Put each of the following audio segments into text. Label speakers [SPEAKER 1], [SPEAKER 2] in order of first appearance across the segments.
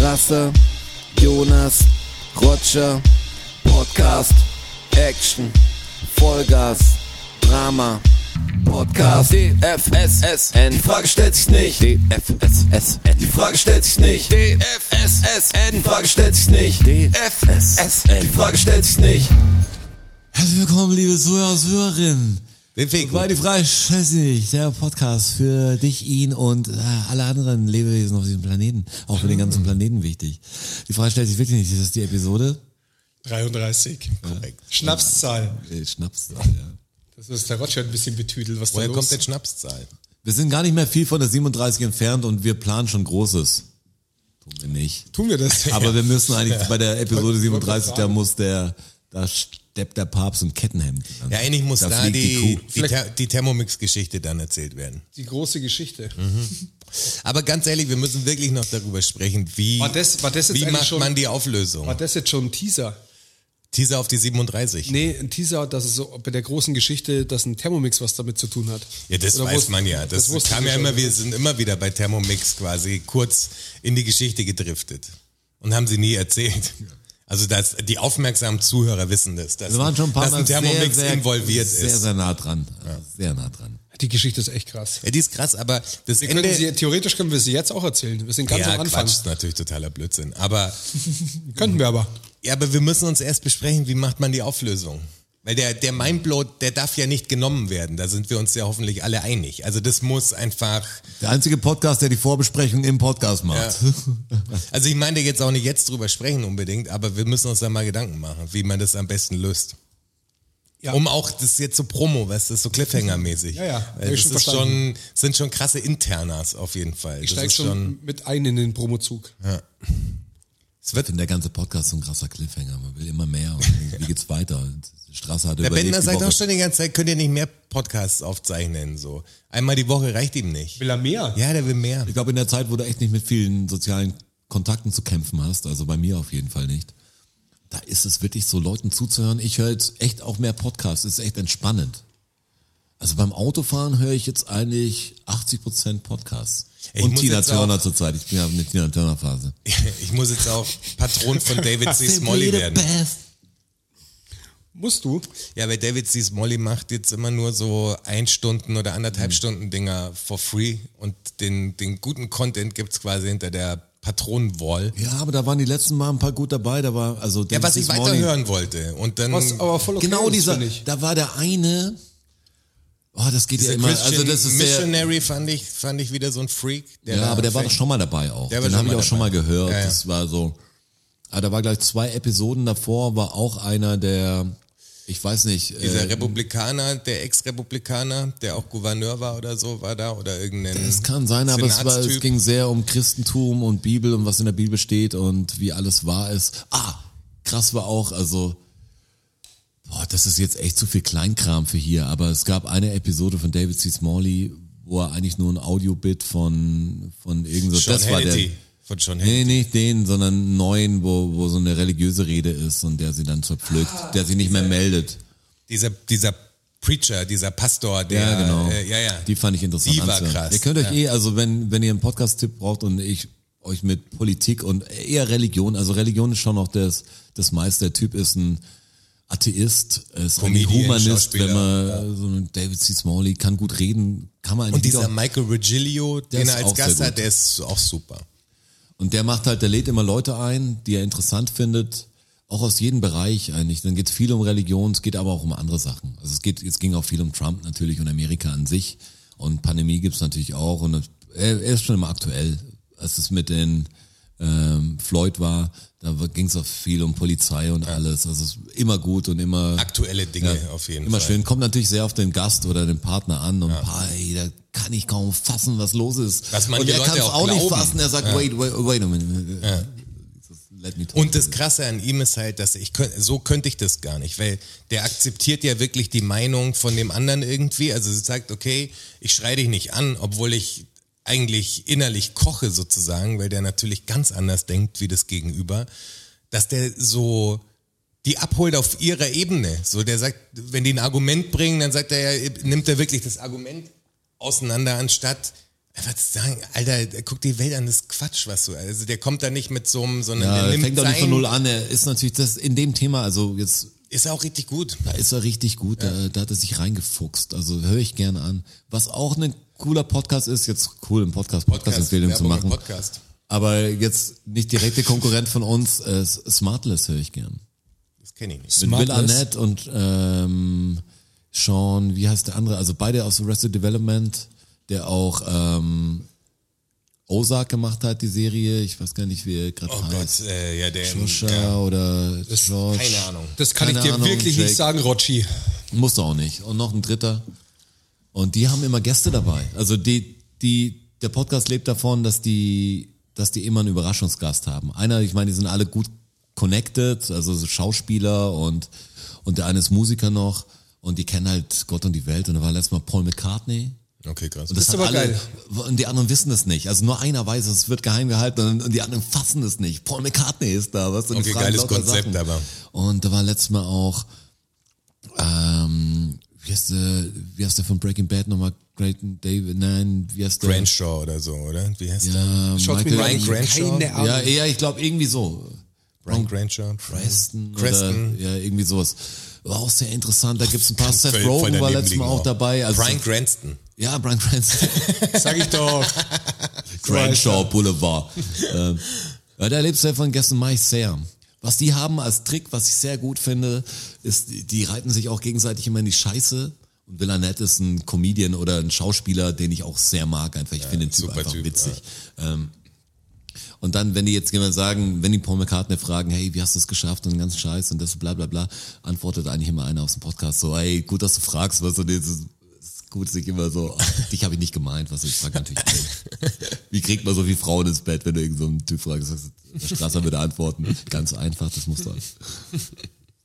[SPEAKER 1] Rasse, Jonas, Roger, Podcast, Action, Vollgas, Drama, Podcast, DFSSN, die Frage stellt sich nicht, DFSSN, die Frage stellt sich nicht, DFSSN, die Frage stellt sich nicht, DFSSN, die Frage stellt sich nicht.
[SPEAKER 2] Herzlich willkommen, liebe Zuhörer und Zuhörerinnen.
[SPEAKER 3] Den
[SPEAKER 2] Ich war die Frage, scheiße nicht, der Podcast für dich, ihn und äh, alle anderen Lebewesen auf diesem Planeten. Auch für den ganzen Planeten wichtig. Die Frage stellt sich wirklich nicht, ist das die Episode?
[SPEAKER 4] 33. Korrekt. Schnapszahl.
[SPEAKER 2] Äh, Schnaps, ja.
[SPEAKER 4] Das ist der Roger ein bisschen betüdelt, was
[SPEAKER 3] Woher
[SPEAKER 4] da los
[SPEAKER 3] kommt denn Schnapszahl?
[SPEAKER 2] Wir sind gar nicht mehr viel von der 37 entfernt und wir planen schon Großes. Tun wir nicht.
[SPEAKER 4] Tun wir das?
[SPEAKER 2] Aber wir müssen eigentlich bei der Episode
[SPEAKER 4] Wollt- wollt
[SPEAKER 2] 37, da
[SPEAKER 4] sagen.
[SPEAKER 2] muss der, da steppt der Papst im Kettenhemd.
[SPEAKER 3] Ja, eigentlich muss da,
[SPEAKER 2] fliegt
[SPEAKER 3] die,
[SPEAKER 2] Kuh.
[SPEAKER 3] die, Ther- die Thermomix-Geschichte dann erzählt werden.
[SPEAKER 4] Die große Geschichte.
[SPEAKER 3] Mhm. Aber ganz ehrlich, wir müssen wirklich noch darüber sprechen, wie,
[SPEAKER 4] War Oh, das- war das jetzt
[SPEAKER 3] wie
[SPEAKER 4] eigentlich
[SPEAKER 3] macht
[SPEAKER 4] schon- Oh.
[SPEAKER 3] man die Auflösung?
[SPEAKER 4] War das jetzt schon ein Teaser?
[SPEAKER 3] Teaser auf die 37.
[SPEAKER 4] Nee, ein Teaser, dass es so bei der großen Geschichte, dass ein Thermomix was damit zu tun hat.
[SPEAKER 3] Ja, das
[SPEAKER 4] Oder
[SPEAKER 3] weiß
[SPEAKER 4] wusste-
[SPEAKER 3] man ja. Das,
[SPEAKER 4] wusste
[SPEAKER 3] kam
[SPEAKER 4] ich
[SPEAKER 3] ja
[SPEAKER 4] schon.
[SPEAKER 3] immer, wir sind immer wieder bei Thermomix quasi kurz in die Geschichte gedriftet und haben sie nie erzählt. Also dass die aufmerksamen Zuhörer wissen das, dass,
[SPEAKER 2] Wir waren schon ein paar
[SPEAKER 3] dass
[SPEAKER 2] Mal
[SPEAKER 3] ein Thermomix
[SPEAKER 2] sehr, sehr,
[SPEAKER 3] involviert
[SPEAKER 2] sehr,
[SPEAKER 3] ist.
[SPEAKER 2] sehr nah dran. Also Sehr nah dran.
[SPEAKER 4] Die Geschichte ist echt krass.
[SPEAKER 3] Ja, die ist krass, aber das
[SPEAKER 4] Wir
[SPEAKER 3] Ende...
[SPEAKER 4] können sie, theoretisch können wir sie jetzt auch erzählen. Wir sind ganz
[SPEAKER 3] ja,
[SPEAKER 4] am Anfang.
[SPEAKER 3] Quatsch, natürlich totaler Blödsinn. Aber
[SPEAKER 4] Könnten wir aber.
[SPEAKER 3] Ja, aber wir müssen uns erst besprechen, wie macht man die Auflösung? Weil der, der Mindblow, der darf ja nicht genommen werden. Da sind wir uns ja hoffentlich alle einig. Also das muss einfach,
[SPEAKER 2] Der einzige Podcast, der die Vorbesprechung im Podcast macht.
[SPEAKER 3] also ich meine jetzt auch nicht jetzt drüber sprechen unbedingt, aber wir müssen uns da mal Gedanken machen, wie man das am besten löst.
[SPEAKER 4] Ja.
[SPEAKER 3] Um auch das ist jetzt so Promo, weißt du, so Cliffhanger-mäßig.
[SPEAKER 4] Ja, ja,
[SPEAKER 3] Weil
[SPEAKER 4] hab
[SPEAKER 3] Das
[SPEAKER 4] ich schon
[SPEAKER 3] ist schon,
[SPEAKER 4] verstanden.
[SPEAKER 3] sind schon krasse Internas auf jeden Fall.
[SPEAKER 4] Ich
[SPEAKER 3] das
[SPEAKER 4] steige
[SPEAKER 3] ist
[SPEAKER 4] schon, mit ein in den Promozug.
[SPEAKER 2] Es wird denn der ganze Podcast so ein krasser Cliffhanger. Man will immer mehr. Und denkt, wie geht's weiter? Und die Straße hat
[SPEAKER 3] Der
[SPEAKER 2] überlebt.
[SPEAKER 3] Bender
[SPEAKER 2] die
[SPEAKER 3] sagt
[SPEAKER 2] Woche.
[SPEAKER 3] auch schon die ganze Zeit, könnt ihr nicht mehr Podcasts aufzeichnen, so. Einmal die Woche reicht ihm nicht.
[SPEAKER 4] Will er mehr?
[SPEAKER 3] Ja, der will mehr.
[SPEAKER 2] ich glaube, in der Zeit, wo du echt nicht mit vielen sozialen Kontakten zu kämpfen hast, also bei mir auf jeden Fall nicht, da ist es wirklich so, Leuten zuzuhören. Ich höre jetzt echt auch mehr Podcasts. Es ist echt entspannend. Also beim Autofahren höre ich jetzt eigentlich 80% Podcasts.
[SPEAKER 3] Ich
[SPEAKER 2] Und
[SPEAKER 3] muss
[SPEAKER 2] Tina
[SPEAKER 3] jetzt auch-
[SPEAKER 2] Turner zurzeit. Ich bin ja in der Tina Turner Phase.
[SPEAKER 3] Ich muss jetzt auch Patron von David C. Smolly werden.
[SPEAKER 4] Musst du?
[SPEAKER 3] Ja, weil David C. Smolly macht jetzt immer nur so ein Stunden oder anderthalb
[SPEAKER 2] Hm.
[SPEAKER 3] Stunden Dinger for free und den, den guten Content gibt's quasi hinter der Patronenwall.
[SPEAKER 2] Ja, aber da waren die letzten Mal ein paar gut dabei. Da war also
[SPEAKER 3] Ja,
[SPEAKER 2] Dennis
[SPEAKER 3] was ich
[SPEAKER 2] Morning.
[SPEAKER 3] weiterhören wollte. Und dann
[SPEAKER 4] Was aber voll okay
[SPEAKER 2] genau
[SPEAKER 4] ist,
[SPEAKER 2] dieser.
[SPEAKER 4] finde ich.
[SPEAKER 2] Da war der eine. Oh, das geht ja
[SPEAKER 3] der
[SPEAKER 2] immer.
[SPEAKER 3] Christian
[SPEAKER 2] Also das ist der.
[SPEAKER 3] Missionary fand ich, fand ich wieder so ein Freak. Der
[SPEAKER 2] Ja,
[SPEAKER 3] da
[SPEAKER 2] aber der war doch
[SPEAKER 3] fängt-
[SPEAKER 2] schon mal dabei auch.
[SPEAKER 3] Der war
[SPEAKER 2] Den
[SPEAKER 3] schon
[SPEAKER 2] habe ich
[SPEAKER 3] mal
[SPEAKER 2] auch schon mal
[SPEAKER 3] dabei.
[SPEAKER 2] gehört.
[SPEAKER 3] Ja, ja.
[SPEAKER 2] Das war so. Ah, da war gleich zwei Episoden davor. War auch einer der. Ich weiß nicht.
[SPEAKER 3] Dieser
[SPEAKER 2] Äh,
[SPEAKER 3] Republikaner, der Ex-Republikaner, der auch Gouverneur war oder so, war da oder irgendein.
[SPEAKER 2] es kann sein, aber es, war, es
[SPEAKER 3] Senatstyp.
[SPEAKER 2] ging sehr um Christentum und Bibel und was in der Bibel steht und wie alles wahr ist. Ah, krass war auch, also Boah, das ist jetzt echt zu viel Kleinkram für hier, aber es gab eine Episode von David C. Smalley, wo er eigentlich nur ein Audiobit von, von irgend so,
[SPEAKER 3] Sean
[SPEAKER 2] das war
[SPEAKER 3] Hannity.
[SPEAKER 2] der.
[SPEAKER 3] Von Sean
[SPEAKER 2] Nee,
[SPEAKER 3] Hannity.
[SPEAKER 2] nicht den, sondern einen neuen, wo, wo so eine religiöse Rede ist und der sie dann zerpflückt, der sie nicht mehr meldet.
[SPEAKER 3] dieser, dieser Preacher, dieser Pastor, der,
[SPEAKER 2] Ja, genau.
[SPEAKER 3] äh, ja, ja.
[SPEAKER 2] Die fand ich interessant.
[SPEAKER 3] Die war
[SPEAKER 2] anzuhören.
[SPEAKER 3] krass,
[SPEAKER 2] Ihr könnt euch
[SPEAKER 3] ja.
[SPEAKER 2] eh, also wenn, wenn ihr einen Podcast-Tipp braucht und ich euch mit Politik und eher Religion, also Religion ist schon noch das, das meiste. Der Typ ist ein Atheist, ist ein
[SPEAKER 3] Comedian,
[SPEAKER 2] Humanist,
[SPEAKER 3] Schauspieler,
[SPEAKER 2] wenn man so ein David C. Smalley kann gut reden, kann man
[SPEAKER 3] und
[SPEAKER 2] eigentlich
[SPEAKER 3] dieser
[SPEAKER 2] auch-
[SPEAKER 3] Michael Virgilio, den
[SPEAKER 2] ist
[SPEAKER 3] er als
[SPEAKER 2] auch sehr
[SPEAKER 3] Gast
[SPEAKER 2] gut.
[SPEAKER 3] hat, der ist auch super.
[SPEAKER 2] Und der macht halt, der lädt immer Leute ein, die er interessant findet, auch aus jedem Bereich eigentlich. Dann geht es viel um Religion, es geht aber auch um andere Sachen. Also es geht, es ging auch viel um Trump natürlich und Amerika an sich. Und Pandemie gibt's natürlich auch. Und das- er, er ist schon immer aktuell. Als es mit den ähm, Floyd war, da ging es auch viel um Polizei und alles. Also es ist immer gut und immer
[SPEAKER 3] Aktuelle Dinge auf jeden
[SPEAKER 2] immer
[SPEAKER 3] Fall.
[SPEAKER 2] schön. Kommt natürlich sehr auf den Gast oder den Partner an und "Ah, ey, da kann ich kaum fassen, was los ist.
[SPEAKER 3] Was manche
[SPEAKER 2] und er
[SPEAKER 3] Leute
[SPEAKER 2] kann's
[SPEAKER 3] auch
[SPEAKER 2] auch nicht
[SPEAKER 3] glauben.
[SPEAKER 2] fassen. Er sagt, wait, wait, wait a minute. Let me talk.
[SPEAKER 3] Und das Krasse an ihm ist halt, dass ich könnt, so könnte ich das gar nicht, weil der akzeptiert ja wirklich die Meinung von dem anderen irgendwie. Also sie sagt, okay, ich schreie dich nicht an, obwohl ich eigentlich innerlich koche sozusagen, weil der natürlich ganz anders denkt wie das Gegenüber, dass der so die abholt auf ihrer Ebene. So, der sagt, wenn die ein Argument bringen, dann sagt er ja, nimmt er wirklich das Argument auseinander, anstatt Was sagen, Alter, guck die Welt an, das ist Quatsch, was du. Also der kommt da nicht mit so einem, sondern
[SPEAKER 2] Ja,
[SPEAKER 3] der
[SPEAKER 2] er
[SPEAKER 3] nimmt
[SPEAKER 2] fängt doch nicht
[SPEAKER 3] sein-
[SPEAKER 2] von null an. Er ist natürlich das in dem Thema, also jetzt
[SPEAKER 3] Ist auch richtig gut.
[SPEAKER 2] Da ist er richtig gut, da, da hat er sich reingefuchst. Also höre ich gerne an. Was auch ein cooler Podcast ist, jetzt cool im Podcast, Podcast-Empfehlung zu
[SPEAKER 3] Werbung im
[SPEAKER 2] machen.
[SPEAKER 3] Podcast.
[SPEAKER 2] Aber jetzt nicht direkte Konkurrent von uns, äh, Smartless höre ich gern.
[SPEAKER 3] Das kenne ich nicht.
[SPEAKER 2] Mit Will
[SPEAKER 4] Smartless.
[SPEAKER 2] Arnett und ähm, Sean, wie heißt der andere? Also beide aus Arrested Development, der auch ähm, Ozark gemacht hat, die Serie. Ich weiß gar nicht, wie er gerade
[SPEAKER 3] Oh
[SPEAKER 2] heißt.
[SPEAKER 3] Gott, äh, ja, der.
[SPEAKER 2] Joshua
[SPEAKER 3] ja,
[SPEAKER 2] oder George.
[SPEAKER 3] keine Ahnung.
[SPEAKER 4] Das kann
[SPEAKER 2] Keine
[SPEAKER 4] ich dir
[SPEAKER 2] Ahnung,
[SPEAKER 4] wirklich
[SPEAKER 2] Jake.
[SPEAKER 4] nicht sagen, Rotschi.
[SPEAKER 2] Musst du auch nicht. Und noch ein dritter. Und die haben immer Gäste dabei. Also die, die, der Podcast lebt davon, dass die, dass die immer einen Überraschungsgast haben. Einer, ich meine, die sind alle gut connected, also so Schauspieler und, und der eine ist Musiker noch und die kennen halt Gott und die Welt. Und da war letztes Mal Paul McCartney.
[SPEAKER 3] Okay, krass.
[SPEAKER 2] Und das,
[SPEAKER 4] ist
[SPEAKER 2] haben
[SPEAKER 4] aber
[SPEAKER 2] alle,
[SPEAKER 4] geil.
[SPEAKER 2] Und die anderen wissen es nicht. Also nur einer weiß, es es wird geheim gehalten und, und die anderen fassen es nicht. Paul McCartney ist da, was? Und die
[SPEAKER 3] Okay,
[SPEAKER 2] fragen
[SPEAKER 3] geiles
[SPEAKER 2] lauter
[SPEAKER 3] Konzept,
[SPEAKER 2] Sachen.
[SPEAKER 3] aber-
[SPEAKER 2] Und da war letztes Mal auch, ähm, wie heißt der, wie heißt der von Breaking Bad nochmal? Great David, nein, wie heißt der?
[SPEAKER 3] Granshaw oder so, oder? Wie heißt der?
[SPEAKER 2] Ja, ähm,
[SPEAKER 4] Schaut mir
[SPEAKER 2] Michael,
[SPEAKER 3] Ryan
[SPEAKER 4] mal an.
[SPEAKER 3] Crenshaw?
[SPEAKER 4] Keine Ahnung.
[SPEAKER 2] ja, eher, ich glaube irgendwie so.
[SPEAKER 3] Brian Granshaw? Preston. Creston.
[SPEAKER 2] Oder, ja, irgendwie sowas. War auch sehr interessant. Da gibt's ein paar.
[SPEAKER 3] Voll-
[SPEAKER 2] Seth
[SPEAKER 3] voll
[SPEAKER 2] Rogen war
[SPEAKER 3] daneben
[SPEAKER 2] letztes Mal
[SPEAKER 3] liegen
[SPEAKER 2] auch dabei. Also,
[SPEAKER 3] Brian Cranston.
[SPEAKER 2] ja, Brian Cranston.
[SPEAKER 4] Sag ich doch.
[SPEAKER 2] Crenshaw Boulevard. ähm, ja, da lebst du von Gästen mache ich sehr. Was die haben als Trick, was ich sehr gut finde, ist, die- die reiten sich auch gegenseitig immer in die Scheiße. Und Will Arnett ist ein Comedian oder ein Schauspieler, den ich auch sehr mag. Einfach, ich finde den Typ
[SPEAKER 3] super
[SPEAKER 2] einfach
[SPEAKER 3] Typ,
[SPEAKER 2] witzig. Ähm, und dann, wenn die jetzt jemand sagen, wenn die Paul McCartney fragen, hey, wie hast du es geschafft und den ganzen Scheiß und das bla bla bla, antwortet eigentlich immer einer aus dem Podcast so, hey, gut, dass du fragst, was du das ist ist gut, sich immer so, dich habe ich nicht gemeint, was ich frage natürlich nicht. Wie kriegt man so viel Frauen ins Bett, wenn du irgend so einen Typ fragst, sagst du, der Strasser würde antworten, ganz einfach, das musst du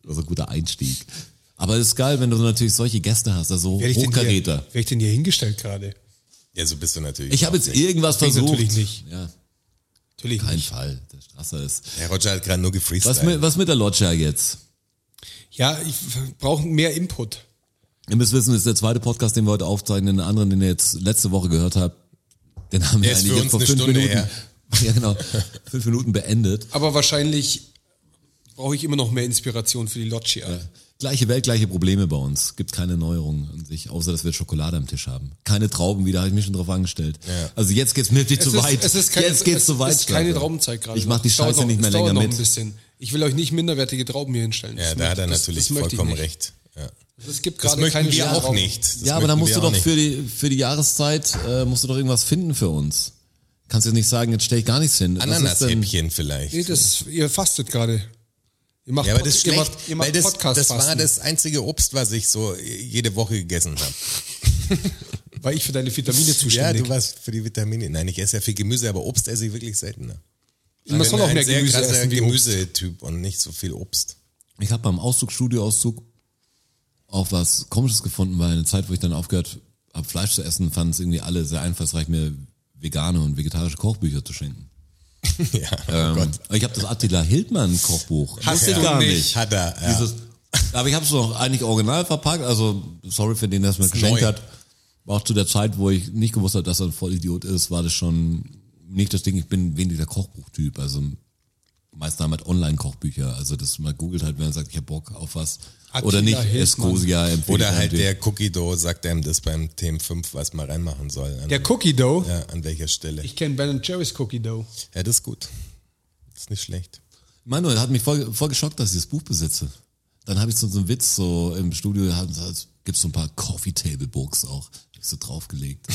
[SPEAKER 2] also ein guter Einstieg. Aber es ist geil, wenn du so natürlich solche Gäste hast, also
[SPEAKER 4] Wer hätte ich denn hier-
[SPEAKER 2] Hochkaräter.
[SPEAKER 4] wer hätte ich denn hier hingestellt gerade?
[SPEAKER 3] Ja, so bist du natürlich.
[SPEAKER 2] Ich habe jetzt irgendwas
[SPEAKER 4] Genau. Klingt
[SPEAKER 2] versucht.
[SPEAKER 4] natürlich nicht.
[SPEAKER 2] Ja,
[SPEAKER 4] Natürlich
[SPEAKER 2] kein
[SPEAKER 4] nicht.
[SPEAKER 2] Fall. Der Strasser ist.
[SPEAKER 3] Herr Roger hat halt gerade nur
[SPEAKER 2] Was
[SPEAKER 3] gefreestylt.
[SPEAKER 2] mit, was mit der Loggia jetzt?
[SPEAKER 4] Ja, ich brauche mehr Input.
[SPEAKER 2] Ihr müsst wissen, das ist der zweite Podcast, den wir heute aufzeichnen. Den anderen, den ihr jetzt letzte Woche gehört habt, den haben wir
[SPEAKER 3] Der ist
[SPEAKER 2] eigentlich
[SPEAKER 3] für
[SPEAKER 2] jetzt
[SPEAKER 3] uns
[SPEAKER 2] vor
[SPEAKER 3] eine
[SPEAKER 2] fünf
[SPEAKER 3] Stunde
[SPEAKER 2] Minuten.
[SPEAKER 3] her.
[SPEAKER 2] Ja, genau. fünf Minuten beendet.
[SPEAKER 4] Aber wahrscheinlich brauche ich immer noch mehr Inspiration für die Loggia.
[SPEAKER 2] Gleiche Welt, gleiche Probleme bei uns. Gibt keine Neuerungen an sich, außer dass wir Schokolade am Tisch haben. Keine Trauben wieder, habe ich mich schon drauf angestellt.
[SPEAKER 3] Ja.
[SPEAKER 2] Also jetzt geht's mir viel zu
[SPEAKER 4] ist-
[SPEAKER 2] weit.
[SPEAKER 4] Es ist keine,
[SPEAKER 2] jetzt geht's
[SPEAKER 4] es
[SPEAKER 2] zu weit.
[SPEAKER 4] ist keine
[SPEAKER 2] Leute.
[SPEAKER 4] Traubenzeit gerade.
[SPEAKER 2] Ich mach die
[SPEAKER 4] Es dauert
[SPEAKER 2] Scheiße
[SPEAKER 4] noch,
[SPEAKER 2] nicht mehr
[SPEAKER 4] es dauert
[SPEAKER 2] länger
[SPEAKER 4] noch
[SPEAKER 2] mit.
[SPEAKER 4] ein bisschen. Ich will euch nicht minderwertige Trauben hier hinstellen.
[SPEAKER 3] Ja,
[SPEAKER 4] Das
[SPEAKER 3] da hat
[SPEAKER 4] möchte-
[SPEAKER 3] er
[SPEAKER 4] das-
[SPEAKER 3] natürlich
[SPEAKER 4] das möchte ich
[SPEAKER 3] vollkommen
[SPEAKER 4] nicht.
[SPEAKER 3] recht. Ja.
[SPEAKER 4] Es gibt
[SPEAKER 3] Das
[SPEAKER 4] gerade
[SPEAKER 3] möchten
[SPEAKER 4] keine
[SPEAKER 3] wir
[SPEAKER 4] schönen
[SPEAKER 3] auch
[SPEAKER 4] Trauben.
[SPEAKER 3] nicht. Das
[SPEAKER 2] ja, aber
[SPEAKER 3] möchten
[SPEAKER 2] dann musst du
[SPEAKER 3] wir
[SPEAKER 2] doch
[SPEAKER 3] auch nicht.
[SPEAKER 2] für die, für die Jahreszeit, äh, musst du doch irgendwas finden für uns. Kannst jetzt nicht sagen, jetzt stelle ich gar nichts hin. Was ist denn-
[SPEAKER 3] Ananashäppchen vielleicht.
[SPEAKER 4] Nee, das, ihr fastet gerade. Ihr macht,
[SPEAKER 3] Ja, aber das ist
[SPEAKER 4] Pod- ihr
[SPEAKER 3] schlecht,
[SPEAKER 4] macht, ihr
[SPEAKER 3] weil
[SPEAKER 4] macht
[SPEAKER 3] das,
[SPEAKER 4] Podcast
[SPEAKER 3] das war
[SPEAKER 4] fasten,
[SPEAKER 3] das einzige Obst, was ich so jede Woche gegessen habe.
[SPEAKER 4] weil ich für deine Vitamine
[SPEAKER 3] Ja,
[SPEAKER 4] zuständig
[SPEAKER 3] du warst für die Vitamine. Nein, ich esse ja viel Gemüse, aber Obst esse ich wirklich seltener.
[SPEAKER 4] Man soll auch mehr Gemüse essen wie Obst.
[SPEAKER 3] Gemüsetyp und nicht so viel Obst.
[SPEAKER 2] Ich habe beim Auszug, Studioauszug auch was Komisches gefunden, weil eine Zeit, wo ich dann aufgehört habe, Fleisch zu essen, fanden es irgendwie alle sehr einfallsreich, mir vegane und vegetarische Kochbücher zu schenken.
[SPEAKER 3] ja, oh
[SPEAKER 2] Ähm,
[SPEAKER 3] Gott.
[SPEAKER 2] ich habe das Attila Hildmann Kochbuch.
[SPEAKER 4] Hast
[SPEAKER 2] Das
[SPEAKER 4] du
[SPEAKER 2] gar
[SPEAKER 4] nicht.
[SPEAKER 3] Hat er. Ja.
[SPEAKER 2] Dieses, aber ich habe es noch eigentlich original verpackt, also sorry für den, der es mir geschenkt
[SPEAKER 3] neu.
[SPEAKER 2] hat. Auch zu der Zeit, wo ich nicht gewusst habe, dass er ein Vollidiot ist, war das schon nicht das Ding, ich bin wenig der Kochbuchtyp, also meistens haben halt Online-Kochbücher, also das man googelt halt, wenn man sagt, ich habe Bock auf was.
[SPEAKER 4] Attila
[SPEAKER 2] Oder nicht,
[SPEAKER 4] Hildmann.
[SPEAKER 2] Escosia empfehle ich
[SPEAKER 3] Oder halt
[SPEAKER 2] natürlich.
[SPEAKER 3] der Cookie Dough sagt einem das beim Themen 5, was man reinmachen soll. An,
[SPEAKER 4] Der Cookie Dough.
[SPEAKER 3] ja, an welcher Stelle.
[SPEAKER 4] Ich kenne Ben Jerry's Cookie Dough.
[SPEAKER 3] ja, das ist gut. Das ist nicht schlecht.
[SPEAKER 2] Manuel hat mich voll, voll geschockt, dass ich das Buch besitze. Dann habe ich so, so einen Witz so im Studio, gibt es so ein paar Coffee-Table-Books auch. Hab ich so draufgelegt.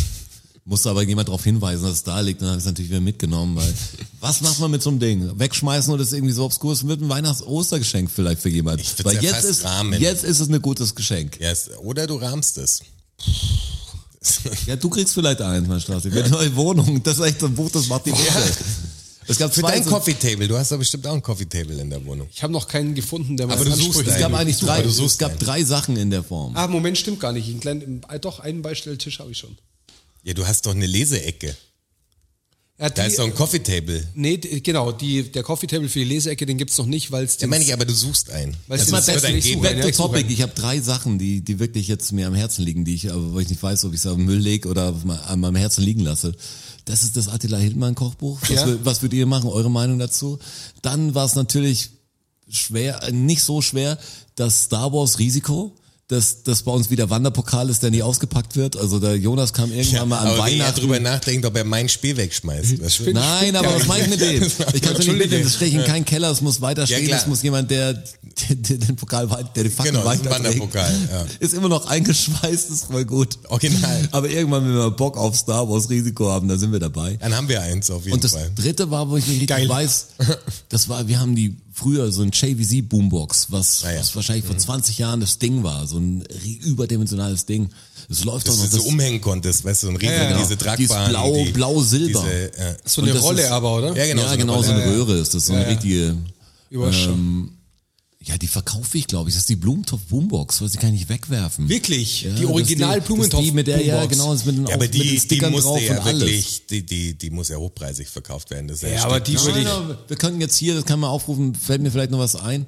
[SPEAKER 2] Musste aber jemand darauf hinweisen, dass es da liegt. Dann habe ich es natürlich wieder mitgenommen, weil was macht man mit so einem Ding? Wegschmeißen oder ist irgendwie so obskur? Es wird ein Weihnachts-Ostergeschenk vielleicht für jemand.
[SPEAKER 3] Ich find's
[SPEAKER 2] weil
[SPEAKER 3] ja
[SPEAKER 2] jetzt,
[SPEAKER 3] fast
[SPEAKER 2] ist,
[SPEAKER 3] Rahmen.
[SPEAKER 2] jetzt ist es ein gutes Geschenk.
[SPEAKER 3] Ja, es- oder du rahmst es.
[SPEAKER 2] Ja, du kriegst vielleicht eins, mein Straße. Eine neue Wohnung, das ist echt so ein Buch, das macht die Woche. Es gab
[SPEAKER 3] Für
[SPEAKER 2] zwei
[SPEAKER 3] dein
[SPEAKER 2] so-
[SPEAKER 3] Coffee Table. Du hast doch bestimmt auch ein Coffee Table in der Wohnung.
[SPEAKER 4] Ich habe noch keinen gefunden, der
[SPEAKER 3] Aber du suchst
[SPEAKER 4] Ansprüchen-
[SPEAKER 2] Es gab
[SPEAKER 3] einen.
[SPEAKER 2] eigentlich drei,
[SPEAKER 3] Aber du suchst
[SPEAKER 2] es gab
[SPEAKER 3] einen.
[SPEAKER 2] drei Sachen in der Form.
[SPEAKER 4] Ah, Moment, stimmt gar nicht. ah, Einen kleinen, doch, einen Beistelltisch habe ich schon.
[SPEAKER 3] Ja, du hast doch eine Leseecke.
[SPEAKER 4] Er hat
[SPEAKER 3] Da
[SPEAKER 4] die-
[SPEAKER 3] ist doch ein Coffee Table.
[SPEAKER 4] Nee, d- genau, die, der Coffee Table für die Leseecke, den gibt's noch nicht, weil es
[SPEAKER 3] Ja, meine ich, aber du suchst einen.
[SPEAKER 4] Weißt du,
[SPEAKER 3] es
[SPEAKER 4] mal
[SPEAKER 3] wird
[SPEAKER 4] besser
[SPEAKER 3] einen
[SPEAKER 4] nicht suchen.
[SPEAKER 3] geben.
[SPEAKER 2] Back to
[SPEAKER 4] Ja,
[SPEAKER 2] topic.
[SPEAKER 4] super.
[SPEAKER 2] Ich habe drei Sachen, die, die wirklich jetzt mir am Herzen liegen, die ich, aber wo ich nicht weiß, ob ich es auf den Müll lege oder auf mein- an meinem Herzen liegen lasse. Das ist das Attila Hildmann Kochbuch. Was,
[SPEAKER 4] Ja.
[SPEAKER 2] wür- was würdet ihr machen? Eure Meinung dazu? Dann war es natürlich schwer, äh, nicht so schwer, das Star Wars Risiko. Dass das bei uns wieder Wanderpokal ist, der nie ausgepackt wird. Also der Jonas kam irgendwann
[SPEAKER 3] Ja,
[SPEAKER 2] mal an
[SPEAKER 3] aber wie er
[SPEAKER 2] Weihnachten.
[SPEAKER 3] drüber nachdenkt, ob er mein Spiel wegschmeißt. Weißt du?
[SPEAKER 2] Nein, aber was meine ich mit dem? Ich kann es nicht mit dem. Das stehe ich in keinen Keller, es muss weiter stehen,
[SPEAKER 3] klar.
[SPEAKER 2] es muss jemand, der, der, der den Pokal weit, der den Fakten
[SPEAKER 3] Genau, das ist ein
[SPEAKER 2] weiterträgt.
[SPEAKER 3] Wanderpokal, ja.
[SPEAKER 2] Ist immer noch eingeschweißt, ist voll gut.
[SPEAKER 3] Original.
[SPEAKER 2] Aber irgendwann, wenn wir Bock auf Star Wars Risiko haben, da sind wir dabei.
[SPEAKER 3] Dann haben wir eins auf jeden
[SPEAKER 2] Und das
[SPEAKER 3] Fall.
[SPEAKER 2] dritte war, wo ich nicht richtig
[SPEAKER 3] Geil.
[SPEAKER 2] weiß, das war, wir haben die früher so ein JVC Boombox, was,
[SPEAKER 3] Ah ja.
[SPEAKER 2] was wahrscheinlich vor 20 Jahren das Ding war, so ein ri- überdimensionales Ding. Es läuft
[SPEAKER 3] Dass
[SPEAKER 2] doch
[SPEAKER 3] du
[SPEAKER 2] noch.
[SPEAKER 3] so umhängen konntest, weißt du, so ein riesen,
[SPEAKER 4] Ja, ja.
[SPEAKER 3] diese
[SPEAKER 2] Die ist
[SPEAKER 3] tragbaren.
[SPEAKER 2] blau-
[SPEAKER 3] die-
[SPEAKER 2] blau-silber.
[SPEAKER 3] diese, ja.
[SPEAKER 4] so eine
[SPEAKER 2] und das
[SPEAKER 4] Rolle
[SPEAKER 2] ist-
[SPEAKER 4] aber, oder?
[SPEAKER 3] Ja, genau.
[SPEAKER 2] ja,
[SPEAKER 3] so eine
[SPEAKER 2] genau,
[SPEAKER 3] Rolle.
[SPEAKER 2] so eine Röhre ist das, so eine
[SPEAKER 4] Ja, ja.
[SPEAKER 2] richtige. Ähm,
[SPEAKER 4] Überschau.
[SPEAKER 2] Ja, die verkaufe ich, glaube ich. Das ist die Blumentopf Boombox, weil sie kann ich nicht wegwerfen.
[SPEAKER 4] Wirklich?
[SPEAKER 2] Ja,
[SPEAKER 4] die original
[SPEAKER 2] das ist die- das ist
[SPEAKER 4] blumentopf
[SPEAKER 2] Die mit der, ja, genau, das mit den,
[SPEAKER 3] Ja, aber
[SPEAKER 2] mit den
[SPEAKER 3] die, die
[SPEAKER 2] Stickern
[SPEAKER 3] musste
[SPEAKER 2] drauf
[SPEAKER 3] ja
[SPEAKER 2] und alles.
[SPEAKER 3] wirklich, die, die, die muss ja hochpreisig verkauft werden. Das ist
[SPEAKER 4] Ja,
[SPEAKER 3] ein
[SPEAKER 4] aber
[SPEAKER 3] Stück.
[SPEAKER 4] die will
[SPEAKER 2] Nein,
[SPEAKER 4] ich.
[SPEAKER 2] aber wir könnten jetzt hier, das kann man aufrufen, fällt mir vielleicht noch was ein.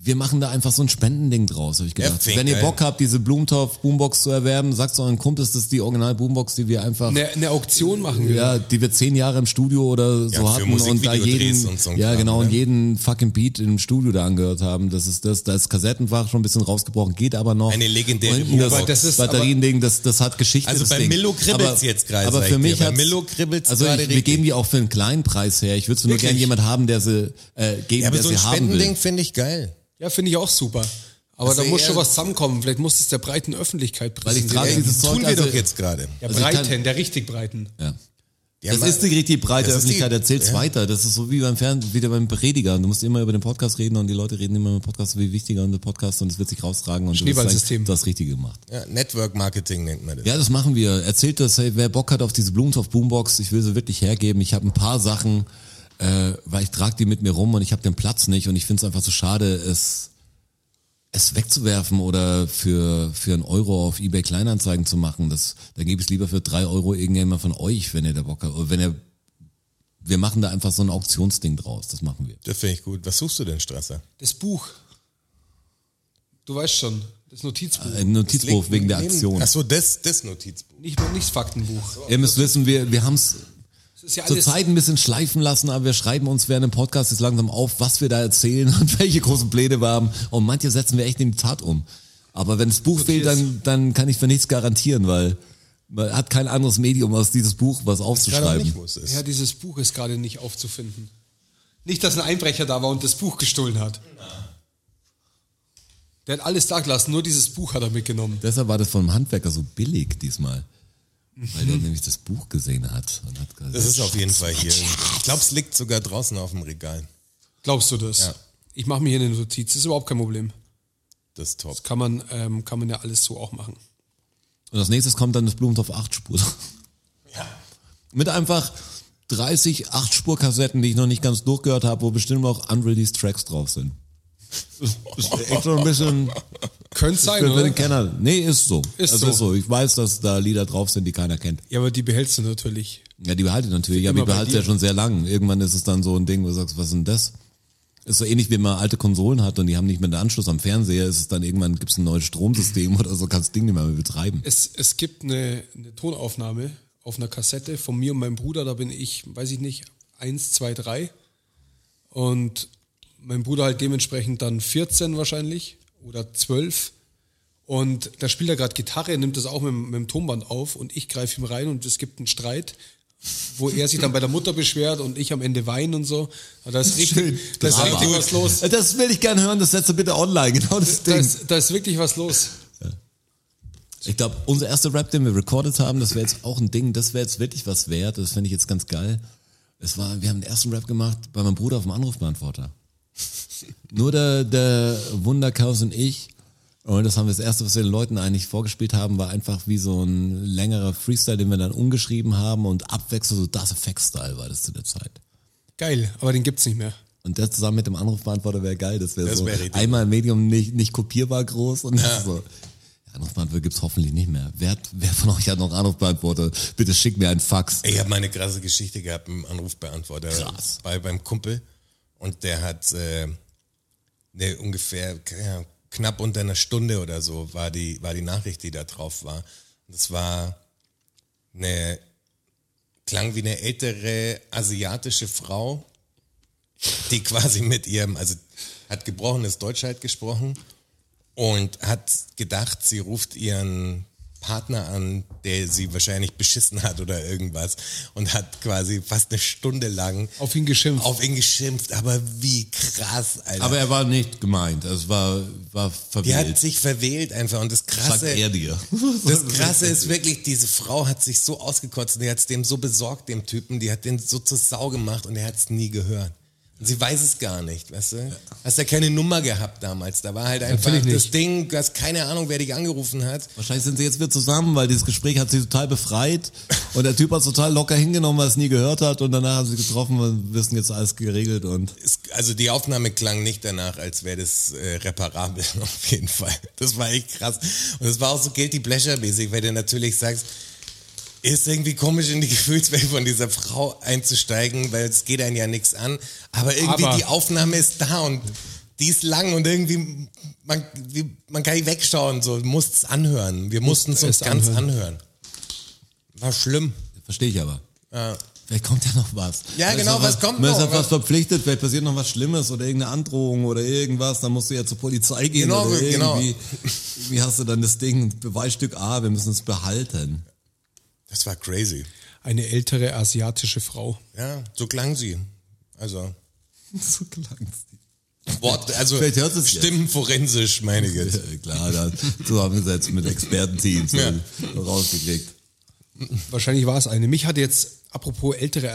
[SPEAKER 2] Wir machen da einfach so ein Spendending draus, habe ich gedacht.
[SPEAKER 3] klingt
[SPEAKER 2] Wenn ihr
[SPEAKER 3] geil.
[SPEAKER 2] Bock habt, diese Blumentopf Boombox zu erwerben, sagt euren Kumpels, das ist die Original Boombox, die wir einfach
[SPEAKER 4] Eine, eine Auktion machen wir.
[SPEAKER 2] Ja, die wir zehn Jahre im Studio oder so
[SPEAKER 3] für
[SPEAKER 2] hatten und da
[SPEAKER 3] Musikvideodrehs
[SPEAKER 2] jeden,
[SPEAKER 3] und so ein
[SPEAKER 2] ja
[SPEAKER 3] Kram,
[SPEAKER 2] genau, und
[SPEAKER 3] ne?
[SPEAKER 2] jeden fucking Beat im Studio da angehört haben. Das ist das, da ist Kassettenfach schon ein bisschen rausgebrochen, geht aber noch.
[SPEAKER 3] Eine legendäre
[SPEAKER 2] Und hinten das,
[SPEAKER 3] Boombox.
[SPEAKER 2] das
[SPEAKER 4] Das
[SPEAKER 2] ist
[SPEAKER 4] ist
[SPEAKER 2] Batteriending, das, das hat Geschichte.
[SPEAKER 3] Also
[SPEAKER 2] das
[SPEAKER 3] bei
[SPEAKER 2] Ding.
[SPEAKER 3] Milo kribbelt's
[SPEAKER 2] Aber-
[SPEAKER 3] jetzt gerade,
[SPEAKER 2] Aber
[SPEAKER 3] sag ich
[SPEAKER 2] für
[SPEAKER 3] dir.
[SPEAKER 2] mich
[SPEAKER 3] Bei
[SPEAKER 2] hat's-
[SPEAKER 3] Milo kribbelt's
[SPEAKER 2] Also
[SPEAKER 3] gerade
[SPEAKER 2] ich, wir
[SPEAKER 3] richtig.
[SPEAKER 2] geben die auch für einen kleinen Preis her. Ich würde nur
[SPEAKER 3] Wirklich?
[SPEAKER 2] gerne jemand haben, der sie äh, geben,
[SPEAKER 3] Ja, aber
[SPEAKER 2] der
[SPEAKER 3] so
[SPEAKER 2] sie
[SPEAKER 3] ein
[SPEAKER 2] haben will.
[SPEAKER 3] Spendending finde ich geil.
[SPEAKER 4] Ja, finde ich auch super. Aber
[SPEAKER 3] Also
[SPEAKER 4] da muss
[SPEAKER 3] eher-
[SPEAKER 4] schon was zusammenkommen. Vielleicht muss es der breiten Öffentlichkeit
[SPEAKER 2] ich
[SPEAKER 4] präsentieren.
[SPEAKER 2] gerade
[SPEAKER 3] Ey,
[SPEAKER 2] dieses
[SPEAKER 3] das
[SPEAKER 2] Zeug,
[SPEAKER 3] tun wir
[SPEAKER 2] also-
[SPEAKER 3] doch jetzt gerade.
[SPEAKER 4] der
[SPEAKER 2] also ich
[SPEAKER 4] breiten,
[SPEAKER 2] kann-
[SPEAKER 4] der richtig breiten.
[SPEAKER 2] Ja.
[SPEAKER 3] Ja,
[SPEAKER 2] Das
[SPEAKER 3] Mann.
[SPEAKER 2] ist die richtig breite
[SPEAKER 3] Das ist die-
[SPEAKER 2] Öffentlichkeit, erzähl's weiter. Das ist so wie beim Fernsehen, wieder beim Prediger. Du musst immer über den Podcast reden und die Leute reden immer über den Podcast, wie wichtiger und der Podcast und es wird sich raustragen und du wirst sagen,
[SPEAKER 4] Schneeballsystem.
[SPEAKER 2] du hast das Richtige gemacht.
[SPEAKER 3] Ja, Network Marketing nennt man das.
[SPEAKER 2] Ja, das machen wir. Erzählt das, hey, wer Bock hat auf diese Blumentopf Boombox, ich will sie wirklich hergeben. Ich habe ein paar Sachen, äh, weil ich trage die mit mir rum und ich habe den Platz nicht und ich finde es einfach so schade, es es wegzuwerfen oder für für einen Euro auf eBay Kleinanzeigen zu machen. Das, da gebe ich lieber für drei Euro irgendjemand von euch, wenn ihr da Bock habt. Oder wenn ihr, wir machen da einfach so ein Auktionsding draus. Das machen wir.
[SPEAKER 3] Das finde ich gut. Was suchst du denn, Strasser?
[SPEAKER 4] Das Buch. Du weißt schon, das Notizbuch.
[SPEAKER 2] Ein Notizbuch wegen der Aktion.
[SPEAKER 3] Achso, das, das Notizbuch.
[SPEAKER 4] Nicht, nicht das Faktenbuch.
[SPEAKER 2] Ihr müsst wissen, wir wir haben's
[SPEAKER 4] Das ist ja
[SPEAKER 3] Also
[SPEAKER 4] alles.
[SPEAKER 2] zurzeit ein bisschen schleifen lassen, aber wir schreiben uns während dem Podcast jetzt langsam auf, was wir da erzählen und welche großen Pläne wir haben. Und manche setzen wir echt in die Tat um. Aber wenn das Buch fehlt, dann, dann kann ich für nichts garantieren, weil man hat kein anderes Medium als dieses Buch, was
[SPEAKER 3] Gerade auch nicht,
[SPEAKER 2] aufzuschreiben.
[SPEAKER 3] wo es ist.
[SPEAKER 4] ja, dieses Buch ist gerade nicht aufzufinden. Nicht, dass ein Einbrecher da war und das Buch gestohlen hat. Der hat alles da gelassen, nur dieses Buch hat er mitgenommen.
[SPEAKER 2] Deshalb war das vom Handwerker so billig diesmal. Weil der nämlich das Buch gesehen hat und hat gesagt,
[SPEAKER 3] Mhm. Das ist auf jeden Fall hier. Ich glaube, es liegt sogar draußen auf dem Regal.
[SPEAKER 4] Glaubst du das?
[SPEAKER 3] Ja.
[SPEAKER 4] Ich mache mir hier eine Notiz, ist überhaupt kein Problem.
[SPEAKER 3] Das ist top.
[SPEAKER 4] Das kann man, ähm, kann man ja alles so auch machen.
[SPEAKER 2] Und als nächstes kommt dann das Blumentopf 8 Spur.
[SPEAKER 3] Ja.
[SPEAKER 2] Mit einfach 30 8-Spur-Kassetten, die ich noch nicht ganz durchgehört habe, wo bestimmt auch unreleased Tracks drauf sind. Das ist echt so ein bisschen
[SPEAKER 4] Könnte sein,
[SPEAKER 2] für
[SPEAKER 4] oder?
[SPEAKER 2] den Kenner. Nee, ist so.
[SPEAKER 4] Ist
[SPEAKER 2] das
[SPEAKER 4] so.
[SPEAKER 2] ist so. Ich weiß, dass da Lieder drauf sind, die keiner kennt.
[SPEAKER 4] Ja, aber die behältst du natürlich.
[SPEAKER 2] Ja, die behalte ich natürlich, aber
[SPEAKER 4] Immer
[SPEAKER 2] ich behalte
[SPEAKER 4] bei
[SPEAKER 2] sie
[SPEAKER 4] dir.
[SPEAKER 2] ja schon sehr lang. Irgendwann ist es dann so ein Ding, wo du sagst, was ist denn das? Ist so ähnlich, wie man alte Konsolen hat und die haben nicht mehr den Anschluss am Fernseher, ist es dann irgendwann, gibt es ein neues Stromsystem oder so, kannst das Ding nicht mehr betreiben.
[SPEAKER 4] Es, es gibt eine, eine Tonaufnahme auf einer Kassette von mir und meinem Bruder, da bin ich, weiß ich nicht, eins, zwei, drei. Und mein Bruder halt dementsprechend dann 14 wahrscheinlich oder 12. Und da spielt er gerade Gitarre, nimmt das auch mit, dem- mit dem Tonband auf und ich greife ihm rein und es gibt einen Streit, wo er sich dann bei der Mutter beschwert und ich am Ende weine und so. Da ist richtig, da ist
[SPEAKER 2] Drama.
[SPEAKER 4] richtig was los.
[SPEAKER 2] Das will ich gern hören, das setzt du bitte online, genau das
[SPEAKER 4] Da
[SPEAKER 2] Ding.
[SPEAKER 4] ist, da ist wirklich was los.
[SPEAKER 2] Ich glaube, unser erster Rap, den wir recorded haben, das wäre jetzt auch ein Ding, das wäre jetzt wirklich was wert, das fände ich jetzt ganz geil. Es war, wir haben den ersten Rap gemacht bei meinem Bruder auf dem Anrufbeantworter. Nur der, der Wunderkaus und ich. Und das haben wir das erste, was wir den Leuten eigentlich vorgespielt haben, war einfach wie so ein längerer Freestyle, den wir dann umgeschrieben haben und abwechselnd so das Effekt-Style war das zu der Zeit.
[SPEAKER 4] Geil, aber den gibt's nicht mehr.
[SPEAKER 2] Und das zusammen mit dem Anrufbeantworter wäre geil. Das wäre
[SPEAKER 3] Das
[SPEAKER 2] so
[SPEAKER 3] wär richtig
[SPEAKER 2] einmal Medium nicht, nicht kopierbar groß und das so. Der Anrufbeantworter Anrufbeantworter gibt's hoffentlich nicht mehr. Wer, hat- wer von euch hat noch Anrufbeantworter? Bitte schickt mir einen Fax.
[SPEAKER 3] Ich habe meine krasse Geschichte gehabt mit dem Anrufbeantworter
[SPEAKER 2] Krass.
[SPEAKER 3] bei beim Kumpel und der hat äh, ne, ungefähr ja, knapp unter einer Stunde oder so war die war die Nachricht, die da drauf war. Das war eine klang wie eine ältere asiatische Frau, die quasi mit ihrem also hat gebrochenes Deutsch halt gesprochen und hat gedacht, sie ruft ihren Partner an, der sie wahrscheinlich beschissen hat oder irgendwas und hat quasi fast eine Stunde lang
[SPEAKER 4] Auf ihn geschimpft.
[SPEAKER 3] auf ihn geschimpft, aber wie krass, Alter.
[SPEAKER 2] Aber er war nicht gemeint. Es war, war
[SPEAKER 3] die hat
[SPEAKER 2] verwählt.
[SPEAKER 3] sich verwählt einfach und das
[SPEAKER 2] Sagt
[SPEAKER 3] krasse
[SPEAKER 2] er dir.
[SPEAKER 3] das Krasse ist wirklich, diese Frau hat sich so ausgekotzt und die hat es dem so besorgt, dem Typen, die hat den so zur Sau gemacht und er hat es nie gehört. Und sie weiß es gar nicht, weißt du? Hast ja keine Nummer gehabt damals. Da war halt einfach
[SPEAKER 4] Natürlich
[SPEAKER 3] das
[SPEAKER 4] nicht.
[SPEAKER 3] Ding, du hast keine Ahnung, wer dich angerufen hat.
[SPEAKER 2] Wahrscheinlich sind sie jetzt wieder zusammen, weil dieses Gespräch hat sie total befreit und der Typ hat total locker hingenommen, weil er es nie gehört hat und danach haben sie getroffen und wissen jetzt alles geregelt und
[SPEAKER 3] Es, also die Aufnahme klang nicht danach, als wäre das äh, reparabel, auf jeden Fall. Das war echt krass. Und es war auch so guilty pleasure-mäßig, weil du natürlich sagst, ist irgendwie komisch in die Gefühlswelt von dieser Frau einzusteigen, weil es geht einen ja nichts an. Aber irgendwie
[SPEAKER 4] Aber-
[SPEAKER 3] die Aufnahme ist da und die ist lang und irgendwie man, wie, man kann nicht wegschauen, so muss es anhören. Wir mussten es uns
[SPEAKER 4] es
[SPEAKER 3] ganz
[SPEAKER 4] anhören.
[SPEAKER 3] anhören. War schlimm.
[SPEAKER 2] verstehe ich aber. Vielleicht kommt ja noch was.
[SPEAKER 3] Ja,
[SPEAKER 2] Vielleicht
[SPEAKER 3] genau,
[SPEAKER 2] ist noch
[SPEAKER 3] was kommt
[SPEAKER 2] man Ist
[SPEAKER 3] noch?
[SPEAKER 2] auf was verpflichtet, vielleicht passiert noch was Schlimmes oder irgendeine Androhung oder irgendwas, dann musst du ja zur Polizei gehen
[SPEAKER 3] Genau,
[SPEAKER 2] oder irgendwie.
[SPEAKER 3] genau.
[SPEAKER 2] Wie hast du dann das Ding, Beweisstück A, wir müssen es behalten.
[SPEAKER 3] Das war crazy.
[SPEAKER 4] Eine ältere asiatische Frau.
[SPEAKER 3] Ja, so klang sie. Also.
[SPEAKER 2] So klang's.
[SPEAKER 3] Wort, also
[SPEAKER 2] Vielleicht hört es jetzt.
[SPEAKER 3] stimmenforensisch meine ich jetzt.
[SPEAKER 2] Ja, Klar, dann zusammengesetzt mit Expertenteams
[SPEAKER 3] Ja.
[SPEAKER 2] und rausgekriegt.
[SPEAKER 4] Wahrscheinlich war es eine. Mich hat jetzt, apropos ältere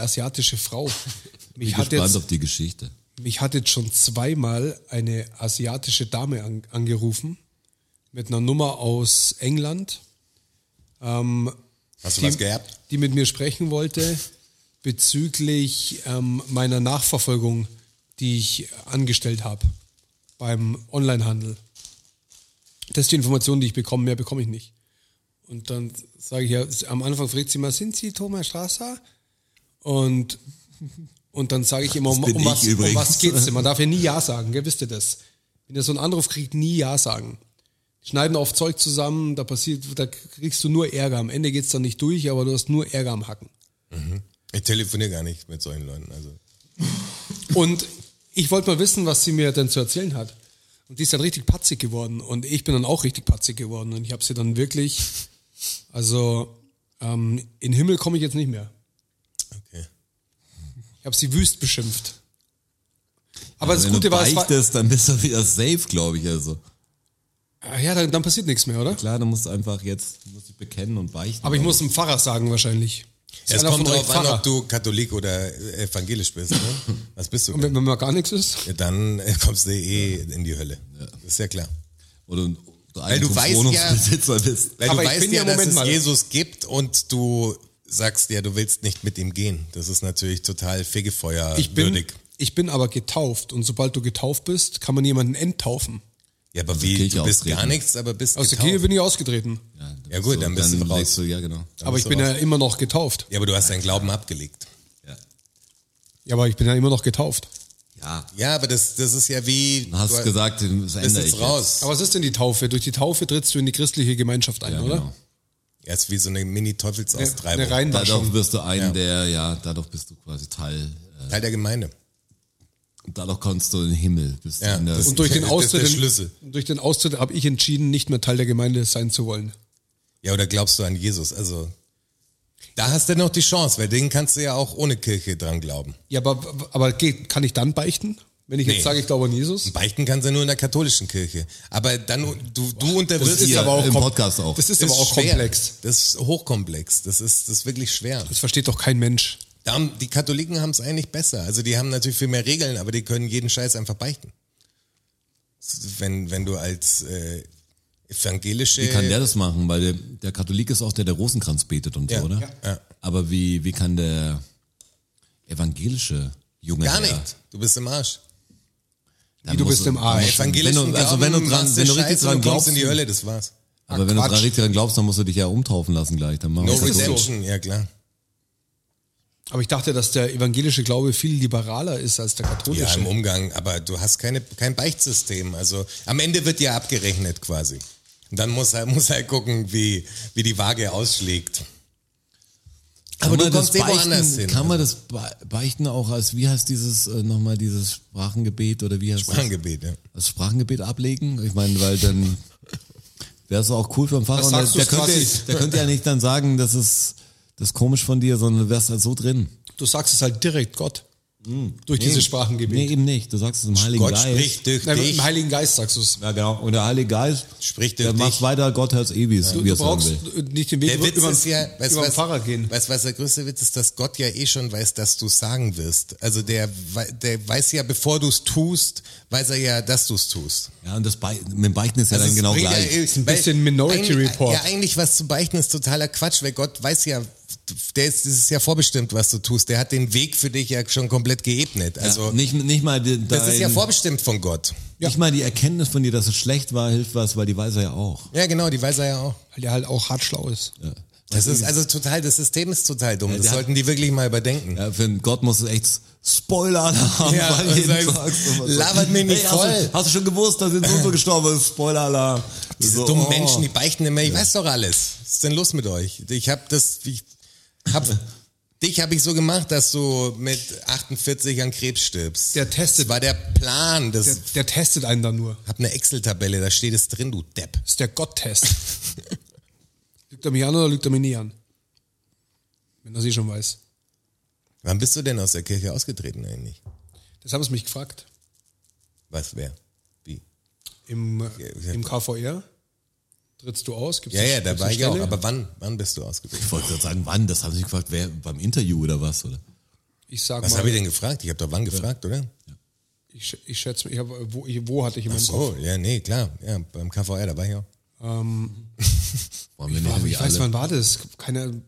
[SPEAKER 4] asiatische Frau,
[SPEAKER 2] Ich
[SPEAKER 4] mich
[SPEAKER 2] bin
[SPEAKER 4] hat
[SPEAKER 2] gespannt
[SPEAKER 4] jetzt
[SPEAKER 2] auf die Geschichte.
[SPEAKER 4] Mich hat jetzt schon zweimal eine asiatische Dame an, angerufen mit einer Nummer aus England,
[SPEAKER 3] Hast du
[SPEAKER 4] Die-
[SPEAKER 3] was geerbt?
[SPEAKER 4] die mit mir sprechen wollte bezüglich ähm, meiner Nachverfolgung, die ich angestellt habe beim Onlinehandel. Das ist die Information, die ich bekomme, mehr bekomme ich nicht. Und dann sage ich ja, am Anfang fragt sie mal, sind Sie Thomas Strasser? Und, und dann sage ich immer, um,
[SPEAKER 2] Das bin
[SPEAKER 4] um,
[SPEAKER 2] ich
[SPEAKER 4] was, um
[SPEAKER 2] übrigens.
[SPEAKER 4] was geht's denn? Man darf ja nie Ja sagen, gell? wisst ihr das? Wenn ihr so einen Anruf kriegt, nie Ja sagen. Die schneiden oft Zeug zusammen, da passiert, da kriegst du nur Ärger. Am Ende geht's dann nicht durch, aber du hast nur Ärger am Hacken.
[SPEAKER 3] Ich telefoniere gar nicht mit solchen Leuten. Also.
[SPEAKER 4] Und ich wollte mal wissen, was sie mir denn zu erzählen hat. Und die ist dann richtig patzig geworden. Und ich bin dann auch richtig patzig geworden. Und ich habe sie dann wirklich, also ähm, in den Himmel komme ich jetzt nicht mehr.
[SPEAKER 3] Okay.
[SPEAKER 4] Ich habe sie wüst beschimpft. Aber das
[SPEAKER 2] Wenn du
[SPEAKER 4] Gute war, es war
[SPEAKER 2] beichtest, dann bist du wieder safe, glaube ich. Also
[SPEAKER 4] Ah ja, dann, dann passiert nichts mehr, oder?
[SPEAKER 2] klar, du musst einfach jetzt musst dich bekennen und beichten.
[SPEAKER 4] Aber ich muss dem Pfarrer sagen wahrscheinlich. Ist
[SPEAKER 3] Es
[SPEAKER 4] einer
[SPEAKER 3] kommt
[SPEAKER 4] von euch
[SPEAKER 3] drauf an,
[SPEAKER 4] Pfarrer?
[SPEAKER 3] ob du Katholik oder äh, evangelisch bist. Ne? Was bist du?
[SPEAKER 4] Und wenn,
[SPEAKER 3] denn?
[SPEAKER 4] wenn man gar nichts ist,
[SPEAKER 3] Ja, Dann äh, kommst du eh in die Hölle. Ist ja klar.
[SPEAKER 2] Oder du
[SPEAKER 3] Weil du weißt ja-
[SPEAKER 2] Wohnungsbesitzer bist.
[SPEAKER 3] Weil
[SPEAKER 4] Aber
[SPEAKER 3] du
[SPEAKER 4] ich
[SPEAKER 3] weißt
[SPEAKER 4] bin ja
[SPEAKER 3] ja,
[SPEAKER 4] im
[SPEAKER 3] dass
[SPEAKER 4] Moment
[SPEAKER 3] es
[SPEAKER 4] mal-
[SPEAKER 3] Jesus gibt und du sagst ja, du willst nicht mit ihm gehen. Das ist natürlich total Fegefeuer
[SPEAKER 4] ich bin,
[SPEAKER 3] würdig.
[SPEAKER 4] ich bin aber getauft. Und sobald du getauft bist, kann man jemanden enttaufen.
[SPEAKER 3] Ja, aber wie?
[SPEAKER 2] Kirche
[SPEAKER 3] Du bist
[SPEAKER 2] austreten.
[SPEAKER 3] gar nichts, aber bist
[SPEAKER 4] Aus der
[SPEAKER 3] getauft.
[SPEAKER 4] Kirche bin ich ausgetreten.
[SPEAKER 3] Ja, gut, dann bist du raus.
[SPEAKER 2] legst Ja, genau.
[SPEAKER 4] aber ich bin ja immer noch getauft.
[SPEAKER 3] Ja, aber du hast deinen Glauben abgelegt.
[SPEAKER 2] Ja.
[SPEAKER 4] Ja, aber ich bin ja immer noch getauft.
[SPEAKER 2] ja.
[SPEAKER 3] Ja, aber das, das ist ja wie...
[SPEAKER 2] Dann hast
[SPEAKER 3] du
[SPEAKER 2] du gesagt, das
[SPEAKER 3] bist
[SPEAKER 2] ändere ich
[SPEAKER 3] jetzt raus.
[SPEAKER 4] Aber was ist denn die Taufe? Durch die Taufe trittst du in die christliche Gemeinschaft ein,
[SPEAKER 2] Jetzt. Ja,
[SPEAKER 4] oder?
[SPEAKER 2] genau.
[SPEAKER 3] Ja, ist wie so eine Mini-Teufelsaustreibung.
[SPEAKER 4] Eine Reinwaschung.
[SPEAKER 2] Dadurch wirst du ein, der, ja, dadurch bist du quasi Teil,
[SPEAKER 3] Teil der Gemeinde.
[SPEAKER 2] äh, dadurch kommst du in den Himmel. Bist
[SPEAKER 3] Ja,
[SPEAKER 2] in der,
[SPEAKER 3] das-
[SPEAKER 4] Und durch den
[SPEAKER 3] Das ist der
[SPEAKER 4] Austritt,
[SPEAKER 3] Schlüssel.
[SPEAKER 4] durch den Austritt habe ich entschieden, nicht mehr Teil der Gemeinde sein zu wollen.
[SPEAKER 3] Ja, oder glaubst du an Jesus? Also, da hast du noch die Chance, weil den kannst du ja auch ohne Kirche dran glauben.
[SPEAKER 4] Ja, aber, aber geht, kann ich dann beichten? Wenn ich
[SPEAKER 3] Nee.
[SPEAKER 4] jetzt sage, ich glaube an Jesus?
[SPEAKER 3] Beichten kannst du nur in der katholischen Kirche. Aber dann, du, du
[SPEAKER 2] das
[SPEAKER 3] unterwirfst
[SPEAKER 2] ist aber auch im
[SPEAKER 4] kom-
[SPEAKER 2] Podcast auch.
[SPEAKER 4] Das ist
[SPEAKER 3] Das
[SPEAKER 4] aber auch
[SPEAKER 3] schwer.
[SPEAKER 4] komplex.
[SPEAKER 3] Das ist hochkomplex. Das ist, das ist wirklich schwer.
[SPEAKER 4] Das versteht doch kein Mensch.
[SPEAKER 3] Da haben, die Katholiken haben es eigentlich besser. Also die haben natürlich viel mehr Regeln, aber die können jeden Scheiß einfach beichten. Wenn, wenn du als äh, evangelische...
[SPEAKER 2] Wie kann der das machen? Weil der, der Katholik ist auch der, der Rosenkranz betet und
[SPEAKER 3] Ja,
[SPEAKER 2] so, oder?
[SPEAKER 3] ja.
[SPEAKER 2] Aber wie, wie kann der evangelische Junge
[SPEAKER 3] Gar
[SPEAKER 2] Herr-
[SPEAKER 3] nicht. Du bist im Arsch.
[SPEAKER 2] Da
[SPEAKER 4] Wie, du
[SPEAKER 2] musst
[SPEAKER 4] bist im Arsch.
[SPEAKER 2] da musst du-
[SPEAKER 3] Evangelischen
[SPEAKER 2] Wenn du, also wenn du
[SPEAKER 3] glauben,
[SPEAKER 2] dran,
[SPEAKER 3] machst
[SPEAKER 2] wenn du
[SPEAKER 3] Scheiße
[SPEAKER 2] richtig
[SPEAKER 3] und
[SPEAKER 2] dran
[SPEAKER 3] kommst
[SPEAKER 2] glaubst,
[SPEAKER 3] in die Hölle, das war's.
[SPEAKER 2] Aber wenn du dran
[SPEAKER 3] Quatsch.
[SPEAKER 2] richtig dran glaubst, dann musst du dich ja umtaufen lassen gleich. Dann machen
[SPEAKER 3] No
[SPEAKER 2] wir das so.
[SPEAKER 3] Redemption, ja klar.
[SPEAKER 4] Aber ich dachte, dass der evangelische Glaube viel liberaler ist als der
[SPEAKER 3] Ja,
[SPEAKER 4] katholische.
[SPEAKER 3] im Umgang, aber du hast keine, kein Beichtsystem. Also am Ende wird ja abgerechnet quasi. Und dann muss er, muss er gucken, wie, wie die Waage ausschlägt. Aber
[SPEAKER 2] Kann
[SPEAKER 3] du
[SPEAKER 2] man das
[SPEAKER 3] kommst eh
[SPEAKER 2] Beichten-
[SPEAKER 3] woanders hin.
[SPEAKER 2] Kann man das Be- Beichten auch als, wie heißt dieses, äh, nochmal dieses Sprachengebet oder wie heißt das?
[SPEAKER 3] Angebet, ja.
[SPEAKER 2] Als Sprachengebet ablegen? Ich meine, weil dann wäre es auch cool für den Pfarrer.
[SPEAKER 4] Was
[SPEAKER 2] Und der,
[SPEAKER 4] sagst
[SPEAKER 2] der,
[SPEAKER 4] du's,
[SPEAKER 2] könnte,
[SPEAKER 4] Quassi?
[SPEAKER 2] der könnte ja nicht dann sagen, das ist, das ist komisch von dir, sondern du wärst halt so drin.
[SPEAKER 4] Du sagst es halt direkt Gott.
[SPEAKER 3] Hm.
[SPEAKER 4] Durch diese Sprachengebet.
[SPEAKER 2] Nee, eben nicht. Du sagst es im Heiligen
[SPEAKER 3] Gott
[SPEAKER 2] Geist.
[SPEAKER 3] spricht durch
[SPEAKER 4] Nein,
[SPEAKER 3] dich.
[SPEAKER 4] Im Heiligen Geist sagst du es.
[SPEAKER 2] Ja, genau. Und der Heilige Geist
[SPEAKER 3] Spricht durch
[SPEAKER 2] der
[SPEAKER 3] dich.
[SPEAKER 2] macht weiter, Gott hört's eh, wie es
[SPEAKER 4] Du,
[SPEAKER 2] wie
[SPEAKER 4] du
[SPEAKER 2] es hören
[SPEAKER 4] brauchst
[SPEAKER 2] will.
[SPEAKER 4] nicht den Weg
[SPEAKER 3] Der
[SPEAKER 4] über,
[SPEAKER 3] Witz
[SPEAKER 4] über,
[SPEAKER 3] ist ja, weißt,
[SPEAKER 4] über
[SPEAKER 3] was,
[SPEAKER 4] den Pfarrer gehen.
[SPEAKER 3] Weißt was der größte Witz ist, dass Gott ja eh schon weiß, dass du sagen wirst. Also der, wei- der weiß ja, bevor du es tust, weiß er ja, dass du es tust.
[SPEAKER 2] Ja, und das Be mit dem Beichten ist ja
[SPEAKER 3] Also
[SPEAKER 2] dann
[SPEAKER 3] es
[SPEAKER 2] genau
[SPEAKER 3] bringt
[SPEAKER 2] gleich.
[SPEAKER 3] Ja,
[SPEAKER 4] Ist ein bisschen Minority
[SPEAKER 3] eigentlich-
[SPEAKER 4] Report.
[SPEAKER 3] Ja, eigentlich was zu beichten ist totaler Quatsch, weil Gott weiß ja, der ist, das ist ja vorbestimmt, was du tust. Der hat den Weg für dich ja schon komplett geebnet. Also
[SPEAKER 2] ja, nicht, nicht mal die- dein,
[SPEAKER 3] das ist ja vorbestimmt von Gott.
[SPEAKER 2] Nicht mal die Erkenntnis von dir, dass es schlecht war, hilft was, weil die weiß er ja auch.
[SPEAKER 3] Ja, genau, die weiß er ja auch.
[SPEAKER 4] Weil der halt auch hart schlau ist.
[SPEAKER 3] Das ist also total, das System ist total dumm. Das
[SPEAKER 2] der hat-
[SPEAKER 3] sollten die wirklich mal überdenken.
[SPEAKER 2] Ja, für einen Gott muss es echt Spoiler haben.
[SPEAKER 3] Ja,
[SPEAKER 2] weil
[SPEAKER 3] und
[SPEAKER 2] jeden
[SPEAKER 3] sagst,
[SPEAKER 2] Tag sowas-
[SPEAKER 3] labert mich nicht
[SPEAKER 2] hey,
[SPEAKER 3] voll.
[SPEAKER 2] Hast du, hast du schon gewusst, dass jetzt so und so gestorben ist? Spoiler-Alarm.
[SPEAKER 3] Diese
[SPEAKER 2] So,
[SPEAKER 3] dummen
[SPEAKER 2] oh.
[SPEAKER 3] Menschen, die beichten immer, ich weiß doch alles. Was ist denn los mit euch? Ich habe das, ich hab, dich habe ich so gemacht, dass du mit 48 an Krebs stirbst.
[SPEAKER 4] Der testet-
[SPEAKER 3] Das war der Plan. Das
[SPEAKER 4] Der, der testet einen dann nur.
[SPEAKER 3] hab eine Excel-Tabelle, da steht es drin, du Depp.
[SPEAKER 4] Das ist der Gott-Test. lügt er mich an oder lügt er mich nie an? Wenn er sie schon weiß.
[SPEAKER 3] Wann bist du denn aus der Kirche ausgetreten eigentlich?
[SPEAKER 4] Das haben sie mich gefragt.
[SPEAKER 3] Was, wer? Wie?
[SPEAKER 4] Im, äh,
[SPEAKER 3] ja.
[SPEAKER 4] im KVR trittst du aus? Gibt's
[SPEAKER 3] Ja,
[SPEAKER 4] eine-
[SPEAKER 3] ja, da
[SPEAKER 4] gibt's eine
[SPEAKER 3] war ich auch.
[SPEAKER 4] Stelle?
[SPEAKER 3] Aber wann, wann bist du ausgetreten?
[SPEAKER 2] Ich wollte gerade sagen, wann? Das haben sie gefragt, wer beim Interview oder was? Oder?
[SPEAKER 4] ich sag
[SPEAKER 3] Was
[SPEAKER 4] mal,
[SPEAKER 3] habe ich denn gefragt? Ich habe doch wann gefragt, oder?
[SPEAKER 4] ich, sch- ich schätze, ich hab, wo, ich, wo hatte ich in meinem Kopf?
[SPEAKER 3] So, ja, nee, klar. Ja, beim KVR, da war ich auch.
[SPEAKER 4] Ähm,
[SPEAKER 2] Waren wir
[SPEAKER 4] aber
[SPEAKER 2] nicht
[SPEAKER 4] ich weiß, wann war das? Keine,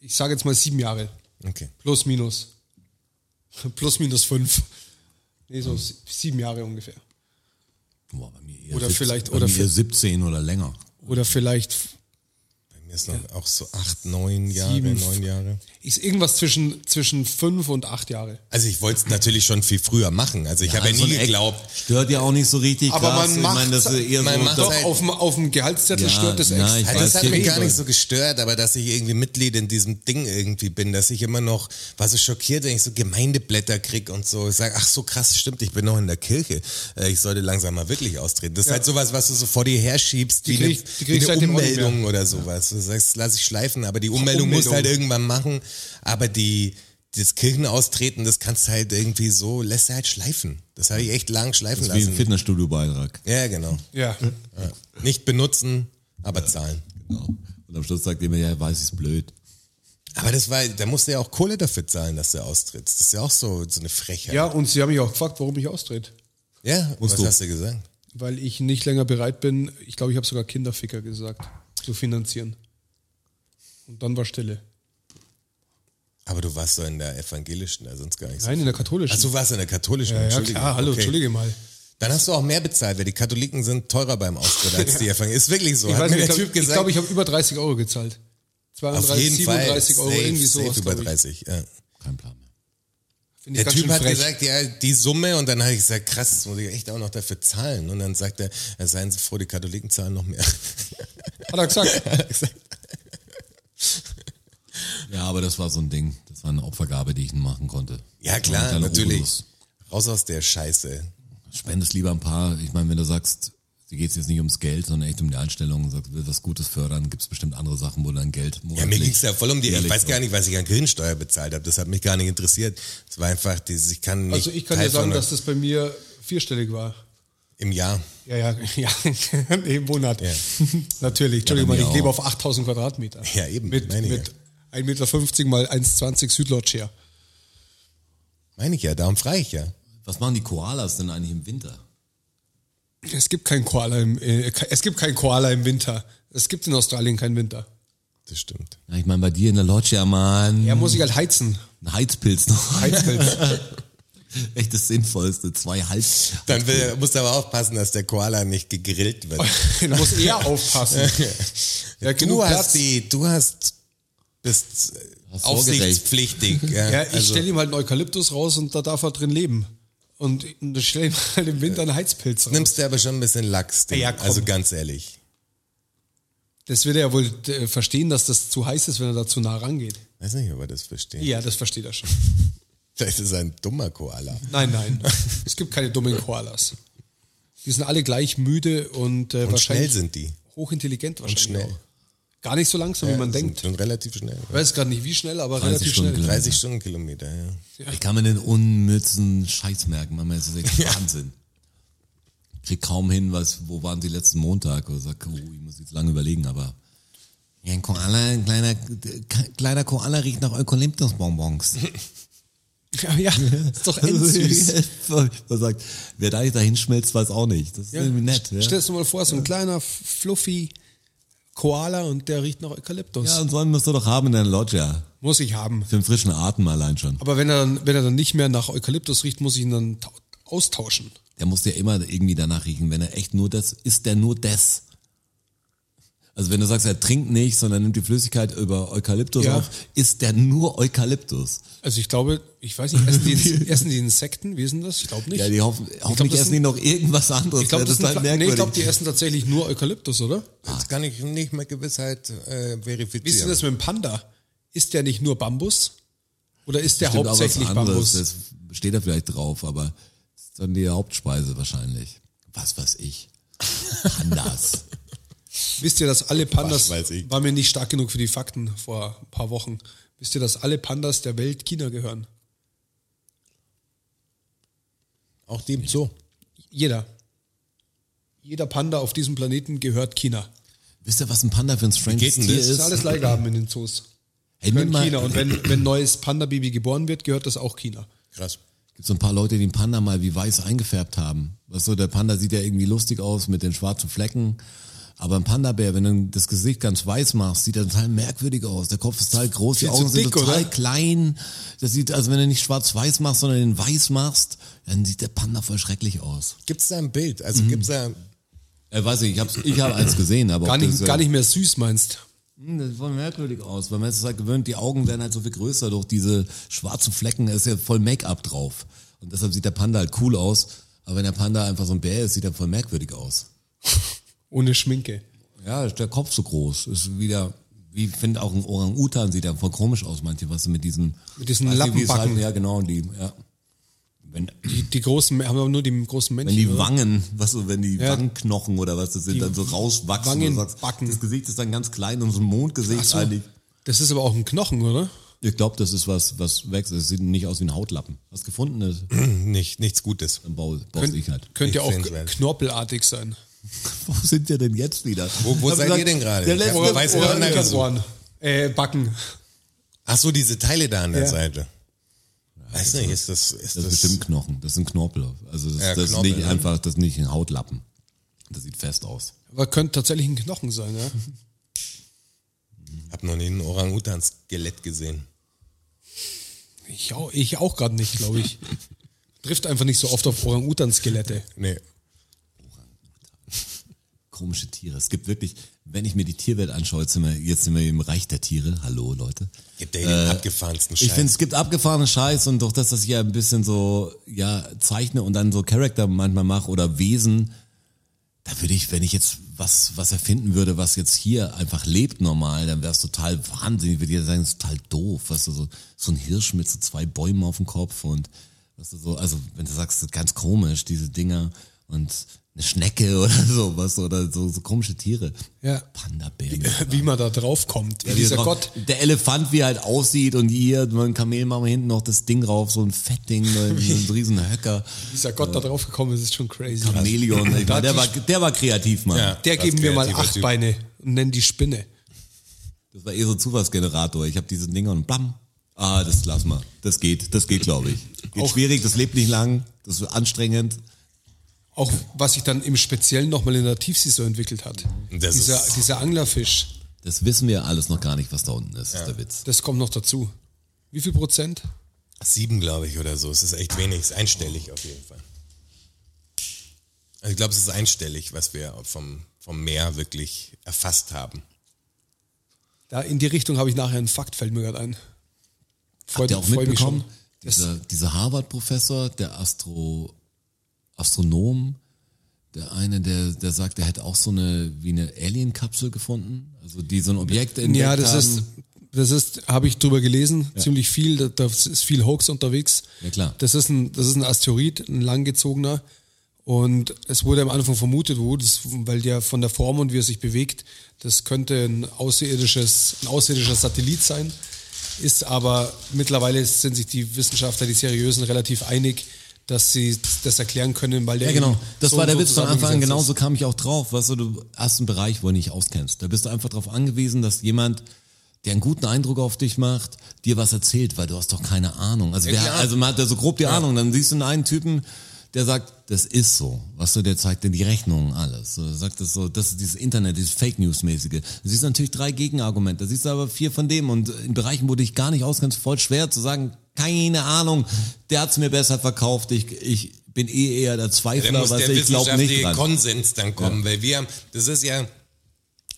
[SPEAKER 4] ich sage jetzt mal sieben Jahre.
[SPEAKER 3] Okay.
[SPEAKER 4] Plus, minus. Plus, minus fünf. Nee, so sie- sieben Jahre ungefähr.
[SPEAKER 2] Boah, bei mir eher
[SPEAKER 4] Oder
[SPEAKER 2] 17,
[SPEAKER 4] vielleicht-
[SPEAKER 2] bei
[SPEAKER 4] oder
[SPEAKER 2] mir
[SPEAKER 4] vi-
[SPEAKER 2] 17 oder länger.
[SPEAKER 4] Oder vielleicht
[SPEAKER 3] Bei mir ist noch auch so acht, neun Jahre,
[SPEAKER 4] Sieben.
[SPEAKER 3] neun Jahre.
[SPEAKER 4] ist irgendwas zwischen, zwischen fünf und acht Jahre.
[SPEAKER 3] Also ich wollte es natürlich schon viel früher machen. Also ich habe ja
[SPEAKER 2] Also
[SPEAKER 3] nie
[SPEAKER 2] ein Eck
[SPEAKER 3] geglaubt.
[SPEAKER 2] Stört ja auch nicht so richtig.
[SPEAKER 4] Aber
[SPEAKER 2] krass.
[SPEAKER 4] man
[SPEAKER 2] ich meine, das
[SPEAKER 4] macht's-
[SPEAKER 2] ist eher
[SPEAKER 3] man
[SPEAKER 2] so
[SPEAKER 3] macht's
[SPEAKER 2] doch,
[SPEAKER 3] halt-
[SPEAKER 4] Auf dem, auf dem Gehaltszettel
[SPEAKER 2] Ja,
[SPEAKER 4] stört es
[SPEAKER 2] nein,
[SPEAKER 4] extra.
[SPEAKER 2] ich
[SPEAKER 3] Also
[SPEAKER 2] weiß,
[SPEAKER 3] das hat mich
[SPEAKER 2] geht
[SPEAKER 3] gar nicht
[SPEAKER 2] über.
[SPEAKER 3] so gestört, aber dass ich irgendwie Mitglied in diesem Ding irgendwie bin, dass ich immer noch, war so schockiert, wenn ich so Gemeindeblätter krieg und so. Ich sage, ach so krass, stimmt, ich bin noch in der Kirche. Äh, Ich sollte langsam mal wirklich austreten. Das ist
[SPEAKER 4] Ja.
[SPEAKER 3] halt sowas, was du so vor dir herschiebst, wie,
[SPEAKER 4] krieg ich-
[SPEAKER 3] eine,
[SPEAKER 4] die krieg ich
[SPEAKER 3] wie eine
[SPEAKER 4] seitdem auch nicht
[SPEAKER 3] Ummeldung oder sowas. Du sagst, lass ich schleifen, aber die Ummeldung, musst
[SPEAKER 4] Ummeldung.
[SPEAKER 3] du halt irgendwann machen. Aber die, das Kirchenaustreten, das kannst du halt irgendwie so, lässt du halt schleifen. Das habe ich echt lang schleifen
[SPEAKER 2] das ist wie ein
[SPEAKER 3] lassen.
[SPEAKER 2] Fitnessstudio-Beitrag.
[SPEAKER 3] Ja, genau.
[SPEAKER 4] Ja.
[SPEAKER 3] Ja. Nicht benutzen, aber zahlen.
[SPEAKER 2] Genau. Und am Schluss sagt er mir, ja, weiß ich's blöd.
[SPEAKER 3] Aber das war, da musst du ja auch Kohle dafür zahlen, dass du austrittst. Das ist ja auch so, so eine Frechheit.
[SPEAKER 4] ja, und sie haben mich auch gefragt, warum ich austrete.
[SPEAKER 3] ja was
[SPEAKER 2] du.
[SPEAKER 3] hast du gesagt?
[SPEAKER 4] Weil ich nicht länger bereit bin, ich glaube, ich habe sogar Kinderficker gesagt, zu finanzieren. Und dann war Stille.
[SPEAKER 3] Aber du warst so in der evangelischen, also sonst gar nicht so.
[SPEAKER 4] Nein, in der katholischen.
[SPEAKER 3] Ach, du warst in der katholischen,
[SPEAKER 4] ja, ja,
[SPEAKER 3] Entschuldigung.
[SPEAKER 4] klar, hallo,
[SPEAKER 3] Also, Okay.
[SPEAKER 4] entschuldige mal.
[SPEAKER 3] Dann hast du auch mehr bezahlt, weil die Katholiken sind teurer beim Austritt als die Evangelischen. Ist wirklich so.
[SPEAKER 4] Ich
[SPEAKER 3] Hat
[SPEAKER 4] weiß
[SPEAKER 3] mir
[SPEAKER 4] nicht, ich
[SPEAKER 3] der
[SPEAKER 4] glaube,
[SPEAKER 3] Typ
[SPEAKER 4] ich,
[SPEAKER 3] gesagt.
[SPEAKER 4] glaub, ich habe über 30 Euro gezahlt. 32,
[SPEAKER 3] auf jeden
[SPEAKER 4] 37
[SPEAKER 3] Fall.
[SPEAKER 4] Euro,
[SPEAKER 3] safe,
[SPEAKER 4] irgendwie sowas.
[SPEAKER 3] safe über
[SPEAKER 4] glaub ich.
[SPEAKER 3] 30. Ja.
[SPEAKER 2] Kein Plan mehr.
[SPEAKER 4] Finde ich
[SPEAKER 3] Der
[SPEAKER 4] ganz
[SPEAKER 3] Typ
[SPEAKER 4] schön
[SPEAKER 3] hat
[SPEAKER 4] frech.
[SPEAKER 3] gesagt, ja, die Summe und dann habe ich gesagt, krass, das muss ich echt auch noch dafür zahlen. Und dann sagt er, ja, seien Sie froh, die Katholiken zahlen noch mehr.
[SPEAKER 4] Hat er gesagt.
[SPEAKER 2] Ja, aber das war so ein Ding. Das war eine Opfergabe, die ich machen konnte.
[SPEAKER 3] Ja, klar,
[SPEAKER 2] Kleine
[SPEAKER 3] natürlich.
[SPEAKER 2] Obolus.
[SPEAKER 3] Raus aus der Scheiße.
[SPEAKER 2] Spendest lieber ein paar. Ich meine, wenn du sagst, dir geht's jetzt nicht ums Geld, sondern echt um die Einstellung, und sagst, will was Gutes fördern, gibt's bestimmt andere Sachen, wo du dein Geld
[SPEAKER 3] Ja, mir
[SPEAKER 2] monatlich-
[SPEAKER 3] ging's ja voll um die. Ich
[SPEAKER 2] jährlich
[SPEAKER 3] weiß
[SPEAKER 2] so.
[SPEAKER 3] gar nicht, was ich an Kirchensteuer bezahlt habe. Das hat mich gar nicht interessiert. Es war einfach dieses, ich kann nicht.
[SPEAKER 4] Also ich kann
[SPEAKER 3] Teil
[SPEAKER 4] dir sagen,
[SPEAKER 3] von-
[SPEAKER 4] dass das bei mir vierstellig war.
[SPEAKER 3] Im Jahr.
[SPEAKER 4] Ja, ja, ja, im Monat.
[SPEAKER 3] Ja.
[SPEAKER 4] Natürlich, Entschuldigung,
[SPEAKER 2] bei
[SPEAKER 4] mal,
[SPEAKER 2] mir
[SPEAKER 4] ich lebe
[SPEAKER 2] auch.
[SPEAKER 4] auf 8000 Quadratmeter.
[SPEAKER 3] Ja, eben,
[SPEAKER 4] Mit,
[SPEAKER 3] meine ich
[SPEAKER 4] mit 1,50 Meter mal 1,20 Südlodge
[SPEAKER 3] Meine ich ja, darum frage ich ja.
[SPEAKER 2] Was machen die Koalas denn eigentlich im Winter?
[SPEAKER 4] Es gibt keinen Koala im, äh, es gibt keinen Koala im Winter. Es gibt in Australien keinen Winter.
[SPEAKER 3] Das stimmt.
[SPEAKER 2] Ja, ich meine, bei dir in der Lodge, ja, Mann.
[SPEAKER 4] Ja, muss ich halt heizen.
[SPEAKER 2] Ein Heizpilz noch.
[SPEAKER 4] Heizpilz.
[SPEAKER 2] Echt das Sinnvollste. Zwei Hals.
[SPEAKER 3] Dann will, musst du aber aufpassen, dass der Koala nicht gegrillt wird.
[SPEAKER 4] Du musst eher aufpassen. Ja,
[SPEAKER 3] Du
[SPEAKER 4] genug Platz.
[SPEAKER 3] hast die, du hast, bist
[SPEAKER 2] Hast
[SPEAKER 3] aufsichtspflichtig. Ja, also
[SPEAKER 4] Ja, ich stelle ihm halt einen Eukalyptus raus und da darf er drin leben. Und ich stelle ihm halt im Winter einen Heizpilz raus.
[SPEAKER 3] nimmst du aber schon ein bisschen Lachs.
[SPEAKER 4] Ja,
[SPEAKER 3] Ja,
[SPEAKER 4] komm.
[SPEAKER 3] also ganz ehrlich.
[SPEAKER 4] Das wird er ja wohl äh, verstehen, dass das zu heiß ist, wenn er da zu nah rangeht.
[SPEAKER 3] Weiß nicht, ob er das versteht.
[SPEAKER 4] Ja, das versteht er schon.
[SPEAKER 3] Vielleicht ist er ein dummer Koala.
[SPEAKER 4] Nein, nein. es gibt keine dummen Koalas. Die sind alle gleich müde und, äh,
[SPEAKER 3] Und schnell
[SPEAKER 4] wahrscheinlich
[SPEAKER 3] sind die.
[SPEAKER 4] hochintelligent wahrscheinlich.
[SPEAKER 3] schnell.
[SPEAKER 4] Auch. Gar nicht so langsam, wie man denkt.
[SPEAKER 3] Und relativ schnell.
[SPEAKER 4] Ich weiß gerade nicht, wie schnell, aber
[SPEAKER 2] 30
[SPEAKER 4] relativ
[SPEAKER 2] Stunden
[SPEAKER 4] schnell.
[SPEAKER 3] 30 Stundenkilometer, ja.
[SPEAKER 2] Ich kann mir den unnützen Scheiß merken, Mann, das ist echt Wahnsinn. Krieg kaum hin, was, wo waren sie letzten Montag? Oder sag, oh, ich muss jetzt lange überlegen, aber. Ja, ein Koala, ein kleiner, kleiner Koala riecht nach Eukalyptusbonbons.
[SPEAKER 4] Ja, ja, ist doch endsüß.
[SPEAKER 2] Da sagt, wer da nicht dahin schmilzt, weiß auch nicht. Das ist irgendwie nett.
[SPEAKER 4] Stellst
[SPEAKER 2] Ja.
[SPEAKER 4] du mal vor, so ein kleiner, fluffy Koala und der riecht nach Eukalyptus.
[SPEAKER 2] ja, und so einen musst du doch haben in deiner Loggia.
[SPEAKER 4] Muss ich haben.
[SPEAKER 2] Für einen frischen Atem allein schon.
[SPEAKER 4] Aber wenn er, dann, wenn er dann nicht mehr nach Eukalyptus riecht, muss ich ihn dann tau- austauschen.
[SPEAKER 2] Der muss ja immer irgendwie danach riechen, wenn er echt nur das, ist der nur das. Also wenn du sagst, er trinkt nicht, sondern nimmt die Flüssigkeit über Eukalyptus
[SPEAKER 4] Ja.
[SPEAKER 2] auf, ist der nur Eukalyptus.
[SPEAKER 4] Also ich glaube, ich weiß nicht, essen die, essen die Insekten? Wie ist denn das? Ich glaube nicht.
[SPEAKER 2] Ja, die hoffen, hoffentlich
[SPEAKER 4] das
[SPEAKER 2] essen
[SPEAKER 4] sind-
[SPEAKER 2] die noch irgendwas anderes.
[SPEAKER 4] ich glaube,
[SPEAKER 2] Ja,
[SPEAKER 4] das
[SPEAKER 2] ist halt
[SPEAKER 4] sind Pfla- nee, ich
[SPEAKER 2] merkwürdig.
[SPEAKER 4] glaube, die essen tatsächlich nur Eukalyptus, oder?
[SPEAKER 3] Das kann ich nicht mit Gewissheit äh,
[SPEAKER 4] Wie ist denn
[SPEAKER 3] verifizieren.
[SPEAKER 4] das mit dem Panda? Ist der nicht nur Bambus? Oder ist der
[SPEAKER 2] Stimmt auch was
[SPEAKER 4] hauptsächlich
[SPEAKER 2] anderes,
[SPEAKER 4] Bambus?
[SPEAKER 2] Das steht da vielleicht drauf, aber das ist dann die Hauptspeise wahrscheinlich. Was weiß ich. Anders.
[SPEAKER 4] Wisst ihr, dass alle Pandas,
[SPEAKER 3] Was weiß ich.
[SPEAKER 4] war mir nicht stark genug für die Fakten vor ein paar Wochen, wisst ihr, dass alle Pandas der Welt China gehören?
[SPEAKER 3] Auch die im Zoo.
[SPEAKER 4] Jeder. Jeder Panda auf diesem Planeten gehört China.
[SPEAKER 2] Wisst ihr, was ein Panda für ein strange
[SPEAKER 3] geht denn
[SPEAKER 2] Tier
[SPEAKER 3] das?
[SPEAKER 4] Das ist alles Leihgaben in den Zoos.
[SPEAKER 2] Hey, nimm
[SPEAKER 4] Gehört
[SPEAKER 2] mal,
[SPEAKER 4] China. Und wenn, wenn neues Panda-Baby geboren wird, gehört das auch China.
[SPEAKER 3] Krass.
[SPEAKER 2] gibt so ein paar Leute, die den Panda mal wie weiß eingefärbt haben. Weißt du, der Panda sieht ja irgendwie lustig aus mit den schwarzen Flecken. Aber ein Panda-Bär, wenn du das Gesicht ganz weiß machst, sieht er total merkwürdig aus. Der Kopf ist total groß, die
[SPEAKER 4] Viel zu
[SPEAKER 2] Augen sind
[SPEAKER 4] dick,
[SPEAKER 2] total
[SPEAKER 4] oder?
[SPEAKER 2] klein. Das sieht, also wenn du nicht schwarz-weiß machst, sondern den weiß machst, dann sieht der Panda voll schrecklich aus.
[SPEAKER 3] Gibt es da ein Bild? Also gibt's da.
[SPEAKER 2] Äh, weiß ich, ich hab's, ich habe eins gesehen, aber
[SPEAKER 4] Gar
[SPEAKER 2] ob
[SPEAKER 4] nicht,
[SPEAKER 2] das, äh,
[SPEAKER 4] gar nicht mehr süß meinst.
[SPEAKER 2] Hm, Das sieht voll merkwürdig aus, weil man ist halt gewöhnt, die Augen werden halt so viel größer durch diese schwarzen Flecken, da ist ja voll Make-up drauf. Und deshalb sieht der Panda halt cool aus, aber wenn der Panda einfach so ein Bär ist, sieht er voll merkwürdig aus.
[SPEAKER 4] Ohne Schminke.
[SPEAKER 2] Ja, ist der Kopf so groß, ist wieder, wie ich finde auch ein Orang-Utan sieht er voll komisch aus, manche, was mit diesen,
[SPEAKER 4] Mit diesen
[SPEAKER 2] weiß nicht, wie es
[SPEAKER 4] Lappenbacken.
[SPEAKER 2] Halt, ja, genau, die, ja. Wenn,
[SPEAKER 4] Die, die großen, haben aber nur die großen
[SPEAKER 2] wenn
[SPEAKER 4] Männchen.
[SPEAKER 2] die
[SPEAKER 4] oder?
[SPEAKER 2] Wangen, was so, wenn die
[SPEAKER 4] Ja.
[SPEAKER 2] Wangenknochen oder was das sind, dann so rauswachsen.
[SPEAKER 4] Wangen-
[SPEAKER 2] und du sagst,
[SPEAKER 4] Backen.
[SPEAKER 2] Das Gesicht ist dann ganz klein und so ein Mondgesicht
[SPEAKER 4] Ach so.
[SPEAKER 2] eigentlich.
[SPEAKER 4] Das ist aber auch ein Knochen, oder?
[SPEAKER 2] Ich glaube, das ist was, was wächst. Es sieht nicht aus wie ein Hautlappen. Was gefunden ist,
[SPEAKER 3] Nicht, nichts Gutes.
[SPEAKER 2] dann baue, baue ich halt.
[SPEAKER 4] Könnte ja
[SPEAKER 3] Ich
[SPEAKER 4] auch
[SPEAKER 3] seh's mal.
[SPEAKER 4] knorpelartig sein.
[SPEAKER 2] Wo sind wir denn jetzt wieder?
[SPEAKER 3] Wo- wo
[SPEAKER 2] Ich hab
[SPEAKER 3] seid ihr denn gerade?
[SPEAKER 2] Der
[SPEAKER 3] Ich hab
[SPEAKER 2] letzte
[SPEAKER 3] aber weiß-
[SPEAKER 2] Ohr-
[SPEAKER 3] Panda gesucht.
[SPEAKER 4] Ohren. Äh, Backen.
[SPEAKER 3] Ach so, diese Teile da an der
[SPEAKER 4] Ja.
[SPEAKER 3] Seite. Weiß nicht, ist das. Ist
[SPEAKER 2] Das
[SPEAKER 3] das,
[SPEAKER 2] ist bestimmt Knochen. Das sind Knorpel. Also das,
[SPEAKER 3] Ja,
[SPEAKER 2] das
[SPEAKER 3] Knorpel,
[SPEAKER 2] ist nicht
[SPEAKER 3] ja.
[SPEAKER 2] einfach, das ist nicht ein Hautlappen. Das sieht fest aus.
[SPEAKER 4] Aber könnte tatsächlich ein Knochen sein, ja?
[SPEAKER 3] hab noch nie einen Orang-Utan-Skelett gesehen.
[SPEAKER 4] Ich auch, ich auch gerade nicht, glaube ich. Trifft einfach nicht so oft auf Orang-Utan-Skelette.
[SPEAKER 3] Nee.
[SPEAKER 2] Komische Tiere. Es gibt wirklich, wenn ich mir die Tierwelt anschaue, jetzt sind wir, jetzt sind wir im Reich der Tiere. Hallo Leute.
[SPEAKER 3] Gibt der den abgefahrensten Scheiß.
[SPEAKER 2] Ich finde, es gibt abgefahrenen Scheiß und durch das, dass ich ja ein bisschen so, ja, zeichne und dann so Charakter manchmal mache oder Wesen, da würde ich, wenn ich jetzt was, was erfinden würde, was jetzt hier einfach lebt normal, dann wäre es total wahnsinnig, würde ich sagen, das ist total doof, weißt du, so, so ein Hirsch mit so zwei Bäumen auf dem Kopf und, weißt du, so, also, wenn du sagst, das ist ganz komisch, diese Dinger und eine Schnecke oder so, was, oder so, so komische Tiere.
[SPEAKER 4] Ja.
[SPEAKER 2] Panda-Bären.
[SPEAKER 4] Wie man da drauf kommt. Wie
[SPEAKER 2] Ja,
[SPEAKER 4] dieser
[SPEAKER 2] drauf-
[SPEAKER 4] Gott.
[SPEAKER 2] Der Elefant, wie er halt aussieht und hier, ein Kamel machen wir hinten noch das Ding drauf, so ein Fettding, so ein so ein riesen Höcker.
[SPEAKER 4] Dieser Gott da drauf gekommen ist, ist schon crazy.
[SPEAKER 2] Chameleon, ich meine,
[SPEAKER 4] Da
[SPEAKER 2] der,
[SPEAKER 4] hat
[SPEAKER 2] war,
[SPEAKER 4] die-
[SPEAKER 2] der war kreativ, Mann.
[SPEAKER 3] Ja.
[SPEAKER 4] Der
[SPEAKER 3] Krass
[SPEAKER 4] geben wir mal
[SPEAKER 3] kreativer
[SPEAKER 4] acht
[SPEAKER 3] Typ.
[SPEAKER 4] Beine und nennen die Spinne.
[SPEAKER 2] Das war eh so Zufallsgenerator. Ich habe diese Dinger und blam. Ah, das lassen wir. Das geht, das geht, glaube ich. Geht
[SPEAKER 4] Auch-
[SPEAKER 2] schwierig, das lebt nicht lang, das ist anstrengend.
[SPEAKER 4] Auch was sich dann im Speziellen nochmal in der Tiefsee so entwickelt hat.
[SPEAKER 3] Das
[SPEAKER 4] dieser,
[SPEAKER 3] ist-
[SPEAKER 4] dieser Anglerfisch,
[SPEAKER 2] Das wissen wir alles noch gar nicht, was da unten ist, ist der Witz.
[SPEAKER 4] das kommt noch dazu. Wie viel Prozent?
[SPEAKER 3] Sieben, glaube ich, oder so. Es ist echt wenig. Es ist einstellig auf jeden Fall. Also ich glaube, es ist einstellig, was wir vom, vom Meer wirklich erfasst haben.
[SPEAKER 4] Da in die Richtung habe ich nachher einen Fakt, fällt mir gerade ein.
[SPEAKER 2] Habt
[SPEAKER 4] Freut,
[SPEAKER 2] ihr auch
[SPEAKER 4] freut mich
[SPEAKER 2] mitbekommen?
[SPEAKER 4] schon. Das,
[SPEAKER 2] Dieser, dieser Harvard-Professor, der Astro, Astronom, der eine, der, der sagt, er hätte auch so eine, wie eine Alien-Kapsel gefunden. Also, die so ein Objekt entdeckt
[SPEAKER 4] ja, das
[SPEAKER 2] haben.
[SPEAKER 4] ist, das ist, habe ich drüber gelesen, ziemlich viel. Da, da ist viel Hoax unterwegs.
[SPEAKER 2] Ja, klar.
[SPEAKER 4] Das ist ein, das ist ein Asteroid, ein langgezogener. Und es wurde am Anfang vermutet, wo das, weil der von der Form und wie er sich bewegt, das könnte ein außerirdisches, ein außerirdischer Satellit sein. Ist aber mittlerweile sind sich die Wissenschaftler, die Seriösen, relativ einig, dass sie das erklären können, weil der
[SPEAKER 2] Ja, genau.
[SPEAKER 4] eben
[SPEAKER 2] Das
[SPEAKER 4] so
[SPEAKER 2] war
[SPEAKER 4] und
[SPEAKER 2] der
[SPEAKER 4] so
[SPEAKER 2] Witz von Anfang an. genau
[SPEAKER 4] zusammengesetzt ist.
[SPEAKER 2] Genauso kam ich auch drauf. Weißt du, du hast einen Bereich, wo du nicht auskennst. Da bist du einfach darauf angewiesen, dass jemand, der einen guten Eindruck auf dich macht, dir was erzählt, weil du hast doch keine Ahnung. Also, wer,
[SPEAKER 3] klar.
[SPEAKER 2] also man hat ja so grob die Ahnung. Dann siehst du einen Typen, der sagt, das ist so. Weißt du, der zeigt dir die Rechnungen alles. So, der sagt das so, das ist dieses Internet, dieses Fake News-mäßige. Da siehst du natürlich drei Gegenargumente. Da siehst du aber vier von dem. Und in Bereichen, wo du dich gar nicht auskennst, voll schwer zu sagen, keine Ahnung, der hat's mir besser verkauft. Ich, ich bin eh eher der Zweifler.
[SPEAKER 3] Da
[SPEAKER 2] Na,
[SPEAKER 3] muss
[SPEAKER 2] was
[SPEAKER 3] der
[SPEAKER 2] ich glaub nicht
[SPEAKER 3] wissenschaftliche
[SPEAKER 2] dran.
[SPEAKER 3] Konsens dann kommen, weil wir haben, das ist ja,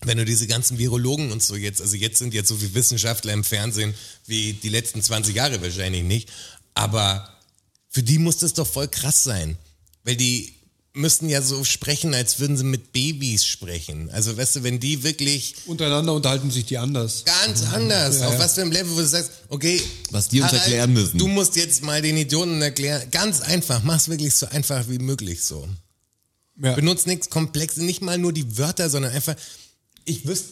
[SPEAKER 3] wenn du diese ganzen Virologen und so jetzt, also jetzt sind jetzt so viele Wissenschaftler im Fernsehen wie die letzten 20 Jahre wahrscheinlich nicht, aber für die muss das doch voll krass sein, weil die müssten ja so sprechen, als würden sie mit Babys sprechen. Also weißt du, wenn die wirklich
[SPEAKER 4] Untereinander unterhalten sich die anders.
[SPEAKER 3] ganz anders, auf was für einem Level, wo du sagst, okay,
[SPEAKER 2] Was die uns erklären müssen.
[SPEAKER 3] Du musst jetzt mal den Idioten erklären, ganz einfach, mach's wirklich so einfach wie möglich so.
[SPEAKER 4] Ja.
[SPEAKER 3] Benutzt nichts Komplexes, nicht mal nur die Wörter, sondern einfach, ich wüsste,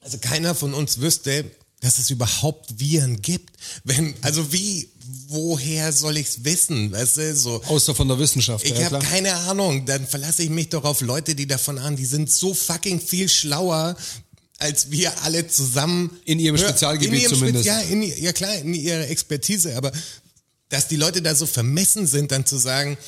[SPEAKER 3] also keiner von uns wüsste, dass es überhaupt Viren gibt. Wenn, also wie, woher soll ich's wissen? Weißt du, so.
[SPEAKER 4] Außer von der Wissenschaft.
[SPEAKER 3] Ich
[SPEAKER 4] ja,
[SPEAKER 3] habe
[SPEAKER 4] klar.
[SPEAKER 3] keine Ahnung, dann verlasse ich mich doch auf Leute, die davon ahnen, die sind so fucking viel schlauer als wir alle zusammen.
[SPEAKER 4] In ihrem
[SPEAKER 3] Ja,
[SPEAKER 4] Spezialgebiet
[SPEAKER 3] in ihrem
[SPEAKER 4] zumindest.
[SPEAKER 3] ja, in, ihr- ja klar, in ihrer Expertise, aber dass die Leute da so vermessen sind, dann zu sagen,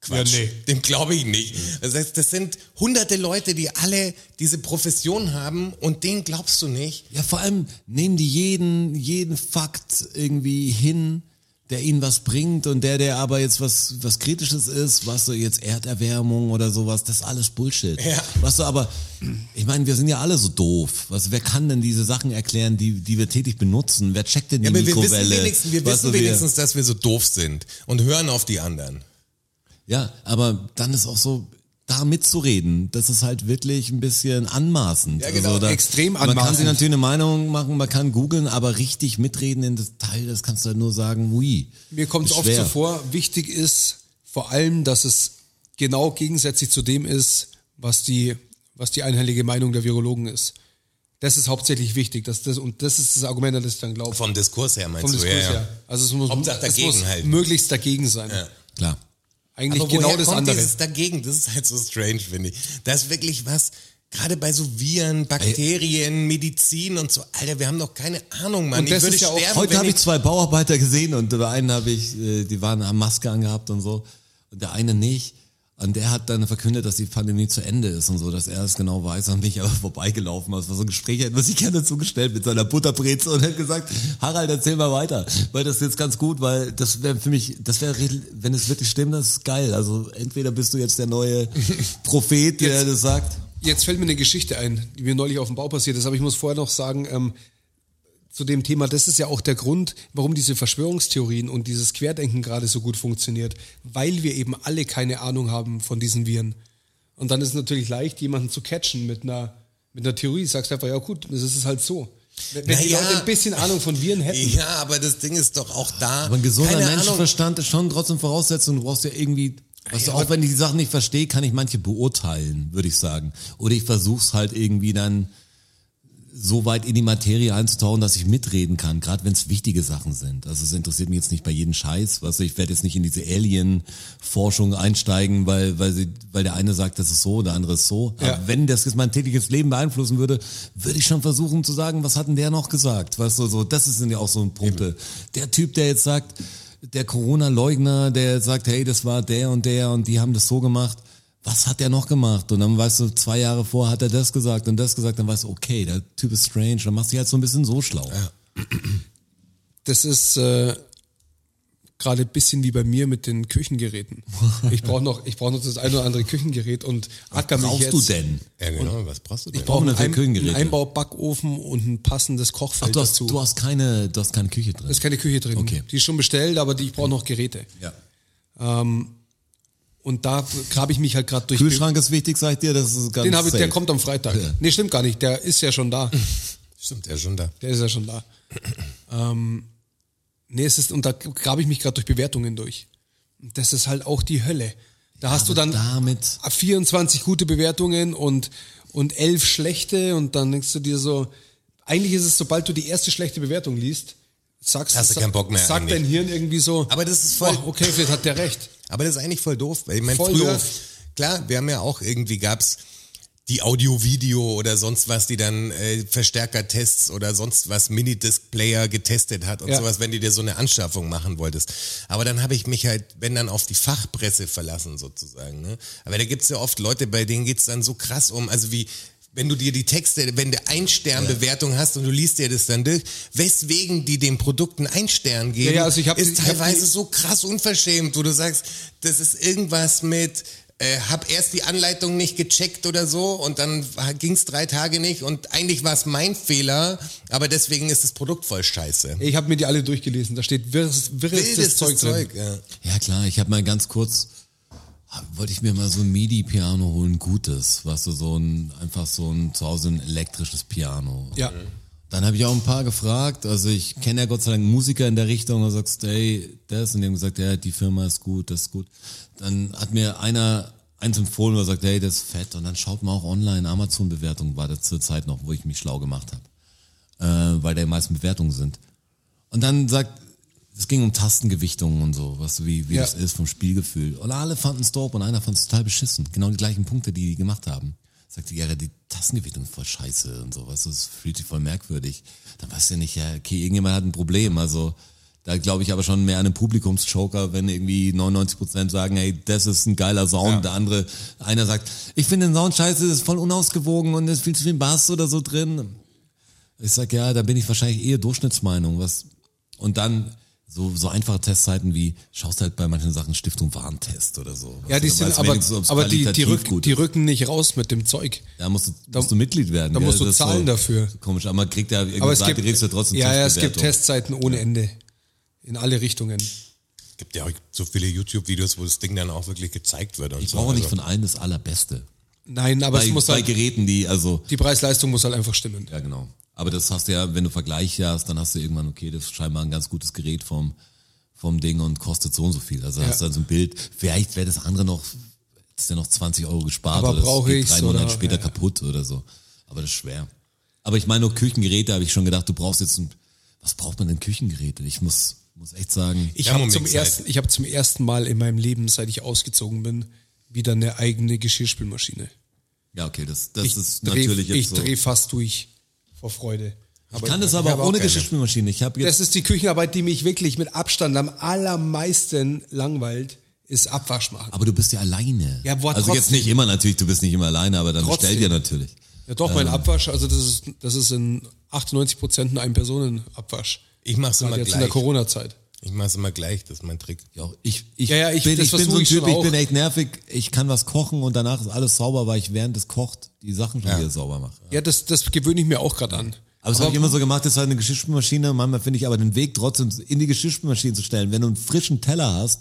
[SPEAKER 3] Quatsch,
[SPEAKER 4] Ja, nee. Mhm.
[SPEAKER 3] dem glaube ich nicht. Das heißt, das sind hunderte Leute, die alle diese Profession haben und denen glaubst du nicht.
[SPEAKER 2] Ja, vor allem nehmen die jeden, jeden Fakt irgendwie hin, der ihnen was bringt und der, der aber jetzt was, was Kritisches ist, was so jetzt Erderwärmung oder sowas, das ist alles Bullshit.
[SPEAKER 3] Ja.
[SPEAKER 2] Was so aber, ich meine, wir sind ja alle so doof. Was, wer kann denn diese Sachen erklären, die, die wir tätig benutzen? Wer checkt denn die
[SPEAKER 3] Ja, aber wir
[SPEAKER 2] Mikrowelle?
[SPEAKER 3] wissen wenigstens, wir
[SPEAKER 2] Weißt
[SPEAKER 3] wissen
[SPEAKER 2] du,
[SPEAKER 3] wenigstens, dass wir so doof sind und hören auf die anderen.
[SPEAKER 2] Ja, aber dann ist auch so, da mitzureden, das ist halt wirklich ein bisschen anmaßend. Also
[SPEAKER 3] Ja, genau,
[SPEAKER 2] da,
[SPEAKER 4] extrem
[SPEAKER 2] Man kann
[SPEAKER 4] anmaßend.
[SPEAKER 2] sich natürlich eine Meinung machen, man kann googeln, aber richtig mitreden in Detail, das kannst du halt nur sagen, oui.
[SPEAKER 4] Mir kommt es
[SPEAKER 2] Ist
[SPEAKER 4] oft
[SPEAKER 2] schwer.
[SPEAKER 4] so vor, wichtig ist vor allem, dass es genau gegensätzlich zu dem ist, was die, was die einhellige Meinung der Virologen ist. Das ist hauptsächlich wichtig. Dass das, und das ist das Argument, an das ich dann glaube.
[SPEAKER 3] Vom Diskurs her meinst
[SPEAKER 4] Vom
[SPEAKER 3] du?
[SPEAKER 4] Diskurs
[SPEAKER 3] ja, ja.
[SPEAKER 4] her. Also es muss,
[SPEAKER 3] Hauptsache
[SPEAKER 4] es
[SPEAKER 3] dagegen
[SPEAKER 4] muss
[SPEAKER 3] halten.
[SPEAKER 4] möglichst dagegen sein.
[SPEAKER 3] Ja.
[SPEAKER 2] Klar.
[SPEAKER 4] Eigentlich
[SPEAKER 3] Aber
[SPEAKER 4] genau
[SPEAKER 3] woher
[SPEAKER 4] das
[SPEAKER 3] kommt
[SPEAKER 4] andere.
[SPEAKER 3] Dieses dagegen, das ist halt so strange, finde ich. Da ist wirklich was, gerade bei so Viren, Bakterien, Medizin und so, Alter, wir haben doch keine Ahnung, Mann.
[SPEAKER 4] Und das
[SPEAKER 3] ich würde
[SPEAKER 4] ist ja auch-
[SPEAKER 3] sterben,
[SPEAKER 2] Heute
[SPEAKER 3] wenn
[SPEAKER 2] habe ich zwei Bauarbeiter gesehen und bei einen habe ich, äh, die waren haben Maske angehabt und so und der eine nicht. Und der hat dann verkündet, dass die Pandemie zu Ende ist und so, dass er es genau weiß, an mich aber vorbeigelaufen ist. war so ein Gespräch, er hat sich gerne zugestellt mit seiner Butterbreze und hat gesagt, Harald, erzähl mal weiter, weil das ist jetzt ganz gut, weil das wäre für mich, das wäre, richtig- wenn es wirklich stimmt, das ist geil. Also entweder bist du jetzt der neue Prophet, der das sagt.
[SPEAKER 4] Jetzt fällt mir eine Geschichte ein, die mir neulich auf dem Bau passiert ist, aber ich muss vorher noch sagen, ähm, zu dem Thema, das ist ja auch der Grund, warum diese Verschwörungstheorien und dieses Querdenken gerade so gut funktioniert, weil wir eben alle keine Ahnung haben von diesen Viren. Und dann ist es natürlich leicht, jemanden zu catchen mit einer, mit einer Theorie. Sagst einfach, ja gut, das ist es halt so. Wenn wenn die
[SPEAKER 3] Naja.
[SPEAKER 4] Leute ein bisschen Ahnung von Viren hätten.
[SPEAKER 3] ich- ja, aber das Ding ist doch auch da.
[SPEAKER 2] Aber ein gesunder
[SPEAKER 3] keine Ahnung.
[SPEAKER 2] Menschenverstand ist schon trotzdem Voraussetzung. Du brauchst ja irgendwie, weißt du, auch wenn ich die Sachen nicht verstehe, kann ich manche beurteilen, würde ich sagen. Oder ich versuch's halt irgendwie dann so weit in die Materie einzutauchen, dass ich mitreden kann, gerade wenn es wichtige Sachen sind. Also es interessiert mich jetzt nicht bei jedem Scheiß, weißt du, ich werde jetzt nicht in diese Alien-Forschung einsteigen, weil, weil, sie, weil der eine sagt, das ist so, der andere ist so.
[SPEAKER 4] Ja.
[SPEAKER 2] Aber wenn das jetzt mein tägliches Leben beeinflussen würde, würde ich schon versuchen zu sagen, was hat denn der noch gesagt? Weißt du, so, das sind ja auch so Punkte. Der Typ, der jetzt sagt, der Corona-Leugner, der jetzt sagt, hey, das war der und der und die haben das so gemacht was hat er noch gemacht? Und dann weißt du, zwei Jahre vor hat er das gesagt und das gesagt, dann weißt du, okay, der Typ ist strange, dann machst du dich halt so ein bisschen so schlau.
[SPEAKER 4] Das ist äh, gerade ein bisschen wie bei mir mit den Küchengeräten. Ich brauche noch, ich brauche noch das ein oder andere Küchengerät und acker mich
[SPEAKER 2] Brauchst
[SPEAKER 4] jetzt.
[SPEAKER 2] du denn?
[SPEAKER 3] Ja, genau, was brauchst du denn?
[SPEAKER 4] Ich brauche
[SPEAKER 2] denn
[SPEAKER 4] einen,
[SPEAKER 2] für
[SPEAKER 4] Ein
[SPEAKER 2] Küchengeräte?
[SPEAKER 4] einen Einbaubackofen und ein passendes Kochfeld
[SPEAKER 2] Ach, du hast,
[SPEAKER 4] dazu.
[SPEAKER 2] du hast keine, du hast keine Küche drin.
[SPEAKER 4] da ist keine Küche drin.
[SPEAKER 2] Okay.
[SPEAKER 4] Die ist schon bestellt, aber die, ich brauche noch Geräte. Ähm,
[SPEAKER 2] ja.
[SPEAKER 4] Und da grabe ich mich halt gerade durch.
[SPEAKER 2] Kühlschrank ist wichtig, sag ich dir, das ist ganz
[SPEAKER 4] Den habe ich, der
[SPEAKER 2] safe.
[SPEAKER 4] kommt am Freitag.
[SPEAKER 2] Ja.
[SPEAKER 4] Nee, stimmt gar nicht. Der ist ja schon da.
[SPEAKER 3] Stimmt, der ist schon da.
[SPEAKER 4] Der ist ja schon da. ähm, nee, es ist, und da grabe ich mich gerade durch Bewertungen durch. Und Das ist halt auch die Hölle. Da hast du
[SPEAKER 2] Aber
[SPEAKER 4] dann
[SPEAKER 2] damit-
[SPEAKER 4] 24 gute Bewertungen und, und 11 schlechte und dann denkst du dir so, eigentlich ist es, sobald du die erste schlechte Bewertung liest, sagst
[SPEAKER 3] Hast du
[SPEAKER 4] sa-
[SPEAKER 3] keinen Bock mehr
[SPEAKER 4] sagt
[SPEAKER 3] eigentlich.
[SPEAKER 4] dein Hirn irgendwie so,
[SPEAKER 3] Aber das ist voll-
[SPEAKER 4] "Boah, okay, vielleicht hat der recht.
[SPEAKER 3] Aber das ist eigentlich voll doof. Weil ich meine,
[SPEAKER 4] Voll
[SPEAKER 3] früher,
[SPEAKER 4] doof.
[SPEAKER 3] klar, wir haben ja auch irgendwie gab's die Audio-Video oder sonst was, die dann äh, Verstärkertests oder sonst was Minidisc-Player getestet hat und
[SPEAKER 4] Ja.
[SPEAKER 3] sowas, wenn du dir so eine Anschaffung machen wolltest. Aber dann habe ich mich halt, wenn dann auf die Fachpresse verlassen sozusagen. Ne? Aber da gibt's ja oft Leute, bei denen geht's dann so krass um, also wie wenn du dir die Texte, wenn du ein Stern Bewertung hast und du liest dir das dann durch, weswegen die den Produkten ein Stern geben,
[SPEAKER 4] Ja, ja, also ich hab-
[SPEAKER 3] ist
[SPEAKER 4] ich hab die-
[SPEAKER 3] teilweise so krass unverschämt, wo du sagst, das ist irgendwas mit, äh, hab erst die Anleitung nicht gecheckt oder so und dann ging es drei Tage nicht und eigentlich war es mein Fehler, aber deswegen ist das Produkt voll scheiße.
[SPEAKER 4] Ich habe mir die alle durchgelesen, da steht wirres, wirres das Zeug drin.
[SPEAKER 3] ja.
[SPEAKER 2] Ja klar, ich habe mal ganz kurz, wollte ich mir mal so ein MIDI-Piano holen, gutes, weißt du, so ein, einfach so ein zu Hause ein elektrisches Piano.
[SPEAKER 4] Ja.
[SPEAKER 2] Dann habe ich auch ein paar gefragt, also ich kenne ja Gott sei Dank Musiker in der Richtung und sagst, hey, das und die haben gesagt, ja, die Firma ist gut, das ist gut. Dann hat mir einer eins empfohlen und sagt, hey, das ist fett und dann schaut man auch online, Amazon-Bewertung war das zur Zeit noch, wo ich mich schlau gemacht habe, äh, weil da die meisten Bewertungen sind. Und dann sagt, es ging um Tastengewichtungen und so, was du, wie, wie
[SPEAKER 4] Ja.
[SPEAKER 2] das ist vom Spielgefühl. Und alle fanden es dope und einer fand es total beschissen. Genau die gleichen Punkte, die die gemacht haben. Sagte, ja, die Tastengewichtung ist voll scheiße und so, weißt du, das fühlt sich voll merkwürdig. Dann weißt du ja nicht, ja, okay, irgendjemand hat ein Problem. Also, da glaube ich aber schon mehr an den Publikumsjoker, wenn irgendwie 99 Prozent sagen, hey, das ist ein geiler Sound. Der andere, einer sagt, ich finde den Sound scheiße, das ist voll unausgewogen und es ist viel zu viel Bass oder so drin. Ich sag ja, da bin ich wahrscheinlich eher Durchschnittsmeinung. Was und dann so so einfache Testzeiten wie schaust halt bei manchen Sachen Stiftung Warentest oder so.
[SPEAKER 4] Ja, die
[SPEAKER 2] Weißt du, dann weißt du Also,
[SPEAKER 4] sind aber,
[SPEAKER 2] wenigstens, ob's
[SPEAKER 4] aber die, die,
[SPEAKER 2] qualitativ
[SPEAKER 4] rück,
[SPEAKER 2] gut
[SPEAKER 4] die
[SPEAKER 2] ist.
[SPEAKER 4] rücken nicht raus mit dem Zeug.
[SPEAKER 2] da musst du, musst du Mitglied werden.
[SPEAKER 4] da
[SPEAKER 2] gell?
[SPEAKER 4] musst du
[SPEAKER 2] Das ist
[SPEAKER 4] zahlen
[SPEAKER 2] so,
[SPEAKER 4] dafür.
[SPEAKER 2] So komisch, aber man kriegt ja
[SPEAKER 4] Aber
[SPEAKER 2] irgendwie
[SPEAKER 4] es
[SPEAKER 2] sagt,
[SPEAKER 4] gibt,
[SPEAKER 2] die kriegst du trotzdem um.
[SPEAKER 4] ja, ja, es gibt
[SPEAKER 2] Testbewertung.
[SPEAKER 4] Testzeiten ohne Ende. In alle Richtungen.
[SPEAKER 3] Gibt ja auch so viele YouTube-Videos, wo das Ding dann auch wirklich gezeigt wird und
[SPEAKER 2] Ich
[SPEAKER 3] so.
[SPEAKER 2] brauche nicht
[SPEAKER 3] also,
[SPEAKER 2] von allen das Allerbeste.
[SPEAKER 4] Nein, aber
[SPEAKER 2] Bei,
[SPEAKER 4] es muss
[SPEAKER 2] bei
[SPEAKER 4] halt,
[SPEAKER 2] Geräten, die also
[SPEAKER 4] die Preis-Leistung muss halt einfach stimmen.
[SPEAKER 2] Ja, genau. Aber das hast du ja, wenn du Vergleiche hast, dann hast du irgendwann, okay, das ist scheinbar ein ganz gutes Gerät vom, vom Ding und kostet so und so viel. Also hast du dann so ein Bild, vielleicht wäre das andere noch, ist ja noch 20 Euro gespart
[SPEAKER 4] Aber
[SPEAKER 2] oder das
[SPEAKER 4] brauche
[SPEAKER 2] geht
[SPEAKER 4] ich's
[SPEAKER 2] drei Monate
[SPEAKER 4] oder-
[SPEAKER 2] später
[SPEAKER 4] ja, ja.
[SPEAKER 2] kaputt oder so. Aber das ist schwer. Aber ich meine, nur Küchengeräte habe ich schon gedacht, du brauchst jetzt ein, was braucht man denn Küchengeräte? Ich muss, muss echt sagen,
[SPEAKER 4] Ich
[SPEAKER 3] Ja,
[SPEAKER 4] habe
[SPEAKER 3] Moment,
[SPEAKER 4] zum,
[SPEAKER 3] Zeit.
[SPEAKER 4] ersten, ich hab zum ersten Mal in meinem Leben, seit ich ausgezogen bin, wieder eine eigene Geschirrspülmaschine.
[SPEAKER 2] ja, okay, das, das
[SPEAKER 4] Ich
[SPEAKER 2] ist
[SPEAKER 4] dreh-
[SPEAKER 2] natürlich jetzt
[SPEAKER 4] Ich
[SPEAKER 2] so.
[SPEAKER 4] drehe fast durch vor Freude.
[SPEAKER 2] Ich kann das aber
[SPEAKER 3] habe
[SPEAKER 2] auch
[SPEAKER 3] auch
[SPEAKER 2] ohne
[SPEAKER 3] keine.
[SPEAKER 2] Geschirrspülmaschine. Ich habe jetzt,
[SPEAKER 4] Das ist die Küchenarbeit, die mich wirklich mit Abstand am allermeisten langweilt, ist Abwasch machen.
[SPEAKER 2] aber du bist ja alleine.
[SPEAKER 4] Ja, boah,
[SPEAKER 2] also jetzt
[SPEAKER 4] trotzdell.
[SPEAKER 2] nicht immer natürlich, du bist nicht immer alleine, aber dann
[SPEAKER 4] Trotzdem.
[SPEAKER 2] bestell dir natürlich.
[SPEAKER 4] Ja doch,
[SPEAKER 2] Ähm.
[SPEAKER 4] mein Abwasch, also das ist, das ist in 98 Prozent ein Ein-Personen-Abwasch.
[SPEAKER 3] ich mach's immer
[SPEAKER 4] Gerade jetzt in der
[SPEAKER 3] gleich.
[SPEAKER 4] Corona-Zeit.
[SPEAKER 3] Ich mach's immer gleich, das ist mein Trick.
[SPEAKER 2] Ja, ich, ich,
[SPEAKER 4] Ja, ja, ich-
[SPEAKER 2] bin,
[SPEAKER 4] das
[SPEAKER 2] ich bin
[SPEAKER 4] versuch
[SPEAKER 2] so ein
[SPEAKER 4] ich schon
[SPEAKER 2] Typ, ich
[SPEAKER 4] auch.
[SPEAKER 2] bin echt nervig. Ich kann was kochen und danach ist alles sauber, weil ich während es kocht die Sachen schon
[SPEAKER 3] Ja.
[SPEAKER 2] wieder sauber mache.
[SPEAKER 4] Ja, das, das gewöhne ich mir auch gerade an.
[SPEAKER 2] Aber das habe ich immer so gemacht, das ist halt eine Geschirrspülmaschine. Manchmal finde ich aber den Weg trotzdem in die Geschirrspülmaschine zu stellen. Wenn du einen frischen Teller hast,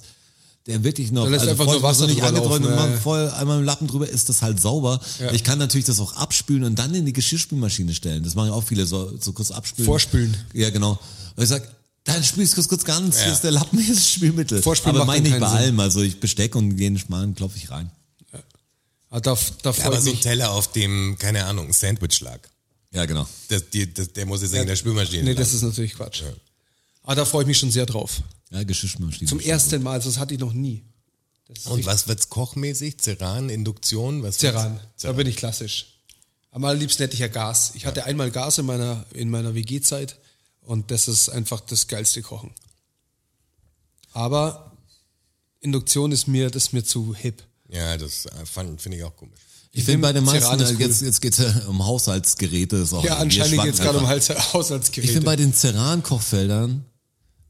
[SPEAKER 2] der wirklich noch, also
[SPEAKER 4] Da lässt einfach
[SPEAKER 2] voll,
[SPEAKER 4] nur Wasser
[SPEAKER 2] so nicht
[SPEAKER 4] drüber
[SPEAKER 2] angedrückt,
[SPEAKER 4] laufen, ja,
[SPEAKER 2] man
[SPEAKER 4] ja.
[SPEAKER 2] voll einmal mit dem Lappen drüber ist das halt sauber. Ich kann natürlich das auch abspülen und dann in die Geschirrspülmaschine stellen. Das machen ja auch viele so, so kurz abspülen.
[SPEAKER 4] Vorspülen.
[SPEAKER 2] Ja, genau. Und ich sag, dann spülst du kurz, kurz ganz, hier
[SPEAKER 3] Ja.
[SPEAKER 2] ist der Lappen, hier ist das Spülmittel.
[SPEAKER 4] Vorspülen
[SPEAKER 2] Aber
[SPEAKER 4] macht
[SPEAKER 2] mein
[SPEAKER 4] dann
[SPEAKER 2] nicht bei
[SPEAKER 4] keinen Sinn.
[SPEAKER 2] allem. Also ich besteck und gehe in den schmalen Klopf ich rein.
[SPEAKER 4] Ah, Da, da
[SPEAKER 3] Ja,
[SPEAKER 4] freue
[SPEAKER 3] aber
[SPEAKER 4] ich
[SPEAKER 3] so ein
[SPEAKER 4] mich.
[SPEAKER 3] Teller auf dem, keine Ahnung, Sandwich lag.
[SPEAKER 2] Ja, genau.
[SPEAKER 3] Das, die, das, der muss jetzt in der Spülmaschine.
[SPEAKER 4] Nee,
[SPEAKER 3] landen.
[SPEAKER 4] das ist natürlich Quatsch. Ah, da freue ich mich schon sehr drauf.
[SPEAKER 2] Ja, Geschirrspülmaschine.
[SPEAKER 4] Zum
[SPEAKER 2] ist schon
[SPEAKER 4] ersten Mal, also das hatte ich noch nie. Das ist
[SPEAKER 3] Und
[SPEAKER 4] richtig-
[SPEAKER 3] was wird's kochmäßig? Ceran, Induktion? Was
[SPEAKER 4] Ceran.
[SPEAKER 3] wird's?
[SPEAKER 4] Da bin ich klassisch. Am allerliebsten hätte ich ja Gas. Ich hatte einmal Gas in meiner, in meiner WG-Zeit und das ist einfach das geilste Kochen. Aber Induktion ist mir, das ist mir zu hip.
[SPEAKER 3] Ja, das äh, fand- finde ich auch komisch.
[SPEAKER 2] Ich finde bei den meisten,
[SPEAKER 4] Ceran ist
[SPEAKER 2] äh,
[SPEAKER 4] cool.
[SPEAKER 2] jetzt, jetzt geht's ja um Haushaltsgeräte. Ist auch
[SPEAKER 4] Ja,
[SPEAKER 2] wir
[SPEAKER 4] anscheinend
[SPEAKER 2] schwanken
[SPEAKER 4] geht es gerade um
[SPEAKER 2] einfach.
[SPEAKER 4] Hals- Haushaltsgeräte.
[SPEAKER 2] Ich finde bei den Ceran-Kochfeldern,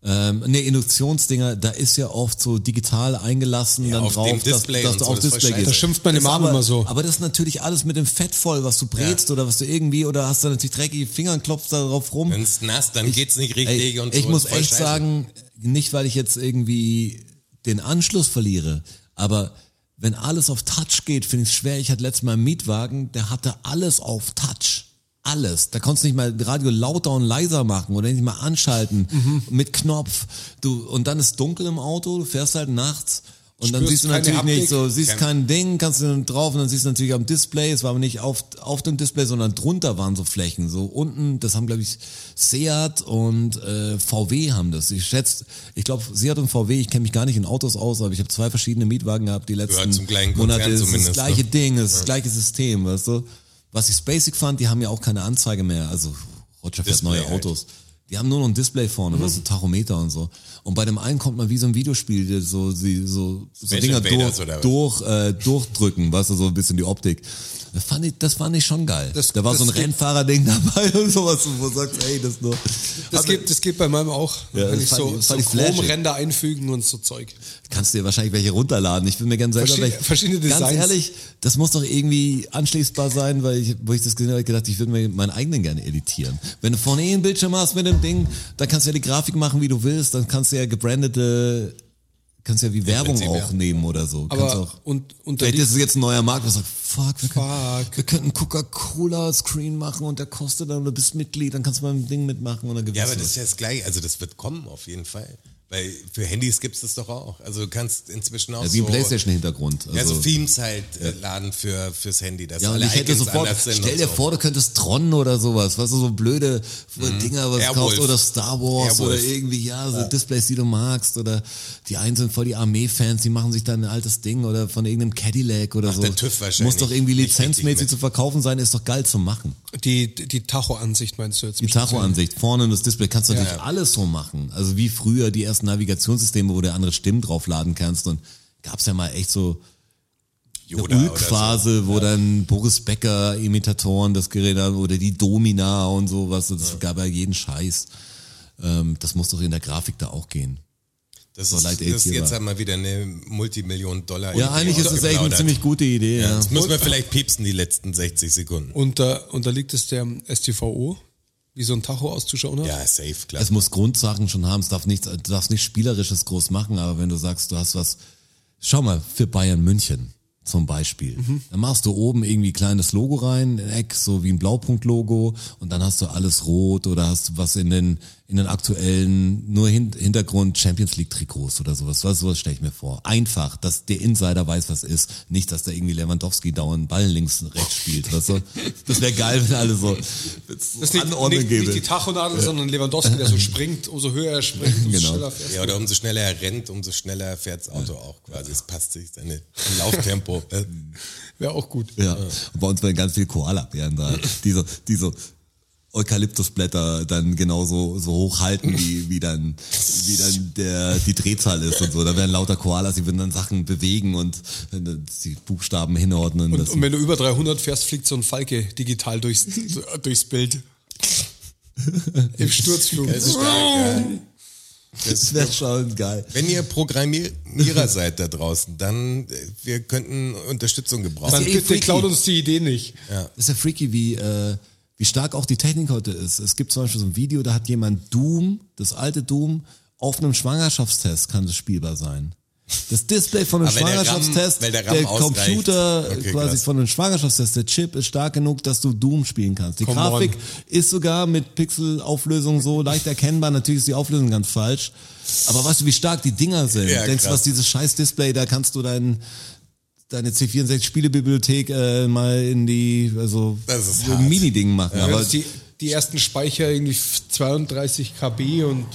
[SPEAKER 2] Ähm, ne, Induktionsdinger, da ist ja oft so digital eingelassen, dann
[SPEAKER 3] auf
[SPEAKER 2] drauf,
[SPEAKER 3] dem Display
[SPEAKER 2] dass, dass
[SPEAKER 3] und
[SPEAKER 2] du
[SPEAKER 3] so,
[SPEAKER 2] auf
[SPEAKER 3] das ist voll
[SPEAKER 2] Display
[SPEAKER 3] scheiße.
[SPEAKER 2] gehst.
[SPEAKER 3] Da
[SPEAKER 4] schimpft man
[SPEAKER 2] Ist
[SPEAKER 4] im Abend
[SPEAKER 2] aber,
[SPEAKER 4] immer so.
[SPEAKER 2] Aber das ist natürlich alles mit dem Fett voll, was du brätst oder was du irgendwie, oder hast du natürlich dreckige Finger und klopfst da drauf rum.
[SPEAKER 3] Wenn es nass, dann geht's nicht richtig
[SPEAKER 2] Ey,
[SPEAKER 3] und
[SPEAKER 2] ich
[SPEAKER 3] so.
[SPEAKER 2] muss
[SPEAKER 3] Voll
[SPEAKER 2] echt
[SPEAKER 3] scheiße.
[SPEAKER 2] sagen, nicht weil ich jetzt irgendwie den Anschluss verliere, aber wenn alles auf Touch geht, finde ich es schwer. Ich hatte letztes Mal einen Mietwagen, der hatte alles auf Touch. Alles. Da konntest du nicht mal Radio lauter und leiser machen oder nicht mal anschalten
[SPEAKER 3] Mhm.
[SPEAKER 2] mit Knopf. Du, und dann ist dunkel im Auto, du fährst halt nachts und dann
[SPEAKER 4] Spürst
[SPEAKER 2] siehst du
[SPEAKER 4] keine
[SPEAKER 2] natürlich
[SPEAKER 4] Haptik.
[SPEAKER 2] nicht so, siehst
[SPEAKER 3] Kein-
[SPEAKER 2] kein Ding, kannst du dann drauf und dann siehst du natürlich am Display, es war aber nicht auf, auf dem Display, sondern drunter waren so Flächen, so unten, das haben glaube ich Seat und äh, VW haben das. Ich schätze, ich glaube Seat und VW, ich kenne mich gar nicht in Autos aus, aber ich habe zwei verschiedene Mietwagen gehabt die letzten
[SPEAKER 3] zum kleinen Konzern
[SPEAKER 2] Monate. Es ist das
[SPEAKER 3] zumindest,
[SPEAKER 2] gleiche
[SPEAKER 3] ne?
[SPEAKER 2] Ding, es ist das gleiche System, weißt du. Was ich basic fand, die haben ja auch keine Anzeige mehr, also Roger fährt
[SPEAKER 3] Display
[SPEAKER 2] neue
[SPEAKER 3] halt. Mhm.
[SPEAKER 2] Autos. Die haben nur noch ein Display vorne, was so Tachometer und so. Und bei dem einen kommt man wie so ein Videospiel, der so, sie, so, so
[SPEAKER 3] Space
[SPEAKER 2] Dinger
[SPEAKER 3] Invaders
[SPEAKER 2] durch,
[SPEAKER 3] oder was?
[SPEAKER 2] durch, äh, durchdrücken, weißt du, so ein bisschen die Optik. Das fand ich, das fand ich schon geil.
[SPEAKER 4] Das-
[SPEAKER 2] da war
[SPEAKER 4] das
[SPEAKER 2] so ein
[SPEAKER 4] gibt-
[SPEAKER 2] Rennfahrerding dabei und sowas, wo du sagst, ey, das nur.
[SPEAKER 4] Das
[SPEAKER 2] Aber
[SPEAKER 4] geht, das geht bei meinem auch.
[SPEAKER 2] Ja,
[SPEAKER 4] wenn
[SPEAKER 2] das
[SPEAKER 4] ich
[SPEAKER 2] fand
[SPEAKER 4] so,
[SPEAKER 2] ich-
[SPEAKER 4] so
[SPEAKER 2] fand ich flashig.
[SPEAKER 4] Chrome-Ränder einfügen und so Zeug.
[SPEAKER 2] kannst du dir wahrscheinlich welche runterladen. Ich will mir gerne selber
[SPEAKER 4] Verschied-
[SPEAKER 2] welche.
[SPEAKER 4] verschiedene
[SPEAKER 2] Ganz
[SPEAKER 4] Designs.
[SPEAKER 2] ehrlich, das muss doch irgendwie anschließbar sein, weil ich, wo ich das gesehen habe, hab ich gedacht, ich würde mir meinen eigenen gerne editieren. Wenn du vorne eh einen Bildschirm hast mit dem Ding, dann kannst du ja die Grafik machen, wie du willst, dann kannst du ja gebrandete, kannst ja wie Werbung
[SPEAKER 3] Prinzip,
[SPEAKER 2] auch
[SPEAKER 3] ja.
[SPEAKER 2] nehmen oder so. kannst
[SPEAKER 4] Aber
[SPEAKER 2] auch,
[SPEAKER 4] und, unter
[SPEAKER 2] Vielleicht
[SPEAKER 4] die,
[SPEAKER 2] ist es jetzt ein neuer Markt, was sagt, fuck, wir können,
[SPEAKER 4] Fuck.
[SPEAKER 2] wir können einen Coca-Cola-Screen machen und der kostet dann, du bist Mitglied, dann kannst du beim Ding mitmachen und dann gewinnst
[SPEAKER 3] Ja, aber
[SPEAKER 2] du.
[SPEAKER 3] das ist ja das Gleiche. Also das wird kommen auf jeden Fall. Weil für Handys gibt's das doch auch. Also du kannst inzwischen auch
[SPEAKER 2] ja, wie ein
[SPEAKER 3] so...
[SPEAKER 2] Playstation-Hintergrund.
[SPEAKER 3] Ja,
[SPEAKER 2] Also,
[SPEAKER 3] so Themes halt äh, laden für, fürs Handy. Dass
[SPEAKER 2] ja, und
[SPEAKER 3] alle
[SPEAKER 2] ich hätte
[SPEAKER 3] Icons
[SPEAKER 2] sofort,
[SPEAKER 3] anders sind
[SPEAKER 2] stell
[SPEAKER 3] und
[SPEAKER 2] dir
[SPEAKER 3] so.
[SPEAKER 2] vor, du könntest Tron oder sowas, was du so blöde Dinger, was
[SPEAKER 3] Mhm. Airwolf.
[SPEAKER 2] kaufst, oder Star Wars
[SPEAKER 3] Airwolf.
[SPEAKER 2] oder irgendwie, ja, so Displays, die du magst, oder die einen sind voll die Armee-Fans, die machen sich dann ein altes Ding oder von irgendeinem Cadillac oder so.
[SPEAKER 3] der TÜV wahrscheinlich
[SPEAKER 2] Muss doch irgendwie
[SPEAKER 3] nicht richtig
[SPEAKER 2] lizenzmäßig
[SPEAKER 3] mit.
[SPEAKER 2] zu verkaufen sein, ist doch geil zu machen.
[SPEAKER 4] die, die Tacho-Ansicht meinst du jetzt?
[SPEAKER 2] Die Tachoansicht, vorne das Display, kannst du natürlich
[SPEAKER 3] ja.
[SPEAKER 2] alles so machen. Also wie früher die ersten Navigationssysteme, wo du andere Stimmen draufladen kannst. Und gab's ja mal echt so
[SPEAKER 3] Yoda
[SPEAKER 2] eine
[SPEAKER 3] oder so.
[SPEAKER 2] Ulk-Phase, wo dann Boris Becker Imitatoren das Gerät haben oder die Domina und sowas. Das gab ja jeden Scheiß. Ähm, das muss doch in der Grafik da auch gehen.
[SPEAKER 3] Das
[SPEAKER 2] So
[SPEAKER 3] ist,
[SPEAKER 2] leid
[SPEAKER 3] das
[SPEAKER 2] er jetzt
[SPEAKER 3] ist
[SPEAKER 2] hier
[SPEAKER 3] jetzt
[SPEAKER 2] war.
[SPEAKER 3] einmal wieder eine Multimillion Dollar.
[SPEAKER 2] Ja, eigentlich ist das echt eine ziemlich gute Idee. Ja.
[SPEAKER 3] genau Das müssen wir vielleicht piepsen, die letzten 60
[SPEAKER 2] Oh.
[SPEAKER 3] Sekunden.
[SPEAKER 4] Unter, unterliegt es der STVO, wie so ein Tacho auszuschauen hat?
[SPEAKER 3] Ja, safe, klar.
[SPEAKER 2] Es muss Grundsachen schon haben, es darf nichts, du darfst nichts Spielerisches groß machen, aber wenn du sagst, du hast was, schau mal, für Bayern München zum Beispiel,
[SPEAKER 4] Mhm.
[SPEAKER 2] dann machst du oben irgendwie ein kleines Logo rein, ein Eck, so wie ein Blaupunkt-Logo und dann hast du alles rot oder hast was in den, in den aktuellen, nur hin, Hintergrund Champions League Trikots oder sowas, was, sowas stelle ich mir vor. Einfach, dass der Insider weiß, was ist, nicht, dass da irgendwie Lewandowski dauernd Ball links und rechts spielt, weißt du? Das wäre geil, wenn alle so,
[SPEAKER 4] Das ist
[SPEAKER 2] so
[SPEAKER 4] nicht,
[SPEAKER 2] Anordnung
[SPEAKER 4] nicht, nicht
[SPEAKER 2] gäbe.
[SPEAKER 4] die Tachonadel, sondern Lewandowski, der so springt, umso höher er springt, umso
[SPEAKER 2] Genau.
[SPEAKER 4] schneller fährt.
[SPEAKER 3] Ja, oder umso schneller er rennt, umso schneller fährt das Auto auch quasi. Es passt sich seine Lauftempo.
[SPEAKER 4] Wäre auch gut.
[SPEAKER 2] Ja. Und bei uns waren ganz viel Koalabären da. Die so, die so Eukalyptusblätter dann genauso so hoch halten, wie, wie dann, wie dann der, die Drehzahl ist und so. Da werden lauter Koalas, die würden dann Sachen bewegen und die Buchstaben hinordnen.
[SPEAKER 4] Und,
[SPEAKER 2] dass-
[SPEAKER 4] und wenn du über 300 fährst, fliegt so ein Falke digital durchs, durchs Bild. Im Sturzflug.
[SPEAKER 3] Das ist stark, ja.
[SPEAKER 2] das wäre schon geil.
[SPEAKER 3] Wenn ihr Programmierer seid da draußen, dann äh, wir könnten Unterstützung
[SPEAKER 4] Dann
[SPEAKER 3] gebrauchen.
[SPEAKER 2] eh
[SPEAKER 4] bitte
[SPEAKER 2] freaky.
[SPEAKER 4] klaut uns die Idee nicht.
[SPEAKER 2] Das ist ja freaky, wie, äh, wie stark auch die Technik heute ist. Es gibt zum Beispiel so ein Video, da hat jemand Doom, das alte Doom, auf einem Schwangerschaftstest kann das spielbar sein. Das Display von einem
[SPEAKER 3] Aber weil der RAM-
[SPEAKER 2] Schwangerschaftstest,
[SPEAKER 3] weil
[SPEAKER 2] der,
[SPEAKER 3] der RAM ausreicht.
[SPEAKER 2] Computer
[SPEAKER 3] Okay,
[SPEAKER 2] quasi
[SPEAKER 3] krass.
[SPEAKER 2] von einem Schwangerschaftstest, der Chip ist stark genug, dass du Doom spielen kannst. Die
[SPEAKER 4] Come
[SPEAKER 2] Grafik
[SPEAKER 4] on.
[SPEAKER 2] ist sogar mit Pixelauflösung so leicht erkennbar. Natürlich ist die Auflösung ganz falsch. Aber weißt du, wie stark die Dinger sind?
[SPEAKER 3] Ja,
[SPEAKER 2] Denkst du,
[SPEAKER 3] krass.
[SPEAKER 2] was dieses scheiß Display, da kannst du deinen deine C64-Spielebibliothek äh, mal in die, also
[SPEAKER 3] Das ist
[SPEAKER 2] so ein
[SPEAKER 3] hart.
[SPEAKER 2] Mini-Ding machen. aber
[SPEAKER 4] Aber die, die ersten Speicher irgendwie 32 KB und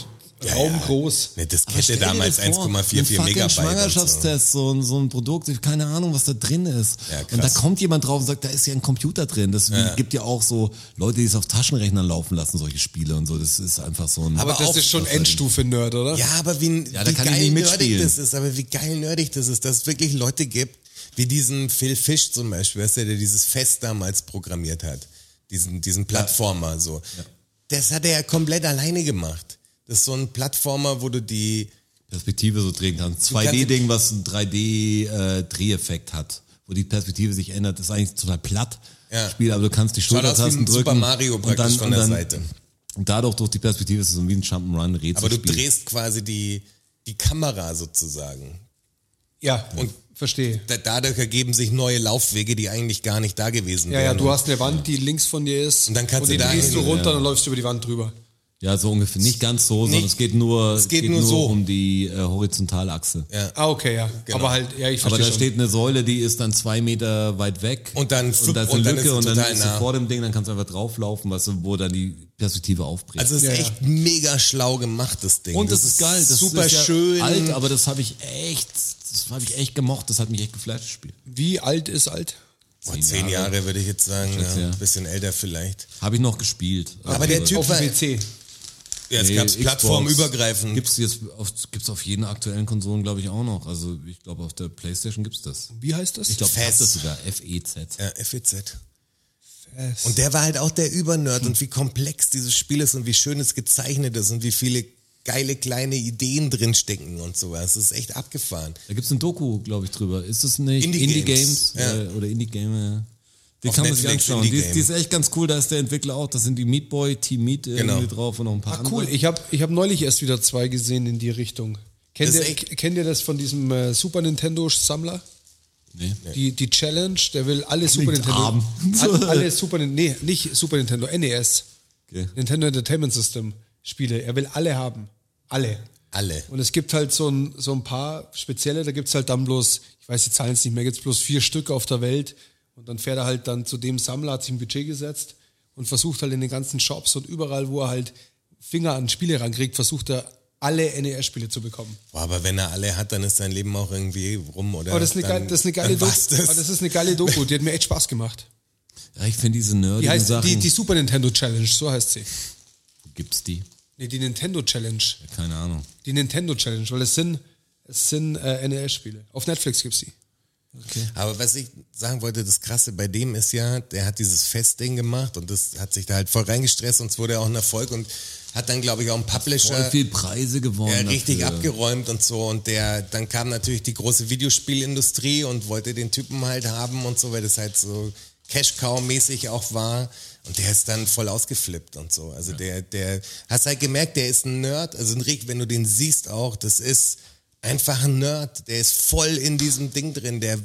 [SPEAKER 3] Ja,
[SPEAKER 4] Raum
[SPEAKER 3] ja.
[SPEAKER 4] groß.
[SPEAKER 3] Eine
[SPEAKER 2] Aber stell
[SPEAKER 3] Diskette
[SPEAKER 2] dir das
[SPEAKER 3] damals
[SPEAKER 2] vor,
[SPEAKER 3] 1,44
[SPEAKER 2] ein fucking
[SPEAKER 3] Megabyte. und so.
[SPEAKER 2] Schwangerschaftstest, so. ein, so ein Produkt, ich keine Ahnung, was da drin ist.
[SPEAKER 3] Ja, krass.
[SPEAKER 2] und da kommt jemand drauf und sagt, da ist ja ein Computer drin. Das gibt ja auch so Leute, die es auf Taschenrechnern laufen lassen, solche Spiele und so. Das ist einfach so ein.
[SPEAKER 4] Aber
[SPEAKER 3] Aber
[SPEAKER 4] das
[SPEAKER 3] auch-
[SPEAKER 4] ist schon
[SPEAKER 2] das ist
[SPEAKER 4] Endstufe-Nerd, oder?
[SPEAKER 3] Ja, aber wie,
[SPEAKER 2] Ja, da
[SPEAKER 3] wie
[SPEAKER 2] kann ich
[SPEAKER 3] geil
[SPEAKER 2] nicht
[SPEAKER 3] nerdig
[SPEAKER 2] mitspielen.
[SPEAKER 3] das ist, aber wie geil nerdig das ist, dass es wirklich Leute gibt, wie diesen Phil Fish zum Beispiel, weißt du, der dieses Fest damals programmiert hat, diesen, diesen Plattformer so. Das hat er ja komplett alleine gemacht. Das ist so ein Plattformer, wo du die,
[SPEAKER 2] Perspektive so drehen kannst. 2D-Ding, was einen 3D-Dreheffekt hat, wo die Perspektive sich ändert, ist eigentlich total platt.
[SPEAKER 3] Ja.
[SPEAKER 2] Spiel, aber du kannst die
[SPEAKER 3] Schaut aus wie
[SPEAKER 2] Schultertasten
[SPEAKER 3] ein
[SPEAKER 2] drücken.
[SPEAKER 3] Super Mario praktisch von der Seite.
[SPEAKER 2] Und dadurch durch die Perspektive ist es so wie ein Jump'n'Run Rätsel.
[SPEAKER 3] aber du drehst quasi die, die Kamera sozusagen.
[SPEAKER 4] Ja,
[SPEAKER 3] Und-
[SPEAKER 4] verstehe.
[SPEAKER 3] Da, dadurch ergeben sich neue Laufwege, die eigentlich gar nicht da gewesen
[SPEAKER 4] Ja,
[SPEAKER 3] wären.
[SPEAKER 4] ja, du hast eine Wand, die links von dir ist.
[SPEAKER 3] ne? Und dann kannst
[SPEAKER 4] die
[SPEAKER 3] du da
[SPEAKER 4] drehst du
[SPEAKER 3] hin,
[SPEAKER 4] runter, dann läufst du über die Wand drüber.
[SPEAKER 2] Ja, so ungefähr. Nicht ganz so, sondern
[SPEAKER 3] Nicht-
[SPEAKER 2] es geht nur,
[SPEAKER 3] es geht nur so.
[SPEAKER 2] um die äh, Horizontalachse.
[SPEAKER 3] ja.
[SPEAKER 4] Ah, okay, ja.
[SPEAKER 3] Genau.
[SPEAKER 4] Aber halt, ja, ich
[SPEAKER 2] Aber
[SPEAKER 4] verstehe
[SPEAKER 2] da
[SPEAKER 4] schon.
[SPEAKER 2] steht eine Säule, die ist dann zwei Meter weit weg.
[SPEAKER 3] Und
[SPEAKER 2] und da
[SPEAKER 3] dann
[SPEAKER 2] ist
[SPEAKER 3] und
[SPEAKER 2] eine
[SPEAKER 3] dann
[SPEAKER 2] Lücke
[SPEAKER 3] ist es
[SPEAKER 2] und dann
[SPEAKER 3] total
[SPEAKER 2] ist
[SPEAKER 3] nah.
[SPEAKER 2] sie vor dem Ding, dann kannst du einfach drauflaufen, weißt du, wo dann die Perspektive aufbricht.
[SPEAKER 3] Also es ist
[SPEAKER 4] Ja, ja.
[SPEAKER 3] echt mega schlau gemacht, das Ding.
[SPEAKER 2] Und das, ist geil, das
[SPEAKER 3] super
[SPEAKER 2] ist ja
[SPEAKER 3] schön.
[SPEAKER 2] alt, aber das habe ich echt, das habe ich echt gemocht, das hat mich echt geflasht, das Spiel.
[SPEAKER 4] Wie alt ist alt?
[SPEAKER 3] Boah, zehn Jahre, würde ich jetzt sagen. Ja,
[SPEAKER 2] ja.
[SPEAKER 3] Ein bisschen älter vielleicht.
[SPEAKER 2] Habe ich noch gespielt.
[SPEAKER 3] Aber der Typ
[SPEAKER 4] Auf
[SPEAKER 3] war.
[SPEAKER 4] dem PC.
[SPEAKER 3] Ja, es
[SPEAKER 2] Nee,
[SPEAKER 3] gab
[SPEAKER 2] Xbox
[SPEAKER 3] plattformübergreifend.
[SPEAKER 2] Gibt's jetzt auf, gibt's auf jeden aktuellen Konsolen, glaube ich, auch noch. Also ich glaube, auf der Playstation gibt's das.
[SPEAKER 4] Wie heißt das?
[SPEAKER 2] Ich glaube,
[SPEAKER 3] Fest.
[SPEAKER 2] das ist sogar E FEZ.
[SPEAKER 3] ja, FEZ.
[SPEAKER 4] Fest.
[SPEAKER 3] Und der war halt auch der Übernerd und wie komplex dieses Spiel ist und wie schön es gezeichnet ist und wie viele geile kleine Ideen drin stecken und sowas. Das ist echt abgefahren.
[SPEAKER 2] Da gibt's ein Doku, glaube ich, drüber. Ist das nicht
[SPEAKER 3] Indie
[SPEAKER 2] Indie Games,
[SPEAKER 3] Games, ja.
[SPEAKER 2] äh, oder Indie Game? Äh, die
[SPEAKER 3] Auf
[SPEAKER 2] kann man sich
[SPEAKER 3] Netflix,
[SPEAKER 2] anschauen.
[SPEAKER 3] Indie
[SPEAKER 2] Die, ist- die
[SPEAKER 3] Game.
[SPEAKER 2] ist echt ganz cool. Da ist der Entwickler auch. Da sind die Meat Boy, Team Meat irgendwie
[SPEAKER 3] Genau.
[SPEAKER 2] drauf und noch ein paar
[SPEAKER 4] Ah,
[SPEAKER 2] andere.
[SPEAKER 4] cool. Ich habe ich hab neulich erst wieder zwei gesehen in die Richtung. Kennt,
[SPEAKER 3] Das
[SPEAKER 4] ihr,
[SPEAKER 3] ist echt-
[SPEAKER 4] kennt ihr das von diesem äh, Super Nintendo-Sammler?
[SPEAKER 2] Nee.
[SPEAKER 4] Die, die Challenge, der will alle Super
[SPEAKER 2] Klingt
[SPEAKER 4] Nintendo.
[SPEAKER 2] arm.
[SPEAKER 4] Alle- alle Super Nin- Nee, nicht Super Nintendo, NES.
[SPEAKER 2] Okay.
[SPEAKER 4] Nintendo Entertainment System Spiele. Er will alle haben. Alle.
[SPEAKER 3] Alle.
[SPEAKER 4] Und es gibt halt so ein, so ein paar spezielle, da gibt's halt dann bloß, ich weiß die Zahlen jetzt nicht mehr, gibt's bloß vier Stück auf der Welt. Und dann fährt er halt dann zu dem Sammler, hat sich ein Budget gesetzt und versucht halt in den ganzen Shops und überall, wo er halt Finger an Spiele rankriegt, versucht er alle NES-Spiele zu bekommen.
[SPEAKER 3] Boah, aber wenn er alle hat, dann ist sein Leben auch irgendwie rum, oder?
[SPEAKER 4] Aber das ist eine,
[SPEAKER 3] dann,
[SPEAKER 4] geile, das ist eine geile
[SPEAKER 3] dann
[SPEAKER 4] Doku.
[SPEAKER 3] war's das.
[SPEAKER 4] Aber das ist eine geile Doku, die hat mir echt Spaß gemacht.
[SPEAKER 2] Ja, ich finde diese nerdigen
[SPEAKER 4] Die heißt
[SPEAKER 2] Sachen.
[SPEAKER 4] die, die Super Nintendo Challenge, so heißt sie.
[SPEAKER 2] gibt's die?
[SPEAKER 4] Nee, die Nintendo Challenge.
[SPEAKER 2] Keine Ahnung.
[SPEAKER 4] Die Nintendo Challenge, weil es sind, es sind äh, NES-Spiele. Auf Netflix gibt's die.
[SPEAKER 3] Aber was ich sagen wollte, das Krasse bei dem ist ja, der hat dieses Festding gemacht und das hat sich da halt voll reingestresst und es wurde auch ein Erfolg und hat dann, glaube ich, auch einen
[SPEAKER 2] Voll
[SPEAKER 3] Publisher
[SPEAKER 2] viel Preise gewonnen.
[SPEAKER 3] ja, richtig
[SPEAKER 2] dafür.
[SPEAKER 3] abgeräumt und so. Und der, dann kam natürlich die große Videospielindustrie und wollte den Typen halt haben und so, weil das halt so Cash-Cow-mäßig auch war. Und der ist dann voll ausgeflippt und so. Also der, der, hast halt gemerkt, der ist ein Nerd. Also ein Rick, wenn du den siehst auch, das ist einfach ein Nerd. Der ist voll in diesem Ding drin. Der,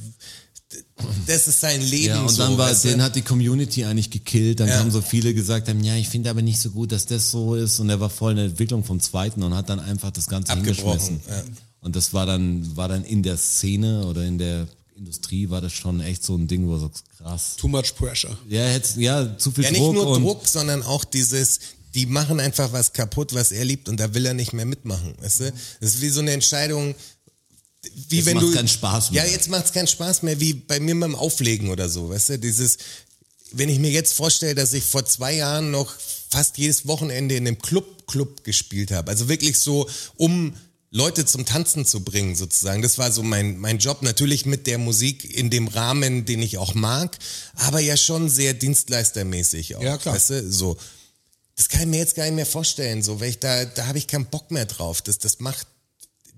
[SPEAKER 3] das ist sein Leben.
[SPEAKER 2] Ja, und
[SPEAKER 3] so,
[SPEAKER 2] dann war,
[SPEAKER 3] weißt du?
[SPEAKER 2] den hat die Community eigentlich gekillt. Dann
[SPEAKER 3] Ja.
[SPEAKER 2] haben so viele gesagt haben, ja, ich finde aber nicht so gut, dass das so ist. Und er war voll in der Entwicklung vom zweiten und hat dann einfach das Ganze
[SPEAKER 3] Abgebrochen,
[SPEAKER 2] hingeschmissen. Und das war dann, war dann in der Szene oder in der Industrie war das schon echt so ein Ding, wo so krass.
[SPEAKER 4] Too much pressure.
[SPEAKER 2] Ja, jetzt, ja, zu viel
[SPEAKER 3] Ja, nicht
[SPEAKER 2] Druck
[SPEAKER 3] nur
[SPEAKER 2] und
[SPEAKER 3] Druck, sondern auch dieses, die machen einfach was kaputt, was er liebt und da will er nicht mehr mitmachen. Weißt du? Das ist wie so eine Entscheidung, wie
[SPEAKER 2] Jetzt
[SPEAKER 3] wenn
[SPEAKER 2] macht's
[SPEAKER 3] du.
[SPEAKER 2] keinen Spaß
[SPEAKER 3] mehr.
[SPEAKER 2] mehr.
[SPEAKER 3] Ja, jetzt macht's keinen Spaß mehr, wie bei mir beim Auflegen oder so, weißt du? Dieses, wenn ich mir jetzt vorstelle, dass ich vor zwei Jahren noch fast jedes Wochenende in einem Club, Club gespielt habe. Also wirklich so, um Leute zum Tanzen zu bringen, sozusagen. Das war so mein, mein Job. Natürlich mit der Musik in dem Rahmen, den ich auch mag, aber ja schon sehr dienstleistermäßig auch.
[SPEAKER 4] Ja, klar.
[SPEAKER 3] Weißt du, so. Das kann ich mir jetzt gar nicht mehr vorstellen, so, weil ich da, da habe ich keinen Bock mehr drauf. Das, das macht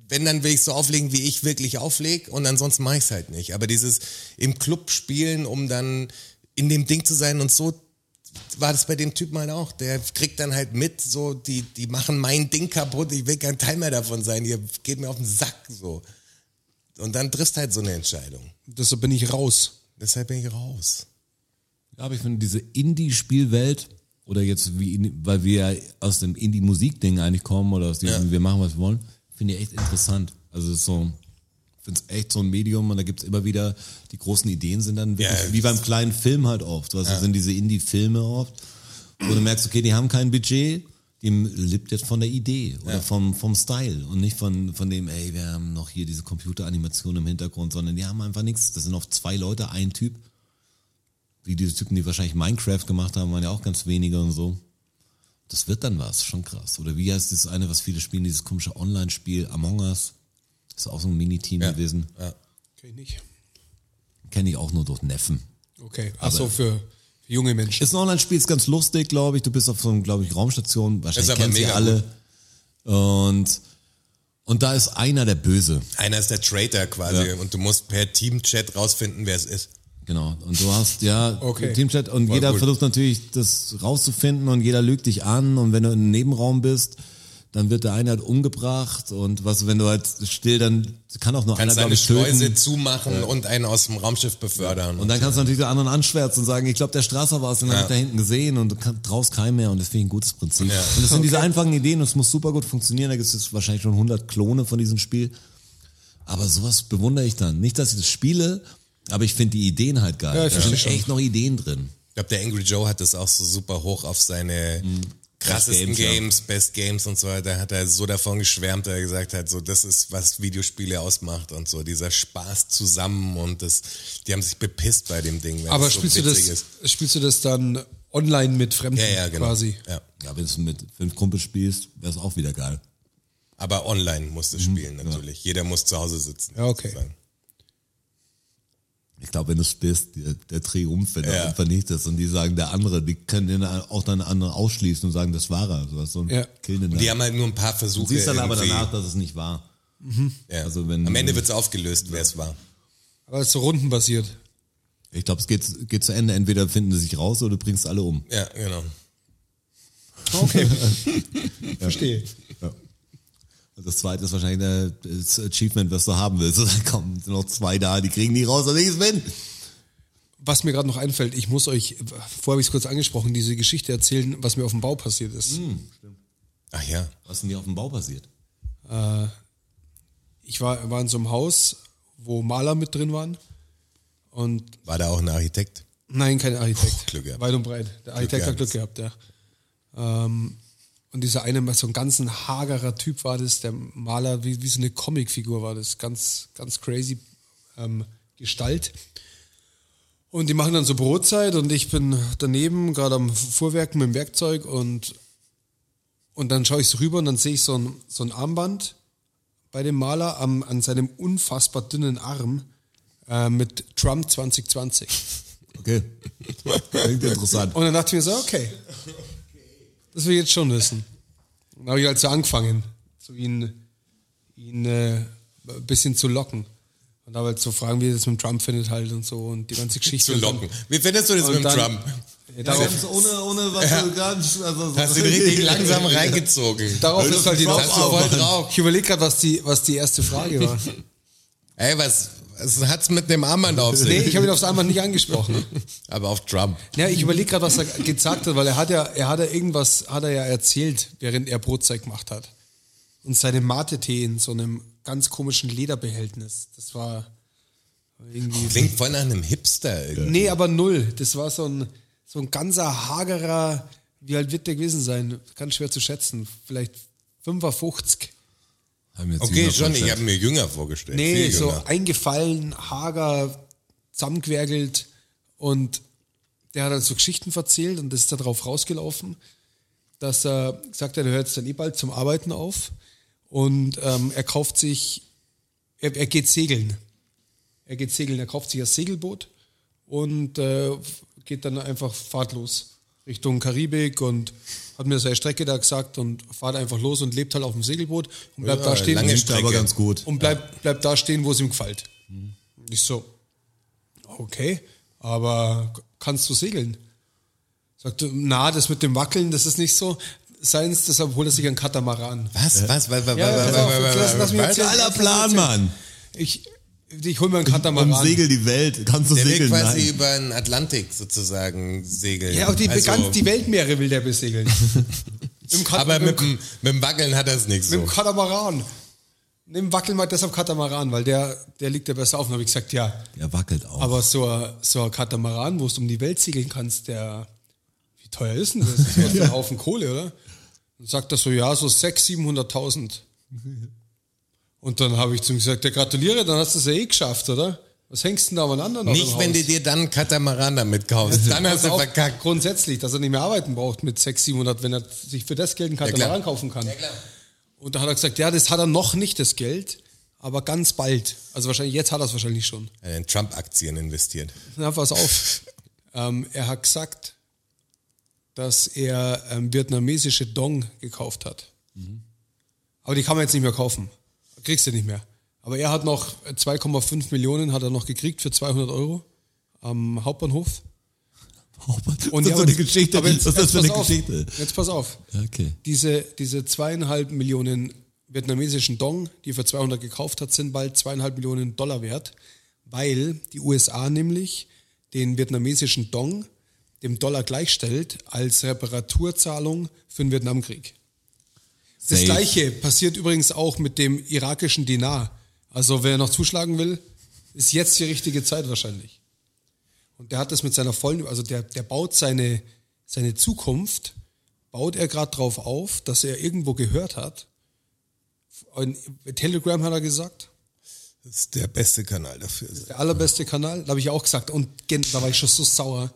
[SPEAKER 3] wenn, dann will ich so auflegen, wie ich wirklich auflege und ansonsten mache ich es halt nicht. Aber dieses im Club spielen, um dann in dem Ding zu sein und so war das bei dem Typen halt auch. Der kriegt dann halt mit, so, die, die machen mein Ding kaputt, ich will kein Teil mehr davon sein, ihr geht mir auf den Sack, so. Und dann triffst halt so eine Entscheidung.
[SPEAKER 4] Deshalb bin ich raus.
[SPEAKER 3] Deshalb bin ich raus.
[SPEAKER 2] Ja, aber ich finde diese Indie-Spielwelt oder jetzt wie, in- weil wir ja aus dem Indie-Musik-Ding eigentlich kommen oder aus diesem,
[SPEAKER 3] Ja.
[SPEAKER 2] wir machen was wir wollen, finde ich echt interessant. Also es ist so, ich finde es echt so ein Medium und da gibt's immer wieder, die großen Ideen sind dann wirklich,
[SPEAKER 3] Ja,
[SPEAKER 2] wie beim kleinen Film halt oft, weißt du, sind diese Indie-Filme oft, wo du merkst, okay, die haben kein Budget, die lebt jetzt von der Idee oder
[SPEAKER 3] Ja.
[SPEAKER 2] vom, vom Style und nicht von, von dem, ey, wir haben noch hier diese Computeranimation im Hintergrund, sondern die haben einfach nichts. Das sind oft zwei Leute, ein Typ wie diese Typen, die wahrscheinlich Minecraft gemacht haben, waren ja auch ganz wenige und so. Das wird dann was, schon krass. Oder wie heißt das eine, was viele spielen, dieses komische Online-Spiel Among Us? Ist auch so ein Miniteam
[SPEAKER 3] Ja.
[SPEAKER 2] gewesen.
[SPEAKER 4] Okay, nicht.
[SPEAKER 2] Kenne ich auch nur durch Neffen.
[SPEAKER 4] Okay, also für für junge Menschen.
[SPEAKER 2] Ist ein Online-Spiel, ist ganz lustig, glaube ich. Du bist auf so einem, glaube ich, Raumstation. Wahrscheinlich
[SPEAKER 3] aber
[SPEAKER 2] kennst du
[SPEAKER 3] mega
[SPEAKER 2] alle. Und, und da ist einer der Böse.
[SPEAKER 3] Einer ist der Traitor quasi und du musst per Teamchat rausfinden, wer es ist.
[SPEAKER 2] Genau. Und du hast ja
[SPEAKER 4] Okay.
[SPEAKER 2] Teamchat und
[SPEAKER 3] War
[SPEAKER 2] jeder
[SPEAKER 3] gut.
[SPEAKER 2] versucht natürlich das rauszufinden und jeder lügt dich an und wenn du im Nebenraum bist, dann wird der eine halt umgebracht und was, wenn du halt still, dann kann auch nur
[SPEAKER 3] Kannst
[SPEAKER 2] einer,
[SPEAKER 3] deine
[SPEAKER 2] glaube ich, töten.
[SPEAKER 3] Schleuse zumachen und einen aus dem Raumschiff befördern.
[SPEAKER 2] Und dann kannst du natürlich den anderen anschwärzen und sagen, ich glaube, der Straßer war es, den hab
[SPEAKER 3] Ja.
[SPEAKER 2] ich da hinten gesehen und du kann- traust keinem mehr und das finde ich ein gutes Prinzip.
[SPEAKER 3] Ja.
[SPEAKER 2] Und das sind diese einfachen Ideen und es muss super gut funktionieren. Da gibt es wahrscheinlich schon 100 Klone von diesem Spiel. Aber sowas bewundere ich dann. Nicht, dass ich das spiele, aber ich finde die Ideen halt geil.
[SPEAKER 4] Ja, ich
[SPEAKER 2] da sind
[SPEAKER 4] verstehe schon.
[SPEAKER 2] echt noch Ideen drin.
[SPEAKER 3] Ich glaube, der Angry Joe hat das auch so super hoch auf seine
[SPEAKER 4] Hm.
[SPEAKER 3] krassesten
[SPEAKER 2] Best Games, ja.
[SPEAKER 3] Games, Best Games und so weiter. Hat er so davon geschwärmt, dass er gesagt hat, so das ist, was Videospiele ausmacht und so dieser Spaß zusammen und das. Die haben sich bepisst bei dem Ding. weil
[SPEAKER 4] Aber
[SPEAKER 3] es so
[SPEAKER 4] spielst, du das,
[SPEAKER 3] witzig Ist.
[SPEAKER 4] spielst du das dann online mit Fremden
[SPEAKER 3] Ja, ja, genau.
[SPEAKER 4] quasi?
[SPEAKER 3] Ja.
[SPEAKER 2] Ja, wenn du mit fünf Kumpels spielst, wäre es auch wieder geil.
[SPEAKER 3] Aber online musst du spielen natürlich. Jeder muss zu Hause sitzen.
[SPEAKER 4] Mhm. Ja, okay.
[SPEAKER 3] sozusagen.
[SPEAKER 2] Ich glaube, wenn du es spielst, der, der Triumph, wenn du
[SPEAKER 3] Ja.
[SPEAKER 2] vernichtest und die sagen, der andere, die können den auch dann anderen ausschließen und sagen, das war er. So, so ein
[SPEAKER 4] Ja.
[SPEAKER 2] Kill den
[SPEAKER 3] Und
[SPEAKER 2] da.
[SPEAKER 3] die haben halt nur ein paar
[SPEAKER 2] Du
[SPEAKER 3] Versuche.
[SPEAKER 2] siehst dann aber
[SPEAKER 3] irgendwie-
[SPEAKER 2] danach, dass es nicht war.
[SPEAKER 3] Ja.
[SPEAKER 2] also wenn-
[SPEAKER 3] Am Ende wird es aufgelöst, wer es war.
[SPEAKER 4] Aber es ist so rundenbasiert.
[SPEAKER 2] Ich glaube, es geht, geht zu Ende. Entweder finden sie sich raus oder du bringst alle um.
[SPEAKER 3] Ja, genau.
[SPEAKER 4] Okay. Verstehe.
[SPEAKER 2] Und Also das zweite ist wahrscheinlich der, das Achievement, was du haben willst. Und dann kommen noch zwei da, die kriegen die raus und ich bin.
[SPEAKER 4] Was mir gerade noch einfällt, ich muss euch, vorher habe ich es kurz angesprochen, diese Geschichte erzählen, was mir auf dem Bau passiert ist.
[SPEAKER 3] Hm. Ach ja.
[SPEAKER 2] Was ist denn hier auf dem Bau passiert?
[SPEAKER 4] Ich war, war in so einem Haus, wo Maler mit drin waren. Und
[SPEAKER 3] War da auch ein Architekt?
[SPEAKER 4] Nein, kein Architekt.
[SPEAKER 3] Puh, Glück gehabt.
[SPEAKER 4] Weit und breit. Der Architekt hat
[SPEAKER 3] gehabt.
[SPEAKER 4] Glück gehabt, ja. Ähm, und dieser eine, so ein ganz ein hagerer Typ war das, der Maler, wie, wie so eine Comicfigur war das, ganz, ganz crazy ähm, Gestalt. Und die machen dann so Brotzeit und ich bin daneben, gerade am Fuhrwerk mit dem Werkzeug und, und dann schaue ich so rüber und dann sehe ich so ein, so ein Armband bei dem Maler am, an seinem unfassbar dünnen Arm äh, mit Trump 2020.
[SPEAKER 2] Okay. Klingt interessant.
[SPEAKER 4] Und dann dachte ich mir so, okay, das will ich jetzt schon wissen. Dann habe ich halt so angefangen, zu ihn, ihn äh, ein bisschen zu locken. Und habe halt so Fragen, wie er das mit Trump findet halt und so und die ganze Geschichte.
[SPEAKER 3] Zu locken. Wie findest du das
[SPEAKER 4] Und
[SPEAKER 3] mit dem
[SPEAKER 4] dann-
[SPEAKER 3] Trump?
[SPEAKER 4] Ja, darauf,
[SPEAKER 2] Also ohne, ohne was du ganz. Also,
[SPEAKER 3] Hast du ihn richtig langsam reingezogen.
[SPEAKER 4] darauf ist halt die
[SPEAKER 3] Trump auch voll
[SPEAKER 4] Laufzeit.
[SPEAKER 3] drauf.
[SPEAKER 4] Ich überlege gerade, was die, was die erste Frage war.
[SPEAKER 3] Ey, was, was hat's mit dem Armband auf sich?
[SPEAKER 4] Nee, ich habe ihn aufs einmal nicht angesprochen.
[SPEAKER 3] Aber auf Trump.
[SPEAKER 4] Ja, ich überlege gerade, was er gesagt hat, weil er hat ja, er hat ja irgendwas, hat er ja erzählt, während er Brotzeit gemacht hat. Und seine Mate-Tee in so einem ganz komischen Lederbehältnis. Das war irgendwie.
[SPEAKER 3] Klingt voll nach einem Hipster irgendwie.
[SPEAKER 4] Nee, aber null. Das war so ein, so ein ganzer hagerer, wie alt wird der gewesen sein? Ganz schwer zu schätzen. Vielleicht 55.
[SPEAKER 3] Okay, schon, ich habe mir jünger vorgestellt.
[SPEAKER 4] Nee,
[SPEAKER 3] viel
[SPEAKER 4] so
[SPEAKER 3] jünger.
[SPEAKER 4] eingefallen, hager, zusammengewerkelt und der hat halt so Geschichten verzählt und das ist darauf rausgelaufen, dass er gesagt hat, er hört jetzt dann eh bald zum Arbeiten auf und ähm, er kauft sich, er, er geht segeln. Er geht segeln, er kauft sich ein Segelboot und äh, geht dann einfach fahrtlos Richtung Karibik und hat mir seine Strecke da gesagt und fahrt einfach los und lebt halt auf dem Segelboot und bleibt
[SPEAKER 3] Ja,
[SPEAKER 4] da stehen.
[SPEAKER 3] lange
[SPEAKER 4] und-
[SPEAKER 2] Klingt aber
[SPEAKER 3] Strecke.
[SPEAKER 2] ganz gut.
[SPEAKER 4] und bleibt bleib da stehen, wo es ihm gefällt. Und Ich so, okay, aber kannst du segeln? Sagte, na, das mit dem Wackeln, das ist nicht so. Seins, deshalb holt er sich einen Katamaran.
[SPEAKER 3] Was, was, was, was,
[SPEAKER 4] Ja,
[SPEAKER 3] was,
[SPEAKER 4] pass
[SPEAKER 3] was,
[SPEAKER 4] auf,
[SPEAKER 3] was,
[SPEAKER 4] jetzt
[SPEAKER 3] was,
[SPEAKER 4] lass- lass mich
[SPEAKER 3] was,
[SPEAKER 4] erzählen.
[SPEAKER 3] was?
[SPEAKER 2] Geiler Plan, Mann.
[SPEAKER 4] Ich, ich hole mir einen Katamaran.
[SPEAKER 2] Um Segel die Welt. Kannst du
[SPEAKER 3] Der will
[SPEAKER 2] segeln?
[SPEAKER 3] quasi
[SPEAKER 2] Nein.
[SPEAKER 3] über den Atlantik sozusagen segeln.
[SPEAKER 4] Ja, auch die,
[SPEAKER 3] Also,
[SPEAKER 4] ganz, die Weltmeere will der besegeln. Im Kat-
[SPEAKER 3] aber mit Also.
[SPEAKER 4] mit,
[SPEAKER 3] dem, mit dem Wackeln hat das nichts.
[SPEAKER 4] mit dem
[SPEAKER 3] So.
[SPEAKER 4] Katamaran. Nimm Wackeln mal deshalb Katamaran, weil der, der liegt ja besser auf. Und habe ich gesagt, ja,
[SPEAKER 2] Er wackelt auch.
[SPEAKER 4] Aber so ein, so ein Katamaran, wo du um die Welt segeln kannst, der, wie teuer ist denn das? Das kostet einen Haufen Kohle, oder? Dann sagt er so, ja, so 600.000, 700.000. Und dann habe ich zu ihm gesagt, ja, gratuliere, dann hast du es ja eh geschafft, oder? Was hängst du denn da an anderen
[SPEAKER 3] Nicht, wenn du dir dann einen Katamaran damit
[SPEAKER 4] Also,
[SPEAKER 3] kaufst. Dann hast du verkackt.
[SPEAKER 4] Grundsätzlich, dass er nicht mehr arbeiten braucht mit 600, 700, wenn er sich für das Geld einen
[SPEAKER 3] klar.
[SPEAKER 4] Katamaran kaufen kann. Und da hat er gesagt, ja, das hat er noch nicht, das Geld, aber ganz bald. Also wahrscheinlich, jetzt hat er es wahrscheinlich schon.
[SPEAKER 3] Er hat In Äh, Trump-Aktien investiert.
[SPEAKER 4] Na, pass auf. ähm, er hat gesagt,
[SPEAKER 2] Mhm.
[SPEAKER 4] dass er ähm, vietnamesische Dong gekauft hat. Aber die kann man jetzt nicht mehr kaufen. Kriegst du nicht mehr. Aber er hat noch 2,5 Millionen hat er noch gekriegt für 200 Euro am Hauptbahnhof.
[SPEAKER 2] Hauptbahnhof.
[SPEAKER 4] Und
[SPEAKER 2] das ist
[SPEAKER 4] ja,
[SPEAKER 2] so
[SPEAKER 4] aber-
[SPEAKER 2] eine Geschichte.
[SPEAKER 4] aber jetzt-
[SPEAKER 2] was ist das
[SPEAKER 4] jetzt
[SPEAKER 2] für eine
[SPEAKER 4] pass auf,
[SPEAKER 2] Geschichte?
[SPEAKER 4] Jetzt pass auf.
[SPEAKER 2] Okay.
[SPEAKER 4] Diese, diese zweieinhalb Millionen vietnamesischen Dong, die er für 200 gekauft hat, sind bald zweieinhalb Millionen Dollar wert, weil die USA nämlich den vietnamesischen Dong dem Dollar gleichstellt als Reparaturzahlung für den Vietnamkrieg. Das
[SPEAKER 2] Safe.
[SPEAKER 4] gleiche passiert übrigens auch mit dem irakischen Dinar. Also wer noch zuschlagen will, ist jetzt die richtige Zeit wahrscheinlich. Und der hat das mit seiner vollen, also der, der baut seine, seine Zukunft, baut er gerade drauf auf, dass er irgendwo gehört hat. Und Telegram hat er gesagt,
[SPEAKER 3] Das ist der beste Kanal dafür.
[SPEAKER 4] der allerbeste Kanal, da habe ich auch gesagt. Und gen- da war ich schon so sauer.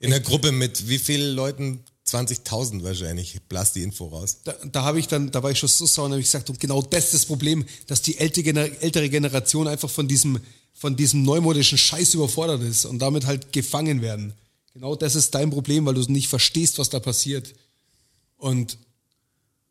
[SPEAKER 3] In der Gruppe mit wie vielen Leuten? 20.000 wahrscheinlich. Blas die Info raus.
[SPEAKER 4] Da, da habe ich dann, da war ich schon so sauer und habe ich gesagt, und genau das ist das Problem, dass die älte Gener ältere Generation einfach von diesem, von diesem neumodischen Scheiß überfordert ist und damit halt gefangen werden. Genau das ist dein Problem, weil du nicht verstehst, was da passiert. Und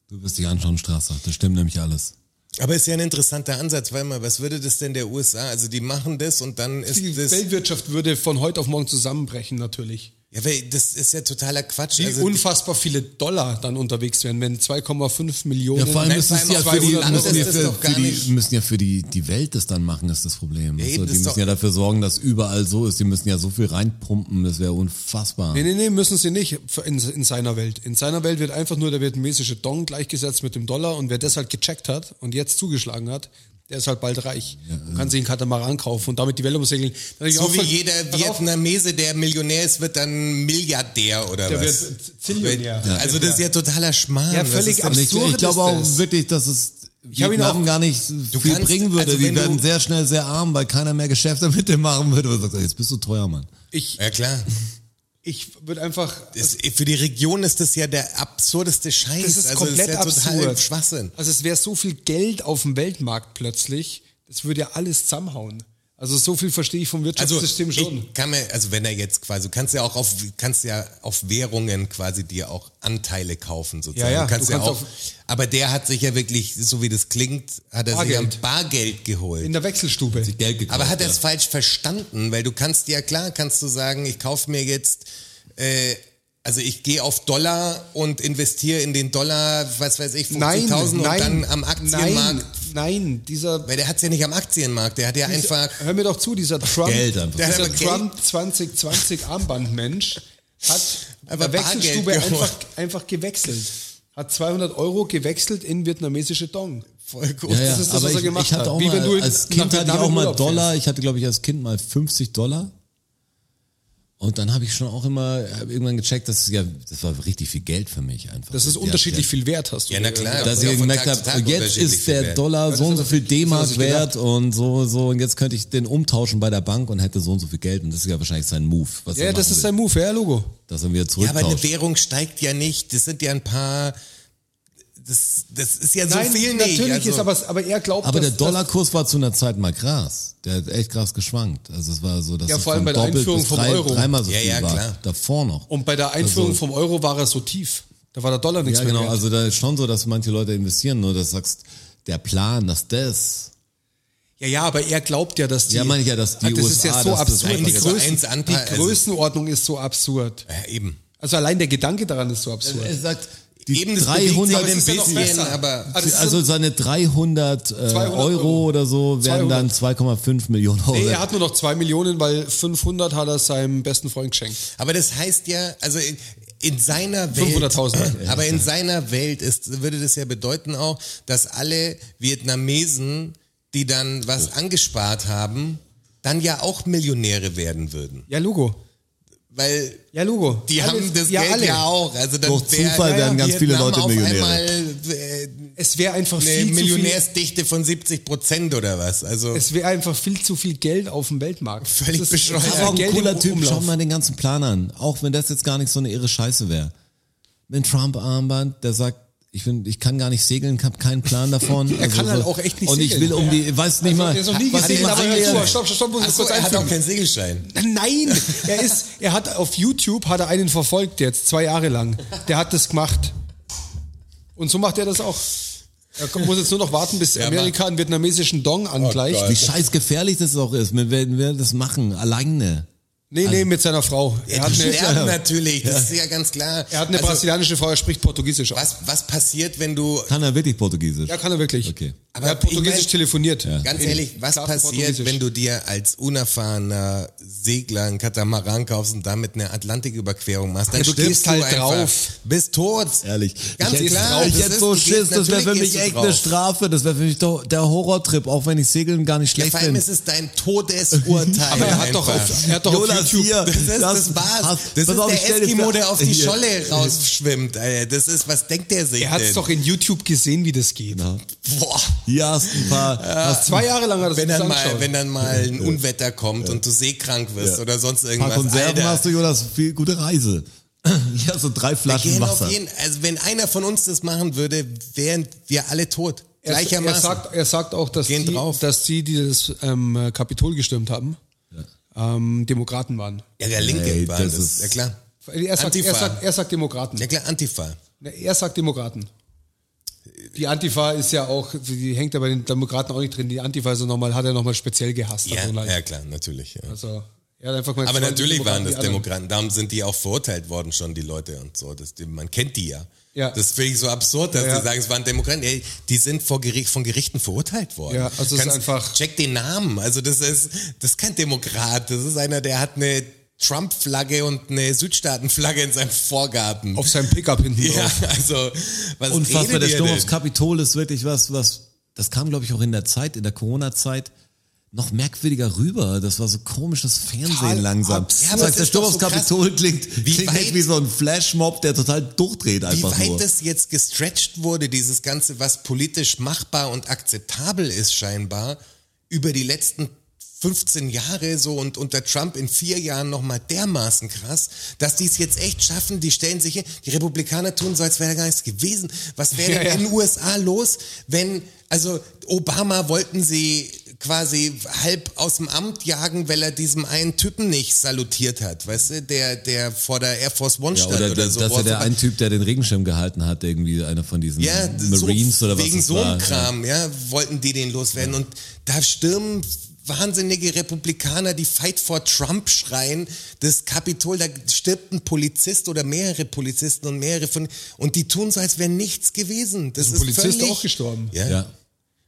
[SPEAKER 2] Du wirst dich anschauen, Strasser. Das stimmt nämlich alles.
[SPEAKER 3] Aber ist ja ein interessanter Ansatz, weil mal, was würde das denn der USA? Also die machen das und dann ist
[SPEAKER 4] die
[SPEAKER 3] das.
[SPEAKER 4] Weltwirtschaft würde von heute auf morgen zusammenbrechen, natürlich.
[SPEAKER 3] Ja, weil das ist ja totaler Quatsch.
[SPEAKER 4] Wie
[SPEAKER 3] Also
[SPEAKER 4] unfassbar viele Dollar dann unterwegs wären, wenn 2,5 Millionen.
[SPEAKER 2] Ja, vor allem
[SPEAKER 3] Nein,
[SPEAKER 2] müssen
[SPEAKER 3] vor allem
[SPEAKER 2] sie ja
[SPEAKER 3] auch
[SPEAKER 2] für die,
[SPEAKER 3] 200
[SPEAKER 2] müssen ja
[SPEAKER 3] ist das
[SPEAKER 2] für,
[SPEAKER 3] doch gar
[SPEAKER 2] für die,
[SPEAKER 3] nicht-
[SPEAKER 2] müssen ja für die, die Welt das dann machen, ist das Problem.
[SPEAKER 3] eben,
[SPEAKER 2] also, die
[SPEAKER 3] das ist
[SPEAKER 2] müssen
[SPEAKER 3] doch-
[SPEAKER 2] ja dafür sorgen, dass überall so ist. Die müssen ja so viel reinpumpen, das wäre unfassbar.
[SPEAKER 4] Nee, nee, nee, müssen sie nicht für- in, in seiner Welt. In seiner Welt wird einfach nur der vietnamesische Dong gleichgesetzt mit dem Dollar und wer das halt gecheckt hat und jetzt zugeschlagen hat, der ist halt bald reich und kann sich einen Katamaran kaufen und damit die Welt umsegeln. Dann hab ich
[SPEAKER 3] also so
[SPEAKER 4] auch ver-
[SPEAKER 3] wie jeder
[SPEAKER 4] Pass auf,
[SPEAKER 3] Vietnamese, der Millionär ist, wird dann Milliardär oder
[SPEAKER 4] Der
[SPEAKER 3] was?
[SPEAKER 4] wird Zillionär.
[SPEAKER 3] Ja. Also das ist ja totaler Schmarrn.
[SPEAKER 4] Ja,
[SPEAKER 3] Was
[SPEAKER 4] völlig
[SPEAKER 3] ist denn-
[SPEAKER 2] Und ich,
[SPEAKER 4] absurd
[SPEAKER 2] ich glaube auch
[SPEAKER 4] ist das.
[SPEAKER 2] wirklich, dass es
[SPEAKER 4] hab ihn
[SPEAKER 2] Vietnam
[SPEAKER 4] auch-
[SPEAKER 2] gar nicht viel
[SPEAKER 3] kannst-
[SPEAKER 2] bringen würde.
[SPEAKER 3] also
[SPEAKER 2] die
[SPEAKER 3] wenn du-
[SPEAKER 2] werden sehr schnell sehr arm, weil keiner mehr Geschäfte mit dem machen würde. Und sagt, jetzt bist du teuer, Mann.
[SPEAKER 4] Ich,
[SPEAKER 3] Ja klar.
[SPEAKER 4] ich würde einfach.
[SPEAKER 3] Das, für die Region ist das ja der absurdeste Scheiß.
[SPEAKER 4] Das ist
[SPEAKER 3] also
[SPEAKER 4] komplett
[SPEAKER 3] das ist ja total
[SPEAKER 4] absurd.
[SPEAKER 3] Schwachsinn.
[SPEAKER 4] Also es wäre so viel Geld auf dem Weltmarkt plötzlich, das würde ja alles zusammenhauen. Also so viel verstehe ich vom
[SPEAKER 3] Also,
[SPEAKER 4] Wirtschaftssystem schon.
[SPEAKER 3] Ich kann mir, also wenn er jetzt quasi, du kannst ja auch auf, kannst ja auf Währungen quasi dir auch Anteile kaufen sozusagen.
[SPEAKER 4] Ja, ja,
[SPEAKER 3] du kannst
[SPEAKER 4] du
[SPEAKER 3] ja
[SPEAKER 4] kannst
[SPEAKER 3] auch,
[SPEAKER 4] auf-
[SPEAKER 3] aber der hat sich ja wirklich, so wie das klingt, hat er sich
[SPEAKER 4] Bargeld.
[SPEAKER 3] am Bargeld geholt.
[SPEAKER 4] In der Wechselstube.
[SPEAKER 2] Geld gekauft.
[SPEAKER 3] Aber hat er es falsch verstanden? Weil du kannst ja klar, kannst du sagen, ich kaufe mir jetzt, äh, also ich gehe auf Dollar und investiere in den Dollar, was weiß ich, 50.000 und dann am Aktienmarkt.
[SPEAKER 4] Nein, nein dieser.
[SPEAKER 3] Weil der hat es ja nicht am Aktienmarkt, der hat ja einfach,
[SPEAKER 4] Hör mir doch zu, dieser Trump,
[SPEAKER 2] Geld einfach.
[SPEAKER 3] Der hat
[SPEAKER 4] dieser
[SPEAKER 3] aber Geld.
[SPEAKER 4] Trump 2020 Armbandmensch hat
[SPEAKER 3] Aber
[SPEAKER 4] der Wechselstube
[SPEAKER 3] Bargeld geholt.
[SPEAKER 4] einfach, einfach gewechselt. Hat 200 Euro gewechselt in vietnamesische Dong.
[SPEAKER 3] voll gut.
[SPEAKER 2] Ja, ja,
[SPEAKER 4] das ist das,
[SPEAKER 2] aber
[SPEAKER 4] was er
[SPEAKER 2] ich,
[SPEAKER 4] gemacht
[SPEAKER 2] ich hatte
[SPEAKER 4] hat.
[SPEAKER 2] auch
[SPEAKER 4] Wie
[SPEAKER 2] mal,
[SPEAKER 4] wenn du in-
[SPEAKER 2] als
[SPEAKER 4] nach
[SPEAKER 2] Kind hatte ich
[SPEAKER 4] Vietnam
[SPEAKER 2] auch
[SPEAKER 4] in
[SPEAKER 2] mal
[SPEAKER 4] Urlaub
[SPEAKER 2] Dollar. Ich hatte, glaube ich, als Kind mal 50 Dollar. Und dann habe ich schon auch immer hab irgendwann gecheckt, dass ja, das war richtig viel Geld für mich einfach.
[SPEAKER 4] Das ist
[SPEAKER 2] Ja,
[SPEAKER 4] unterschiedlich
[SPEAKER 2] ja.
[SPEAKER 4] viel wert, hast du ne?
[SPEAKER 3] Ja, na klar.
[SPEAKER 4] gesagt.
[SPEAKER 2] Dass
[SPEAKER 3] Ja,
[SPEAKER 2] ich
[SPEAKER 3] von
[SPEAKER 2] gemerkt
[SPEAKER 3] Tag zu
[SPEAKER 2] habe,
[SPEAKER 3] Tag
[SPEAKER 2] jetzt
[SPEAKER 3] unterschiedlich
[SPEAKER 2] ist
[SPEAKER 3] viel
[SPEAKER 2] der
[SPEAKER 3] wert.
[SPEAKER 2] Dollar so und so viel
[SPEAKER 4] das hab
[SPEAKER 2] D-Mark
[SPEAKER 4] ich gedacht.
[SPEAKER 2] wert und so und so und jetzt könnte ich den umtauschen bei der Bank und hätte so und so viel Geld und das ist ja wahrscheinlich sein Move. Was
[SPEAKER 4] Ja,
[SPEAKER 2] er
[SPEAKER 4] ja, das
[SPEAKER 2] machen
[SPEAKER 4] ist
[SPEAKER 2] will.
[SPEAKER 4] sein Move, ja, Logo.
[SPEAKER 2] Dass er wieder
[SPEAKER 3] Ja, aber eine
[SPEAKER 2] zurücktauscht.
[SPEAKER 3] Währung steigt ja nicht. Das sind ja ein paar. Das, das ist ja so
[SPEAKER 4] Nein,
[SPEAKER 3] viel nicht.
[SPEAKER 4] natürlich
[SPEAKER 3] also,
[SPEAKER 4] ist aber, aber er glaubt,
[SPEAKER 2] aber
[SPEAKER 4] dass-
[SPEAKER 2] der Dollarkurs war zu einer Zeit mal krass. Der hat echt krass geschwankt. Also es war so, dass
[SPEAKER 4] Ja,
[SPEAKER 2] es
[SPEAKER 4] vor allem
[SPEAKER 2] von
[SPEAKER 4] bei der
[SPEAKER 2] doppelt
[SPEAKER 4] Einführung
[SPEAKER 2] bis
[SPEAKER 4] vom
[SPEAKER 2] drei,
[SPEAKER 4] Euro.
[SPEAKER 2] dreimal so
[SPEAKER 3] Ja,
[SPEAKER 2] viel
[SPEAKER 3] ja,
[SPEAKER 2] war.
[SPEAKER 3] klar.
[SPEAKER 2] Davor noch.
[SPEAKER 4] Und bei der Einführung
[SPEAKER 2] Also-
[SPEAKER 4] vom Euro war er so tief. Da war der Dollar nichts
[SPEAKER 2] Ja, genau.
[SPEAKER 4] mehr wert.
[SPEAKER 2] Also da ist schon so, dass manche Leute investieren, nur dass du sagst, der Plan, dass das.
[SPEAKER 4] ja, ja, aber er glaubt ja, dass die. Ah,
[SPEAKER 2] Ja, meine ich ja, dass die
[SPEAKER 4] das ist
[SPEAKER 2] USA,
[SPEAKER 4] ja so
[SPEAKER 2] dass das
[SPEAKER 4] absurd.
[SPEAKER 2] einfach
[SPEAKER 4] die,
[SPEAKER 2] jetzt
[SPEAKER 4] Größen,
[SPEAKER 3] eins anpa-
[SPEAKER 4] die
[SPEAKER 3] also-
[SPEAKER 4] Größenordnung ist so absurd.
[SPEAKER 3] ja, eben.
[SPEAKER 4] Also allein der Gedanke daran ist so absurd.
[SPEAKER 2] Er sagt, die
[SPEAKER 3] eben das bewegt sich
[SPEAKER 2] 300,
[SPEAKER 3] aber es ist ja noch
[SPEAKER 4] bisschen,
[SPEAKER 3] besser, aber
[SPEAKER 4] Also es ist-
[SPEAKER 2] also seine 300 äh,
[SPEAKER 4] 200
[SPEAKER 2] Euro,
[SPEAKER 4] Euro.
[SPEAKER 2] oder so wären
[SPEAKER 4] 200.
[SPEAKER 2] dann 2,5 Millionen Euro.
[SPEAKER 4] Nee, er hat nur noch 2 Millionen, weil 500 hat er seinem besten Freund geschenkt.
[SPEAKER 3] Aber das heißt ja, also in, in seiner Welt.
[SPEAKER 4] 500.000.
[SPEAKER 3] Aber in seiner Welt ist, würde das ja bedeuten auch, dass alle Vietnamesen, die dann was
[SPEAKER 2] Oh.
[SPEAKER 3] angespart haben, dann ja auch Millionäre werden würden.
[SPEAKER 4] Ja, Logo.
[SPEAKER 3] Weil
[SPEAKER 4] Ja, Logo.
[SPEAKER 3] die
[SPEAKER 4] Alles-
[SPEAKER 3] haben das
[SPEAKER 4] ja,
[SPEAKER 3] Geld
[SPEAKER 4] alle.
[SPEAKER 3] ja auch. Also dann
[SPEAKER 2] Durch Zufall werden ganz viele
[SPEAKER 3] Vietnam
[SPEAKER 2] Leute
[SPEAKER 3] auf
[SPEAKER 2] Millionäre.
[SPEAKER 3] Einmal, äh,
[SPEAKER 4] Es wäre einfach
[SPEAKER 3] eine
[SPEAKER 4] viel zu viel.
[SPEAKER 3] Millionärsdichte von 70 Prozent oder was. Also
[SPEAKER 4] Es wäre einfach viel zu viel Geld auf dem Weltmarkt.
[SPEAKER 3] Völlig
[SPEAKER 4] Das
[SPEAKER 3] bescheuert.
[SPEAKER 4] das
[SPEAKER 2] Aber
[SPEAKER 4] ist
[SPEAKER 2] auch ein
[SPEAKER 4] Geld
[SPEAKER 2] cooler
[SPEAKER 4] im
[SPEAKER 2] Typ.
[SPEAKER 4] Umlauf.
[SPEAKER 2] Schau mal den ganzen Plan an. Auch wenn das jetzt gar nicht so eine irre Scheiße wäre. Mit Trump-Armband, der sagt, ich, bin, ich kann gar nicht segeln, habe keinen Plan davon. Er
[SPEAKER 4] kann halt auch echt nicht
[SPEAKER 2] Und ich
[SPEAKER 4] segeln. Also,
[SPEAKER 2] will um die, weiß nicht mal.
[SPEAKER 4] Der ist noch nie
[SPEAKER 2] was ich
[SPEAKER 4] gesehen,
[SPEAKER 2] mal
[SPEAKER 4] aber
[SPEAKER 2] angelernt
[SPEAKER 4] hör
[SPEAKER 2] hab.
[SPEAKER 4] zu, stopp, stopp, stopp, muss ich
[SPEAKER 3] Ach so,
[SPEAKER 4] kurz
[SPEAKER 3] er hat
[SPEAKER 4] einfügen.
[SPEAKER 3] auch keinen Segelschein.
[SPEAKER 4] Nein, er ist, er hat auf YouTube hat er einen verfolgt jetzt zwei Jahre lang. Der hat das gemacht und so macht er das auch. Er kommt- muss jetzt nur noch warten, bis
[SPEAKER 3] Ja, Oh
[SPEAKER 4] Amerika einen vietnamesischen Dong angleicht.
[SPEAKER 3] Gott.
[SPEAKER 2] Wie scheiß gefährlich das auch ist. Wir werden wir das machen, alleine.
[SPEAKER 4] nee,
[SPEAKER 3] Also,
[SPEAKER 4] nee, mit seiner Frau. Er hat
[SPEAKER 3] die
[SPEAKER 4] eine,
[SPEAKER 3] sterben natürlich, das ist ja ganz klar.
[SPEAKER 4] er hat eine
[SPEAKER 3] also,
[SPEAKER 4] brasilianische Frau, er spricht Portugiesisch auch.
[SPEAKER 3] was, was passiert, wenn du,
[SPEAKER 2] Kann er wirklich Portugiesisch?
[SPEAKER 4] Ja, kann er wirklich.
[SPEAKER 2] Okay.
[SPEAKER 4] Aber er hat
[SPEAKER 3] Aber ich
[SPEAKER 4] Portugiesisch
[SPEAKER 3] mein-
[SPEAKER 4] telefoniert.
[SPEAKER 3] ganz
[SPEAKER 4] In
[SPEAKER 3] ehrlich, was
[SPEAKER 4] klarem
[SPEAKER 3] passiert,
[SPEAKER 4] Portugiesisch.
[SPEAKER 3] wenn du dir als unerfahrener Segler einen Katamaran kaufst und damit eine Atlantiküberquerung machst? Dann
[SPEAKER 4] Ja, du
[SPEAKER 3] stirbst
[SPEAKER 4] gehst halt
[SPEAKER 3] einfach.
[SPEAKER 4] drauf.
[SPEAKER 3] Bist tot.
[SPEAKER 2] Ehrlich.
[SPEAKER 3] Ganz
[SPEAKER 2] ich,
[SPEAKER 3] klar.
[SPEAKER 2] Ich
[SPEAKER 3] das
[SPEAKER 2] hätte
[SPEAKER 3] ist-
[SPEAKER 2] so
[SPEAKER 3] du
[SPEAKER 2] Schiss,
[SPEAKER 3] gehst-
[SPEAKER 2] das wäre für
[SPEAKER 3] natürlich
[SPEAKER 2] mich
[SPEAKER 3] gehst du
[SPEAKER 2] echt
[SPEAKER 3] drauf.
[SPEAKER 2] eine Strafe. Das wäre für mich doch der Horrortrip, auch wenn ich Segeln gar nicht
[SPEAKER 3] Ja,
[SPEAKER 2] schlecht
[SPEAKER 3] vor allem
[SPEAKER 2] finde.
[SPEAKER 3] ist es dein Todesurteil.
[SPEAKER 4] Aber er hat doch
[SPEAKER 3] einfach.
[SPEAKER 4] auf, er hat doch auf
[SPEAKER 2] Jonas,
[SPEAKER 4] YouTube.
[SPEAKER 2] hier,
[SPEAKER 3] Das ist, das,
[SPEAKER 2] das-
[SPEAKER 3] war's.
[SPEAKER 2] pass-
[SPEAKER 3] Das
[SPEAKER 2] pass
[SPEAKER 3] ist
[SPEAKER 2] auf, ich
[SPEAKER 3] der
[SPEAKER 2] stell jetzt
[SPEAKER 3] Eskimo,
[SPEAKER 2] da-
[SPEAKER 3] der auf die
[SPEAKER 2] hier.
[SPEAKER 3] Scholle rausschwimmt. Alter. Das ist, was denkt der sich
[SPEAKER 4] Er hat es
[SPEAKER 3] denn?
[SPEAKER 4] doch in YouTube gesehen, wie das geht.
[SPEAKER 3] Genau. Boah.
[SPEAKER 2] Hier hast ein paar. hast
[SPEAKER 4] Zwei Jahre lang hat er
[SPEAKER 3] Wenn
[SPEAKER 4] das
[SPEAKER 3] dann,
[SPEAKER 4] angeschaut.
[SPEAKER 3] mal, wenn dann mal ein Unwetter kommt und du seekrank wirst oder sonst
[SPEAKER 2] ein paar
[SPEAKER 3] irgendwas.
[SPEAKER 2] Konserven
[SPEAKER 3] Alter,
[SPEAKER 2] hast du, Jonas. Viel gute Reise. Ja, so drei
[SPEAKER 3] wir
[SPEAKER 2] Flaschen
[SPEAKER 3] gehen
[SPEAKER 2] Wasser.
[SPEAKER 3] auf jeden, also wenn einer von uns das machen würde, wären wir alle tot.
[SPEAKER 4] Er-
[SPEAKER 3] Gleichermaßen.
[SPEAKER 4] Er sagt, er sagt auch, dass
[SPEAKER 3] Gehen
[SPEAKER 4] die,
[SPEAKER 3] drauf.
[SPEAKER 4] dass die, die das ähm, Kapitol gestürmt haben, ähm, Demokraten waren.
[SPEAKER 3] ja, der Linke
[SPEAKER 2] Ey,
[SPEAKER 3] war
[SPEAKER 2] das
[SPEAKER 3] das.
[SPEAKER 2] ist-
[SPEAKER 3] ja klar.
[SPEAKER 4] Er sagt,
[SPEAKER 3] Antifa.
[SPEAKER 4] er sagt, er sagt Demokraten.
[SPEAKER 3] Ja klar, Antifa.
[SPEAKER 4] Ne, Er sagt Demokraten. Die Antifa ist ja auch, die hängt ja bei den Demokraten auch nicht drin. Die Antifa ist ja noch mal, hat er nochmal speziell gehasst.
[SPEAKER 3] Ja,
[SPEAKER 4] hat Donald.
[SPEAKER 3] ja klar, natürlich. Ja.
[SPEAKER 4] Also, er hat einfach mal
[SPEAKER 3] Aber
[SPEAKER 4] gesagt,
[SPEAKER 3] natürlich
[SPEAKER 4] die
[SPEAKER 3] waren das
[SPEAKER 4] die anderen.
[SPEAKER 3] Demokraten. Darum sind die auch verurteilt worden schon, die Leute und so. Das, die, man kennt die ja.
[SPEAKER 4] Ja.
[SPEAKER 3] Das finde ich so absurd, dass
[SPEAKER 4] Ja.
[SPEAKER 3] die sagen, es waren Demokraten. Ey, die sind vor Gericht, von Gerichten verurteilt worden.
[SPEAKER 4] Ja, also es ist einfach-
[SPEAKER 3] Check den Namen. Also das ist, das ist kein Demokrat. Das ist einer, der hat eine Trump-Flagge und eine Südstaatenflagge in seinem Vorgarten.
[SPEAKER 4] Auf seinem Pickup hinten
[SPEAKER 3] ja,
[SPEAKER 4] drauf.
[SPEAKER 3] also was
[SPEAKER 2] Unfassbar,
[SPEAKER 3] redet
[SPEAKER 2] der
[SPEAKER 3] ihr
[SPEAKER 2] Sturm
[SPEAKER 3] denn?
[SPEAKER 2] aufs Kapitol ist wirklich was, was, das kam, glaube ich, auch in der Zeit, in der Corona-Zeit, noch merkwürdiger rüber. Das war so komisches Fernsehen
[SPEAKER 4] Total
[SPEAKER 2] langsam.
[SPEAKER 4] absurd.
[SPEAKER 2] Ja,
[SPEAKER 4] Ja,
[SPEAKER 3] aber
[SPEAKER 2] das heißt,
[SPEAKER 3] es
[SPEAKER 2] der
[SPEAKER 3] ist
[SPEAKER 2] Sturm
[SPEAKER 3] doch
[SPEAKER 2] aufs
[SPEAKER 3] so
[SPEAKER 2] Kapitol klingt,
[SPEAKER 3] Wie
[SPEAKER 2] klingt echt
[SPEAKER 3] weit-
[SPEAKER 2] wie so ein Flashmob, der total durchdreht
[SPEAKER 3] Wie
[SPEAKER 2] einfach
[SPEAKER 3] weit
[SPEAKER 2] nur.
[SPEAKER 3] das jetzt gestretched wurde, dieses Ganze, was politisch machbar und akzeptabel ist scheinbar, über die letzten 15 Jahre so und unter Trump in vier Jahren nochmal dermaßen krass, dass die es jetzt echt schaffen, die stellen sich hin, die Republikaner tun so, als wäre da gar nichts gewesen. Was wäre
[SPEAKER 4] Ja,
[SPEAKER 3] denn
[SPEAKER 4] ja.
[SPEAKER 3] in den USA los, wenn, also Obama wollten sie quasi halb aus dem Amt jagen, weil er diesem einen Typen nicht salutiert hat, weißt du, der, der vor der Air Force One
[SPEAKER 2] Ja,
[SPEAKER 3] stand
[SPEAKER 2] oder,
[SPEAKER 3] oder,
[SPEAKER 2] das,
[SPEAKER 3] so.
[SPEAKER 2] dass
[SPEAKER 3] wo
[SPEAKER 2] ja
[SPEAKER 3] er
[SPEAKER 2] der
[SPEAKER 3] vorbei-
[SPEAKER 2] ein Typ, der den Regenschirm gehalten hat, irgendwie einer von diesen
[SPEAKER 3] ja,
[SPEAKER 2] Marines
[SPEAKER 3] so,
[SPEAKER 2] oder was
[SPEAKER 3] wegen
[SPEAKER 2] es
[SPEAKER 3] so
[SPEAKER 2] war.
[SPEAKER 3] einem Kram, ja. wollten die den loswerden. Und da stürmen wahnsinnige Republikaner, die Fight for Trump schreien, das Kapitol, da stirbt ein Polizist oder mehrere Polizisten und mehrere von, und die tun so, als wäre nichts gewesen. Das ist
[SPEAKER 2] Also
[SPEAKER 4] Polizist
[SPEAKER 3] völlig,
[SPEAKER 4] auch gestorben.
[SPEAKER 3] Ja,
[SPEAKER 2] Ja. Ja.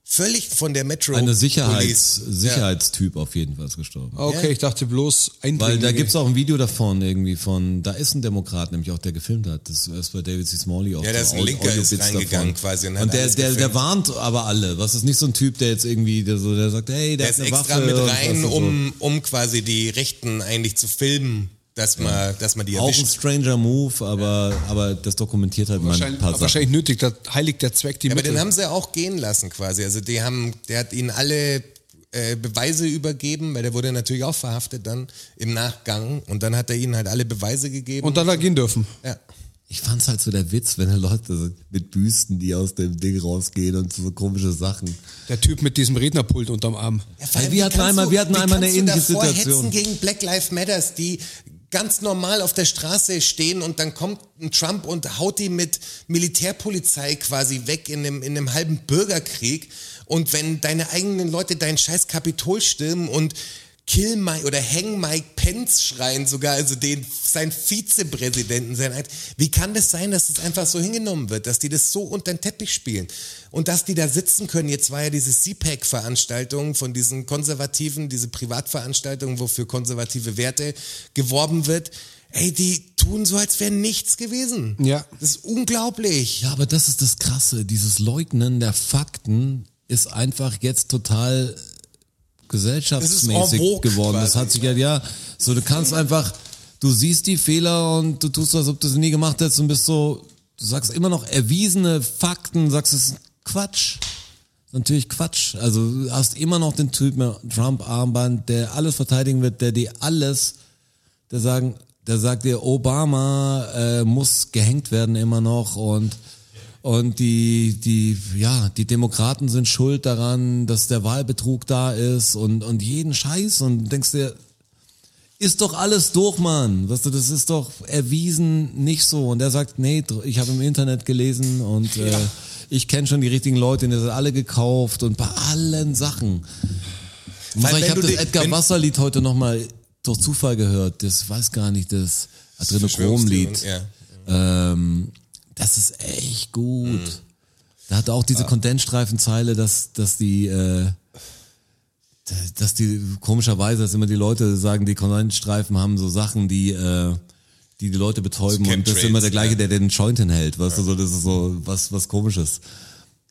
[SPEAKER 3] völlig von der Metro.
[SPEAKER 2] Eine
[SPEAKER 3] ne? Police.
[SPEAKER 2] Sicherheits,
[SPEAKER 3] Ja. Oh,
[SPEAKER 2] Sicherheitstyp auf jeden Fall ist gestorben.
[SPEAKER 4] Okay,
[SPEAKER 3] Ja.
[SPEAKER 4] ich dachte bloß
[SPEAKER 2] Weil
[SPEAKER 4] Eindringlinge.
[SPEAKER 2] da gibt's auch ein Video davon irgendwie von, da ist ein Demokrat nämlich auch, der gefilmt hat. Das ist bei David C. Smalley auch.
[SPEAKER 3] Ja, da ist ein
[SPEAKER 2] Au-
[SPEAKER 3] Linker, ist
[SPEAKER 2] Audio-Bits
[SPEAKER 3] reingegangen quasi und hat
[SPEAKER 2] Und der,
[SPEAKER 3] alles
[SPEAKER 2] der, der
[SPEAKER 3] gefilmt.
[SPEAKER 2] warnt aber alle. Was ist nicht so ein Typ, der jetzt irgendwie, der, so, der sagt, hey, der,
[SPEAKER 3] Der
[SPEAKER 2] hat
[SPEAKER 3] ist
[SPEAKER 2] eine
[SPEAKER 3] extra
[SPEAKER 2] Waffe
[SPEAKER 3] mit
[SPEAKER 2] und
[SPEAKER 3] rein,
[SPEAKER 2] was ist
[SPEAKER 3] um, um quasi die Rechten eigentlich zu filmen, dass man, dass man die
[SPEAKER 2] So. Auch ein
[SPEAKER 3] erwischt.
[SPEAKER 2] stranger Move, aber, aber das dokumentiert halt mal ein
[SPEAKER 4] wahrscheinlich,
[SPEAKER 2] paar
[SPEAKER 4] aber
[SPEAKER 2] Sachen.
[SPEAKER 4] wahrscheinlich nötig, da heiligt der Zweck die
[SPEAKER 3] Ja, aber
[SPEAKER 4] Mittel.
[SPEAKER 3] den haben sie auch gehen lassen quasi. Also die haben, der hat ihnen alle äh, Beweise übergeben, weil der wurde natürlich auch verhaftet dann im Nachgang und dann hat er ihnen halt alle Beweise gegeben.
[SPEAKER 4] Genau. Und dann da gehen dürfen.
[SPEAKER 3] ja.
[SPEAKER 2] Ich fand's halt so der Witz, wenn da Leute so mit Büsten, die aus dem Ding rausgehen und so komische Sachen.
[SPEAKER 4] Der Typ mit diesem Rednerpult unterm Arm.
[SPEAKER 3] Ja, vor allem,
[SPEAKER 2] wir
[SPEAKER 3] wie
[SPEAKER 2] hatten
[SPEAKER 3] kannst
[SPEAKER 2] einmal-
[SPEAKER 3] du-
[SPEAKER 2] wir hatten
[SPEAKER 3] wie
[SPEAKER 2] einmal eine
[SPEAKER 3] kannst du
[SPEAKER 2] ähnliche
[SPEAKER 3] davor
[SPEAKER 2] Situation.
[SPEAKER 3] Hetzen gegen Black Lives Matters, die ganz normal auf der Straße stehen und dann kommt ein Trump und haut die mit Militärpolizei quasi weg in einem, in einem halben Bürgerkrieg. Und wenn deine eigenen Leute dein scheiß Kapitol stürmen und Kill Mike oder Hang Mike Pence schreien sogar, also den, sein Vizepräsidenten, sein, Eid- wie kann das sein, dass es einfach so hingenommen wird, dass die das so unter den Teppich spielen und dass die da sitzen können? Jetzt war ja diese CPAC-Veranstaltung von diesen Konservativen, diese Privatveranstaltung, wofür konservative Werte geworben wird. Ey, die tun so, als wäre nichts gewesen.
[SPEAKER 4] Ja.
[SPEAKER 3] Das ist unglaublich.
[SPEAKER 2] Ja, aber das ist das Krasse. Dieses Leugnen der Fakten ist einfach jetzt total
[SPEAKER 3] Das ist en
[SPEAKER 2] gesellschaftsmäßig
[SPEAKER 3] vogue
[SPEAKER 2] geworden. Das
[SPEAKER 3] quasi.
[SPEAKER 2] hat sich ja, ja, so du kannst einfach, du siehst die Fehler und du tust so, als ob du sie nie gemacht hättest und bist so, du sagst immer noch erwiesene Fakten, sagst es ist Quatsch. Ist Natürlich Quatsch. Also du hast immer noch den Typ mit Trump-Armband, der alles verteidigen wird, der dir alles da sagen, da sagt ihr, Obama äh, muss gehängt werden immer noch und und die die ja die Demokraten sind schuld daran, dass der Wahlbetrug da ist und und jeden Scheiß und denkst dir ist doch alles durch, Mann. Weißt du, das ist doch erwiesen nicht so. Und er sagt, nee, dr- ich habe im Internet gelesen und äh, ich kenne schon die richtigen Leute, die sind alle gekauft und bei allen Sachen. Ich, muss
[SPEAKER 3] Weil
[SPEAKER 2] sagen, ich
[SPEAKER 3] wenn
[SPEAKER 2] habe
[SPEAKER 3] du
[SPEAKER 2] das
[SPEAKER 3] die-
[SPEAKER 2] Edgar
[SPEAKER 3] wenn-
[SPEAKER 2] Wasser-Lied heute nochmal durch Zufall gehört. Das weiß gar nicht, das Adrenochrom-Lied.
[SPEAKER 3] Ja.
[SPEAKER 2] Ähm, das ist echt gut. Da hat auch diese Kondensstreifenzeile, dass, dass die, äh, dass die komischerweise, dass immer die Leute sagen, die Kondensstreifen haben so Sachen, die, äh, die die Leute betäuben
[SPEAKER 3] So
[SPEAKER 2] und das ist immer der
[SPEAKER 3] Chemtrails,
[SPEAKER 2] gleiche,
[SPEAKER 3] ja.
[SPEAKER 2] der den Joint hinhält, weißt du, so, das ist so was, was komisches.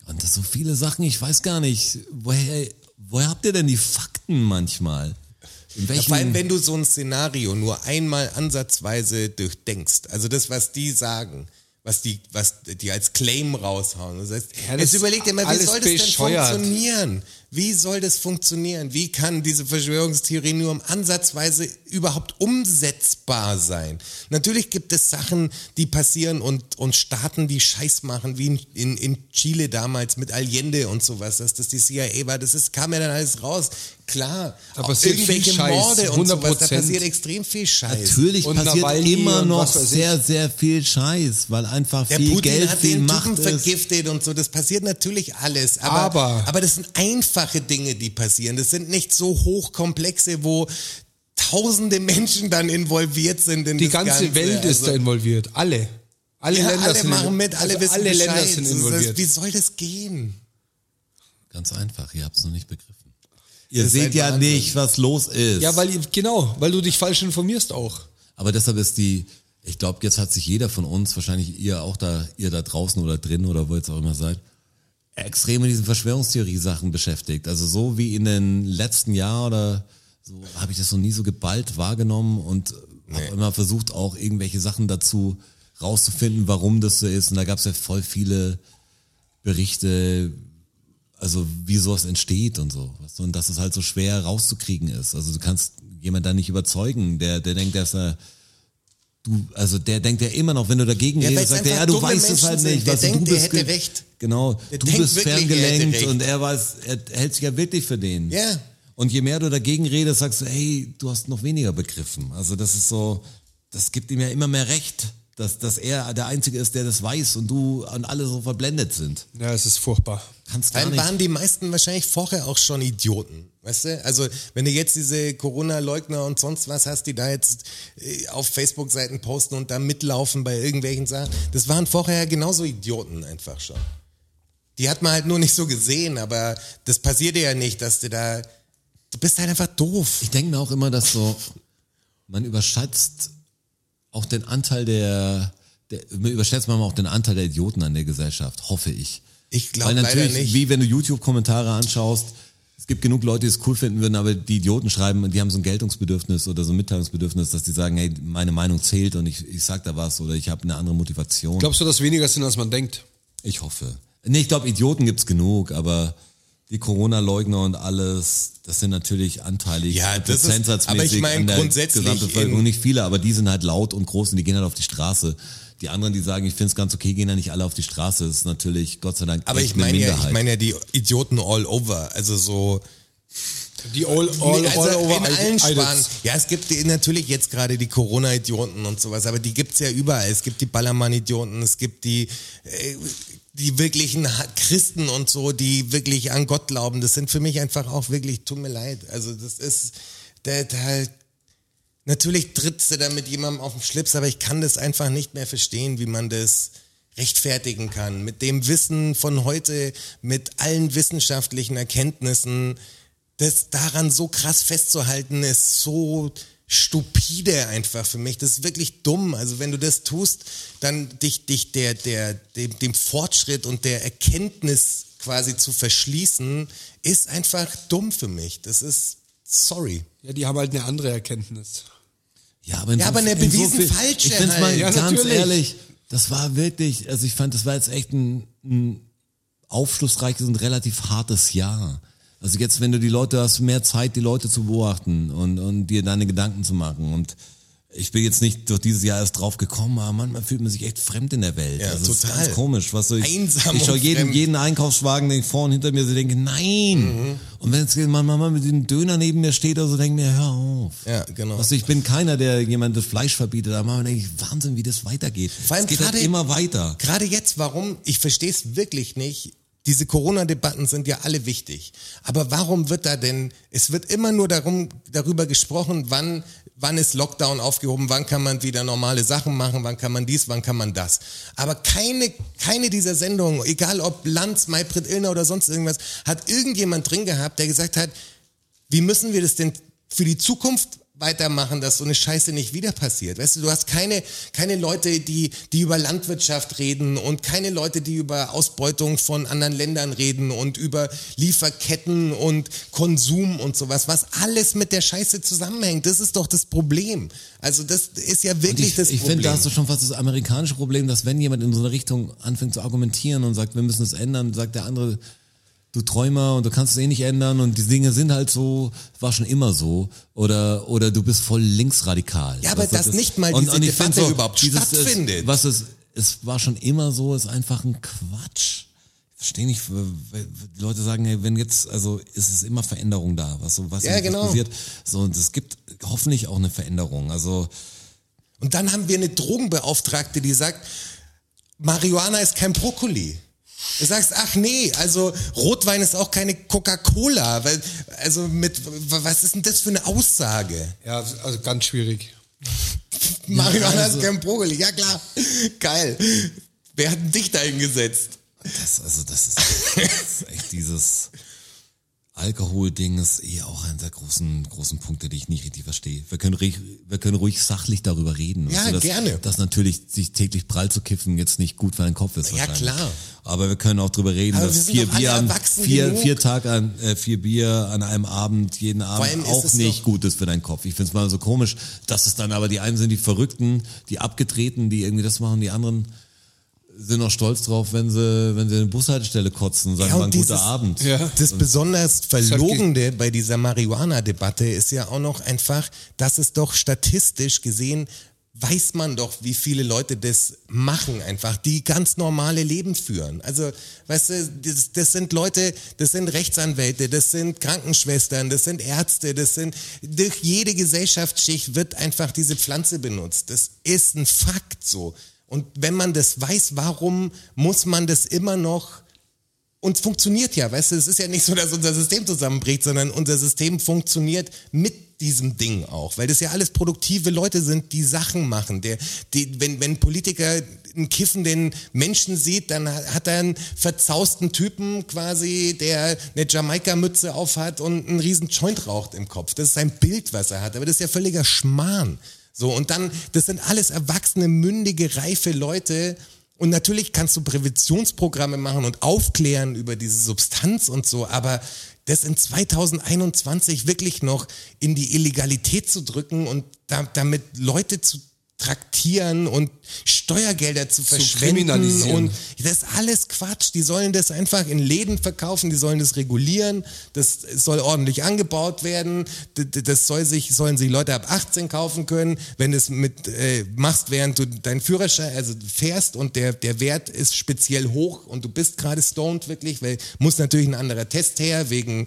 [SPEAKER 2] Und das so viele Sachen, ich weiß gar nicht, woher, woher habt ihr denn die Fakten manchmal? In welchen,
[SPEAKER 3] Vor allem, wenn du so ein Szenario nur einmal ansatzweise durchdenkst. Also das, was die sagen, was die, was die als Claim raushauen. Das heißt,
[SPEAKER 4] das
[SPEAKER 3] jetzt
[SPEAKER 4] ist
[SPEAKER 3] überleg dir mal, wie
[SPEAKER 4] alles
[SPEAKER 3] soll das
[SPEAKER 4] bescheuert.
[SPEAKER 3] denn funktionieren? Wie soll das funktionieren? Wie kann diese Verschwörungstheorie nur im ansatzweise überhaupt umsetzbar sein? Natürlich gibt es Sachen, die passieren und, und Staaten, die Scheiß machen, wie in, in, in Chile damals mit Allende und sowas, dass das die CIA war. Das ist, kam ja dann alles raus. Klar,
[SPEAKER 4] Da
[SPEAKER 3] auch
[SPEAKER 4] passiert viel
[SPEAKER 3] irgendwelche
[SPEAKER 4] Scheiß,
[SPEAKER 3] Morde und sowas, da
[SPEAKER 4] 100%.
[SPEAKER 3] passiert extrem viel Scheiß.
[SPEAKER 2] Natürlich
[SPEAKER 4] Und
[SPEAKER 2] passiert
[SPEAKER 4] Nawalny
[SPEAKER 2] immer
[SPEAKER 4] und
[SPEAKER 2] noch
[SPEAKER 4] was weiß ich.
[SPEAKER 2] sehr, sehr viel Scheiß, weil einfach
[SPEAKER 3] Der
[SPEAKER 2] viel
[SPEAKER 3] Putin
[SPEAKER 2] Geld,
[SPEAKER 3] hat
[SPEAKER 2] viel
[SPEAKER 3] den
[SPEAKER 2] Macht
[SPEAKER 3] Typen
[SPEAKER 2] ist.
[SPEAKER 3] vergiftet und so. Das passiert natürlich alles. Aber,
[SPEAKER 4] Aber-
[SPEAKER 3] aber, das sind einfache Dinge, die passieren. Das sind nicht so hochkomplexe, wo tausende Menschen dann involviert sind. In
[SPEAKER 4] Die
[SPEAKER 3] das
[SPEAKER 4] ganze
[SPEAKER 3] Ganze.
[SPEAKER 4] Welt ist
[SPEAKER 3] Also-
[SPEAKER 4] da involviert. Alle. Alle
[SPEAKER 3] Ja,
[SPEAKER 4] Länder
[SPEAKER 3] alle
[SPEAKER 4] sind
[SPEAKER 3] machen
[SPEAKER 4] involviert.
[SPEAKER 3] mit, alle
[SPEAKER 4] Also
[SPEAKER 3] wissen
[SPEAKER 4] alle
[SPEAKER 3] Bescheid.
[SPEAKER 4] Länder sind
[SPEAKER 3] Das ist-
[SPEAKER 4] involviert.
[SPEAKER 3] Wie soll das gehen?
[SPEAKER 2] Ganz einfach, ihr habt es noch nicht begriffen. Ihr
[SPEAKER 3] Das ist
[SPEAKER 2] seht
[SPEAKER 3] ein
[SPEAKER 2] ja
[SPEAKER 3] Wahnsinn.
[SPEAKER 2] nicht, was los ist.
[SPEAKER 4] Ja, weil genau, weil du dich falsch informierst auch.
[SPEAKER 2] Aber deshalb ist die, ich glaube, jetzt hat sich jeder von uns, wahrscheinlich ihr auch da, ihr da draußen oder drin oder wo jetzt auch immer seid, extrem mit diesen Verschwörungstheorie-Sachen beschäftigt. Also so wie in den letzten Jahren oder so habe ich das noch nie so geballt wahrgenommen und habe immer versucht, auch irgendwelche Sachen dazu rauszufinden, warum das so ist. Und da gab es ja voll viele Berichte, also wie sowas entsteht und so. weißt du, Und dass es halt so schwer rauszukriegen ist. Also du kannst jemand da nicht überzeugen, der, der denkt, dass er du, also der denkt ja immer noch, wenn du dagegen
[SPEAKER 3] Ja,
[SPEAKER 2] redest,
[SPEAKER 3] weil's
[SPEAKER 2] sagt er,
[SPEAKER 3] einfach
[SPEAKER 2] ja, du
[SPEAKER 3] dumme
[SPEAKER 2] weißt es
[SPEAKER 3] Menschen
[SPEAKER 2] halt
[SPEAKER 3] sind.
[SPEAKER 2] nicht.
[SPEAKER 3] Der
[SPEAKER 2] weißt du,
[SPEAKER 3] denkt,
[SPEAKER 2] du
[SPEAKER 3] der
[SPEAKER 2] bist
[SPEAKER 3] hätte
[SPEAKER 2] ge-
[SPEAKER 3] recht.
[SPEAKER 2] Genau,
[SPEAKER 3] Der
[SPEAKER 2] du
[SPEAKER 3] denkt
[SPEAKER 2] bist
[SPEAKER 3] wirklich, er hätte
[SPEAKER 2] ferngelenkt
[SPEAKER 3] recht.
[SPEAKER 2] und er weiß, er hält sich ja wirklich für den.
[SPEAKER 3] Ja.
[SPEAKER 2] Und je mehr du dagegen redest, sagst du, hey, du hast noch weniger begriffen. Also das ist so, das gibt ihm ja immer mehr Recht, dass, dass er der Einzige ist, der das weiß und du und alle so verblendet sind.
[SPEAKER 4] Ja, es ist furchtbar.
[SPEAKER 2] Kannst gar
[SPEAKER 3] Dann
[SPEAKER 2] nicht.
[SPEAKER 3] waren die meisten wahrscheinlich vorher auch schon Idioten. Weißt du? Also, wenn du jetzt diese Corona-Leugner und sonst was hast, die da jetzt äh, auf Facebook-Seiten posten und da mitlaufen bei irgendwelchen Sachen, das waren vorher genauso Idioten einfach schon. Die hat man halt nur nicht so gesehen, aber das passiert dir ja nicht, dass du da. Du bist halt einfach doof.
[SPEAKER 2] Ich denke mir auch immer, dass so, man überschätzt auch den Anteil der, der man überschätzt man auch den Anteil der Idioten an der Gesellschaft, hoffe ich.
[SPEAKER 3] Ich glaub
[SPEAKER 2] Weil
[SPEAKER 3] leider
[SPEAKER 2] natürlich,
[SPEAKER 3] nicht.
[SPEAKER 2] wie wenn du YouTube-Kommentare anschaust, es gibt genug Leute, die es cool finden würden, aber die Idioten schreiben und die haben so ein Geltungsbedürfnis oder so ein Mitteilungsbedürfnis, dass die sagen, hey, meine Meinung zählt und ich, ich sag da was oder ich habe eine andere Motivation.
[SPEAKER 4] Glaubst du, dass weniger sind, als man denkt?
[SPEAKER 2] Ich hoffe. Nee, ich glaube, Idioten gibt's genug, aber die Corona-Leugner und alles, das sind natürlich anteilig.
[SPEAKER 3] Ja, das ist-
[SPEAKER 2] prozentsatzmäßig
[SPEAKER 3] aber ich mein
[SPEAKER 2] an der
[SPEAKER 3] grundsätzlich
[SPEAKER 2] Gesamtbevölkerung
[SPEAKER 3] in-
[SPEAKER 2] nicht viele, aber die sind halt laut und groß und die gehen halt auf die Straße. Die anderen, die sagen, ich find's ganz okay, gehen ja nicht alle auf die Straße. Das ist natürlich Gott sei Dank
[SPEAKER 3] Aber
[SPEAKER 2] echt
[SPEAKER 3] ich
[SPEAKER 2] eine
[SPEAKER 3] meine ja, ich
[SPEAKER 2] Minderheit.
[SPEAKER 3] meine ja die Idioten all over. Also so.
[SPEAKER 4] Die all, all,
[SPEAKER 3] Nee, also
[SPEAKER 4] all over
[SPEAKER 3] in allen
[SPEAKER 4] Idols.
[SPEAKER 3] Spanien. Ja, es gibt die- natürlich jetzt gerade die Corona-Idioten und sowas, aber die gibt's ja überall. Es gibt die Ballermann-Idioten, es gibt die, äh, die wirklichen Ha- Christen und so, die wirklich an Gott glauben. Das sind für mich einfach auch wirklich, tut mir leid. Also das ist, da, da, natürlich trittst du da mit jemandem auf den Schlips, aber ich kann das einfach nicht mehr verstehen, wie man das rechtfertigen kann. Mit dem Wissen von heute, mit allen wissenschaftlichen Erkenntnissen, das daran so krass festzuhalten, ist so stupide einfach für mich. Das ist wirklich dumm. Also wenn du das tust, dann dich, dich der, der, dem, dem Fortschritt und der Erkenntnis quasi zu verschließen, ist einfach dumm für mich. Das ist, sorry.
[SPEAKER 4] Ja, die haben halt eine andere Erkenntnis.
[SPEAKER 2] Ja, aber, in
[SPEAKER 3] Ja, aber eine
[SPEAKER 2] in
[SPEAKER 3] bewiesen
[SPEAKER 2] viel-
[SPEAKER 3] falsche
[SPEAKER 2] Ich find's mal
[SPEAKER 3] halt.
[SPEAKER 4] Ja,
[SPEAKER 2] ganz
[SPEAKER 4] natürlich.
[SPEAKER 2] ehrlich, das war wirklich, also ich fand, das war jetzt echt ein, ein aufschlussreiches und relativ hartes Jahr. Also jetzt, wenn du die Leute hast, mehr Zeit, die Leute zu beobachten und, und dir deine Gedanken zu machen und ich bin jetzt nicht durch dieses Jahr erst drauf gekommen, aber manchmal fühlt man sich echt fremd in der Welt.
[SPEAKER 3] Ja,
[SPEAKER 2] also Das ist
[SPEAKER 3] total.
[SPEAKER 2] ganz komisch. Was so ich
[SPEAKER 3] Einsam
[SPEAKER 2] ich schaue
[SPEAKER 3] und
[SPEAKER 2] jeden,
[SPEAKER 3] fremd.
[SPEAKER 2] jeden Einkaufswagen, den ich vor und hinter mir so denke, nein.
[SPEAKER 3] Mhm.
[SPEAKER 2] Und wenn jetzt manchmal mit dem Döner neben mir steht, also denke ich mir, hör auf.
[SPEAKER 3] Ja, genau.
[SPEAKER 2] Also ich bin keiner, der jemand das Fleisch verbietet, aber manchmal denke ich, Wahnsinn, wie das weitergeht.
[SPEAKER 3] Vor allem
[SPEAKER 2] es geht halt
[SPEAKER 3] gerade-
[SPEAKER 2] immer weiter.
[SPEAKER 3] Gerade jetzt, warum, ich verstehe es wirklich nicht. Diese Corona-Debatten sind ja alle wichtig. Aber warum wird da denn, es wird immer nur darum, darüber gesprochen, wann, wann ist Lockdown aufgehoben, wann kann man wieder normale Sachen machen, wann kann man dies, wann kann man das. Aber keine, keine dieser Sendungen, egal ob Lanz, Maybrit Illner oder sonst irgendwas, hat irgendjemand drin gehabt, der gesagt hat, wie müssen wir das denn für die Zukunft weitermachen, dass so eine Scheiße nicht wieder passiert? Weißt du, du hast keine, keine Leute, die, die über Landwirtschaft reden und keine Leute, die über Ausbeutung von anderen Ländern reden und über Lieferketten und Konsum und sowas, was alles mit der Scheiße zusammenhängt. Das ist doch das Problem. Also das ist ja
[SPEAKER 2] Und
[SPEAKER 3] wirklich
[SPEAKER 2] ich
[SPEAKER 3] das
[SPEAKER 2] ich
[SPEAKER 3] Problem.
[SPEAKER 2] finde, da hast du schon fast das amerikanische Problem, dass wenn jemand in so eine Richtung anfängt zu argumentieren und sagt, wir müssen es ändern, sagt der andere, du Träumer und du kannst es eh nicht ändern und die Dinge sind halt so, war schon immer so oder oder du bist voll linksradikal.
[SPEAKER 3] Ja, aber
[SPEAKER 2] Weißt du,
[SPEAKER 3] dass nicht mal diese
[SPEAKER 2] ich find
[SPEAKER 3] Debatte überhaupt stattfindet.
[SPEAKER 2] Es, was es, es war schon immer so, ist einfach ein Quatsch. Ich verstehe nicht, w- w- die Leute sagen, hey, wenn jetzt, also ist es immer Veränderung da, was so was,
[SPEAKER 3] Ja,
[SPEAKER 2] was
[SPEAKER 3] genau.
[SPEAKER 2] passiert. So und es gibt hoffentlich auch eine Veränderung. Also
[SPEAKER 3] Und dann haben wir eine Drogenbeauftragte, die sagt, Marihuana ist kein Brokkoli. Du sagst, ach nee, also Rotwein ist auch keine Coca-Cola. weil- Also mit, was ist denn das für eine Aussage?
[SPEAKER 4] Ja, also ganz schwierig.
[SPEAKER 3] Marihuana
[SPEAKER 2] also-
[SPEAKER 3] ist kein Brokkoli, ja klar. Geil. Wer hat denn dich da hingesetzt?
[SPEAKER 2] Das, also das ist, das ist echt dieses Alkohol-Ding ist eh auch einer der großen, großen Punkte, die ich nicht richtig verstehe. Wir können, ruhig, wir können ruhig sachlich darüber reden.
[SPEAKER 3] Ja,
[SPEAKER 2] weißt dass,
[SPEAKER 3] gerne.
[SPEAKER 2] Dass natürlich sich täglich prall zu kiffen jetzt nicht gut für den Kopf ist.
[SPEAKER 3] Ja,
[SPEAKER 2] wahrscheinlich.
[SPEAKER 3] klar.
[SPEAKER 2] Aber wir können auch drüber reden,
[SPEAKER 3] Aber wir
[SPEAKER 2] dass
[SPEAKER 3] sind
[SPEAKER 2] vier
[SPEAKER 3] doch alle
[SPEAKER 2] Bier, an,
[SPEAKER 3] erwachsen
[SPEAKER 2] vier,
[SPEAKER 3] genug.
[SPEAKER 2] vier Tag an, äh, vier Bier an einem Abend, jeden
[SPEAKER 3] allem
[SPEAKER 2] Abend
[SPEAKER 3] ist
[SPEAKER 2] auch
[SPEAKER 3] es
[SPEAKER 2] nicht
[SPEAKER 3] doch-
[SPEAKER 2] gut ist für deinen Kopf. Ich finde es mal so komisch, dass es dann aber die einen sind die Verrückten, die Abgetreten, die irgendwie das machen, die anderen sind noch stolz drauf, wenn sie, wenn sie in die Bushaltestelle kotzen und sagen,
[SPEAKER 3] Ja, und
[SPEAKER 2] war ein guter
[SPEAKER 3] dieses-
[SPEAKER 2] Abend.
[SPEAKER 4] Ja.
[SPEAKER 3] Das besonders
[SPEAKER 4] hat ge-
[SPEAKER 3] Verlogende bei dieser Marihuana-Debatte ist ja auch noch einfach, dass es doch statistisch gesehen weiß man doch, wie viele Leute das machen einfach, die ganz normale Leben führen. Also, weißt du, das, das sind Leute, das sind Rechtsanwälte, das sind Krankenschwestern, das sind Ärzte, das sind, durch jede Gesellschaftsschicht wird einfach diese Pflanze benutzt. Das ist ein Fakt so. Und wenn man das weiß, warum muss man das immer noch und es funktioniert ja, weißt du, es ist ja nicht so, dass unser System zusammenbricht, sondern unser System funktioniert mit diesem Ding auch, weil das ja alles produktive Leute sind, die Sachen machen. Der, die, wenn, wenn ein Politiker einen kiffenden Menschen sieht, dann ha- hat er einen verzausten Typen quasi, der eine Jamaika-Mütze aufhat und einen riesen Joint raucht im Kopf. Das ist ein Bild, was er hat, aber das ist ja völliger Schmarrn. So, und dann, das sind alles erwachsene, mündige, reife Leute, und natürlich kannst du Präventionsprogramme machen und aufklären über diese Substanz und so, aber das in 2021 wirklich noch in die Illegalität zu drücken und da, damit Leute zu traktieren und Steuergelder zu verschwenden
[SPEAKER 4] kriminalisieren.
[SPEAKER 3] und das ist alles Quatsch. Die sollen das einfach in Läden verkaufen, die sollen das regulieren, das soll ordentlich angebaut werden, d- d- das soll sich, sollen sich Leute ab 18 kaufen können, wenn du es mit äh, machst, während du deinen Führerschein, also fährst und der, der Wert ist speziell hoch und du bist gerade stoned wirklich, weil muss natürlich ein anderer Test her, wegen,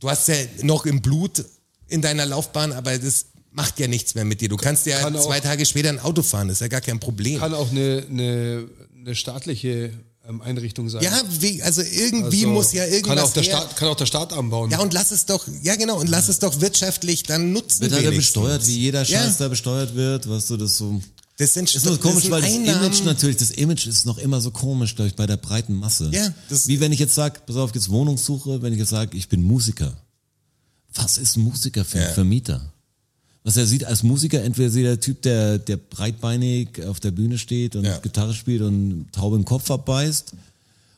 [SPEAKER 3] du hast ja noch im Blut in deiner Laufbahn, aber das macht ja nichts mehr mit dir. Du kannst ja
[SPEAKER 4] Kann auch-
[SPEAKER 3] zwei Tage später ein Auto fahren, das ist ja gar kein Problem.
[SPEAKER 4] Kann auch eine, eine, eine staatliche ähm, Einrichtung sein.
[SPEAKER 3] Ja, wie, also irgendwie
[SPEAKER 4] Also,
[SPEAKER 3] muss ja irgendwas
[SPEAKER 4] kann auch, der
[SPEAKER 3] her.
[SPEAKER 4] Staat, kann auch der Staat anbauen.
[SPEAKER 3] Ja, und lass es doch, ja genau, und lass es doch wirtschaftlich dann nutzen.
[SPEAKER 2] Wird halt ja
[SPEAKER 3] wenigstens.
[SPEAKER 2] besteuert, wie jeder
[SPEAKER 3] Ja.
[SPEAKER 2] Scheiß da besteuert wird, weißt du, das so.
[SPEAKER 3] Das sind
[SPEAKER 2] Ist nur
[SPEAKER 3] das
[SPEAKER 2] komisch,
[SPEAKER 3] sind
[SPEAKER 2] weil das Image
[SPEAKER 3] Einnahmen.
[SPEAKER 4] ne-
[SPEAKER 2] natürlich, das Image ist noch immer so komisch, glaube ich, bei der breiten Masse.
[SPEAKER 3] Ja, das-
[SPEAKER 2] Wie wenn ich jetzt sage, pass auf, jetzt Wohnungssuche, wenn ich jetzt sage, ich bin Musiker. Was ist ein Musiker für ein
[SPEAKER 3] Ja.
[SPEAKER 2] Vermieter? Was er sieht als Musiker, entweder sieht er der Typ, der, der breitbeinig auf der Bühne steht und
[SPEAKER 3] Ja.
[SPEAKER 2] Gitarre spielt und Taube im Kopf abbeißt.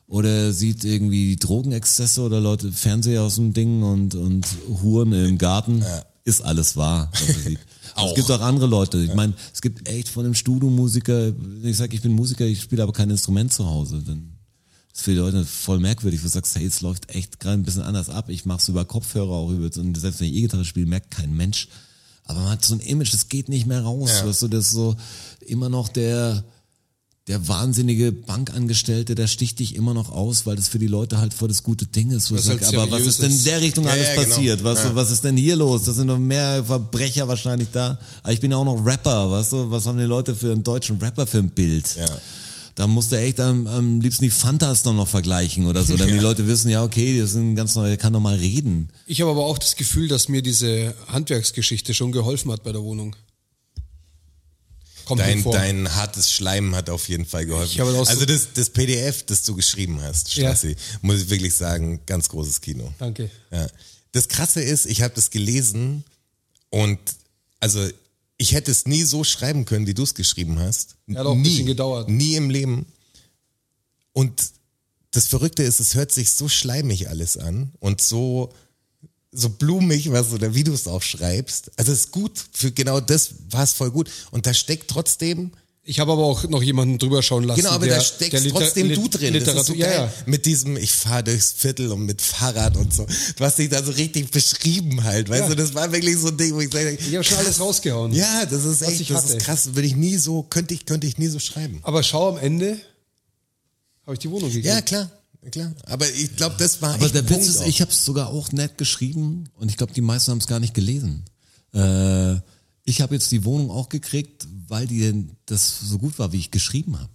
[SPEAKER 2] Oder sieht irgendwie Drogenexzesse oder Leute Fernseher aus dem Ding und, und Huren im Garten. Ist alles wahr, was er sieht. Es
[SPEAKER 3] Auch.
[SPEAKER 2] gibt auch andere Leute. Ich meine, es gibt echt von dem Studiomusiker, wenn ich sage, ich bin Musiker, ich spiele aber kein Instrument zu Hause. Dann ist für die Leute voll merkwürdig, wo du sagst, hey, es läuft echt gerade ein bisschen anders ab. Ich mache es über Kopfhörer auch über und selbst wenn ich E-Gitarre spiele, merkt kein Mensch. Aber man hat so ein Image, das geht nicht mehr raus.
[SPEAKER 3] Ja.
[SPEAKER 2] Weißt du, das ist so immer noch der, der wahnsinnige Bankangestellte, der sticht dich immer noch aus, weil das für die Leute halt voll das gute Ding ist. Wo ich
[SPEAKER 4] Was
[SPEAKER 2] sag,
[SPEAKER 4] halt
[SPEAKER 2] aber was
[SPEAKER 4] seriös
[SPEAKER 2] ist denn in
[SPEAKER 4] ist.
[SPEAKER 2] der Richtung
[SPEAKER 3] Ja,
[SPEAKER 2] alles
[SPEAKER 3] ja, genau.
[SPEAKER 2] passiert? Weißt du,
[SPEAKER 3] Ja.
[SPEAKER 2] was ist denn hier los? Das sind noch mehr Verbrecher wahrscheinlich da. Aber ich bin ja auch noch Rapper, weißt du? Was haben die Leute für einen deutschen Rapper für ein Bild?
[SPEAKER 3] Ja.
[SPEAKER 2] Da musst du echt am, am liebsten die Fantas dann noch vergleichen oder so, damit
[SPEAKER 3] Ja.
[SPEAKER 2] die Leute wissen, ja okay, das ist ein ganz neuer, der kann doch mal reden.
[SPEAKER 4] Ich habe aber auch das Gefühl, dass mir diese Handwerksgeschichte schon geholfen hat bei der Wohnung. Kommt mir
[SPEAKER 3] Dein,
[SPEAKER 4] vor.
[SPEAKER 3] dein hartes Schleim hat auf jeden Fall
[SPEAKER 4] Ich
[SPEAKER 3] geholfen.
[SPEAKER 4] habe auch so-
[SPEAKER 3] Also das, das PDF, das du geschrieben hast,
[SPEAKER 4] Ja.
[SPEAKER 3] Strassi, muss ich wirklich sagen, ganz großes Kino.
[SPEAKER 4] Danke.
[SPEAKER 3] Ja. Das Krasse ist, ich habe das gelesen und also ich hätte es nie so schreiben können, wie du es geschrieben hast.
[SPEAKER 4] Ja, hat auch ein
[SPEAKER 3] nie,
[SPEAKER 4] bisschen gedauert.
[SPEAKER 3] Nie im Leben. Und das Verrückte ist, es hört sich so schleimig alles an und so so blumig, was oder wie du es auch schreibst. Also es ist gut für genau das war es voll gut und da steckt trotzdem
[SPEAKER 4] Ich habe aber auch noch jemanden drüber schauen lassen.
[SPEAKER 3] Genau, aber
[SPEAKER 4] der,
[SPEAKER 3] da steckst
[SPEAKER 4] der Liter-
[SPEAKER 3] trotzdem du
[SPEAKER 4] Lit-
[SPEAKER 3] drin. das ist so
[SPEAKER 4] Literatur,
[SPEAKER 3] geil.
[SPEAKER 4] ja, ja.
[SPEAKER 3] Mit diesem, ich fahre durchs Viertel und mit Fahrrad und so. Du hast dich da so richtig beschrieben halt, weißt
[SPEAKER 4] Ja.
[SPEAKER 3] du, das war wirklich so ein Ding, wo ich sage,
[SPEAKER 4] Ich habe schon alles rausgehauen.
[SPEAKER 3] ja, das ist
[SPEAKER 4] Was ich
[SPEAKER 3] echt, das
[SPEAKER 4] hatte.
[SPEAKER 3] ist krass, würde ich nie so, könnte ich, könnte ich nie so schreiben.
[SPEAKER 4] Aber schau, am Ende habe ich die Wohnung gegeben.
[SPEAKER 3] Ja, klar, klar. Aber ich glaube, das war
[SPEAKER 2] Aber
[SPEAKER 3] echt
[SPEAKER 2] der
[SPEAKER 3] ein
[SPEAKER 2] Witz
[SPEAKER 3] Punkt
[SPEAKER 2] ist,
[SPEAKER 3] auch.
[SPEAKER 2] ich habe es sogar auch nett geschrieben und ich glaube, die meisten haben es gar nicht gelesen. Äh, ich habe jetzt die Wohnung auch gekriegt, weil die denn das so gut war, wie ich geschrieben habe.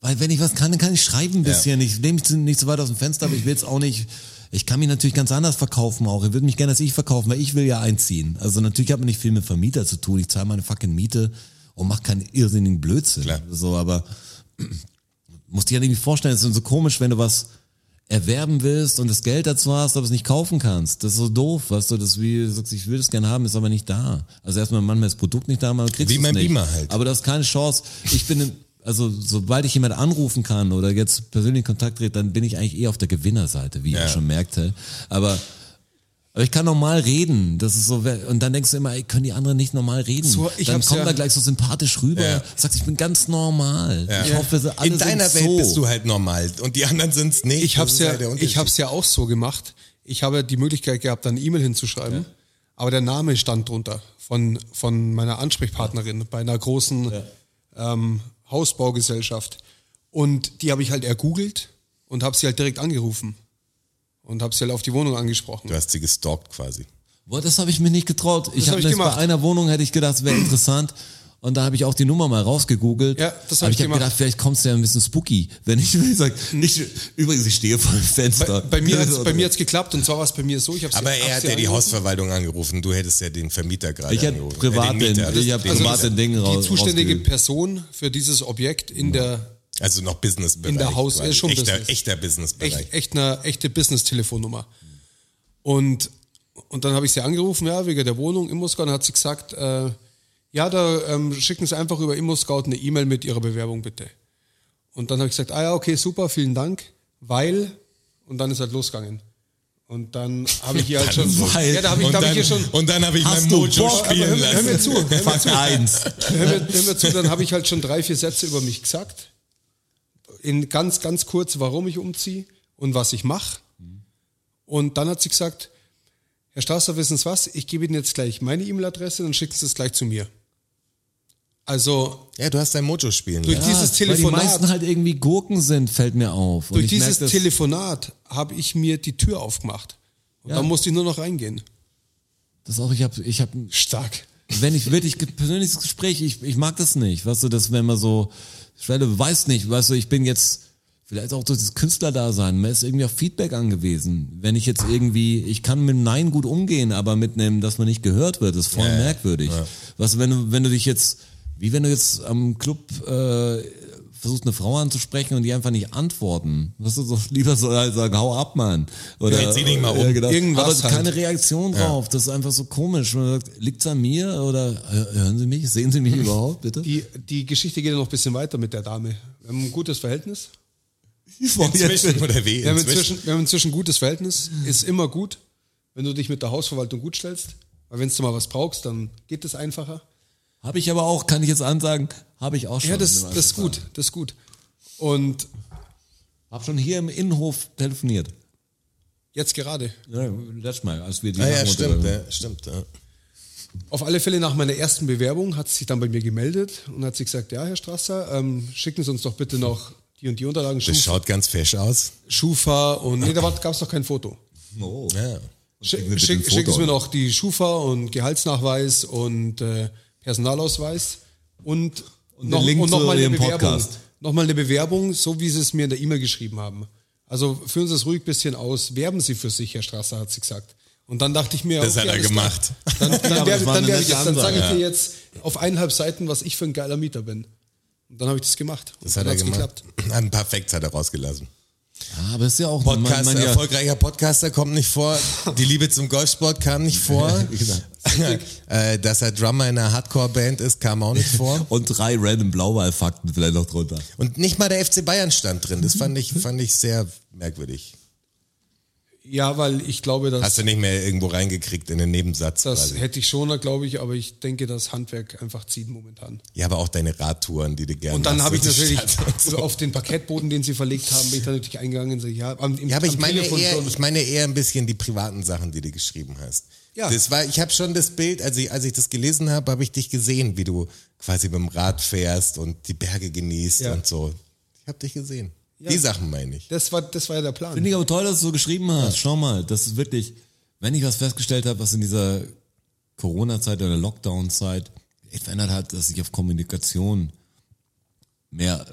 [SPEAKER 2] Weil wenn ich was kann, dann kann ich schreiben ein bisschen. Ich nehme mich nicht so weit aus dem Fenster, aber ich will jetzt auch nicht. Ich kann mich natürlich ganz anders verkaufen auch. Ich würde mich gerne als ich verkaufen, weil ich will ja einziehen. Also natürlich habe ich nicht viel mit Vermieter zu tun. Ich zahle meine fucking Miete und mache keinen irrsinnigen Blödsinn.
[SPEAKER 3] Klar.
[SPEAKER 2] So, aber musst dir ja irgendwie vorstellen, es ist so komisch, wenn du was erwerben willst und das Geld dazu hast, aber es nicht kaufen kannst. Das ist so doof, weißt du, das ist wie, du sagst, ich will das gerne haben, ist aber nicht da. Also erstmal, manchmal ist das Produkt nicht da, man kriegt
[SPEAKER 3] Wie
[SPEAKER 2] es
[SPEAKER 3] mein
[SPEAKER 2] nicht.
[SPEAKER 3] Beamer halt.
[SPEAKER 2] Aber das ist keine Chance. Ich bin, im- also sobald ich jemand anrufen kann oder jetzt persönlich in Kontakt trete, dann bin ich eigentlich eh auf der Gewinnerseite, wie
[SPEAKER 3] Ja.
[SPEAKER 2] ihr schon merkte. Aber, aber ich kann normal reden. Das ist so, wer- und dann denkst du immer, ey, können die anderen nicht normal reden?
[SPEAKER 4] So, ich
[SPEAKER 2] dann
[SPEAKER 4] hab's
[SPEAKER 2] kommt
[SPEAKER 4] ja-
[SPEAKER 2] da gleich so sympathisch rüber,
[SPEAKER 3] Ja.
[SPEAKER 2] sagst, ich bin ganz normal.
[SPEAKER 3] Ja.
[SPEAKER 2] Ich hoffe, alle
[SPEAKER 3] in deiner
[SPEAKER 2] sind
[SPEAKER 3] Welt
[SPEAKER 2] so.
[SPEAKER 3] bist du halt normal und die anderen sind's nicht.
[SPEAKER 4] Ich habe
[SPEAKER 3] Das
[SPEAKER 4] es
[SPEAKER 3] ist
[SPEAKER 4] ja,
[SPEAKER 3] halt der Unterschied.
[SPEAKER 4] ich hab's ja auch so gemacht. Ich habe die Möglichkeit gehabt, dann eine E-Mail hinzuschreiben, aber der Name stand drunter von, von meiner Ansprechpartnerin bei einer großen ähm, Hausbaugesellschaft. Und die habe ich halt ergoogelt und habe sie halt direkt angerufen und habe sie halt auf die Wohnung angesprochen.
[SPEAKER 3] Du hast sie gestalkt quasi.
[SPEAKER 2] Boah, das habe ich mir nicht getraut. Ich
[SPEAKER 4] hab
[SPEAKER 2] habe
[SPEAKER 4] ich
[SPEAKER 2] das bei
[SPEAKER 4] gemacht.
[SPEAKER 2] einer Wohnung hätte ich gedacht, wäre interessant. Und da habe ich auch die Nummer mal rausgegoogelt.
[SPEAKER 4] Ja, das hab
[SPEAKER 2] Aber
[SPEAKER 4] ich
[SPEAKER 2] hab
[SPEAKER 4] gemacht.
[SPEAKER 2] gedacht, vielleicht kommst du ja ein bisschen spooky, wenn ich wenn ich sag, ich, übrigens, ich stehe vor dem Fenster.
[SPEAKER 4] Bei, bei mir hat's bei mir hat's geklappt und zwar war es bei mir so. Ich hab's
[SPEAKER 3] Aber
[SPEAKER 4] hab's
[SPEAKER 3] er hat
[SPEAKER 4] sie
[SPEAKER 3] ja die
[SPEAKER 4] angerufen.
[SPEAKER 3] Hausverwaltung angerufen. Du hättest ja den Vermieter gerade
[SPEAKER 2] ich habe
[SPEAKER 3] angerufen.
[SPEAKER 2] privat
[SPEAKER 3] Äh, den Mieter.
[SPEAKER 2] den, ich habe
[SPEAKER 3] Den
[SPEAKER 2] privat
[SPEAKER 3] Mieter.
[SPEAKER 2] den Ding raus.
[SPEAKER 4] Die zuständige
[SPEAKER 2] rausgegoogelt.
[SPEAKER 4] Person für dieses Objekt in der
[SPEAKER 3] Also noch Business
[SPEAKER 4] In der Haus- äh, schon
[SPEAKER 3] echter,
[SPEAKER 4] Business.
[SPEAKER 3] echter Businessbereich.
[SPEAKER 4] echt, echt eine echte Business-Telefonnummer. Und, und dann habe ich sie angerufen, ja, wegen der Wohnung in Moskau. Und dann hat sie gesagt, äh, ja, da ähm, schicken Sie einfach über ImmoScout eine E-Mail mit Ihrer Bewerbung bitte. Und dann habe ich gesagt, ah ja, okay, super, vielen Dank, weil, und dann ist halt losgegangen. Und dann habe ich ihr halt schon,
[SPEAKER 2] weil.
[SPEAKER 4] ja, da habe ich,
[SPEAKER 3] und,
[SPEAKER 4] da hab
[SPEAKER 3] dann,
[SPEAKER 4] ich ihr schon,
[SPEAKER 3] Also und dann habe ich
[SPEAKER 2] Hast
[SPEAKER 3] mein
[SPEAKER 2] du
[SPEAKER 3] Mojo
[SPEAKER 2] Bock?
[SPEAKER 3] spielen
[SPEAKER 4] Aber hör mir- hör
[SPEAKER 3] lassen.
[SPEAKER 4] mir zu, hör mir
[SPEAKER 2] Fakt eins.
[SPEAKER 4] hör mir, hör mir zu, dann habe ich halt schon drei, vier Sätze über mich gesagt. In ganz, ganz kurz, warum ich umziehe und was ich mache. Und dann hat sie gesagt, Herr Strasser, wissen Sie was? Ich gebe Ihnen jetzt gleich meine E-Mail-Adresse, dann schicken Sie es gleich zu mir. Also
[SPEAKER 3] Ja, du hast dein Mojo spielen
[SPEAKER 4] durch
[SPEAKER 3] lassen.
[SPEAKER 4] dieses
[SPEAKER 2] weil die
[SPEAKER 4] Telefonat,
[SPEAKER 2] meisten halt irgendwie Gurken sind, fällt mir auf. Und
[SPEAKER 4] durch
[SPEAKER 2] ich merk
[SPEAKER 4] dieses
[SPEAKER 2] das-
[SPEAKER 4] Telefonat habe ich mir die Tür aufgemacht. Und
[SPEAKER 2] Ja.
[SPEAKER 4] dann musste ich nur noch reingehen.
[SPEAKER 2] das auch, ich habe ich hab
[SPEAKER 4] Stark.
[SPEAKER 2] wenn ich wirklich ge- persönliches Gespräch, ich, ich mag das nicht, weißt du, das wenn man so, ich weiß, du weißt nicht, weißt du, ich bin jetzt vielleicht auch durch das Künstlerdasein, mir ist irgendwie auf Feedback angewiesen. Wenn ich jetzt irgendwie, ich kann mit Nein gut umgehen, aber mit einem, dass man nicht gehört wird, ist voll
[SPEAKER 3] Ja, ja,
[SPEAKER 2] merkwürdig. Weißt du, wenn du, wenn du dich jetzt, wie wenn du jetzt am Club äh, versuchst eine Frau anzusprechen und die einfach nicht antworten, weißt du, so, lieber so halt sagen, hau ab, Mann. Oder,
[SPEAKER 3] Dreht sie nicht mal um.
[SPEAKER 2] Ja, genau.
[SPEAKER 4] Irgendwas
[SPEAKER 2] aber keine
[SPEAKER 4] halt.
[SPEAKER 2] Reaktion drauf. Das ist einfach so komisch. Man sagt, liegt's an mir oder hö- hören Sie mich? Sehen Sie mich überhaupt, bitte?
[SPEAKER 4] Die, die Geschichte geht ja noch ein bisschen weiter mit der Dame. Wir haben ein gutes Verhältnis.
[SPEAKER 3] Inzwischen oder wie?
[SPEAKER 4] Wir haben,
[SPEAKER 3] Inzwischen.
[SPEAKER 4] inzwischen, wir haben inzwischen ein gutes Verhältnis. Ist immer gut, wenn du dich mit der Hausverwaltung gut stellst. Weil wenn du mal was brauchst, dann geht es einfacher.
[SPEAKER 2] Habe ich aber auch, kann ich jetzt ansagen, habe ich auch schon.
[SPEAKER 4] Ja, das,
[SPEAKER 2] Im
[SPEAKER 4] das ist gut, das ist gut. Und
[SPEAKER 2] Hab schon hier im Innenhof telefoniert.
[SPEAKER 4] jetzt gerade.
[SPEAKER 2] Ja, letztes Mal, als wir die
[SPEAKER 3] Ah, ja,
[SPEAKER 2] Sachen
[SPEAKER 3] stimmt,
[SPEAKER 2] unterbringen.
[SPEAKER 3] ja, stimmt. Ja.
[SPEAKER 4] Auf alle Fälle nach meiner ersten Bewerbung hat sie sich dann bei mir gemeldet und hat sie gesagt, ja, Herr Strasser, ähm, schicken Sie uns doch bitte noch die und die Unterlagen,
[SPEAKER 3] Das
[SPEAKER 4] Schuf,
[SPEAKER 3] schaut ganz fesch aus.
[SPEAKER 4] Schufa und nee, da gab es noch kein Foto.
[SPEAKER 2] Oh.
[SPEAKER 3] Ja.
[SPEAKER 2] Schick mir bitte ein
[SPEAKER 4] Schick, schick,
[SPEAKER 2] Foto.
[SPEAKER 4] schicken Sie mir noch die Schufa und Gehaltsnachweis und äh, Personalausweis und,
[SPEAKER 2] den Link zu
[SPEAKER 4] mal
[SPEAKER 2] Ihrem
[SPEAKER 4] Bewerbung.
[SPEAKER 2] Podcast.
[SPEAKER 4] Nochmal eine Bewerbung, so wie Sie es mir in der E-Mail geschrieben haben. Also führen Sie es ruhig ein bisschen aus. Werben Sie für sich, Herr Strasser, hat sie gesagt. Und dann dachte ich mir,
[SPEAKER 3] Das hat er
[SPEAKER 4] alles klar.
[SPEAKER 3] gemacht.
[SPEAKER 4] Dann, dann,
[SPEAKER 2] aber das
[SPEAKER 4] werbe,
[SPEAKER 2] war
[SPEAKER 4] dann,
[SPEAKER 2] eine
[SPEAKER 4] werbe ich
[SPEAKER 2] nette
[SPEAKER 4] jetzt, dann sage ich
[SPEAKER 3] Ansage,
[SPEAKER 4] dir jetzt auf eineinhalb Seiten, was ich für ein geiler Mieter bin. Und dann habe ich das gemacht. Und
[SPEAKER 3] Das hat
[SPEAKER 4] dann
[SPEAKER 3] er
[SPEAKER 4] hat's
[SPEAKER 3] gemacht. Ein paar Facts hat er rausgelassen.
[SPEAKER 2] Ja, aber ist ja auch
[SPEAKER 3] Podcast,
[SPEAKER 2] man, man ja,
[SPEAKER 3] erfolgreicher Podcaster kommt nicht vor. Die Liebe zum Golfsport kam nicht vor.
[SPEAKER 4] Genau.
[SPEAKER 3] Äh, Dass er Drummer in einer Hardcore-Band ist, kam auch nicht vor.
[SPEAKER 2] und drei random Blauwahlfakten vielleicht noch drunter.
[SPEAKER 3] Und nicht mal der FC Bayern stand drin. Das fand ich,
[SPEAKER 4] Mhm.
[SPEAKER 3] fand ich sehr merkwürdig.
[SPEAKER 4] Ja, weil ich glaube, dass...
[SPEAKER 3] Hast du nicht mehr irgendwo reingekriegt in den Nebensatz
[SPEAKER 4] Das
[SPEAKER 3] quasi.
[SPEAKER 4] hätte ich schon, glaube ich, aber ich denke, das Handwerk einfach zieht momentan.
[SPEAKER 3] Ja, aber auch deine Radtouren, die du gerne
[SPEAKER 4] Und dann
[SPEAKER 3] machst
[SPEAKER 4] habe ich
[SPEAKER 3] durch die
[SPEAKER 4] natürlich
[SPEAKER 3] Stadt und so.
[SPEAKER 4] auf den Parkettboden, den sie verlegt haben, bin ich dann natürlich eingegangen und so, ja, am, im,
[SPEAKER 3] Ja, aber ich
[SPEAKER 4] am
[SPEAKER 3] meine,
[SPEAKER 4] Telefon
[SPEAKER 3] eher,
[SPEAKER 4] schon.
[SPEAKER 3] ich meine eher ein bisschen die privaten Sachen, die du geschrieben hast. Ja.
[SPEAKER 4] Ja.
[SPEAKER 3] Das war, ich habe schon das Bild, als ich, als ich das gelesen habe, habe ich dich gesehen, wie du quasi mit dem Rad fährst und die Berge genießt
[SPEAKER 4] Ja.
[SPEAKER 3] und so. Ich habe dich gesehen. Die Sachen meine ich.
[SPEAKER 4] das, war, das war ja der
[SPEAKER 2] Finde
[SPEAKER 4] Plan.
[SPEAKER 2] ich aber toll, dass du so geschrieben hast. Schau mal, das ist wirklich, wenn ich was festgestellt habe, was in dieser Corona-Zeit oder Lockdown-Zeit echt verändert hat, dass ich auf Kommunikation mehr,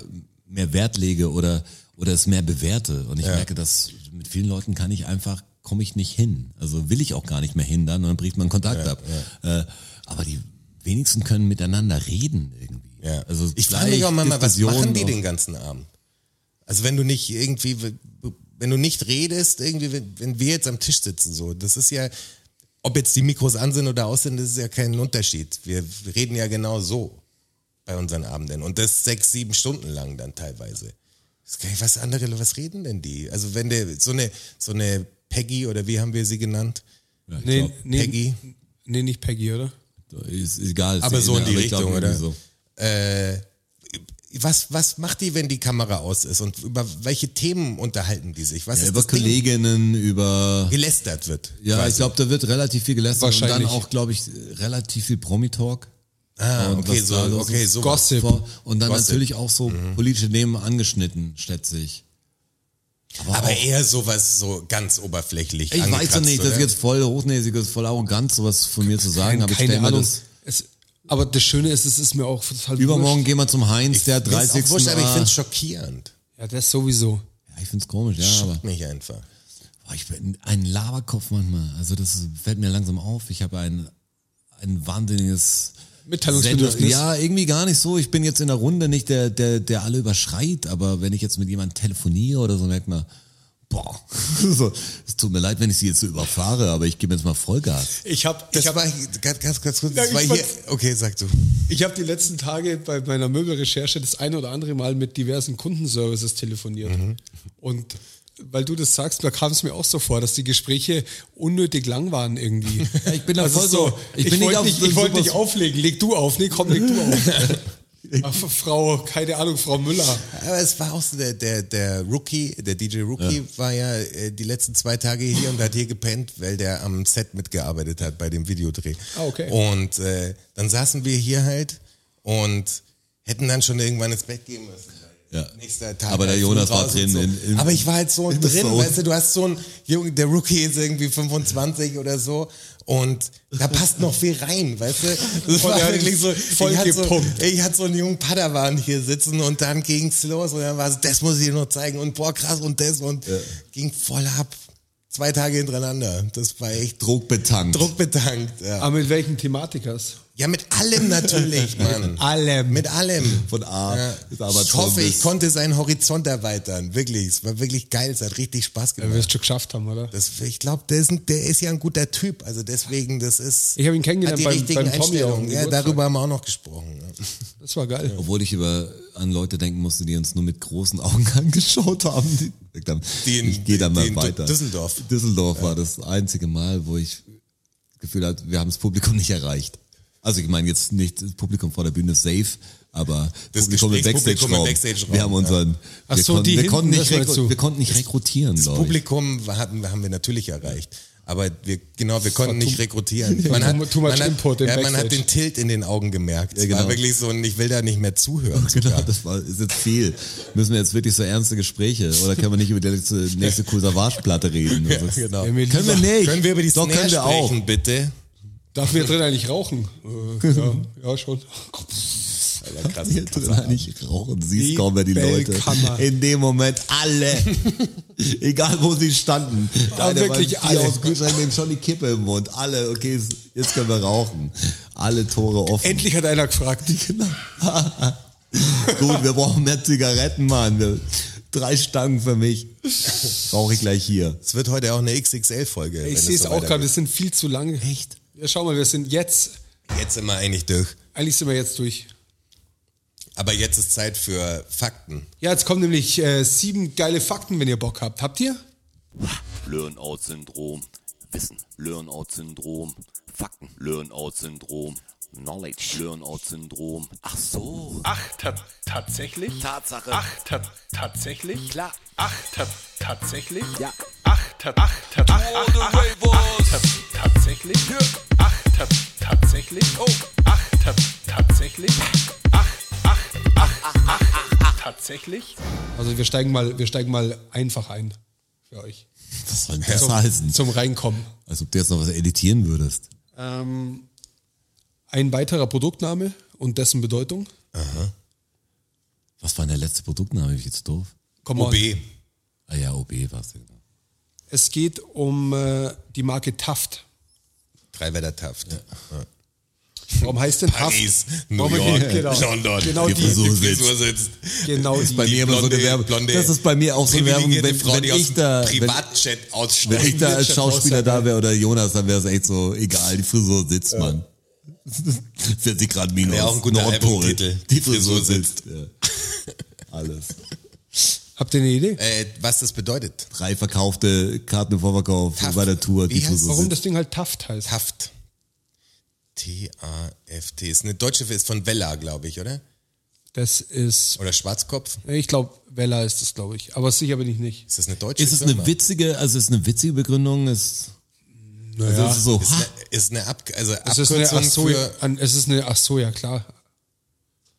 [SPEAKER 2] mehr Wert lege oder, oder es mehr bewerte. Und ich merke, dass mit vielen Leuten kann ich einfach, komme ich nicht hin. Also will ich auch gar nicht mehr hin dann und dann bricht man Kontakt ab. Äh, aber die wenigsten können miteinander reden irgendwie.
[SPEAKER 3] Ja.
[SPEAKER 2] Also
[SPEAKER 3] ich
[SPEAKER 2] gleich
[SPEAKER 3] frage mich auch manchmal, was machen
[SPEAKER 2] Diskussionen
[SPEAKER 3] die
[SPEAKER 2] auf-
[SPEAKER 3] den ganzen Abend? Also wenn du nicht irgendwie, wenn du nicht redest, irgendwie, wenn, wenn wir jetzt am Tisch sitzen, so, das ist ja, ob jetzt die Mikros an sind oder aus sind, das ist ja kein Unterschied. Wir reden ja genau so bei unseren Abenden und das sechs, sieben Stunden lang dann teilweise. Das kann ich- Was andere, was reden denn die? Also wenn der so eine, so eine Peggy oder wie haben wir sie genannt?
[SPEAKER 2] Ja, ich
[SPEAKER 4] Nee,
[SPEAKER 2] glaub,
[SPEAKER 4] nee,
[SPEAKER 3] Peggy?
[SPEAKER 4] nee, nicht Peggy, oder?
[SPEAKER 2] Ist egal. ist
[SPEAKER 3] Aber so in die
[SPEAKER 2] ich glaub,
[SPEAKER 3] Richtung,
[SPEAKER 2] irgendwie
[SPEAKER 3] oder? Äh, Was, was macht die, wenn die Kamera aus ist und über welche Themen unterhalten die sich? Was
[SPEAKER 2] Ja,
[SPEAKER 3] ist
[SPEAKER 2] über
[SPEAKER 3] das Ding?
[SPEAKER 2] Kolleginnen, über.
[SPEAKER 3] gelästert wird.
[SPEAKER 2] Ja, ich
[SPEAKER 3] quasi.
[SPEAKER 2] glaube, da wird relativ viel gelästert und dann
[SPEAKER 4] Wahrscheinlich.
[SPEAKER 2] auch, glaube ich, relativ viel Promi-Talk.
[SPEAKER 3] Ah,
[SPEAKER 2] und
[SPEAKER 3] okay,
[SPEAKER 2] was
[SPEAKER 3] so,
[SPEAKER 2] da los
[SPEAKER 3] okay,
[SPEAKER 2] ist.
[SPEAKER 3] so.
[SPEAKER 4] Gossip.
[SPEAKER 2] Vor- Und dann
[SPEAKER 3] Gossip. Mhm.
[SPEAKER 2] natürlich auch so politische Themen angeschnitten, schätze ich.
[SPEAKER 3] Aber eher sowas so ganz oberflächlich.
[SPEAKER 2] Ich weiß
[SPEAKER 3] angekratzt,
[SPEAKER 2] doch nicht, das
[SPEAKER 3] oder?
[SPEAKER 2] ist jetzt voll hochnäsiges, voll arrogant, sowas von mir zu sagen, aber ich
[SPEAKER 4] Keine
[SPEAKER 2] stelle mir
[SPEAKER 4] Ahnung.
[SPEAKER 2] das.
[SPEAKER 4] Es, aber das Schöne ist, es ist mir auch total
[SPEAKER 2] Übermorgen
[SPEAKER 4] wurscht.
[SPEAKER 2] gehen wir zum Heinz, der
[SPEAKER 3] Mir ist
[SPEAKER 2] 30.
[SPEAKER 3] auch wurscht, aber ich
[SPEAKER 2] Ah,
[SPEAKER 3] finde es schockierend.
[SPEAKER 4] Ja, das sowieso.
[SPEAKER 2] ja, ich find's komisch, ja, aber.
[SPEAKER 3] Schockt mich einfach.
[SPEAKER 2] Boah, ich bin ein Laberkopf manchmal. Also das fällt mir langsam auf. Ich habe ein, ein wahnsinniges
[SPEAKER 4] Mitteilungsbedürfnis.
[SPEAKER 2] Ja, irgendwie gar nicht so. Ich bin jetzt in der Runde nicht der, der, der alle überschreit, aber wenn ich jetzt mit jemandem telefoniere oder so, merkt man, boah, so, es tut mir leid, wenn ich sie jetzt so überfahre, aber ich gebe jetzt mal Vollgas.
[SPEAKER 4] Ich habe
[SPEAKER 3] Das war ganz, ganz, ganz kurz.
[SPEAKER 4] Ja,
[SPEAKER 3] Das
[SPEAKER 4] ich
[SPEAKER 3] war hier.
[SPEAKER 4] fand's-
[SPEAKER 3] Okay, sag du.
[SPEAKER 4] Ich habe die letzten Tage bei meiner Möbelrecherche das ein oder andere Mal mit diversen Kundenservices telefoniert. Und weil du das sagst, da kam es mir auch so vor, dass die Gespräche unnötig lang waren irgendwie.
[SPEAKER 2] ich bin da
[SPEAKER 4] Also
[SPEAKER 2] voll
[SPEAKER 4] so,
[SPEAKER 2] so- ich
[SPEAKER 4] ich,
[SPEAKER 2] bin nicht
[SPEAKER 4] wollte
[SPEAKER 2] auf
[SPEAKER 4] nicht,
[SPEAKER 2] so
[SPEAKER 4] ich wollte
[SPEAKER 2] super-
[SPEAKER 4] nicht auflegen, leg du auf, nee, komm, leg du auf. Ach, Frau, keine Ahnung, Frau Müller.
[SPEAKER 3] Aber es war auch so, der, der, der Rookie, der DJ Rookie war ja äh, die letzten zwei Tage hier und hat hier gepennt, weil der am Set mitgearbeitet hat bei dem Videodreh.
[SPEAKER 4] Ah, okay.
[SPEAKER 3] Und äh, dann saßen wir hier halt und hätten dann schon irgendwann ins Bett gehen müssen.
[SPEAKER 2] Ja.
[SPEAKER 3] Nächster Tag.
[SPEAKER 2] Aber der
[SPEAKER 3] halt
[SPEAKER 2] Jonas
[SPEAKER 3] früh
[SPEAKER 2] war
[SPEAKER 3] raus und
[SPEAKER 2] drin
[SPEAKER 3] So.
[SPEAKER 2] in- in-
[SPEAKER 3] Aber ich war halt so
[SPEAKER 2] in the
[SPEAKER 3] drin,
[SPEAKER 2] zone.
[SPEAKER 3] weißt du, du hast so einen Jungen, der Rookie ist irgendwie 25 oder so und da passt noch viel rein, weißt du? Das
[SPEAKER 4] Und
[SPEAKER 3] war
[SPEAKER 4] er hat
[SPEAKER 3] wirklich so,
[SPEAKER 4] voll
[SPEAKER 3] ich hatte so,
[SPEAKER 4] gepumpt.
[SPEAKER 3] ich hatte so einen jungen Padawan hier sitzen und dann ging's los und dann war es, das muss ich dir noch zeigen und boah krass und das und ging voll ab. Zwei Tage hintereinander. Das war echt
[SPEAKER 2] Druck betankt.
[SPEAKER 3] Druck betankt. Ja,
[SPEAKER 4] Aber mit welchen Thematikers?
[SPEAKER 3] ja mit allem natürlich, Mann.
[SPEAKER 4] Allem.
[SPEAKER 3] Mit allem.
[SPEAKER 2] Von A
[SPEAKER 3] Ja.
[SPEAKER 2] ist aber
[SPEAKER 3] ich hoffe, ich
[SPEAKER 2] konnte.
[SPEAKER 3] konnte seinen Horizont erweitern. Wirklich, es war wirklich geil, es hat richtig Spaß
[SPEAKER 4] Ja, wir
[SPEAKER 3] gemacht.
[SPEAKER 4] es schon geschafft haben, oder?
[SPEAKER 3] Das, ich glaube, der ist, ein, der ist ja ein guter Typ. Also deswegen, das ist.
[SPEAKER 4] Ich hab ihn
[SPEAKER 3] hat
[SPEAKER 4] kennengelernt
[SPEAKER 3] die
[SPEAKER 4] beim-
[SPEAKER 3] richtigen
[SPEAKER 4] beim Tommy auf dem
[SPEAKER 3] Einstellungen. Ja,
[SPEAKER 4] Geburtstag.
[SPEAKER 3] darüber haben wir auch noch gesprochen. ja.
[SPEAKER 4] Das war geil.
[SPEAKER 2] Obwohl ich über an Leute denken musste, die uns nur mit großen Augen angeschaut haben. Die, gesagt haben,
[SPEAKER 3] Die in-
[SPEAKER 2] ich gehe da
[SPEAKER 3] die
[SPEAKER 2] mal
[SPEAKER 3] in Du-
[SPEAKER 2] weiter.
[SPEAKER 3] Düsseldorf.
[SPEAKER 2] Düsseldorf war das einzige Mal, wo ich Gefühl hatte, wir haben das Publikum nicht erreicht. Also ich meine jetzt nicht das Publikum vor der Bühne ist safe, aber
[SPEAKER 3] Das
[SPEAKER 2] Publikum im
[SPEAKER 3] Gesprächspublikum
[SPEAKER 2] Backstage-Raum.
[SPEAKER 3] im Backstage-Raum,
[SPEAKER 2] wir haben unseren,
[SPEAKER 4] Ach
[SPEAKER 2] wir,
[SPEAKER 4] so,
[SPEAKER 2] konnten,
[SPEAKER 4] die
[SPEAKER 2] wir, konnten
[SPEAKER 4] hinten,
[SPEAKER 2] nicht
[SPEAKER 4] das meinst
[SPEAKER 2] rekru-
[SPEAKER 4] du.
[SPEAKER 2] wir konnten nicht rekrutieren,
[SPEAKER 3] Das
[SPEAKER 2] glaub ich.
[SPEAKER 3] Publikum haben, haben wir natürlich erreicht. Aber wir, genau, wir konnten nicht rekrutieren. Man hat,
[SPEAKER 4] too much
[SPEAKER 3] man, hat,
[SPEAKER 4] input im
[SPEAKER 3] ja, man hat
[SPEAKER 4] Backstage.
[SPEAKER 3] den Tilt in den Augen gemerkt. Es war
[SPEAKER 2] genau.
[SPEAKER 3] wirklich so ein, ich will da nicht mehr zuhören.
[SPEAKER 2] Genau, das war, ist jetzt viel. Müssen wir jetzt wirklich so ernste Gespräche oder können wir nicht über die nächste, nächste Kursavage-Platte reden?
[SPEAKER 3] Ja, genau.
[SPEAKER 4] Wäre mir
[SPEAKER 2] Können wir
[SPEAKER 4] lieber.
[SPEAKER 2] nicht.
[SPEAKER 3] Können wir über die
[SPEAKER 2] Doch,
[SPEAKER 3] Snare
[SPEAKER 2] können wir auch.
[SPEAKER 3] sprechen, bitte?
[SPEAKER 4] Darf wir drin eigentlich rauchen? Äh, ja, ja, schon.
[SPEAKER 3] Alter, krass.
[SPEAKER 2] Hier drin eigentlich rauchen, siehst
[SPEAKER 4] Die
[SPEAKER 2] kaum mehr die Leute.
[SPEAKER 4] Bellkammer.
[SPEAKER 2] In dem Moment alle. Egal wo sie standen. Der eine
[SPEAKER 4] wirklich
[SPEAKER 2] beim Bier
[SPEAKER 4] alle.
[SPEAKER 2] Aus dem Kühlschrank nehmen schon die Kippe im Mund. Alle, okay, s- jetzt können wir rauchen. Alle Tore offen.
[SPEAKER 4] Endlich hat einer gefragt.
[SPEAKER 2] Genau. Gut, wir brauchen mehr Zigaretten, Mann. Wir- Drei Stangen für mich. Rauche ich gleich hier.
[SPEAKER 3] Es wird heute auch eine XXL-Folge.
[SPEAKER 4] Ich sehe es auch gerade, das sind viel zu lange. Echt? Ja, schau mal, wir sind jetzt,
[SPEAKER 3] Jetzt sind wir eigentlich durch.
[SPEAKER 4] eigentlich sind wir jetzt durch.
[SPEAKER 3] Aber jetzt ist Zeit für Fakten.
[SPEAKER 4] Ja, jetzt kommen nämlich äh, sieben geile Fakten, wenn ihr Bock habt. Habt ihr?
[SPEAKER 5] Learn-out-Syndrom. Wissen. Learn-out-Syndrom. Fakten. Learn-out-Syndrom. Knowledge. Learn-out-Syndrom. Ach so.
[SPEAKER 6] Ach, ta tatsächlich?
[SPEAKER 5] Tatsache.
[SPEAKER 6] Ach, ta tatsächlich?
[SPEAKER 5] Klar.
[SPEAKER 6] Ach, ta tatsächlich?
[SPEAKER 5] Ja.
[SPEAKER 6] Ach, ta ach, ta ach, ach, ach, ach, ta tatsächlich? Ach, ta tatsächlich? Oh. Ach, ta tatsächlich? Ach, ach, ach, ach, ach, ach, tatsächlich?
[SPEAKER 4] Also wir steigen mal, wir steigen mal einfach ein für euch.
[SPEAKER 2] Was soll denn das heißen?
[SPEAKER 4] Zum Reinkommen.
[SPEAKER 2] Als ob du jetzt noch was editieren würdest.
[SPEAKER 4] Ein weiterer Produktname und dessen Bedeutung.
[SPEAKER 2] Was war denn der letzte Produktname? Bin Ich jetzt doof.
[SPEAKER 4] Come on.
[SPEAKER 3] OB.
[SPEAKER 2] Ah ja, OB war es.
[SPEAKER 4] Es geht um äh, die Marke Taft.
[SPEAKER 3] Dreiwälder Taft.
[SPEAKER 4] Warum heißt denn Taft?
[SPEAKER 3] Paris, New
[SPEAKER 4] Warum-
[SPEAKER 3] York,
[SPEAKER 4] genau.
[SPEAKER 3] London.
[SPEAKER 4] Genau die.
[SPEAKER 2] Frisur sitzt.
[SPEAKER 3] Frisur sitzt.
[SPEAKER 4] Genau die.
[SPEAKER 2] Bei mir immer so eine
[SPEAKER 3] blonde-
[SPEAKER 2] Werbung.
[SPEAKER 3] blonde,
[SPEAKER 2] Das ist bei mir auch so eine Werbung,
[SPEAKER 3] privilegierte
[SPEAKER 2] wenn,
[SPEAKER 3] Frau, die
[SPEAKER 2] wenn
[SPEAKER 3] aus
[SPEAKER 2] ich
[SPEAKER 3] dem
[SPEAKER 2] da, wenn,
[SPEAKER 3] Privatjet
[SPEAKER 2] wenn ich
[SPEAKER 3] aussteigt.
[SPEAKER 2] da als
[SPEAKER 4] Wirtschaft
[SPEAKER 2] Schauspieler
[SPEAKER 4] aussehen,
[SPEAKER 2] da wäre oder Jonas, dann wäre es echt so, egal, die Frisur sitzt, Mann. 40 Grad minus.
[SPEAKER 3] Wäre auch ein guter
[SPEAKER 2] Nordpol.
[SPEAKER 3] Albumtitel.
[SPEAKER 2] Die Frisur sitzt. Ja. Alles.
[SPEAKER 4] Habt ihr eine Idee?
[SPEAKER 3] Äh, was das bedeutet?
[SPEAKER 2] Drei verkaufte Karten im Vorverkauf
[SPEAKER 3] Taff.
[SPEAKER 2] bei der Tour,
[SPEAKER 3] Wie
[SPEAKER 2] die
[SPEAKER 3] heißt-
[SPEAKER 2] Frisur
[SPEAKER 4] Warum
[SPEAKER 2] sitzt.
[SPEAKER 4] das Ding halt Taft heißt?
[SPEAKER 3] Taft. T-A-F-T. Ist eine deutsche ist von Vella, glaube ich, oder?
[SPEAKER 4] Das ist,
[SPEAKER 3] Oder Schwarzkopf.
[SPEAKER 4] ich glaube, Vella ist es, glaube ich. Aber sicher bin ich nicht.
[SPEAKER 3] Ist das eine deutsche
[SPEAKER 2] Ist es
[SPEAKER 3] Firma?
[SPEAKER 2] eine witzige, also ist eine witzige Begründung? Ist, also ist es so,
[SPEAKER 3] Ist
[SPEAKER 2] ha,
[SPEAKER 3] eine, ist eine Ab also
[SPEAKER 4] Es ist eine
[SPEAKER 3] Abkürzung
[SPEAKER 4] Ach so, ja,
[SPEAKER 3] für...
[SPEAKER 4] an- es ist eine Ach so, ja klar.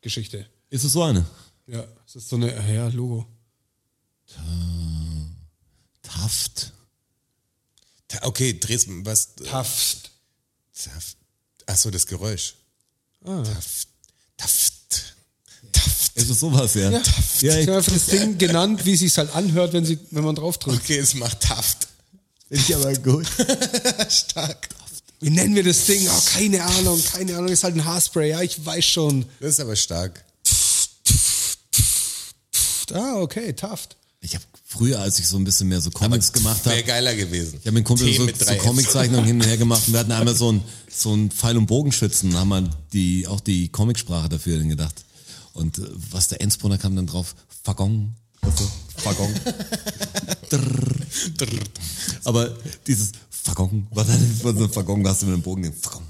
[SPEAKER 4] Geschichte.
[SPEAKER 2] ist es so eine?
[SPEAKER 4] Ja, es ist so eine, ja, Logo.
[SPEAKER 2] Taft.
[SPEAKER 3] Ta- Okay, Dresden, was...
[SPEAKER 4] Taft.
[SPEAKER 3] Taft. Ach so, das Geräusch.
[SPEAKER 2] Ah.
[SPEAKER 3] Taft. Taft. Taft.
[SPEAKER 2] Ist es sowas, ja? Ja, ja
[SPEAKER 4] Ich
[SPEAKER 2] ich,
[SPEAKER 4] habe einfach das Ding genannt, wie es sich halt anhört, wenn, sie, wenn man drauf drückt.
[SPEAKER 3] Okay, es macht Taft.
[SPEAKER 2] find ich aber gut.
[SPEAKER 3] Stark.
[SPEAKER 4] Wie nennen wir das Ding? Oh, keine Ahnung, keine Ahnung. Ist halt ein Haarspray. Ja, ich weiß schon.
[SPEAKER 3] Das ist aber stark.
[SPEAKER 4] Ah, okay, Taft.
[SPEAKER 2] Ich habe früher, als ich so ein bisschen mehr so Comics gemacht habe,
[SPEAKER 3] Wäre geiler gewesen.
[SPEAKER 2] Ich habe mit einem Kumpel
[SPEAKER 3] T
[SPEAKER 2] so,
[SPEAKER 3] mit
[SPEAKER 2] so
[SPEAKER 3] drei F.
[SPEAKER 2] Comiczeichnungen hin und her gemacht und wir hatten einmal so einen so einen Pfeil- und Bogenschützen, haben wir die, auch die Comicsprache dafür dann gedacht. Und äh, was der Endspunner kam dann drauf, Fagong. Also, Fagong. Drrr. Aber dieses Fagong, was ist so ein Fagong, da hast du mit dem Bogen den Fagong.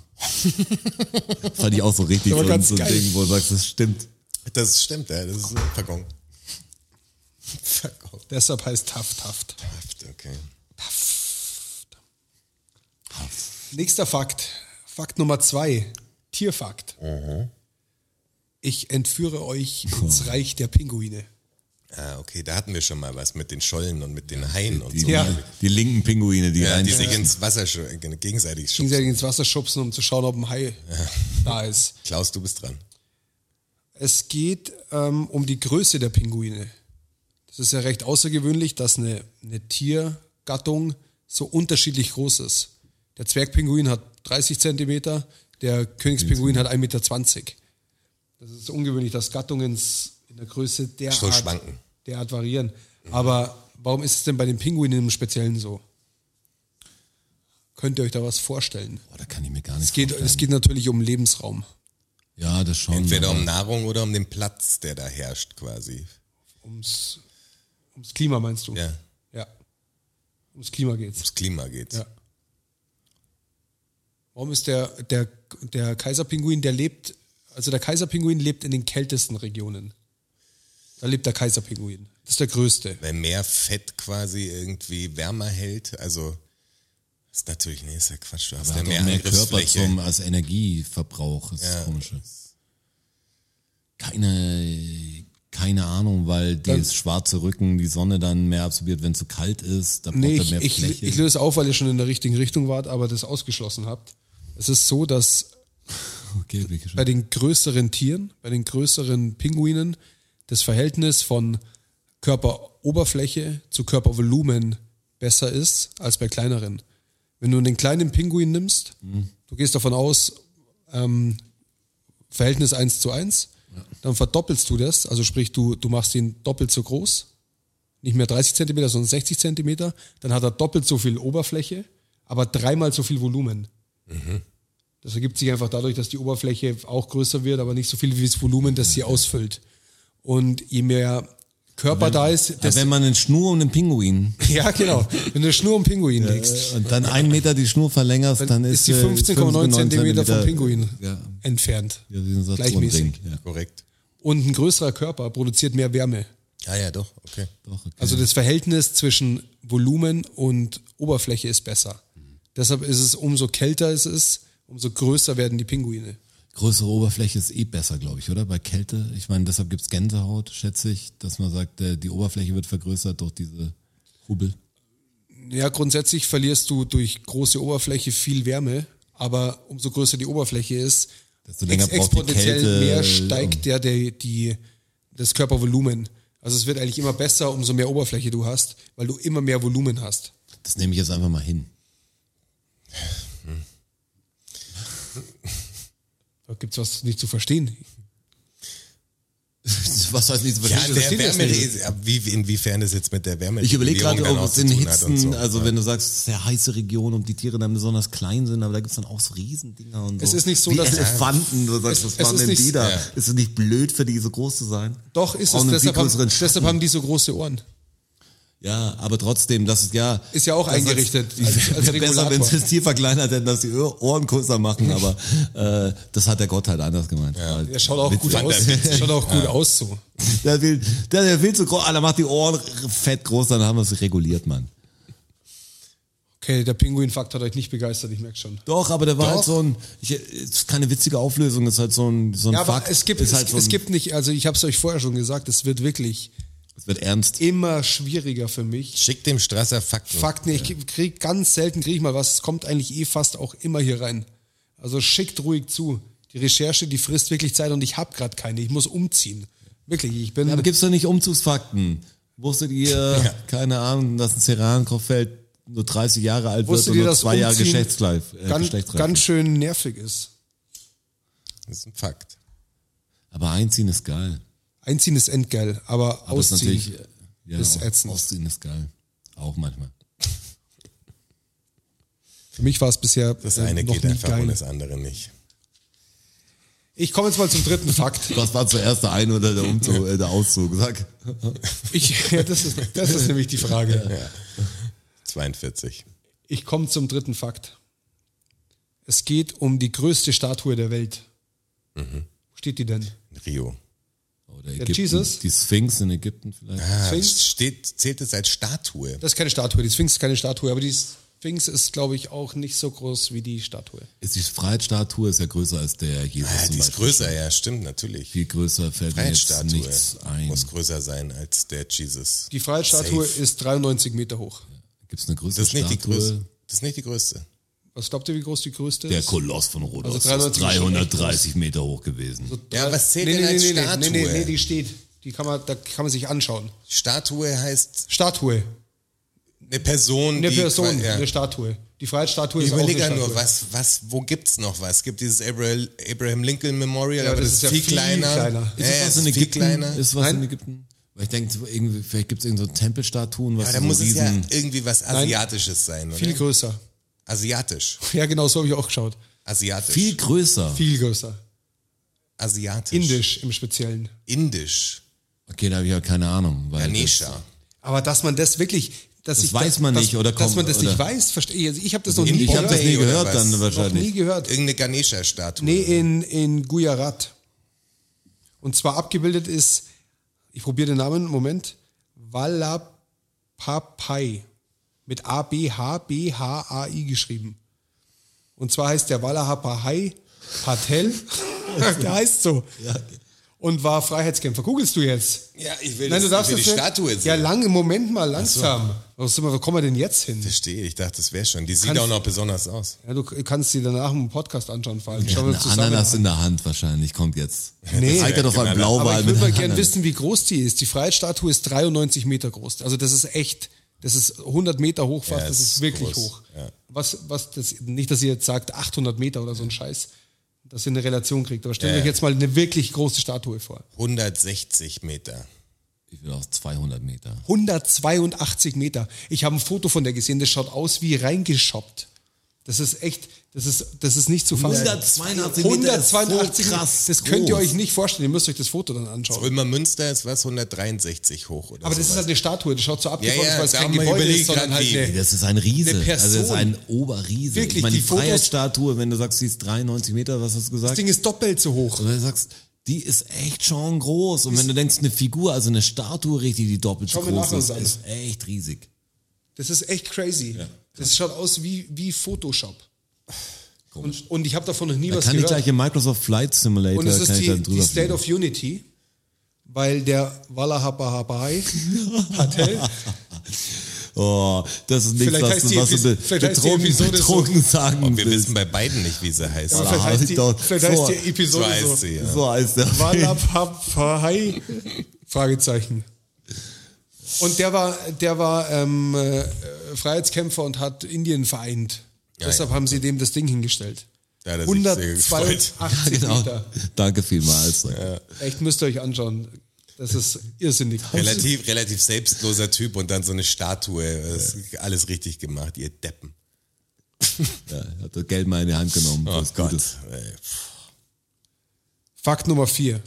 [SPEAKER 2] Das fand ich auch so richtig, so,
[SPEAKER 4] Aber ganz
[SPEAKER 2] so ein
[SPEAKER 4] geil.
[SPEAKER 2] Ding, wo du sagst, das stimmt.
[SPEAKER 3] Das stimmt, ja. Das ist Vergong. Vergong.
[SPEAKER 4] Deshalb heißt Taft Taft.
[SPEAKER 3] Taft, okay.
[SPEAKER 4] Nächster Fakt. Fakt Nummer zwei. Tierfakt. Ich entführe euch ins Reich der Pinguine.
[SPEAKER 3] Ah, okay, da hatten wir schon mal was mit den Schollen und mit den Haien und
[SPEAKER 2] Die,
[SPEAKER 3] so.
[SPEAKER 4] Ja.
[SPEAKER 2] die linken Pinguine, die
[SPEAKER 3] Ja,
[SPEAKER 2] rein.
[SPEAKER 3] die sich ins Wasser sch- äh, gegenseitig schubsen.
[SPEAKER 4] Gegenseitig ins Wasser schubsen, um zu schauen, ob ein Hai da ist.
[SPEAKER 3] Klaus, du bist dran.
[SPEAKER 4] Es geht ähm, um die Größe der Pinguine. Das ist ja recht außergewöhnlich, dass eine, eine Tiergattung so unterschiedlich groß ist. Der Zwergpinguin hat 30 Zentimeter, der
[SPEAKER 3] Mhm.
[SPEAKER 4] Königspinguin hat 1,20 Meter. Das ist ungewöhnlich, dass Gattungen s- in der Größe derart,
[SPEAKER 3] So schwanken.
[SPEAKER 4] derart variieren. Aber warum ist es denn bei den Pinguinen im Speziellen so? Könnt ihr euch da was vorstellen?
[SPEAKER 2] Boah, da kann ich mir gar nicht
[SPEAKER 4] Es geht,
[SPEAKER 2] vorstellen.
[SPEAKER 4] es geht natürlich um Lebensraum.
[SPEAKER 2] Ja, das schon.
[SPEAKER 3] Entweder
[SPEAKER 2] aber-
[SPEAKER 3] um Nahrung oder um den Platz, der da herrscht, quasi.
[SPEAKER 4] Ums, ums Klima meinst du?
[SPEAKER 3] Ja,
[SPEAKER 4] Ja. Ums Klima geht's.
[SPEAKER 3] ums Klima geht's.
[SPEAKER 4] Ja. Warum ist der, der, der Kaiserpinguin, der lebt, also der Kaiserpinguin lebt in den kältesten Regionen. Da lebt der Kaiserpinguin. Das ist der größte.
[SPEAKER 3] Weil mehr Fett quasi irgendwie wärmer hält. Also Ist natürlich, nee, ist ja Quatsch. Du hast
[SPEAKER 2] Er
[SPEAKER 3] ja
[SPEAKER 2] hat auch
[SPEAKER 3] mehr,
[SPEAKER 2] mehr Körper
[SPEAKER 3] Angriffsfläche.
[SPEAKER 2] zum, als Energieverbrauch. Das ist
[SPEAKER 3] Ja.
[SPEAKER 2] das Komische. Keine, keine Ahnung, weil dieses schwarze Rücken die Sonne dann mehr absorbiert, wenn es zu kalt ist. Da braucht
[SPEAKER 4] Nee,
[SPEAKER 2] er
[SPEAKER 4] ich,
[SPEAKER 2] mehr
[SPEAKER 4] ich,
[SPEAKER 2] Fläche.
[SPEAKER 4] ich löse es auf, weil ihr schon in der richtigen Richtung wart, aber das ausgeschlossen habt. Es ist so, dass
[SPEAKER 2] okay, bin ich
[SPEAKER 4] bei
[SPEAKER 2] gespannt.
[SPEAKER 4] den größeren Tieren, bei den größeren Pinguinen, das Verhältnis von Körperoberfläche zu Körpervolumen besser ist als bei kleineren. Wenn du einen kleinen Pinguin nimmst, du gehst davon aus, ähm, Verhältnis 1 zu 1, dann verdoppelst du das, also sprich, du, du machst ihn doppelt so groß, nicht mehr 30 Zentimeter, sondern 60 Zentimeter, dann hat er doppelt so viel Oberfläche, aber dreimal so viel Volumen.
[SPEAKER 2] Mhm.
[SPEAKER 4] Das ergibt sich einfach dadurch, dass die Oberfläche auch größer wird, aber nicht so viel wie das Volumen, das sie ausfüllt. Und je mehr Körper da ist,
[SPEAKER 2] Ja,
[SPEAKER 4] desto
[SPEAKER 2] wenn man eine Schnur um einen Pinguin äh,
[SPEAKER 4] ja, genau. Wenn du eine Schnur um Pinguin legst,
[SPEAKER 2] und dann einen Meter die Schnur verlängerst, dann,
[SPEAKER 4] dann
[SPEAKER 2] ist
[SPEAKER 4] ist die
[SPEAKER 2] äh,
[SPEAKER 4] 15,9 Zentimeter vom
[SPEAKER 2] Zentimeter-
[SPEAKER 4] Pinguin
[SPEAKER 2] Ja,
[SPEAKER 4] entfernt.
[SPEAKER 2] ja, wie ein Satz
[SPEAKER 4] Gleichmäßig.
[SPEAKER 2] Ja,
[SPEAKER 3] Korrekt.
[SPEAKER 4] Und ein größerer Körper produziert mehr Wärme.
[SPEAKER 3] Ah ja, doch, okay.
[SPEAKER 2] doch, okay.
[SPEAKER 4] Also das Verhältnis zwischen Volumen und Oberfläche ist besser. Deshalb ist es, umso kälter es ist, umso größer werden die Pinguine.
[SPEAKER 2] Größere Oberfläche ist eh besser, glaube ich, oder? Bei Kälte. Ich meine, deshalb gibt's Gänsehaut, schätze ich, dass man sagt, äh, die Oberfläche wird vergrößert durch diese Hubbel.
[SPEAKER 4] Ja, grundsätzlich verlierst du durch große Oberfläche viel Wärme, aber umso größer die Oberfläche ist,
[SPEAKER 2] Desto länger braucht die
[SPEAKER 4] exponentiell
[SPEAKER 2] Kälte,
[SPEAKER 4] mehr
[SPEAKER 2] äh,
[SPEAKER 4] steigt ja der, die, das Körpervolumen. Also es wird eigentlich immer besser, umso mehr Oberfläche du hast, weil du immer mehr Volumen hast.
[SPEAKER 2] Das nehme ich jetzt einfach mal hin.
[SPEAKER 4] Da gibt's was nicht zu verstehen.
[SPEAKER 2] Was heißt nichts?
[SPEAKER 3] Ja,
[SPEAKER 2] verstehe ich
[SPEAKER 3] der
[SPEAKER 2] das
[SPEAKER 3] Wärme,
[SPEAKER 2] nicht.
[SPEAKER 3] wie, inwiefern das jetzt mit der Wärme
[SPEAKER 2] ich überlege gerade, ob es in Hitzen,
[SPEAKER 3] so.
[SPEAKER 2] also wenn du sagst, es ist sehr heiße Region und die Tiere dann besonders klein sind, aber da gibt's dann auch so Riesendinger und so.
[SPEAKER 4] Es ist nicht so,
[SPEAKER 2] Wie
[SPEAKER 4] dass-
[SPEAKER 2] Elefanten, du sagst,
[SPEAKER 4] Es-
[SPEAKER 2] was
[SPEAKER 4] es
[SPEAKER 2] waren
[SPEAKER 4] ist
[SPEAKER 2] denn
[SPEAKER 4] nicht-
[SPEAKER 2] die da?
[SPEAKER 3] ja.
[SPEAKER 2] Ist es nicht blöd für die, so groß zu sein?
[SPEAKER 4] Doch ist es,
[SPEAKER 2] Brauchen einen
[SPEAKER 4] deshalb
[SPEAKER 2] viel
[SPEAKER 4] haben,
[SPEAKER 2] größeren
[SPEAKER 4] deshalb
[SPEAKER 2] Schatten.
[SPEAKER 4] haben die so große Ohren.
[SPEAKER 2] Ja, aber trotzdem, das ist ja.
[SPEAKER 4] Ist ja auch
[SPEAKER 2] das
[SPEAKER 4] eingerichtet
[SPEAKER 2] Als,
[SPEAKER 4] als- als
[SPEAKER 2] besser,
[SPEAKER 4] Regulator.
[SPEAKER 2] wenn sie das Tier verkleinert hätten, dass die Ohr- Ohren größer machen, aber äh, das hat der Gott halt anders gemeint. Ja,
[SPEAKER 4] Der schaut auch gut aus. Schaut auch gut aus so.
[SPEAKER 2] Der will, der, der will zu groß, ah, der macht die Ohren fett groß, dann haben wir es reguliert, Mann.
[SPEAKER 4] Okay, der Pinguin-Fakt hat euch nicht begeistert, ich merke schon.
[SPEAKER 2] Doch, aber der war
[SPEAKER 4] Doch.
[SPEAKER 2] halt so ein, ich, ist keine witzige Auflösung, ist halt so ein, so ein
[SPEAKER 4] Ja, aber
[SPEAKER 2] Fakt.
[SPEAKER 4] es gibt,
[SPEAKER 2] ist
[SPEAKER 4] es,
[SPEAKER 2] halt so
[SPEAKER 4] es
[SPEAKER 2] ein-
[SPEAKER 4] gibt nicht, also ich habe es euch vorher schon gesagt, es wird wirklich
[SPEAKER 2] es wird ernst.
[SPEAKER 4] immer schwieriger für mich.
[SPEAKER 3] Schick dem Strasser Fakten.
[SPEAKER 4] Fakten, ich krieg ganz selten kriege ich mal was, es kommt eigentlich eh fast auch immer hier rein. Also schickt ruhig zu. Die Recherche, die frisst wirklich Zeit und ich habe gerade keine. Ich muss umziehen. Wirklich, ich bin.
[SPEAKER 2] Ja, aber gibt's da nicht Umzugsfakten? Wusstet ihr, keine Ahnung, dass ein Ceran-Kopffeld nur 30 Jahre alt
[SPEAKER 4] wusstet
[SPEAKER 2] wird
[SPEAKER 4] ihr,
[SPEAKER 2] und nur
[SPEAKER 4] dass
[SPEAKER 2] zwei Jahre
[SPEAKER 4] Umziehen
[SPEAKER 2] geschlechtsreif, äh,
[SPEAKER 4] ganz,
[SPEAKER 2] geschlechtsreif
[SPEAKER 4] ganz
[SPEAKER 2] ist?
[SPEAKER 4] schön nervig ist.
[SPEAKER 3] Das ist ein Fakt.
[SPEAKER 2] Aber einziehen ist geil.
[SPEAKER 4] Einziehen ist endgeil, aber,
[SPEAKER 2] Aber ist
[SPEAKER 4] ausziehen.
[SPEAKER 2] natürlich, ja,
[SPEAKER 4] ist
[SPEAKER 2] auch-
[SPEAKER 4] ätzend.
[SPEAKER 2] Ausziehen ist geil. Auch manchmal.
[SPEAKER 4] Für mich war es bisher
[SPEAKER 3] Das
[SPEAKER 4] äh,
[SPEAKER 3] eine
[SPEAKER 4] noch
[SPEAKER 3] geht
[SPEAKER 4] nie
[SPEAKER 3] einfach
[SPEAKER 4] geil.
[SPEAKER 3] und das andere nicht.
[SPEAKER 4] Ich komme jetzt mal zum dritten Fakt.
[SPEAKER 2] Was war zuerst der Ein- oder der, Umzug, äh, der Auszug? Sag.
[SPEAKER 4] Ich, ja, das, ist, das ist nämlich die Frage.
[SPEAKER 3] 42.
[SPEAKER 4] Ich komme zum dritten Fakt. Es geht um die größte Statue der Welt.
[SPEAKER 3] Mhm.
[SPEAKER 4] Wo steht die denn?
[SPEAKER 3] Rio.
[SPEAKER 2] Oder Ägypten.
[SPEAKER 4] Jesus?
[SPEAKER 2] Die Sphinx in Ägypten vielleicht.
[SPEAKER 3] Ah,
[SPEAKER 4] Sphinx?
[SPEAKER 3] es steht, zählt es als Statue?
[SPEAKER 4] Das ist keine Statue, die Sphinx ist keine Statue, aber die Sphinx ist, glaube ich, auch nicht so groß wie die Statue.
[SPEAKER 2] Ist die Freiheitsstatue ist ja größer als der Jesus
[SPEAKER 3] Ah,
[SPEAKER 2] zum
[SPEAKER 3] die ist
[SPEAKER 2] Beispiel.
[SPEAKER 3] größer, ja, stimmt, natürlich.
[SPEAKER 2] Viel größer fällt mir jetzt
[SPEAKER 3] Freiheitsstatue
[SPEAKER 2] nichts ein.
[SPEAKER 3] muss größer sein als der Jesus.
[SPEAKER 4] Die Freiheitsstatue
[SPEAKER 3] Safe.
[SPEAKER 4] ist 93 Meter hoch.
[SPEAKER 2] Gibt's eine größere
[SPEAKER 3] Das ist nicht die
[SPEAKER 2] Statue?
[SPEAKER 3] größte. Das ist nicht die größte.
[SPEAKER 4] Was glaubt ihr, wie groß die größte
[SPEAKER 2] Der
[SPEAKER 4] ist?
[SPEAKER 2] Koloss von Rhodos
[SPEAKER 4] Also
[SPEAKER 2] ist
[SPEAKER 4] 93
[SPEAKER 2] 330 Meter hoch gewesen.
[SPEAKER 3] Ja, was zählt
[SPEAKER 4] Nee,
[SPEAKER 3] denn
[SPEAKER 4] nee,
[SPEAKER 3] als
[SPEAKER 4] nee, nee,
[SPEAKER 3] Statue?
[SPEAKER 4] nee, nee, nee, die steht. Die kann man, da kann man sich anschauen.
[SPEAKER 3] Statue heißt
[SPEAKER 4] Statue.
[SPEAKER 3] eine Person,
[SPEAKER 4] Eine
[SPEAKER 3] die...
[SPEAKER 4] Person,
[SPEAKER 3] Ja.
[SPEAKER 4] eine Statue. Die Freiheitsstatue
[SPEAKER 3] Ich
[SPEAKER 4] ist auch eine
[SPEAKER 3] überlege ja
[SPEAKER 4] Statue.
[SPEAKER 3] nur, was, was, wo gibt's noch was? Es gibt dieses Abraham, Abraham Lincoln Memorial,
[SPEAKER 4] Ja,
[SPEAKER 3] aber das, ist, viel, kleiner.
[SPEAKER 4] kleiner.
[SPEAKER 3] Ja,
[SPEAKER 2] Ist
[SPEAKER 3] ja,
[SPEAKER 2] das was
[SPEAKER 3] es
[SPEAKER 2] in
[SPEAKER 3] ist viel
[SPEAKER 2] Ägypten?
[SPEAKER 3] kleiner.
[SPEAKER 2] Ist was in Ägypten? Weil ich denke, so irgendwie- vielleicht gibt's irgend so Tempelstatuen, was
[SPEAKER 3] Aber
[SPEAKER 2] so
[SPEAKER 3] da muss es ja
[SPEAKER 2] riesen...
[SPEAKER 3] irgendwie was Asiatisches sein, oder?
[SPEAKER 4] Viel größer.
[SPEAKER 3] Asiatisch.
[SPEAKER 4] Ja, genau, so habe ich auch geschaut.
[SPEAKER 3] Asiatisch.
[SPEAKER 2] Viel größer.
[SPEAKER 4] Viel größer.
[SPEAKER 3] Asiatisch.
[SPEAKER 4] Indisch im Speziellen.
[SPEAKER 3] Indisch.
[SPEAKER 2] Okay, da habe ich ja keine Ahnung. Weil
[SPEAKER 3] Ganesha.
[SPEAKER 4] Aber dass man das wirklich, dass
[SPEAKER 2] Das
[SPEAKER 4] ich
[SPEAKER 2] weiß man
[SPEAKER 4] dass,
[SPEAKER 2] nicht, oder
[SPEAKER 4] dass
[SPEAKER 2] kommt-
[SPEAKER 4] man das
[SPEAKER 2] oder-
[SPEAKER 4] nicht weiß, verstehe ich. Also ich habe das
[SPEAKER 2] Das,
[SPEAKER 4] noch nie
[SPEAKER 2] ich habe
[SPEAKER 4] gehört.
[SPEAKER 2] das nie
[SPEAKER 3] oder
[SPEAKER 2] gehört
[SPEAKER 3] was?
[SPEAKER 2] dann
[SPEAKER 3] Noch
[SPEAKER 4] noch nie
[SPEAKER 2] wahrscheinlich.
[SPEAKER 4] gehört.
[SPEAKER 3] Irgendeine Ganesha-Statue.
[SPEAKER 4] Nee, in, in Gujarat. Und zwar abgebildet ist, ich probiere den Namen, Moment, Vallapapai. mit A, B, H, B, H, A, I geschrieben. Und zwar heißt der Walaha Pahai Patel. der heißt so. Und war Freiheitskämpfer. Googelst du jetzt?
[SPEAKER 3] Ja, ich will,
[SPEAKER 4] Nein, du
[SPEAKER 3] das,
[SPEAKER 4] darfst
[SPEAKER 3] ich will
[SPEAKER 4] das nicht.
[SPEAKER 3] die Statue
[SPEAKER 4] Ja,
[SPEAKER 3] sehen.
[SPEAKER 4] lang, im Moment mal langsam. Wo, sind wir, wo kommen wir denn jetzt hin?
[SPEAKER 3] Verstehe, ich dachte, das wäre schon. Die sieht
[SPEAKER 4] Kannst-
[SPEAKER 3] auch noch besonders aus.
[SPEAKER 4] Ja, du kannst sie danach im Podcast anschauen, vor allem. Schauen wir
[SPEAKER 2] Eine
[SPEAKER 4] zusammen
[SPEAKER 2] Ananas
[SPEAKER 4] an.
[SPEAKER 2] in der Hand wahrscheinlich kommt jetzt.
[SPEAKER 4] Nee.
[SPEAKER 2] zeigt er doch
[SPEAKER 3] Aber
[SPEAKER 2] an
[SPEAKER 3] ich
[SPEAKER 4] Aber
[SPEAKER 2] Blauwal
[SPEAKER 4] ich
[SPEAKER 2] mit
[SPEAKER 4] würde mal
[SPEAKER 2] der
[SPEAKER 4] gerne
[SPEAKER 2] Ananas.
[SPEAKER 4] wissen, wie groß die ist. Die Freiheitsstatue ist 93 Meter groß. Also das ist echt, das ist 100 Meter hoch fast,
[SPEAKER 3] Ja,
[SPEAKER 4] das
[SPEAKER 3] ist
[SPEAKER 4] ist wirklich
[SPEAKER 3] groß.
[SPEAKER 4] hoch.
[SPEAKER 3] Ja.
[SPEAKER 4] Was, was das, nicht, dass ihr jetzt sagt 800 Meter oder so ein Scheiß, dass ihr eine Relation kriegt. Aber stellt
[SPEAKER 3] Ja,
[SPEAKER 4] euch
[SPEAKER 3] ja.
[SPEAKER 4] jetzt mal eine wirklich große Statue vor.
[SPEAKER 3] 160 Meter.
[SPEAKER 2] Ich will auch 200 Meter.
[SPEAKER 4] 182 Meter. Ich habe ein Foto von der gesehen, das schaut aus wie reingeschoppt. Das ist echt, das ist, das ist nicht zu fassen.
[SPEAKER 2] 182 Meter ist so
[SPEAKER 4] 182
[SPEAKER 2] krass
[SPEAKER 4] Das könnt ihr
[SPEAKER 2] groß.
[SPEAKER 4] euch nicht vorstellen, ihr müsst euch das Foto dann anschauen.
[SPEAKER 3] Römer Münster ist was 163 hoch oder
[SPEAKER 4] Aber das ist
[SPEAKER 3] sowas.
[SPEAKER 4] halt eine Statue, die schaut so abgefahren
[SPEAKER 3] Ja, ja,
[SPEAKER 4] aus, weil es
[SPEAKER 3] da
[SPEAKER 4] kein
[SPEAKER 3] haben wir
[SPEAKER 4] Gebäude
[SPEAKER 3] überlegt
[SPEAKER 4] ist, sondern
[SPEAKER 3] grad
[SPEAKER 4] halt
[SPEAKER 3] wie.
[SPEAKER 4] eine,
[SPEAKER 2] Ey, Das ist ein Riese.
[SPEAKER 4] Eine Person.
[SPEAKER 2] Also das ist ein Oberriese.
[SPEAKER 4] Wirklich,
[SPEAKER 2] ich meine, die,
[SPEAKER 4] die Fotos-
[SPEAKER 2] Freiheitsstatue, wenn du sagst, sie ist 93 Meter, was hast du gesagt?
[SPEAKER 4] das Ding ist doppelt so hoch.
[SPEAKER 2] Oder du sagst, die ist echt schon groß. Und wenn du denkst, eine Figur, also eine Statue richtig, die doppelt so
[SPEAKER 4] Schau mir
[SPEAKER 2] groß
[SPEAKER 4] nachher
[SPEAKER 2] ist,
[SPEAKER 4] an.
[SPEAKER 2] ist echt riesig.
[SPEAKER 4] Das ist echt crazy. das schaut aus wie, wie Photoshop. Und, und ich habe davon noch nie
[SPEAKER 2] Da
[SPEAKER 4] was
[SPEAKER 2] kann ich
[SPEAKER 4] gehört.
[SPEAKER 2] gleich im Microsoft Flight Simulator
[SPEAKER 4] und es
[SPEAKER 2] kann
[SPEAKER 4] ist
[SPEAKER 2] ich da
[SPEAKER 4] die,
[SPEAKER 2] drüber
[SPEAKER 4] die State
[SPEAKER 2] fliegen.
[SPEAKER 4] of Unity, weil der Wallahapahapai Patel
[SPEAKER 2] Oh, das ist nichts,
[SPEAKER 4] Vielleicht
[SPEAKER 2] was
[SPEAKER 4] heißt
[SPEAKER 2] du,
[SPEAKER 4] die
[SPEAKER 2] was du
[SPEAKER 4] Epis-
[SPEAKER 2] be
[SPEAKER 4] vielleicht heißt die
[SPEAKER 2] betrunken,
[SPEAKER 4] Episode so. Oh,
[SPEAKER 2] betrunken sagen
[SPEAKER 3] Wir
[SPEAKER 2] willst.
[SPEAKER 3] wissen bei beiden nicht, wie sie heißt.
[SPEAKER 4] Aber
[SPEAKER 2] Walla-
[SPEAKER 4] halt vielleicht heißt,
[SPEAKER 2] halt
[SPEAKER 4] die,
[SPEAKER 2] doch
[SPEAKER 4] vielleicht heißt
[SPEAKER 2] vor.
[SPEAKER 4] die
[SPEAKER 3] so
[SPEAKER 4] Episode
[SPEAKER 3] heißt
[SPEAKER 4] so.
[SPEAKER 3] sie, ja.
[SPEAKER 2] So heißt der Film.
[SPEAKER 4] Wallapapahai? Fragezeichen. Und der war, der war ähm, äh, Freiheitskämpfer und hat Indien vereint.
[SPEAKER 3] Ja,
[SPEAKER 4] Deshalb
[SPEAKER 3] ja.
[SPEAKER 4] haben sie dem das Ding hingestellt.
[SPEAKER 3] Da hat er sich sehr gefreut.
[SPEAKER 4] 182
[SPEAKER 2] Genau.
[SPEAKER 4] Meter.
[SPEAKER 2] Danke vielmals.
[SPEAKER 4] Echt, müsst ihr euch anschauen. Das ist irrsinnig.
[SPEAKER 3] Relativ, relativ selbstloser Typ und dann so eine Statue. Das ist alles richtig gemacht, ihr Deppen.
[SPEAKER 2] Ja, hat das Geld mal in die Hand genommen.
[SPEAKER 3] Oh
[SPEAKER 2] was
[SPEAKER 3] Gott.
[SPEAKER 2] Gutes.
[SPEAKER 3] Ey.
[SPEAKER 4] Fakt Nummer 4.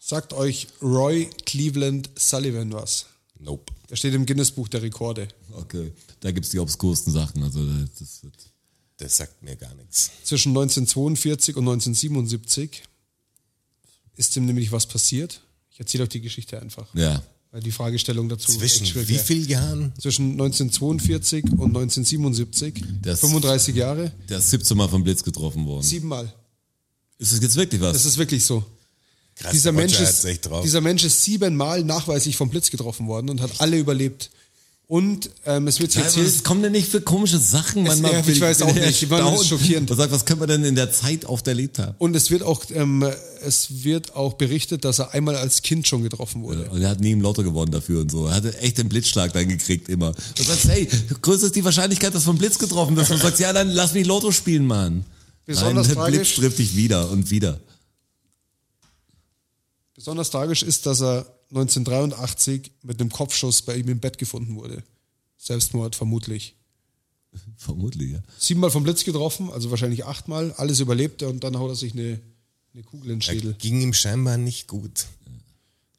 [SPEAKER 4] Sagt euch Roy Cleveland Sullivan was.
[SPEAKER 3] Nope.
[SPEAKER 4] Der steht im Guinness-Buch der Rekorde.
[SPEAKER 2] Okay, da gibt's die obskursten Sachen. Also das wird
[SPEAKER 3] Das sagt mir gar nichts.
[SPEAKER 4] Zwischen 1942 und 1977 ist ihm nämlich was passiert. Ich erzähle euch die Geschichte einfach,
[SPEAKER 2] ja.
[SPEAKER 4] weil die Fragestellung dazu
[SPEAKER 3] Zwischen
[SPEAKER 4] echt schwierig
[SPEAKER 3] wie
[SPEAKER 4] wäre.
[SPEAKER 3] vielen Jahren?
[SPEAKER 4] Zwischen 1942 und 1977,
[SPEAKER 2] Das-
[SPEAKER 4] 35 Jahre,
[SPEAKER 2] Der ist 17 Mal vom Blitz getroffen worden.
[SPEAKER 4] siebenmal.
[SPEAKER 2] ist das jetzt wirklich was?
[SPEAKER 4] Das ist wirklich so.
[SPEAKER 3] Krass,
[SPEAKER 4] dieser,
[SPEAKER 3] der
[SPEAKER 4] Mensch
[SPEAKER 3] Roger
[SPEAKER 4] ist,
[SPEAKER 3] hat's echt drauf.
[SPEAKER 4] dieser Mensch ist siebenmal nachweislich vom Blitz getroffen worden und hat alle überlebt. Und ähm, es wird
[SPEAKER 2] also,
[SPEAKER 4] gezählt,
[SPEAKER 2] was kommen denn nicht für komische Sachen?
[SPEAKER 4] Es- ja, ich weiß auch nicht. Mann, das ist schockierend.
[SPEAKER 2] Man sagt, was können wir denn in der Zeit oft erlebt haben?
[SPEAKER 4] und es wird auch, ähm, es wird auch berichtet, dass er einmal als Kind schon getroffen wurde.
[SPEAKER 2] Und er hat nie im Lotto gewonnen dafür und so. Er hatte echt den Blitzschlag dann gekriegt immer. Du sagst, hey, größer ist die Wahrscheinlichkeit, dass vom Blitz getroffen wirst. Und du sagst, ja, dann lass mich Lotto spielen, Mann.
[SPEAKER 4] Besonders
[SPEAKER 2] Nein, der Blitz
[SPEAKER 4] tragisch-
[SPEAKER 2] trifft dich wieder und wieder.
[SPEAKER 4] Besonders tragisch ist, dass er 1983 mit einem Kopfschuss bei ihm im Bett gefunden wurde. Selbstmord vermutlich.
[SPEAKER 2] Vermutlich, ja.
[SPEAKER 4] Siebenmal vom Blitz getroffen, also wahrscheinlich achtmal, alles überlebt und dann haut er sich eine, eine Kugel in den Schädel.
[SPEAKER 3] Ging ihm scheinbar nicht gut.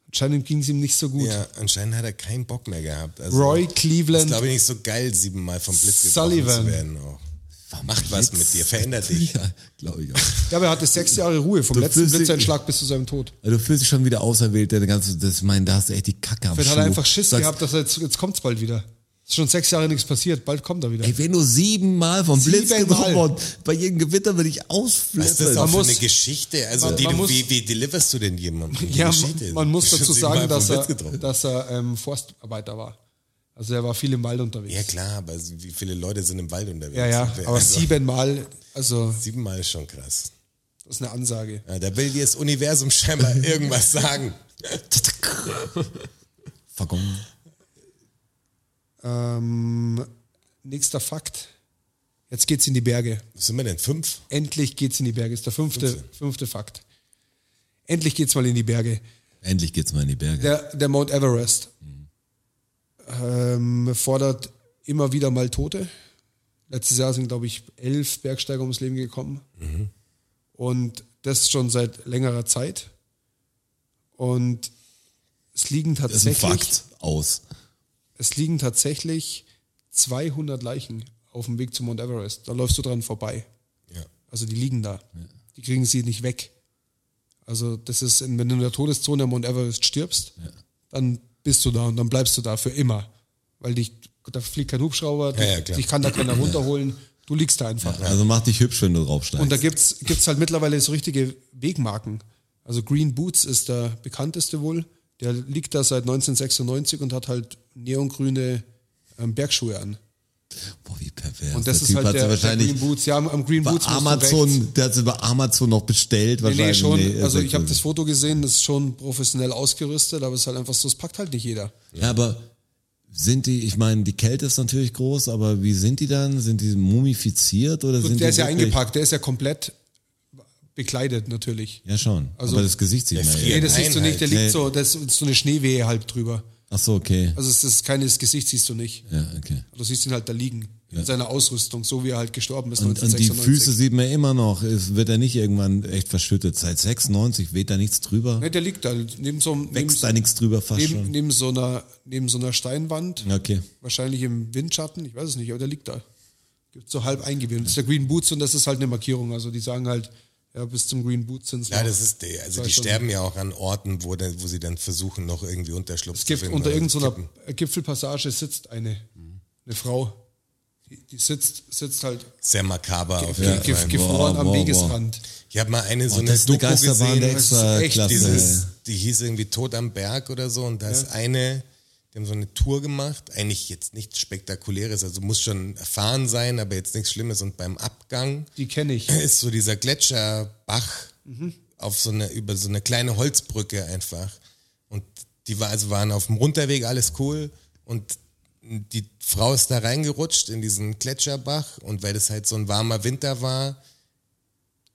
[SPEAKER 4] Anscheinend ging es ihm nicht so gut.
[SPEAKER 3] Ja, anscheinend hat er keinen Bock mehr gehabt. Also,
[SPEAKER 4] Roy
[SPEAKER 3] Ist,
[SPEAKER 4] Cleveland
[SPEAKER 3] glaube ich, nicht so geil, siebenmal vom Blitz getroffen
[SPEAKER 4] Sullivan.
[SPEAKER 3] zu werden. Auch. Macht was mit dir, verändert dich.
[SPEAKER 2] Ja, glaube ich auch.
[SPEAKER 4] Ja, aber er hatte sechs Jahre Ruhe vom
[SPEAKER 2] Du
[SPEAKER 4] letzten
[SPEAKER 2] fühlst dich-
[SPEAKER 4] Blitzeinschlag bis zu seinem Tod.
[SPEAKER 2] Also du fühlst dich schon wieder auserwählt, der ganze, das, ich meine, da hast du echt die Kacke am
[SPEAKER 4] Vielleicht hat
[SPEAKER 2] Schuh.
[SPEAKER 4] er einfach Schiss
[SPEAKER 2] Sagst,
[SPEAKER 4] gehabt, dass er jetzt, jetzt kommt's bald wieder. Ist schon sechs Jahre nichts passiert, bald kommt er wieder.
[SPEAKER 2] Ey, wenn du siebenmal vom Blitz
[SPEAKER 4] Siebenmal.
[SPEAKER 2] getroffen wurdest, bei jedem Gewitter würde ich
[SPEAKER 3] Was ist das
[SPEAKER 2] ausflippen.
[SPEAKER 3] auch für
[SPEAKER 4] muss-
[SPEAKER 3] eine Geschichte? Also,
[SPEAKER 4] man-
[SPEAKER 3] die,
[SPEAKER 4] man
[SPEAKER 3] du-
[SPEAKER 4] muss-
[SPEAKER 3] wie, wie deliverst du denn jemandem? die
[SPEAKER 4] ja,
[SPEAKER 3] Geschichte?
[SPEAKER 4] man muss dazu sagen,
[SPEAKER 3] Siebenmal
[SPEAKER 4] dass
[SPEAKER 3] vom
[SPEAKER 4] er,
[SPEAKER 3] Blitz getroffen.
[SPEAKER 4] dass er ähm, Forstarbeiter war. Also er war viel im Wald unterwegs.
[SPEAKER 3] Ja klar, aber wie viele Leute sind im Wald unterwegs?
[SPEAKER 4] Ja, ja, aber
[SPEAKER 3] also,
[SPEAKER 4] siebenmal, also
[SPEAKER 3] Siebenmal ist schon krass.
[SPEAKER 4] das ist eine Ansage.
[SPEAKER 3] Ja, da will dir das Universum scheinbar irgendwas sagen.
[SPEAKER 2] Vergonnen.
[SPEAKER 4] Ähm, nächster Fakt. Jetzt geht's in die Berge.
[SPEAKER 3] Was sind wir denn? Fünf?
[SPEAKER 4] Endlich geht's in die Berge. Ist der fünfte, fünfte Fakt. Endlich geht's mal in die Berge.
[SPEAKER 2] Endlich geht's mal in die Berge.
[SPEAKER 4] Der, der Mount Everest
[SPEAKER 2] Mhm.
[SPEAKER 4] ähm, fordert immer wieder mal Tote. Letztes Jahr sind, glaube ich, elf Bergsteiger ums Leben gekommen.
[SPEAKER 2] Mhm.
[SPEAKER 4] Und das schon seit längerer Zeit. Und es liegen
[SPEAKER 2] das ist ein
[SPEAKER 4] tatsächlich,
[SPEAKER 2] Fakt. Aus.
[SPEAKER 4] es liegen tatsächlich 200 Leichen auf dem Weg zum Mount Everest. Da läufst du dran vorbei.
[SPEAKER 3] Ja.
[SPEAKER 4] Also die liegen da. Die kriegen sie nicht weg. Also das ist, in- wenn du in der Todeszone am Mount Everest stirbst, dann bist du da und dann bleibst du da für immer. Weil dich da fliegt kein Hubschrauber,
[SPEAKER 3] Ja, ja, klar.
[SPEAKER 4] dich kann da keiner runterholen. Du liegst da einfach.
[SPEAKER 2] Also mach dich hübsch, wenn du draufsteigst.
[SPEAKER 4] Und da gibt's gibt's halt mittlerweile so richtige Wegmarken. Also Green Boots ist der bekannteste wohl. Der liegt da seit 1996 und hat halt neongrüne ähm, Bergschuhe an.
[SPEAKER 2] Boah, wie pervers.
[SPEAKER 4] Und das
[SPEAKER 2] der
[SPEAKER 4] ist
[SPEAKER 2] Typ
[SPEAKER 4] halt
[SPEAKER 2] hat's
[SPEAKER 4] der, der
[SPEAKER 2] wahrscheinlich
[SPEAKER 4] Green Boots. Ja, am, am Green
[SPEAKER 2] bei
[SPEAKER 4] Boots musst du rechts-
[SPEAKER 2] Amazon, der hat sie bei Amazon noch bestellt
[SPEAKER 4] Nee, nee,
[SPEAKER 2] wahrscheinlich.
[SPEAKER 4] schon.
[SPEAKER 2] Nee,
[SPEAKER 4] also
[SPEAKER 2] ist halt
[SPEAKER 4] ich habe
[SPEAKER 2] so.
[SPEAKER 4] das Foto gesehen, das ist schon professionell ausgerüstet, aber es ist halt einfach so, es packt halt nicht jeder.
[SPEAKER 2] Ja, aber sind die, ich meine, die Kälte ist natürlich groß, aber wie sind die dann? Sind die mumifiziert oder sind
[SPEAKER 4] der
[SPEAKER 2] die
[SPEAKER 4] ist ja
[SPEAKER 2] wirklich-
[SPEAKER 4] eingepackt, der ist ja komplett bekleidet natürlich.
[SPEAKER 2] Ja, schon.
[SPEAKER 4] Also-
[SPEAKER 2] aber das Gesicht sieht man
[SPEAKER 4] Nee,
[SPEAKER 2] ja.
[SPEAKER 3] friert.
[SPEAKER 4] das siehst du nicht, der
[SPEAKER 2] Nee.
[SPEAKER 4] liegt so, da ist so eine Schneewehe halb drüber.
[SPEAKER 2] Ach so, okay.
[SPEAKER 4] Also es ist keines Gesicht siehst du nicht.
[SPEAKER 2] Ja, okay.
[SPEAKER 4] Du siehst ihn halt da liegen, in seiner Ausrüstung, so wie er halt gestorben ist
[SPEAKER 2] Und, und die
[SPEAKER 4] 1996.
[SPEAKER 2] Füße sieht man immer noch. Es wird er nicht irgendwann echt verschüttet. Seit 96 weht da nichts drüber.
[SPEAKER 4] Ne, der liegt da neben so einem, neben,
[SPEAKER 2] Wächst da nichts drüber fast
[SPEAKER 4] neben,
[SPEAKER 2] schon.
[SPEAKER 4] neben, so einer, neben so einer Steinwand,
[SPEAKER 2] Okay.
[SPEAKER 4] wahrscheinlich im Windschatten, ich weiß es nicht, aber der liegt da. Gibt so halb eingewickelt. Das ist der Green Boots und das ist halt eine Markierung. Also die sagen halt, ja, bis zum Green Boots sind es
[SPEAKER 3] Ja, das ist, der- also die sterben ja auch an Orten, wo, dann- wo sie dann versuchen, noch irgendwie Unterschlupf
[SPEAKER 4] Es
[SPEAKER 3] zu
[SPEAKER 4] gibt
[SPEAKER 3] finden.
[SPEAKER 4] unter
[SPEAKER 3] oder
[SPEAKER 4] irgendeiner
[SPEAKER 3] kippen.
[SPEAKER 4] Gipfelpassage sitzt eine, eine Frau. Die, die sitzt, sitzt halt
[SPEAKER 3] Sehr makaber auf
[SPEAKER 4] ge- Oh,
[SPEAKER 3] jeden
[SPEAKER 4] ge-
[SPEAKER 3] Fall.
[SPEAKER 4] gefroren am
[SPEAKER 2] wow, wow.
[SPEAKER 4] Wegesrand.
[SPEAKER 3] Ich habe mal eine so
[SPEAKER 2] Und
[SPEAKER 3] eine
[SPEAKER 2] das ist eine
[SPEAKER 3] Doku
[SPEAKER 2] Geisterbahn der
[SPEAKER 3] gesehen.
[SPEAKER 2] extra
[SPEAKER 4] echt
[SPEAKER 2] Klasse.
[SPEAKER 3] dieses, die hieß irgendwie Tod am Berg oder so und da ist eine, die haben so eine Tour gemacht, eigentlich jetzt nichts Spektakuläres, also muss schon erfahren sein, aber jetzt nichts Schlimmes und beim Abgang
[SPEAKER 4] Die kenne ich.
[SPEAKER 3] ist so dieser Gletscherbach auf so eine, über so eine kleine Holzbrücke einfach und die war, also waren auf dem Runterweg alles cool und die Frau ist da reingerutscht in diesen Gletscherbach und weil das halt so ein warmer Winter war,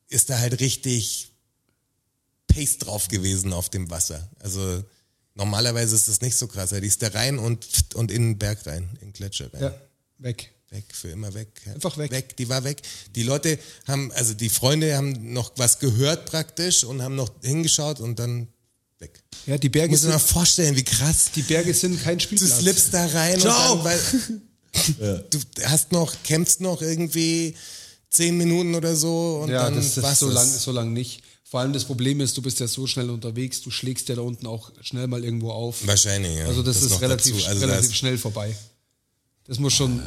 [SPEAKER 3] ist da halt richtig Paste drauf gewesen auf dem Wasser. Also normalerweise ist das nicht so krass. Ja, Die ist da rein und, pft und in den Berg rein, in den Gletscher rein.
[SPEAKER 4] Ja, weg.
[SPEAKER 3] Weg, für immer weg. Ja.
[SPEAKER 4] Einfach weg.
[SPEAKER 3] Weg, die war weg. Die Leute haben, also die Freunde haben noch was gehört praktisch und haben noch hingeschaut und dann weg.
[SPEAKER 4] Ja, die Berge,
[SPEAKER 3] Muss ich mir mal
[SPEAKER 4] sind,
[SPEAKER 3] vorstellen, wie krass.
[SPEAKER 4] die Berge sind kein
[SPEAKER 3] Du
[SPEAKER 4] Spielplatz.
[SPEAKER 3] slippst da rein
[SPEAKER 2] Ciao.
[SPEAKER 3] und dann, weil, du hast noch, kämpfst noch irgendwie zehn Minuten oder so und
[SPEAKER 4] Ja,
[SPEAKER 3] dann
[SPEAKER 4] das, das
[SPEAKER 3] war's
[SPEAKER 4] so
[SPEAKER 3] das.
[SPEAKER 4] lang, so lang nicht. Vor allem das Problem ist, du bist ja so schnell unterwegs, du schlägst ja da unten auch schnell mal irgendwo auf.
[SPEAKER 3] Wahrscheinlich, ja.
[SPEAKER 4] Also das, ist
[SPEAKER 3] noch
[SPEAKER 4] relativ,
[SPEAKER 3] dazu. Also da
[SPEAKER 4] relativ
[SPEAKER 3] ist-
[SPEAKER 4] schnell vorbei. Das muss schon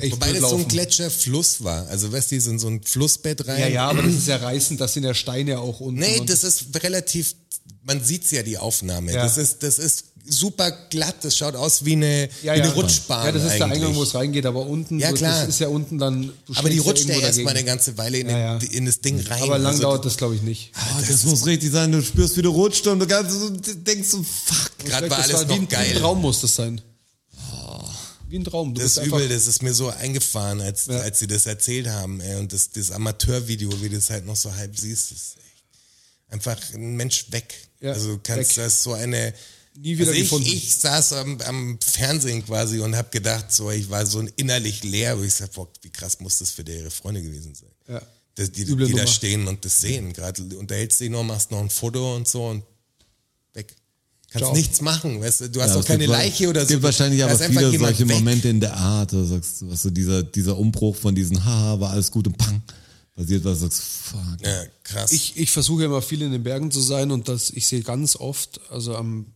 [SPEAKER 4] echt
[SPEAKER 3] Wobei
[SPEAKER 4] blöd
[SPEAKER 3] das so ein
[SPEAKER 4] laufen.
[SPEAKER 3] Gletscherfluss war. Also weißt du, die sind so ein Flussbett rein.
[SPEAKER 4] Ja, ja, aber das ist ja reißend, das sind ja Steine auch unten.
[SPEAKER 3] Nee,
[SPEAKER 4] und-
[SPEAKER 3] das ist relativ, man sieht's ja, die Aufnahme.
[SPEAKER 4] Ja.
[SPEAKER 3] Das, ist, das ist super glatt, das schaut aus wie eine, wie eine Rutschbahn
[SPEAKER 4] Ja, das ist der
[SPEAKER 3] eigentlich.
[SPEAKER 4] Eingang, wo es reingeht, aber unten,
[SPEAKER 3] Ja,
[SPEAKER 4] wo-
[SPEAKER 3] klar.
[SPEAKER 4] das ist ja unten dann. Du
[SPEAKER 3] aber die
[SPEAKER 4] schlägst
[SPEAKER 3] rutscht ja
[SPEAKER 4] irgendwo
[SPEAKER 3] erstmal eine
[SPEAKER 4] dagegen.
[SPEAKER 3] ganze Weile in,
[SPEAKER 4] Ja,
[SPEAKER 3] den,
[SPEAKER 4] ja.
[SPEAKER 3] in das Ding rein.
[SPEAKER 4] Aber lang
[SPEAKER 3] Also, ah,
[SPEAKER 4] dauert das, glaube ich, nicht.
[SPEAKER 2] Oh, das muss richtig sein. Du spürst, wie du rutscht und du kannst, du denkst so, fuck.
[SPEAKER 3] Gerade war
[SPEAKER 4] Das war wie
[SPEAKER 3] alles noch
[SPEAKER 4] ein, wie ein
[SPEAKER 3] geil. Oh.
[SPEAKER 4] Traum muss das sein. Wie ein Traum. Du
[SPEAKER 3] Das ist
[SPEAKER 4] bist einfach,
[SPEAKER 3] übel, das ist mir so eingefahren, als, als sie das erzählt haben. Ey. Und das, das Amateurvideo, wie du das halt noch so halb siehst, das ist echt einfach ein Mensch weg.
[SPEAKER 4] Ja,
[SPEAKER 3] also du kannst
[SPEAKER 4] weg.
[SPEAKER 3] das so eine...
[SPEAKER 4] Nie wieder
[SPEAKER 3] also
[SPEAKER 4] gefunden.
[SPEAKER 3] ich, ich saß am, am Fernsehen quasi und habe gedacht, so ich war so innerlich leer, wo ich sag, boah, wie krass muss das für ihre Freunde gewesen sein.
[SPEAKER 4] Ja.
[SPEAKER 3] Dass die,
[SPEAKER 4] Üble
[SPEAKER 3] die da
[SPEAKER 4] Nummer.
[SPEAKER 3] stehen und das sehen. Gerade unterhältst dich noch, machst noch ein Foto und so und weg. Kannst
[SPEAKER 4] Ciao.
[SPEAKER 3] nichts machen, weißt du, du hast
[SPEAKER 2] Ja,
[SPEAKER 3] auch
[SPEAKER 2] es
[SPEAKER 3] keine
[SPEAKER 2] gibt wa-
[SPEAKER 3] Leiche oder so.
[SPEAKER 2] Es gibt wahrscheinlich
[SPEAKER 3] Da
[SPEAKER 2] aber
[SPEAKER 3] ist einfach
[SPEAKER 2] viele
[SPEAKER 3] jemand
[SPEAKER 2] solche
[SPEAKER 3] weg.
[SPEAKER 2] Momente in der Art, wo du sagst, was so dieser, dieser Umbruch von diesen, haha, war alles gut und pang, passiert was, du sagst, fuck.
[SPEAKER 3] Ja, krass.
[SPEAKER 4] ich, ich versuche ja immer viel in den Bergen zu sein und das, ich sehe ganz oft, also am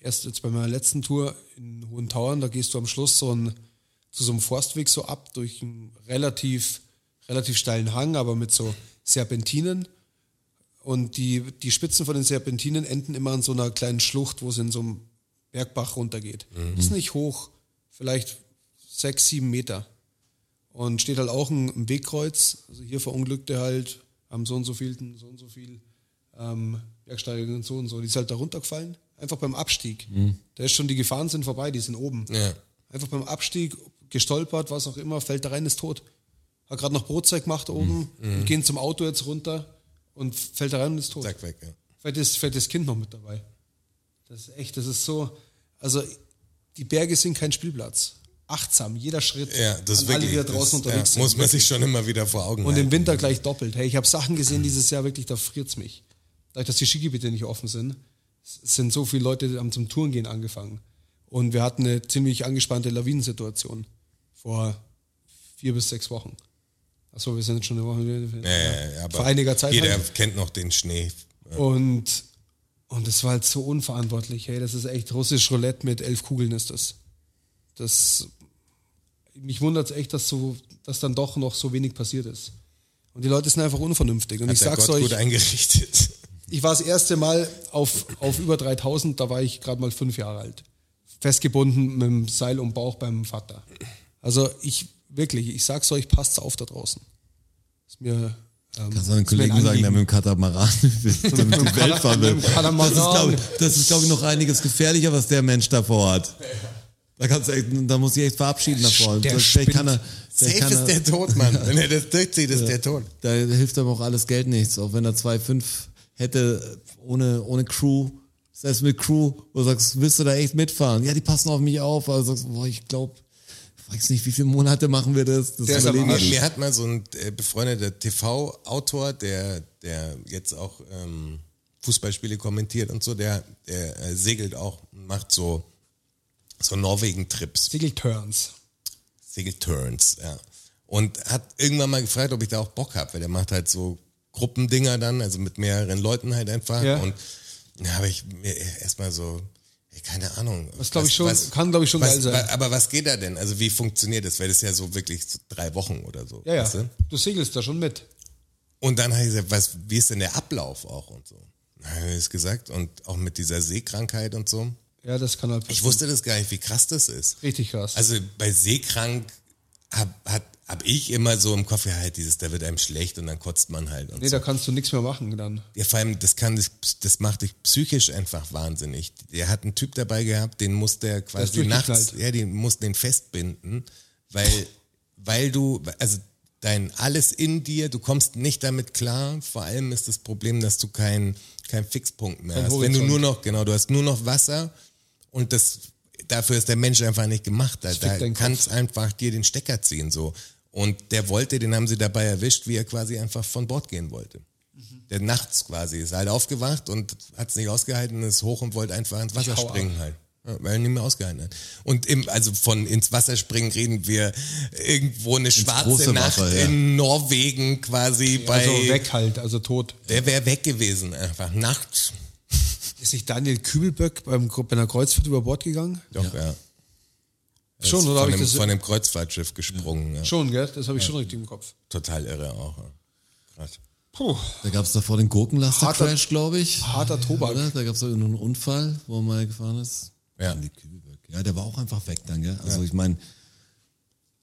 [SPEAKER 4] erst jetzt bei meiner letzten Tour in Hohen Tauern, da gehst du am Schluss so ein, zu so einem Forstweg so ab durch einen relativ, relativ steilen Hang, aber mit so Serpentinen. Und die, die Spitzen von den Serpentinen enden immer an so einer kleinen Schlucht, wo es in so einem Bergbach runtergeht. Ist nicht hoch, vielleicht sechs, sieben Meter. Und steht halt auch ein, ein Wegkreuz. Also hier verunglückte halt am so und so vielten, so und so viel ähm, Bergsteigerin und so und so. Die ist halt da runtergefallen, einfach beim Abstieg. Da ist schon, die Gefahren sind vorbei, die sind oben.
[SPEAKER 3] ja.
[SPEAKER 4] Einfach beim Abstieg, gestolpert, was auch immer, fällt da rein, ist tot. Hat gerade noch Brotzeit gemacht
[SPEAKER 3] Mhm.
[SPEAKER 4] oben, und gehen zum Auto jetzt runter und fällt da rein und ist tot.
[SPEAKER 3] Zack, weg. Ja.
[SPEAKER 4] Vielleicht ist, vielleicht ist das Kind noch mit dabei. Das ist echt, das ist so. Also, die Berge sind kein Spielplatz. Achtsam, jeder Schritt.
[SPEAKER 3] Ja,
[SPEAKER 4] an
[SPEAKER 3] das ist wirklich.
[SPEAKER 4] alle, die da draußen
[SPEAKER 3] das,
[SPEAKER 4] unterwegs
[SPEAKER 3] ja, Muss
[SPEAKER 4] sind. ne?
[SPEAKER 3] man sich schon immer wieder vor Augen
[SPEAKER 4] Und
[SPEAKER 3] halten.
[SPEAKER 4] im Winter gleich doppelt. Hey, ich habe Sachen gesehen dieses Jahr, wirklich, da friert's mich. Dadurch, dass die Skigebiete nicht offen sind, s- sind so viele Leute haben zum Tourengehen angefangen. Und wir hatten eine ziemlich angespannte Lawinensituation vor vier bis sechs Wochen. Achso, wir sind jetzt schon eine Woche.
[SPEAKER 3] Ja, ja, ja, aber
[SPEAKER 4] Vor einiger Zeit
[SPEAKER 3] Jeder
[SPEAKER 4] halt.
[SPEAKER 3] kennt noch den Schnee.
[SPEAKER 4] Und, und das war halt so unverantwortlich. Hey, das ist echt russisch Roulette mit elf Kugeln ist das. Das mich wundert es echt, dass, so, dass dann doch noch so wenig passiert ist. Und die Leute sind einfach unvernünftig. Und ich
[SPEAKER 3] Hat der
[SPEAKER 4] sag's
[SPEAKER 3] Gott gut
[SPEAKER 4] euch,
[SPEAKER 3] eingerichtet.
[SPEAKER 4] ich war das erste Mal auf, auf über 3000, da war ich gerade mal fünf Jahre alt. Festgebunden mit dem Seil um den Bauch beim Vater. Also ich, wirklich, ich sag's euch, passt auf da draußen. Ist mir. Ähm,
[SPEAKER 2] Kannst du deinen
[SPEAKER 4] ist mir ein
[SPEAKER 2] Kollegen sagen, der
[SPEAKER 4] Anliegen.
[SPEAKER 2] mit dem Katamaran durch die Welt fahren will.
[SPEAKER 4] mit dem Katamaran.
[SPEAKER 2] Das ist, glaube ich, das ist, glaub ich, noch einiges gefährlicher, was der Mensch davor hat. Da, kannst du echt, da muss ich echt verabschieden davor.
[SPEAKER 4] Der
[SPEAKER 2] Das- vielleicht kann er, vielleicht
[SPEAKER 3] Safe
[SPEAKER 2] kann
[SPEAKER 3] ist
[SPEAKER 2] er,
[SPEAKER 3] der Tod, Mann. Wenn er das durchzieht, ist der Tod.
[SPEAKER 2] da hilft aber auch alles Geld nichts. Auch wenn er 2,5 hätte, ohne, ohne Crew, selbst mit Crew, wo du sagst, willst du da echt mitfahren? Ja, die passen auf mich auf. Also sagst, du, boah, ich glaube, weiß nicht, wie viele Monate machen wir das? Das
[SPEAKER 4] Der ist am
[SPEAKER 2] überlegen wir
[SPEAKER 4] Arsch.
[SPEAKER 2] nicht.
[SPEAKER 3] Mir hat mal so ein äh, befreundeter TV-Autor, der, der jetzt auch ähm, Fußballspiele kommentiert und so, der, der äh, segelt auch und macht so, so Norwegen-Trips.
[SPEAKER 4] Segelturns.
[SPEAKER 3] Segelturns, ja. Und hat irgendwann mal gefragt, ob ich da auch Bock habe, weil der macht halt so Gruppendinger dann, also mit mehreren Leuten halt einfach.
[SPEAKER 4] Ja.
[SPEAKER 3] Und da habe ich mir erstmal so, ey, keine Ahnung.
[SPEAKER 4] Das glaub ich schon- kann, glaub ich, schon
[SPEAKER 3] was,
[SPEAKER 4] geil sein.
[SPEAKER 3] wa- Aber was geht da denn? Also wie funktioniert das? Weil das ist ja so wirklich so drei Wochen oder so.
[SPEAKER 4] Ja, ja.
[SPEAKER 3] weißt du?
[SPEAKER 4] Du segelst da schon mit.
[SPEAKER 3] Und dann habe ich gesagt, was, wie ist denn der Ablauf auch und so? Dann habe ich das gesagt und auch mit dieser Seekrankheit und so.
[SPEAKER 4] Ja, das kann halt
[SPEAKER 3] Ich wusste das gar nicht, wie krass das ist.
[SPEAKER 4] Richtig krass.
[SPEAKER 3] Also bei Seekrank habe hab, hab ich immer so im Kopf, ja, halt dieses, da wird einem schlecht und dann kotzt man halt. Und
[SPEAKER 4] nee,
[SPEAKER 3] so.
[SPEAKER 4] da kannst du nichts mehr machen dann.
[SPEAKER 3] ja, vor allem, das, kann, dich- das macht dich psychisch einfach wahnsinnig. Der hat einen Typ dabei gehabt, den muss der quasi
[SPEAKER 4] durchgeknallt.
[SPEAKER 3] nachts, ja, den muss den festbinden, weil, weil du, also dein alles in dir, du kommst nicht damit klar. Vor allem ist das Problem, dass du keinen kein Fixpunkt mehr
[SPEAKER 4] Kein
[SPEAKER 3] hast. Wenn du
[SPEAKER 4] Horizont.
[SPEAKER 3] nur noch, genau, du hast nur noch Wasser und das, dafür ist der Mensch einfach nicht gemacht. Da,
[SPEAKER 4] fickt
[SPEAKER 3] da
[SPEAKER 4] deinen Kopf.
[SPEAKER 3] kannst einfach dir den Stecker ziehen, so. Und der wollte, den haben sie dabei erwischt, wie er quasi einfach von Bord gehen wollte.
[SPEAKER 4] Mhm.
[SPEAKER 3] Der nachts quasi ist halt aufgewacht und hat es nicht ausgehalten, ist hoch und wollte einfach ins Wasser
[SPEAKER 4] Ich hau ab.
[SPEAKER 3] springen halt. Ja, weil er nicht mehr ausgehalten hat. Und im, also von ins Wasser springen reden wir irgendwo eine schwarze
[SPEAKER 2] große
[SPEAKER 3] Nacht
[SPEAKER 2] Wasser, ja.
[SPEAKER 3] in Norwegen quasi bei.
[SPEAKER 4] Also weg halt, also tot.
[SPEAKER 3] Der wäre weg gewesen einfach. Nachts.
[SPEAKER 4] Ist nicht Daniel Kübelböck beim, bei einer Kreuzfahrt über Bord gegangen?
[SPEAKER 3] Doch, ja.
[SPEAKER 4] Schon, oder
[SPEAKER 3] Von
[SPEAKER 4] habe ich
[SPEAKER 3] dem,
[SPEAKER 4] das?
[SPEAKER 3] von dem Kreuzfahrtschiff gesprungen. Ja.
[SPEAKER 4] Schon, gell? Das habe ich schon richtig im Kopf.
[SPEAKER 3] Total irre auch. ja. Krass.
[SPEAKER 4] Puh,
[SPEAKER 2] Da gab es davor den Gurkenlaster-Crash,
[SPEAKER 4] Harter-
[SPEAKER 2] glaube ich.
[SPEAKER 4] harter Tobak.
[SPEAKER 2] Oder? Da gab es einen Unfall, wo er mal gefahren ist.
[SPEAKER 3] Ja.
[SPEAKER 2] In die Kübelberg. Ja, der war auch einfach weg dann, gell? Also ich meine,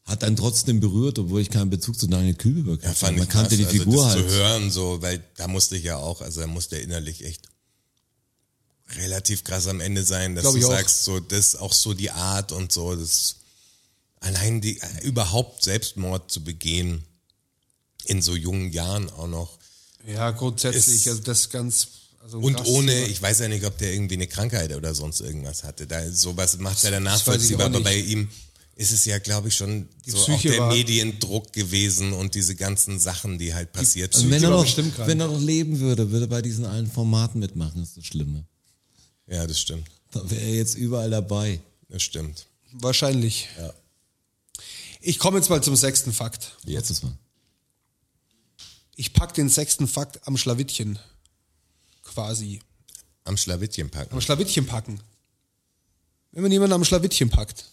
[SPEAKER 2] hat dann trotzdem berührt, obwohl ich keinen Bezug zu Daniel Kübelberg
[SPEAKER 3] Ja,
[SPEAKER 2] hatte.
[SPEAKER 3] fand
[SPEAKER 2] Man
[SPEAKER 3] ich
[SPEAKER 2] kannte
[SPEAKER 3] krass.
[SPEAKER 2] die Figur
[SPEAKER 3] also das
[SPEAKER 2] halt.
[SPEAKER 3] zu hören, so, weil da musste ich ja auch, also da musste er innerlich echt relativ krass am Ende sein, dass
[SPEAKER 4] Glaub
[SPEAKER 3] du
[SPEAKER 4] ich auch.
[SPEAKER 3] sagst, so, das ist auch so die Art und so, das allein die, äh, überhaupt Selbstmord zu begehen in so jungen Jahren auch noch.
[SPEAKER 4] Ja, grundsätzlich,
[SPEAKER 3] Ist-
[SPEAKER 4] also das ganz. Also
[SPEAKER 3] Und
[SPEAKER 4] krass.
[SPEAKER 3] ohne, ich weiß ja nicht, ob der irgendwie eine Krankheit oder sonst irgendwas hatte. Da, sowas macht er dann
[SPEAKER 4] Das weiß ich
[SPEAKER 3] nachvollziehbar,
[SPEAKER 4] auch
[SPEAKER 3] aber
[SPEAKER 4] nicht.
[SPEAKER 3] bei ihm ist es ja, glaube ich, schon so auch
[SPEAKER 4] Psyche
[SPEAKER 3] der
[SPEAKER 4] war-
[SPEAKER 3] Mediendruck gewesen und diese ganzen Sachen, die halt passiert
[SPEAKER 2] Also wenn, er
[SPEAKER 4] war
[SPEAKER 2] noch,
[SPEAKER 4] bestimmt krank.
[SPEAKER 2] wenn er noch leben würde, würde er bei diesen allen Formaten mitmachen, ist das Schlimme.
[SPEAKER 3] Ja, das stimmt.
[SPEAKER 2] Da wäre er jetzt überall dabei.
[SPEAKER 3] Das stimmt.
[SPEAKER 4] Wahrscheinlich.
[SPEAKER 3] Ja.
[SPEAKER 4] Ich komme jetzt mal zum sechsten Fakt.
[SPEAKER 2] Jetzt ist mal.
[SPEAKER 4] Ich pack den sechsten Fakt am Schlawittchen. Quasi.
[SPEAKER 3] Am Schlawittchen packen.
[SPEAKER 4] Am Schlawittchen packen. Wenn man jemanden am Schlawittchen packt,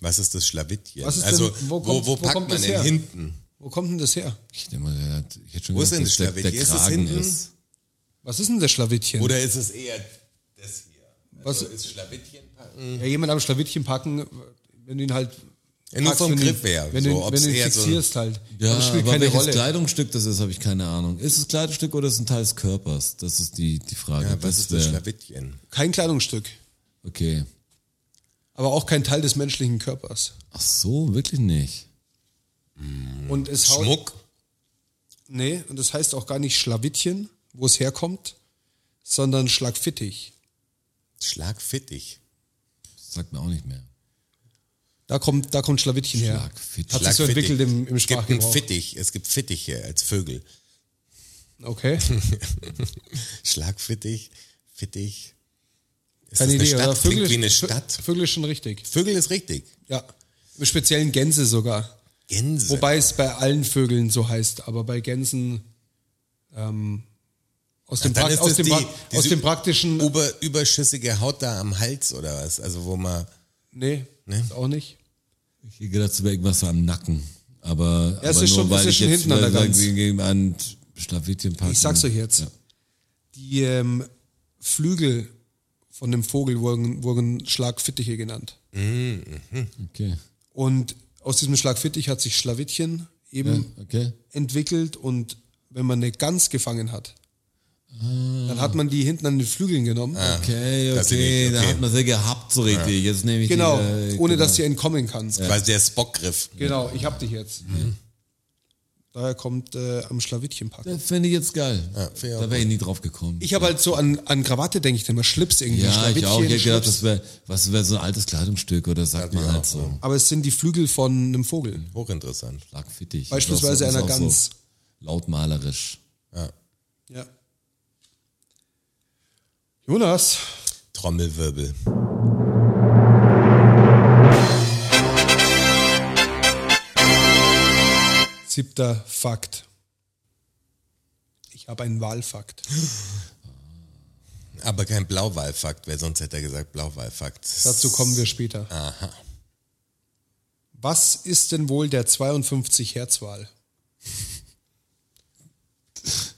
[SPEAKER 3] Was ist das Schlawittchen?
[SPEAKER 4] Was ist denn-
[SPEAKER 3] also,
[SPEAKER 4] wo
[SPEAKER 3] wo,
[SPEAKER 4] kommt-
[SPEAKER 3] wo,
[SPEAKER 4] wo
[SPEAKER 3] packt
[SPEAKER 4] kommt
[SPEAKER 3] man
[SPEAKER 4] das
[SPEAKER 3] denn
[SPEAKER 4] her?
[SPEAKER 3] hinten?
[SPEAKER 4] wo kommt denn das her?
[SPEAKER 2] Ich denke mal, der hat, ich hätte schon
[SPEAKER 3] Wo ist
[SPEAKER 2] gesagt,
[SPEAKER 3] denn das
[SPEAKER 2] dass der,
[SPEAKER 3] Schlawittchen?
[SPEAKER 2] der
[SPEAKER 3] Ist das
[SPEAKER 2] Kragen
[SPEAKER 3] hinten?
[SPEAKER 2] ist.
[SPEAKER 4] Was ist denn das Schlawittchen?
[SPEAKER 3] Oder ist es eher das hier?
[SPEAKER 4] Was-
[SPEAKER 3] Also ist Schlawittchen packen?
[SPEAKER 4] ja, jemand am Schlawittchen packen, wenn du ihn halt.
[SPEAKER 3] Ja, nur
[SPEAKER 4] packst,
[SPEAKER 3] vom
[SPEAKER 4] wenn du ihn-
[SPEAKER 3] Griff her,
[SPEAKER 4] Wenn
[SPEAKER 3] so,
[SPEAKER 4] du, ihn-
[SPEAKER 3] ob's
[SPEAKER 4] wenn du ihn
[SPEAKER 3] eher so ein-
[SPEAKER 4] fixierst halt.
[SPEAKER 2] Ja,
[SPEAKER 4] Aber das spielt
[SPEAKER 2] aber
[SPEAKER 4] keine
[SPEAKER 2] welches
[SPEAKER 4] Rolle.
[SPEAKER 2] Kleidungsstück das ist, habe ich keine Ahnung. Ist es Kleidungsstück oder ist es ein Teil des Körpers? Das ist die, die Frage.
[SPEAKER 3] Ja, was ist das
[SPEAKER 4] äh,
[SPEAKER 2] wär-
[SPEAKER 3] Schlawittchen?
[SPEAKER 4] Kein Kleidungsstück.
[SPEAKER 2] Okay.
[SPEAKER 4] Aber auch kein Teil des menschlichen Körpers.
[SPEAKER 2] Ach so, wirklich nicht.
[SPEAKER 3] Hm.
[SPEAKER 4] Und es haut,
[SPEAKER 3] Schmuck?
[SPEAKER 4] Nee, und das heißt auch gar nicht Schlawittchen, wo es herkommt, sondern Schlagfittig.
[SPEAKER 3] Schlagfittig.
[SPEAKER 2] Das sagt mir auch nicht mehr.
[SPEAKER 4] Da kommt, da kommt Schlawittchen her.
[SPEAKER 2] Schlagfittig.
[SPEAKER 4] Hat sich so entwickelt im, im
[SPEAKER 3] es gibt ein
[SPEAKER 4] Sprachgebrauch.
[SPEAKER 3] Fittich. Es gibt Fittiche als Vögel.
[SPEAKER 4] Okay.
[SPEAKER 3] Schlagfittich, Fittich. Ist
[SPEAKER 4] Keine
[SPEAKER 3] das eine
[SPEAKER 4] Idee.
[SPEAKER 3] Stadt?
[SPEAKER 4] Oder Vögel,
[SPEAKER 3] Klingt wie eine
[SPEAKER 4] ist- Vö-
[SPEAKER 3] Stadt.
[SPEAKER 4] Vögel ist schon richtig.
[SPEAKER 3] Vögel ist richtig.
[SPEAKER 4] Ja. Im speziellen Gänse sogar.
[SPEAKER 3] Gänse.
[SPEAKER 4] Wobei es bei allen Vögeln so heißt, aber bei Gänsen ähm, aus, dem,
[SPEAKER 3] dann
[SPEAKER 4] Pra
[SPEAKER 3] ist
[SPEAKER 4] aus,
[SPEAKER 3] es
[SPEAKER 4] dem,
[SPEAKER 3] die-
[SPEAKER 4] Pra- aus
[SPEAKER 3] diese
[SPEAKER 4] dem praktischen.
[SPEAKER 3] Über, überschüssige Haut da am Hals oder was? Also wo man
[SPEAKER 4] nee, ist auch nicht.
[SPEAKER 2] Ich hätte gedacht, es wäre irgendwas am Nacken. Aber, aber
[SPEAKER 4] Ja, es ist
[SPEAKER 2] nur
[SPEAKER 4] schon- es
[SPEAKER 2] weil
[SPEAKER 4] ist
[SPEAKER 2] ich
[SPEAKER 4] schon
[SPEAKER 2] jetzt
[SPEAKER 4] hinten an der
[SPEAKER 2] vielleicht
[SPEAKER 4] Gans.
[SPEAKER 2] gegen- gegen einen Schlawittchen packen.
[SPEAKER 4] Ich sag's euch jetzt. Die ähm, Flügel von dem Vogel wurden, wurden Schlagfittiche genannt.
[SPEAKER 2] Okay.
[SPEAKER 4] Und aus diesem Schlagfittich hat sich Schlawittchen
[SPEAKER 2] Ja,
[SPEAKER 4] eben
[SPEAKER 2] okay.
[SPEAKER 4] entwickelt und wenn man eine Gans gefangen hat, dann hat man die hinten an den Flügeln genommen.
[SPEAKER 2] Ah, Okay, okay,
[SPEAKER 3] Das liegt,
[SPEAKER 2] da
[SPEAKER 3] okay.
[SPEAKER 2] hat man sie gehabt so richtig. Jetzt nehme ich
[SPEAKER 4] Genau,
[SPEAKER 2] die, äh,
[SPEAKER 4] ohne
[SPEAKER 2] genau.
[SPEAKER 4] dass sie entkommen kann.
[SPEAKER 3] Quasi der Spockgriff.
[SPEAKER 4] Genau, ich hab dich jetzt. Daher kommt äh, am Schlawittchenpack.
[SPEAKER 2] Das finde ich jetzt geil.
[SPEAKER 3] finde ich auch
[SPEAKER 2] da wäre ich nie drauf gekommen.
[SPEAKER 4] Ich habe halt so an, an Krawatte, denke ich, immer Schlips irgendwie.
[SPEAKER 2] ja, ich
[SPEAKER 4] Schlawittchen,
[SPEAKER 2] auch. Ich hätte gedacht,
[SPEAKER 4] Schlips.
[SPEAKER 2] das wäre was wäre so ein altes Kleidungsstück oder sagt man halt so.
[SPEAKER 4] Aber es sind die Flügel von einem Vogel.
[SPEAKER 3] Hochinteressant.
[SPEAKER 2] Schlagfittig.
[SPEAKER 4] Beispielsweise
[SPEAKER 2] Ist auch
[SPEAKER 4] einer
[SPEAKER 2] so- ist auch
[SPEAKER 4] Gans.
[SPEAKER 2] So lautmalerisch.
[SPEAKER 3] Ja.
[SPEAKER 4] Ja. Jonas,
[SPEAKER 3] Trommelwirbel.
[SPEAKER 4] siebter Fakt. Ich habe einen Wahlfakt.
[SPEAKER 3] Aber kein Blauwahlfakt, weil sonst hätte er gesagt Blauwahlfakt.
[SPEAKER 4] Dazu kommen wir später.
[SPEAKER 3] Aha.
[SPEAKER 4] Was ist denn wohl der 52 Hertz Wahl?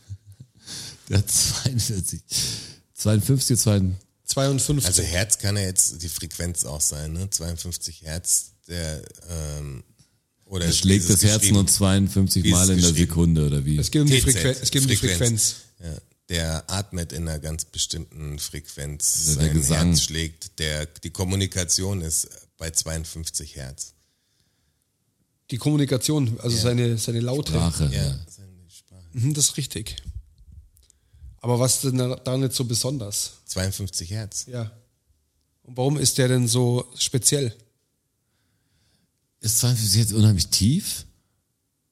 [SPEAKER 2] Der 42. 52, 52.
[SPEAKER 4] 52.
[SPEAKER 3] Also Herz kann ja jetzt die Frequenz auch sein, ne? 52 Hertz, der ähm, oder
[SPEAKER 2] Er schlägt
[SPEAKER 3] dieses
[SPEAKER 2] das Herz
[SPEAKER 3] geschrieben-
[SPEAKER 2] nur 52
[SPEAKER 3] Wie ist
[SPEAKER 2] Mal
[SPEAKER 3] es
[SPEAKER 2] in der
[SPEAKER 3] geschrieben?
[SPEAKER 2] Sekunde oder wie?
[SPEAKER 4] es geht um die
[SPEAKER 3] TZ,
[SPEAKER 4] Frequenz. Es geht um die Frequenz.
[SPEAKER 3] Ja, der atmet in einer ganz bestimmten Frequenz.
[SPEAKER 2] Also der
[SPEAKER 3] Sein
[SPEAKER 2] Gesang.
[SPEAKER 3] Herz schlägt. Der, die Kommunikation ist bei 52 Hertz.
[SPEAKER 4] Die Kommunikation, also seine, seine Laute.
[SPEAKER 2] Sprache.
[SPEAKER 3] Ja,
[SPEAKER 2] Ja.
[SPEAKER 3] seine Sprache.
[SPEAKER 4] Mhm, das ist richtig. Aber was ist denn daran jetzt so besonders?
[SPEAKER 3] 52 Hertz.
[SPEAKER 4] Ja. Und warum ist der denn so speziell?
[SPEAKER 2] Ist 52 jetzt unheimlich tief?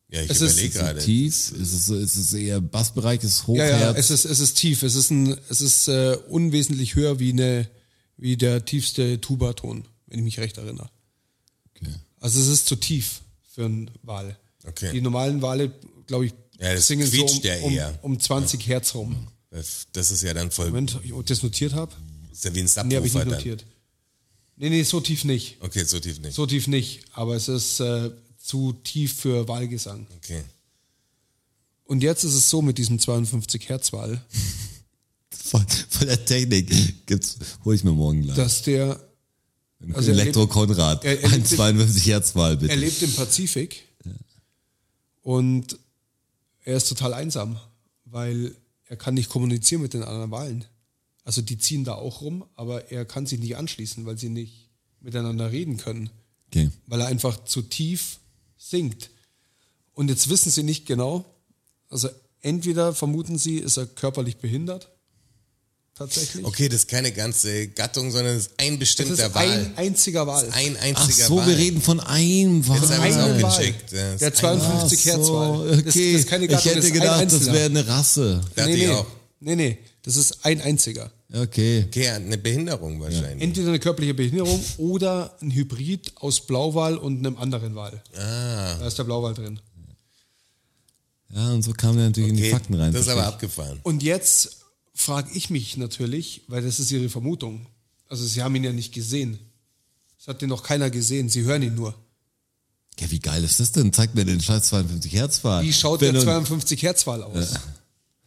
[SPEAKER 3] Ja, ich
[SPEAKER 4] Es ist-
[SPEAKER 3] überlege
[SPEAKER 2] Ist es
[SPEAKER 3] gerade.
[SPEAKER 2] tief? Ist es, so- ist es eher Bassbereich? Ist es
[SPEAKER 4] Ja,
[SPEAKER 2] Hochherz?
[SPEAKER 4] ja, es ist, es ist tief. Es ist, ein, es ist äh, unwesentlich höher wie, eine, wie der tiefste Tubaton, wenn ich mich recht erinnere.
[SPEAKER 2] okay.
[SPEAKER 4] Also es ist zu tief für einen Wal.
[SPEAKER 3] Okay.
[SPEAKER 4] Die normalen Wale, glaube ich,
[SPEAKER 3] Ja, das
[SPEAKER 4] singen so
[SPEAKER 3] quietscht
[SPEAKER 4] um,
[SPEAKER 3] ja
[SPEAKER 4] um,
[SPEAKER 3] eher.
[SPEAKER 4] um 20 Hertz rum.
[SPEAKER 3] Das ist ja dann voll.
[SPEAKER 4] Moment, ob ich das notiert habe?
[SPEAKER 3] Ist ja wie ein
[SPEAKER 4] Nee, habe ich nicht
[SPEAKER 3] Subwoofer dann.
[SPEAKER 4] notiert. Nee, nee, so tief nicht.
[SPEAKER 3] Okay, so tief nicht.
[SPEAKER 4] So tief nicht. Aber es ist äh, zu tief für Wahlgesang.
[SPEAKER 3] Okay.
[SPEAKER 4] Und jetzt ist es so mit diesem 52 Hertz Wal,
[SPEAKER 2] Von, von der Technik gibt's, hol ich mir morgen gleich.
[SPEAKER 4] dass der also er
[SPEAKER 2] Elektro
[SPEAKER 4] lebt-
[SPEAKER 2] Konrad.
[SPEAKER 4] er- er
[SPEAKER 2] ein
[SPEAKER 4] lebt im-
[SPEAKER 2] 52 Hertz Wahl bitte.
[SPEAKER 4] er lebt im Pazifik und er ist total einsam, weil er kann nicht kommunizieren mit den anderen Wahlen. Also die ziehen da auch rum, aber er kann sich nicht anschließen, weil sie nicht miteinander reden können,
[SPEAKER 2] Okay.
[SPEAKER 4] weil er einfach zu tief singt. Und jetzt wissen sie nicht genau, also entweder vermuten sie, ist er körperlich behindert, tatsächlich.
[SPEAKER 3] Okay, das ist keine ganze Gattung, sondern es ist ein
[SPEAKER 4] Das
[SPEAKER 3] bestimmter
[SPEAKER 4] ist
[SPEAKER 3] Wahl.
[SPEAKER 4] ein einziger Wahl.
[SPEAKER 3] ein
[SPEAKER 2] Ach
[SPEAKER 3] einziger
[SPEAKER 2] so,
[SPEAKER 3] Wahl.
[SPEAKER 2] wir reden von einem Wahl.
[SPEAKER 3] Jetzt habe ich es
[SPEAKER 4] Eine
[SPEAKER 3] auch
[SPEAKER 4] Wahl.
[SPEAKER 3] gecheckt. Ja, es
[SPEAKER 4] Der
[SPEAKER 3] ist ein-
[SPEAKER 4] 52 Hertz Wahl.
[SPEAKER 2] Okay.
[SPEAKER 4] Das, das ist keine Gattung,
[SPEAKER 2] ich
[SPEAKER 4] das
[SPEAKER 2] hätte
[SPEAKER 4] ist
[SPEAKER 2] gedacht,
[SPEAKER 4] ein
[SPEAKER 2] das
[SPEAKER 4] Einzelner.
[SPEAKER 2] wäre eine Rasse.
[SPEAKER 3] Dachte
[SPEAKER 4] nee,
[SPEAKER 3] ich
[SPEAKER 4] nee.
[SPEAKER 3] auch.
[SPEAKER 4] nee, nee, das ist ein einziger.
[SPEAKER 2] Okay.
[SPEAKER 3] Okay, er hat eine Behinderung wahrscheinlich.
[SPEAKER 4] Entweder eine körperliche Behinderung oder ein Hybrid aus Blauwal und einem anderen Wal.
[SPEAKER 3] Ah.
[SPEAKER 4] Da ist der Blauwal drin.
[SPEAKER 2] Ja, und so kam er natürlich in die
[SPEAKER 3] Okay,
[SPEAKER 2] Fakten rein.
[SPEAKER 3] das ist aber
[SPEAKER 2] verstehe
[SPEAKER 3] abgefahren.
[SPEAKER 4] Und jetzt frage ich mich natürlich, weil das ist Ihre Vermutung. Also Sie haben ihn ja nicht gesehen. Es hat den noch keiner gesehen. Sie hören ihn nur.
[SPEAKER 2] ich. Ja, wie geil ist das denn? Zeig mir den scheiß 52 Hertz Wahl.
[SPEAKER 4] Wie schaut
[SPEAKER 2] Wenn
[SPEAKER 4] der
[SPEAKER 2] du-
[SPEAKER 4] 52 Hertz Wal aus?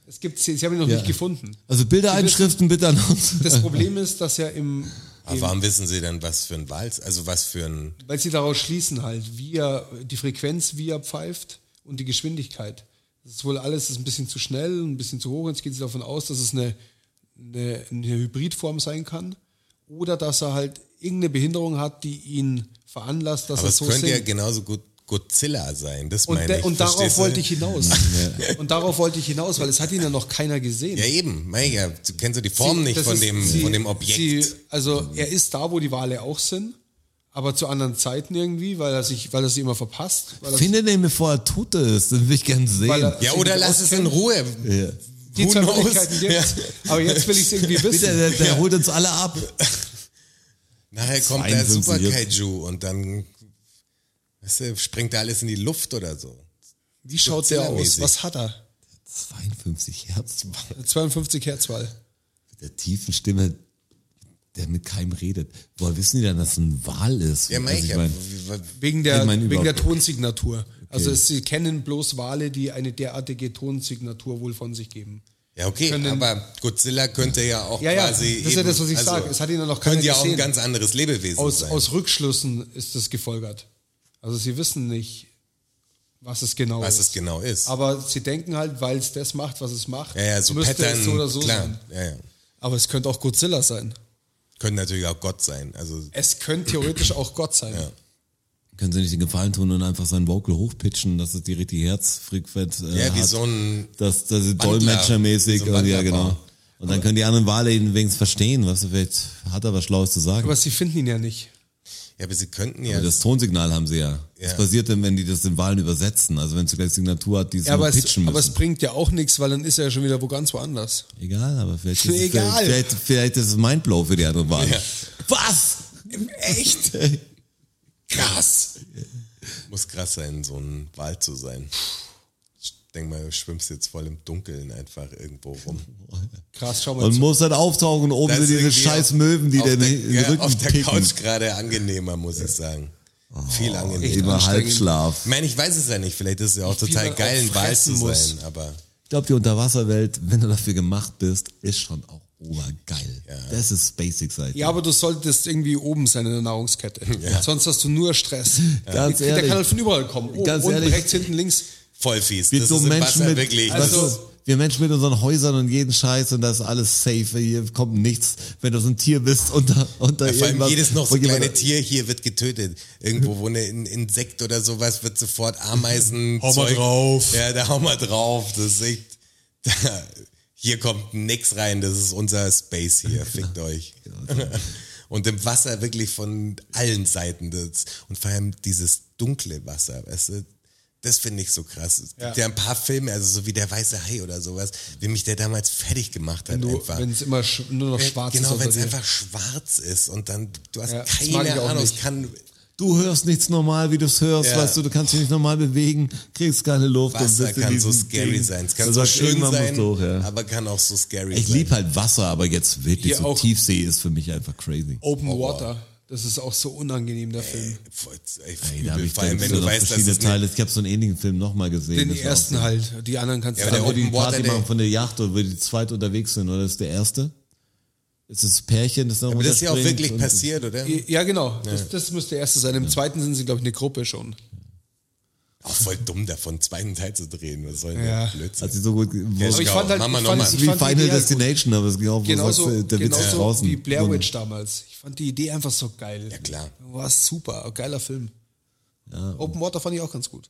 [SPEAKER 4] Es gibt, Sie, Sie haben ihn noch
[SPEAKER 2] Ja.
[SPEAKER 4] nicht gefunden.
[SPEAKER 2] Also Bildereinschriften bitte an uns.
[SPEAKER 4] Das Problem ist, dass er im
[SPEAKER 3] Aber warum wissen Sie dann, was für ein Walz, also was für ein
[SPEAKER 4] Weil sie daraus schließen halt, wie er, die Frequenz, wie er pfeift und die Geschwindigkeit. Das ist wohl alles ist ein bisschen zu schnell, ein bisschen zu hoch. Jetzt geht sie davon aus, dass es eine, eine, eine Hybridform sein kann. Oder dass er halt irgendeine Behinderung hat, die ihn veranlasst, dass
[SPEAKER 3] Aber
[SPEAKER 4] er
[SPEAKER 3] es
[SPEAKER 4] so
[SPEAKER 3] könnte ja
[SPEAKER 4] singt.
[SPEAKER 3] genauso gut Godzilla sein, das
[SPEAKER 4] und,
[SPEAKER 3] meine
[SPEAKER 4] de,
[SPEAKER 3] ich.
[SPEAKER 4] und darauf
[SPEAKER 3] verstehst du?
[SPEAKER 4] wollte ich hinaus. Und darauf wollte ich hinaus, weil es hat ihn ja noch keiner gesehen.
[SPEAKER 3] Ja, eben. Mein ja, du kennst du die Form
[SPEAKER 4] Sie-
[SPEAKER 3] nicht
[SPEAKER 4] das
[SPEAKER 3] von
[SPEAKER 4] ist-
[SPEAKER 3] dem,
[SPEAKER 4] sie-
[SPEAKER 3] von dem Objekt.
[SPEAKER 4] Sie, also er ist da, wo die Wale auch sind, aber zu anderen Zeiten irgendwie, weil er sich, weil er sie immer verpasst. Weil er
[SPEAKER 2] Finde den, bevor er tot ist. Das will ich gern
[SPEAKER 4] Weil
[SPEAKER 2] sehen.
[SPEAKER 4] er-
[SPEAKER 3] ja,
[SPEAKER 4] sie
[SPEAKER 3] oder
[SPEAKER 4] nicht
[SPEAKER 3] lass es in Ruhe.
[SPEAKER 2] Ja.
[SPEAKER 4] Die
[SPEAKER 3] Who
[SPEAKER 4] zwei
[SPEAKER 3] knows?
[SPEAKER 4] Möglichkeiten gibt's. Aber jetzt will ich es irgendwie
[SPEAKER 2] Bitte,
[SPEAKER 4] wissen.
[SPEAKER 2] der, der holt uns alle ab.
[SPEAKER 3] Nachher kommt der
[SPEAKER 2] 52
[SPEAKER 3] Super
[SPEAKER 2] jetzt.
[SPEAKER 3] Kaiju und dann weißt du, springt da alles in die Luft oder so.
[SPEAKER 4] Wie schaut der aus?
[SPEAKER 3] Godzilla-mäßig.
[SPEAKER 4] Was hat er?
[SPEAKER 2] 52 Hertz Wahl.
[SPEAKER 4] Eine 52 Herzwahl.
[SPEAKER 2] Mit der tiefen Stimme der mit keinem redet. Woher wissen die denn, dass es ein Wal ist?
[SPEAKER 3] Ja, mein
[SPEAKER 2] Also
[SPEAKER 3] ich, ja.
[SPEAKER 2] mein,
[SPEAKER 3] Wie- wa-
[SPEAKER 4] Wegen der,
[SPEAKER 2] Ich meine,
[SPEAKER 4] wegen der
[SPEAKER 2] überhaupt-
[SPEAKER 4] Tonsignatur. Also es, sie kennen bloß Wale, die eine derartige Tonsignatur wohl von sich geben.
[SPEAKER 3] Ja, okay,
[SPEAKER 4] Können-
[SPEAKER 3] aber Godzilla könnte ja auch
[SPEAKER 4] Ja, ja,
[SPEAKER 3] quasi. also
[SPEAKER 4] das ist ja das, was ich sage. Es hat ihn ja noch keiner
[SPEAKER 3] Könnte ja auch ein
[SPEAKER 4] gesehen.
[SPEAKER 3] ganz anderes Lebewesen
[SPEAKER 4] Aus,
[SPEAKER 3] sein.
[SPEAKER 4] aus Rückschlüssen ist das gefolgert. Also sie wissen nicht, was es genau
[SPEAKER 3] was
[SPEAKER 4] ist.
[SPEAKER 3] es genau ist.
[SPEAKER 4] Aber sie denken halt, weil es das macht, was es macht,
[SPEAKER 3] ja, ja, so
[SPEAKER 4] müsste
[SPEAKER 3] Pattern,
[SPEAKER 4] es so oder so
[SPEAKER 3] klar.
[SPEAKER 4] sein.
[SPEAKER 3] Ja, ja.
[SPEAKER 4] Aber es könnte auch Godzilla sein.
[SPEAKER 3] Können natürlich auch Gott sein. Also
[SPEAKER 4] Es könnte theoretisch auch Gott sein.
[SPEAKER 2] können sie nicht den Gefallen tun und einfach sein Vocal hochpitchen, dass es die richtige Herzfrequenz äh,
[SPEAKER 3] ja, wie
[SPEAKER 2] hat.
[SPEAKER 3] so ein
[SPEAKER 2] dass das ist
[SPEAKER 3] Wandler,
[SPEAKER 2] dolmetschermäßig
[SPEAKER 3] so ein
[SPEAKER 2] und ja
[SPEAKER 3] Wandlerbau.
[SPEAKER 2] genau. Und dann können die anderen Wale ihn wenigstens verstehen, was weißt du, vielleicht hat er was Schlaues zu sagen.
[SPEAKER 4] Aber sie finden ihn ja nicht.
[SPEAKER 3] Ja, aber sie könnten ja.
[SPEAKER 2] Aber das Tonsignal haben sie ja.
[SPEAKER 3] Ja.
[SPEAKER 2] Was passiert denn, wenn die das den Wahlen übersetzen? Also wenn es eine Signatur hat, die sie
[SPEAKER 4] Ja,
[SPEAKER 2] nur
[SPEAKER 4] aber, es,
[SPEAKER 2] pitchen müssen.
[SPEAKER 4] aber es bringt ja auch nichts, weil dann ist er ja schon wieder wo ganz woanders.
[SPEAKER 2] Egal, aber vielleicht ist,
[SPEAKER 4] Egal.
[SPEAKER 2] Es, vielleicht, vielleicht ist es Mindblow für die anderen Wahlen.
[SPEAKER 3] Ja.
[SPEAKER 2] Was? Echt?
[SPEAKER 3] krass. Muss krass sein, so ein Wal zu sein. Ich denk mal, du schwimmst jetzt voll im Dunkeln einfach irgendwo rum.
[SPEAKER 4] Krass, schau mal
[SPEAKER 2] Und
[SPEAKER 4] zu.
[SPEAKER 2] muss dann auftauchen, oben
[SPEAKER 3] Das
[SPEAKER 2] sind
[SPEAKER 3] ist
[SPEAKER 2] diese
[SPEAKER 3] irgendwie
[SPEAKER 2] scheiß
[SPEAKER 3] auf-
[SPEAKER 2] Möwen, die
[SPEAKER 3] auf
[SPEAKER 2] den,
[SPEAKER 3] der,
[SPEAKER 2] den
[SPEAKER 3] ja,
[SPEAKER 2] Rücken
[SPEAKER 3] Auf der
[SPEAKER 2] picken. Oh,
[SPEAKER 3] Couch gerade angenehmer, muss ich sagen. Viel angenehmer.
[SPEAKER 2] Immer
[SPEAKER 4] anstrengend.
[SPEAKER 2] Halbschlaf.
[SPEAKER 3] Ich meine, ich weiß es ja nicht. Vielleicht ist es ja auch
[SPEAKER 4] Wie
[SPEAKER 3] total
[SPEAKER 4] man
[SPEAKER 3] geil, ein
[SPEAKER 4] auch
[SPEAKER 3] Wal zu
[SPEAKER 4] fressen muss.
[SPEAKER 3] sein, aber
[SPEAKER 2] Ich glaube, die Unterwasserwelt, wenn du dafür gemacht bist, ist schon auch obergeil. Das ist Basic Seite.
[SPEAKER 4] Ja, aber du solltest irgendwie oben sein in der Nahrungskette. Sonst hast du nur Stress.
[SPEAKER 2] Ganz
[SPEAKER 4] der
[SPEAKER 2] ehrlich.
[SPEAKER 4] kann halt von überall kommen. Oben,
[SPEAKER 2] Ganz
[SPEAKER 4] unten,
[SPEAKER 2] ehrlich.
[SPEAKER 4] rechts, hinten, links.
[SPEAKER 3] voll fies.
[SPEAKER 2] wir
[SPEAKER 3] das ist
[SPEAKER 2] dummen
[SPEAKER 3] im
[SPEAKER 2] Menschen
[SPEAKER 3] Wasser
[SPEAKER 2] mit,
[SPEAKER 3] wirklich.
[SPEAKER 2] also,
[SPEAKER 3] das ist,
[SPEAKER 2] wir Menschen mit unseren Häusern und jeden Scheiß und das ist alles safe. Hier kommt nichts, wenn du so ein Tier bist unter unter
[SPEAKER 3] ja, vor allem
[SPEAKER 2] irgendwas,
[SPEAKER 3] jedes noch so
[SPEAKER 2] wo jemand-
[SPEAKER 3] kleine Tier hier wird getötet. Irgendwo, wo eine ein Insekt oder sowas wird sofort Ameisen.
[SPEAKER 4] Hau mal
[SPEAKER 3] Zeug-
[SPEAKER 4] drauf.
[SPEAKER 3] Ja, da hau mal drauf. Das ist echt, da, hier kommt nix rein. Das ist unser Space
[SPEAKER 4] Genau.
[SPEAKER 3] hier. Fickt euch. Und im Wasser wirklich von allen Seiten. Das, und vor allem dieses dunkle Wasser, weißt du? Das finde ich so krass. Es gibt ja.
[SPEAKER 4] Ja.
[SPEAKER 3] ein paar Filme, also so wie der weiße Hai oder sowas, wie mich der damals fertig gemacht hat.
[SPEAKER 4] Wenn
[SPEAKER 3] einfach.
[SPEAKER 4] es immer sch- nur noch
[SPEAKER 3] Ja,
[SPEAKER 4] schwarz ist.
[SPEAKER 3] Genau,
[SPEAKER 4] unter
[SPEAKER 3] wenn es
[SPEAKER 4] dir.
[SPEAKER 3] einfach schwarz ist und dann, du hast
[SPEAKER 4] Ja, das mag ich
[SPEAKER 3] keine
[SPEAKER 4] auch
[SPEAKER 3] Ahnung, es
[SPEAKER 4] nicht.
[SPEAKER 3] kann,
[SPEAKER 2] Du hörst nichts normal, wie du es hörst,
[SPEAKER 3] Ja.
[SPEAKER 2] weißt du, du kannst dich nicht normal bewegen, kriegst keine Luft. und
[SPEAKER 3] Wasser
[SPEAKER 2] bist in
[SPEAKER 3] kann so
[SPEAKER 2] diesem
[SPEAKER 3] scary
[SPEAKER 2] Ding.
[SPEAKER 3] sein, es kann
[SPEAKER 2] Du
[SPEAKER 3] so
[SPEAKER 2] sagst,
[SPEAKER 3] schön
[SPEAKER 2] irgendwann
[SPEAKER 3] sein,
[SPEAKER 2] musst du hoch, ja.
[SPEAKER 3] aber kann auch so scary
[SPEAKER 2] Ich
[SPEAKER 3] sein.
[SPEAKER 2] lieb halt Wasser, aber jetzt wirklich
[SPEAKER 4] Hier
[SPEAKER 2] so
[SPEAKER 4] auch-
[SPEAKER 2] Tiefsee ist für mich einfach crazy.
[SPEAKER 3] Oh,
[SPEAKER 4] Open Water. Das ist auch so unangenehm, der Film.
[SPEAKER 3] Voll- ey,
[SPEAKER 2] Ey, da
[SPEAKER 3] übel,
[SPEAKER 2] habe ich
[SPEAKER 3] vor allem,
[SPEAKER 2] dann
[SPEAKER 3] wenn
[SPEAKER 2] so
[SPEAKER 3] du
[SPEAKER 2] noch
[SPEAKER 3] weißt, dass
[SPEAKER 2] verschiedene
[SPEAKER 3] es
[SPEAKER 2] Teile. Ich habe so einen ähnlichen Film nochmal gesehen.
[SPEAKER 4] Den
[SPEAKER 2] das war auch
[SPEAKER 4] ersten
[SPEAKER 2] so-
[SPEAKER 4] halt. Die anderen kannst
[SPEAKER 3] Ja,
[SPEAKER 4] du
[SPEAKER 3] aber
[SPEAKER 2] Dann,
[SPEAKER 4] dann
[SPEAKER 3] der
[SPEAKER 2] wo die
[SPEAKER 3] Open Water
[SPEAKER 2] Party
[SPEAKER 3] Day.
[SPEAKER 2] machen von der Yacht oder wo die zweit unterwegs sind, oder? Das ist der erste? Ist das Pärchen, das noch
[SPEAKER 3] Aber das ist ja auch
[SPEAKER 2] runterspringt
[SPEAKER 3] wirklich
[SPEAKER 2] und-
[SPEAKER 3] passiert, oder?
[SPEAKER 4] Ja, genau. Das, das müsste der erste sein. Im zweiten sind sie, glaube ich, eine Gruppe schon.
[SPEAKER 3] Auch voll dumm, davon einen zweiten Teil zu drehen. Was soll denn
[SPEAKER 4] Ja.
[SPEAKER 3] der Blödsinn?
[SPEAKER 2] Hat sie so gut. Wo,
[SPEAKER 3] ist
[SPEAKER 4] Aber ich
[SPEAKER 3] Genau.
[SPEAKER 4] fand halt,
[SPEAKER 3] Machen wir
[SPEAKER 4] ich
[SPEAKER 3] noch
[SPEAKER 4] fand,
[SPEAKER 3] mal.
[SPEAKER 4] ich
[SPEAKER 2] wie
[SPEAKER 4] fand die
[SPEAKER 2] Final
[SPEAKER 4] Idee halt gut.
[SPEAKER 2] Destination, aber es ging auch wo
[SPEAKER 4] Genauso,
[SPEAKER 2] sagst, du, der Witz ist
[SPEAKER 4] genauso
[SPEAKER 2] draußen.
[SPEAKER 4] wie Blair Witch damals. Ich fand die Idee einfach so geil. Ja,
[SPEAKER 3] klar.
[SPEAKER 4] War super, geiler Film. Open Water fand ich auch ganz gut.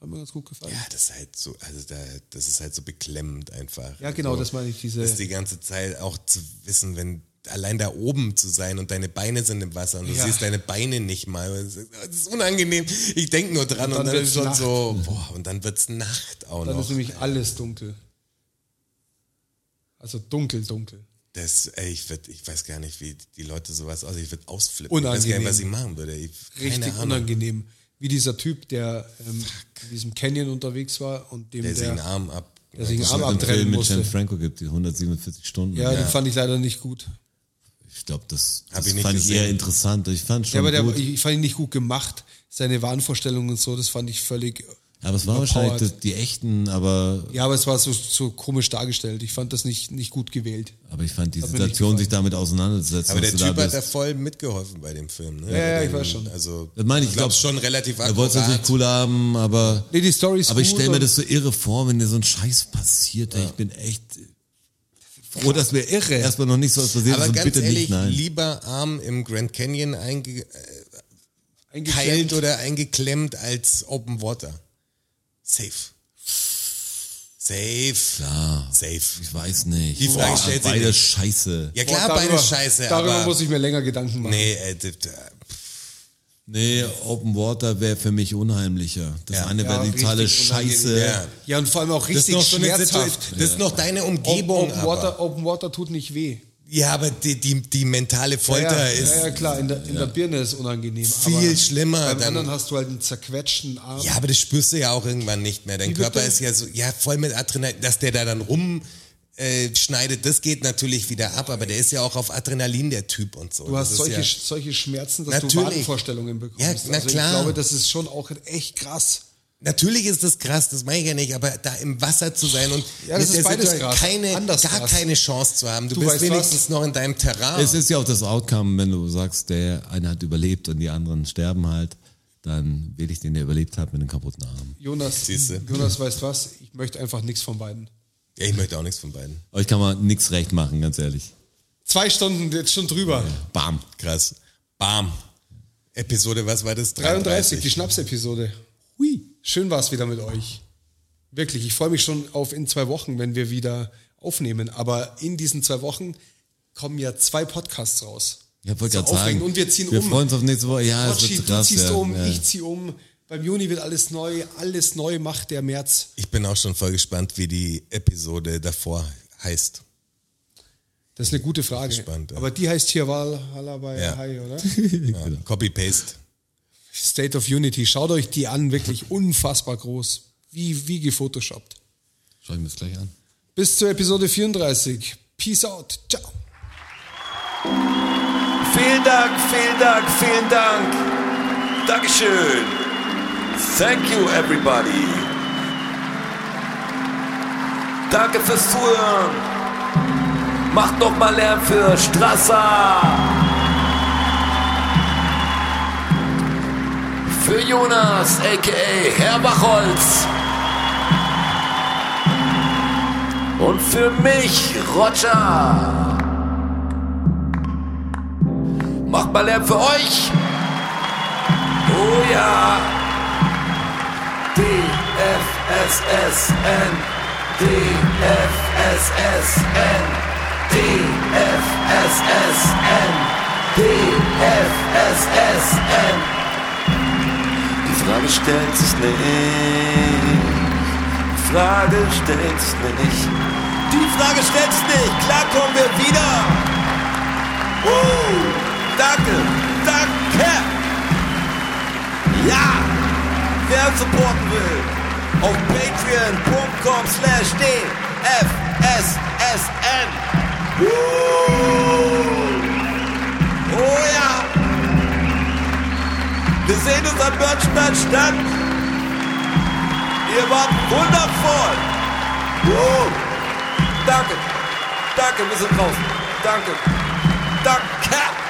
[SPEAKER 4] Hat mir ganz gut gefallen.
[SPEAKER 3] Ja, das ist halt so, also da, das ist halt so beklemmend einfach.
[SPEAKER 4] Ja, genau, das meine ich, diese-
[SPEAKER 3] Das die ganze Zeit auch zu wissen, wenn allein da oben zu sein und deine Beine sind im Wasser und du
[SPEAKER 4] Ja.
[SPEAKER 3] siehst deine Beine nicht mal. Das ist- das ist unangenehm. Ich denk nur dran und dann,
[SPEAKER 4] dann wird's
[SPEAKER 3] ist schon
[SPEAKER 4] Nacht.
[SPEAKER 3] so, boah, und dann wird's Nacht auch
[SPEAKER 4] Dann
[SPEAKER 3] noch.
[SPEAKER 4] ist nämlich alles dunkel. Also dunkel, dunkel.
[SPEAKER 3] Das, ey, ich, würd, ich weiß gar nicht, wie die Leute sowas aussehen. Ich würde ausflippen. Ich weiß gar nicht,
[SPEAKER 4] Unangenehm.
[SPEAKER 3] was ich machen würde. Ich, keine
[SPEAKER 4] Richtig
[SPEAKER 3] Ahnung.
[SPEAKER 4] unangenehm. Wie dieser Typ, der ähm, in diesem Canyon unterwegs war und dem
[SPEAKER 3] Der
[SPEAKER 4] der,
[SPEAKER 3] sich den Arm ab.
[SPEAKER 4] der sich den
[SPEAKER 3] Ja,
[SPEAKER 4] Arm
[SPEAKER 2] Einen Film
[SPEAKER 4] abtrennen
[SPEAKER 2] mit
[SPEAKER 4] musste.
[SPEAKER 2] Jan Franco gibt, die 147 Stunden.
[SPEAKER 4] Ja, den fand ich leider nicht gut.
[SPEAKER 2] Ich glaube, das,
[SPEAKER 3] Hab
[SPEAKER 2] das
[SPEAKER 3] ich nicht
[SPEAKER 2] fand ich eher
[SPEAKER 3] gesehen.
[SPEAKER 2] interessant. Ich fand schon
[SPEAKER 4] Ja, aber der,
[SPEAKER 2] gut.
[SPEAKER 4] ich fand ihn nicht gut gemacht. Seine Wahnvorstellungen und so, das fand ich völlig.
[SPEAKER 2] aber es war
[SPEAKER 4] überpowered.
[SPEAKER 2] wahrscheinlich die, die echten, aber
[SPEAKER 4] Ja, aber es war so, so komisch dargestellt. Ich fand das nicht, nicht gut gewählt.
[SPEAKER 2] Aber ich fand die
[SPEAKER 4] Hat mir
[SPEAKER 2] Situation,
[SPEAKER 4] nicht gefallen.
[SPEAKER 2] sich damit auseinanderzusetzen,
[SPEAKER 3] Aber der
[SPEAKER 2] dass du
[SPEAKER 3] Typ
[SPEAKER 2] da
[SPEAKER 3] hat da
[SPEAKER 2] bist.
[SPEAKER 3] voll mitgeholfen bei dem Film. Ne?
[SPEAKER 4] Ja, ja,
[SPEAKER 3] Bei
[SPEAKER 4] ich
[SPEAKER 3] dem-
[SPEAKER 4] weiß schon.
[SPEAKER 3] Also,
[SPEAKER 2] Das meine ich,
[SPEAKER 3] ich glaube
[SPEAKER 2] glaub-
[SPEAKER 3] schon relativ
[SPEAKER 2] Er wollte es
[SPEAKER 3] akkurat.
[SPEAKER 2] natürlich cool haben, aber,
[SPEAKER 4] Nee, die Story ist
[SPEAKER 2] aber ich
[SPEAKER 4] gut
[SPEAKER 2] stelle mir
[SPEAKER 4] und-
[SPEAKER 2] das so irre vor, wenn dir so ein Scheiß passiert. Ey, ich bin echt froh, dass mir irre erstmal noch nicht so was passiert ist
[SPEAKER 3] Aber
[SPEAKER 2] und
[SPEAKER 3] ganz
[SPEAKER 2] also bitte
[SPEAKER 3] ehrlich,
[SPEAKER 2] nicht, nein.
[SPEAKER 3] lieber arm im Grand Canyon eingekeilt
[SPEAKER 4] Eingeklemmt.
[SPEAKER 3] oder eingeklemmt als Open Water. Safe. Safe. Safe.
[SPEAKER 2] Ich weiß nicht.
[SPEAKER 3] Die Frage stellt sich
[SPEAKER 2] beide
[SPEAKER 3] nicht.
[SPEAKER 2] Scheiße.
[SPEAKER 3] Ja
[SPEAKER 4] Boah,
[SPEAKER 3] klar,
[SPEAKER 4] darüber-
[SPEAKER 3] beide Scheiße,
[SPEAKER 4] Darüber
[SPEAKER 3] aber...
[SPEAKER 4] muss ich mir länger Gedanken machen.
[SPEAKER 3] nee, äh, d- d-
[SPEAKER 2] Nee, Open Water wäre für mich unheimlicher. Das
[SPEAKER 3] Ja.
[SPEAKER 2] eine wäre
[SPEAKER 4] Ja,
[SPEAKER 2] die totale
[SPEAKER 4] richtig unangenehm.
[SPEAKER 2] Scheiße.
[SPEAKER 3] ja.
[SPEAKER 4] Ja, und vor allem auch
[SPEAKER 3] Das ist
[SPEAKER 4] richtig
[SPEAKER 3] noch so eine
[SPEAKER 4] schmerzhaft.
[SPEAKER 3] Situation. Das ist noch deine Umgebung.
[SPEAKER 4] Open,
[SPEAKER 3] aber.
[SPEAKER 4] Water, Open Water tut nicht weh.
[SPEAKER 3] Ja, aber die, die, die mentale Folter
[SPEAKER 4] ja, ja,
[SPEAKER 3] ist
[SPEAKER 4] ja, klar, in der, in der Birne ist unangenehm.
[SPEAKER 3] viel
[SPEAKER 4] aber
[SPEAKER 3] schlimmer.
[SPEAKER 4] Beim
[SPEAKER 3] dann-
[SPEAKER 4] anderen hast du halt einen zerquetschten Arm.
[SPEAKER 3] Ja, aber das spürst du ja auch irgendwann nicht mehr. Dein
[SPEAKER 4] Wie
[SPEAKER 3] Körper
[SPEAKER 4] bitte?
[SPEAKER 3] ist ja so, ja, voll mit Adrenalin, dass der da dann rum äh, schneidet, das geht natürlich wieder ab, aber der ist ja auch auf Adrenalin der Typ und so.
[SPEAKER 4] Du hast
[SPEAKER 3] das
[SPEAKER 4] solche,
[SPEAKER 3] ist
[SPEAKER 4] solche Schmerzen, dass du
[SPEAKER 3] Natürlich.
[SPEAKER 4] Wadenvorstellungen bekommst.
[SPEAKER 3] Ja, na
[SPEAKER 4] also
[SPEAKER 3] klar.
[SPEAKER 4] Ich glaube, das ist schon auch echt krass.
[SPEAKER 3] Natürlich ist das krass, das meine ich ja nicht, aber da im Wasser zu sein und
[SPEAKER 4] Ja, das
[SPEAKER 3] mit
[SPEAKER 4] ist
[SPEAKER 3] der
[SPEAKER 4] beides
[SPEAKER 3] Situation
[SPEAKER 4] krass.
[SPEAKER 3] keine,
[SPEAKER 4] Anders
[SPEAKER 3] gar
[SPEAKER 4] krass.
[SPEAKER 3] keine Chance zu haben. Du,
[SPEAKER 4] Du
[SPEAKER 3] bist
[SPEAKER 4] weißt
[SPEAKER 3] wenigstens
[SPEAKER 4] was?
[SPEAKER 3] noch in deinem Terrain.
[SPEAKER 2] Es ist ja auch das Outcome, wenn du sagst, der eine hat überlebt und die anderen sterben halt, dann wähle ich den, der überlebt hat, mit einem kaputten Arm.
[SPEAKER 4] Jonas,
[SPEAKER 3] Siehste.
[SPEAKER 4] Jonas, weißt was? Ich möchte einfach nichts von beiden.
[SPEAKER 3] ja, ich möchte auch nichts von beiden.
[SPEAKER 2] Euch kann man nichts recht machen, ganz ehrlich.
[SPEAKER 4] Zwei Stunden jetzt schon drüber.
[SPEAKER 2] Bam.
[SPEAKER 3] Krass. Bam. Episode, was war das?
[SPEAKER 4] 33, die Schnapsepisode.
[SPEAKER 2] Hui.
[SPEAKER 4] Schön war es wieder mit euch. Wirklich, ich freue mich schon auf in zwei Wochen, wenn wir wieder aufnehmen. Aber in diesen zwei Wochen kommen ja zwei Podcasts raus.
[SPEAKER 2] Ja, wollte
[SPEAKER 4] So
[SPEAKER 2] gerade sagen.
[SPEAKER 4] aufregend. Und wir ziehen um.
[SPEAKER 2] freuen uns auf nächste Woche. Ja, es
[SPEAKER 4] Rotschi,
[SPEAKER 2] Ah, wird
[SPEAKER 4] du
[SPEAKER 2] krass.
[SPEAKER 4] ziehst
[SPEAKER 2] ja.
[SPEAKER 4] um,
[SPEAKER 2] ja.
[SPEAKER 4] ich ziehe um. Beim Juni wird alles neu, alles neu macht der März.
[SPEAKER 3] Ich bin auch schon voll gespannt, wie die Episode davor heißt.
[SPEAKER 4] Das ist eine gute Frage.
[SPEAKER 3] Gespannt, ja.
[SPEAKER 4] Aber die heißt hier Valhalla bei
[SPEAKER 3] Ja.
[SPEAKER 4] Hai, oder?
[SPEAKER 3] Ja. Copy-Paste.
[SPEAKER 4] State of Unity. Schaut euch die an, wirklich unfassbar groß. Wie, wie gefotoshoppt.
[SPEAKER 2] Schau ich mir das gleich an.
[SPEAKER 4] Bis zur Episode 34. Peace out. Ciao.
[SPEAKER 5] Vielen Dank, vielen Dank, vielen Dank. Dankeschön. Thank you, everybody. Danke fürs Zuhören. Macht noch mal Lärm für Strasser. Für Jonas, a.k.a. Herr Bachholz. Und für mich, Roger. Macht mal Lärm für euch. Oh ja. DFSSN. DFSSN. DFSSN. DFSSN. Die Frage stellt sich nicht. Die Frage stellt sich nicht. Die Frage stellt sich nicht. Klar kommen wir wieder. Uh, danke, danke. Ja, wer uns supporten will, auf patreon.com slash dfssn. Uh, oh ja. Wir sehen uns am Börnstein statt. Ihr wart wundervoll. Uh, danke, danke, wir sind draußen. Danke. Danke.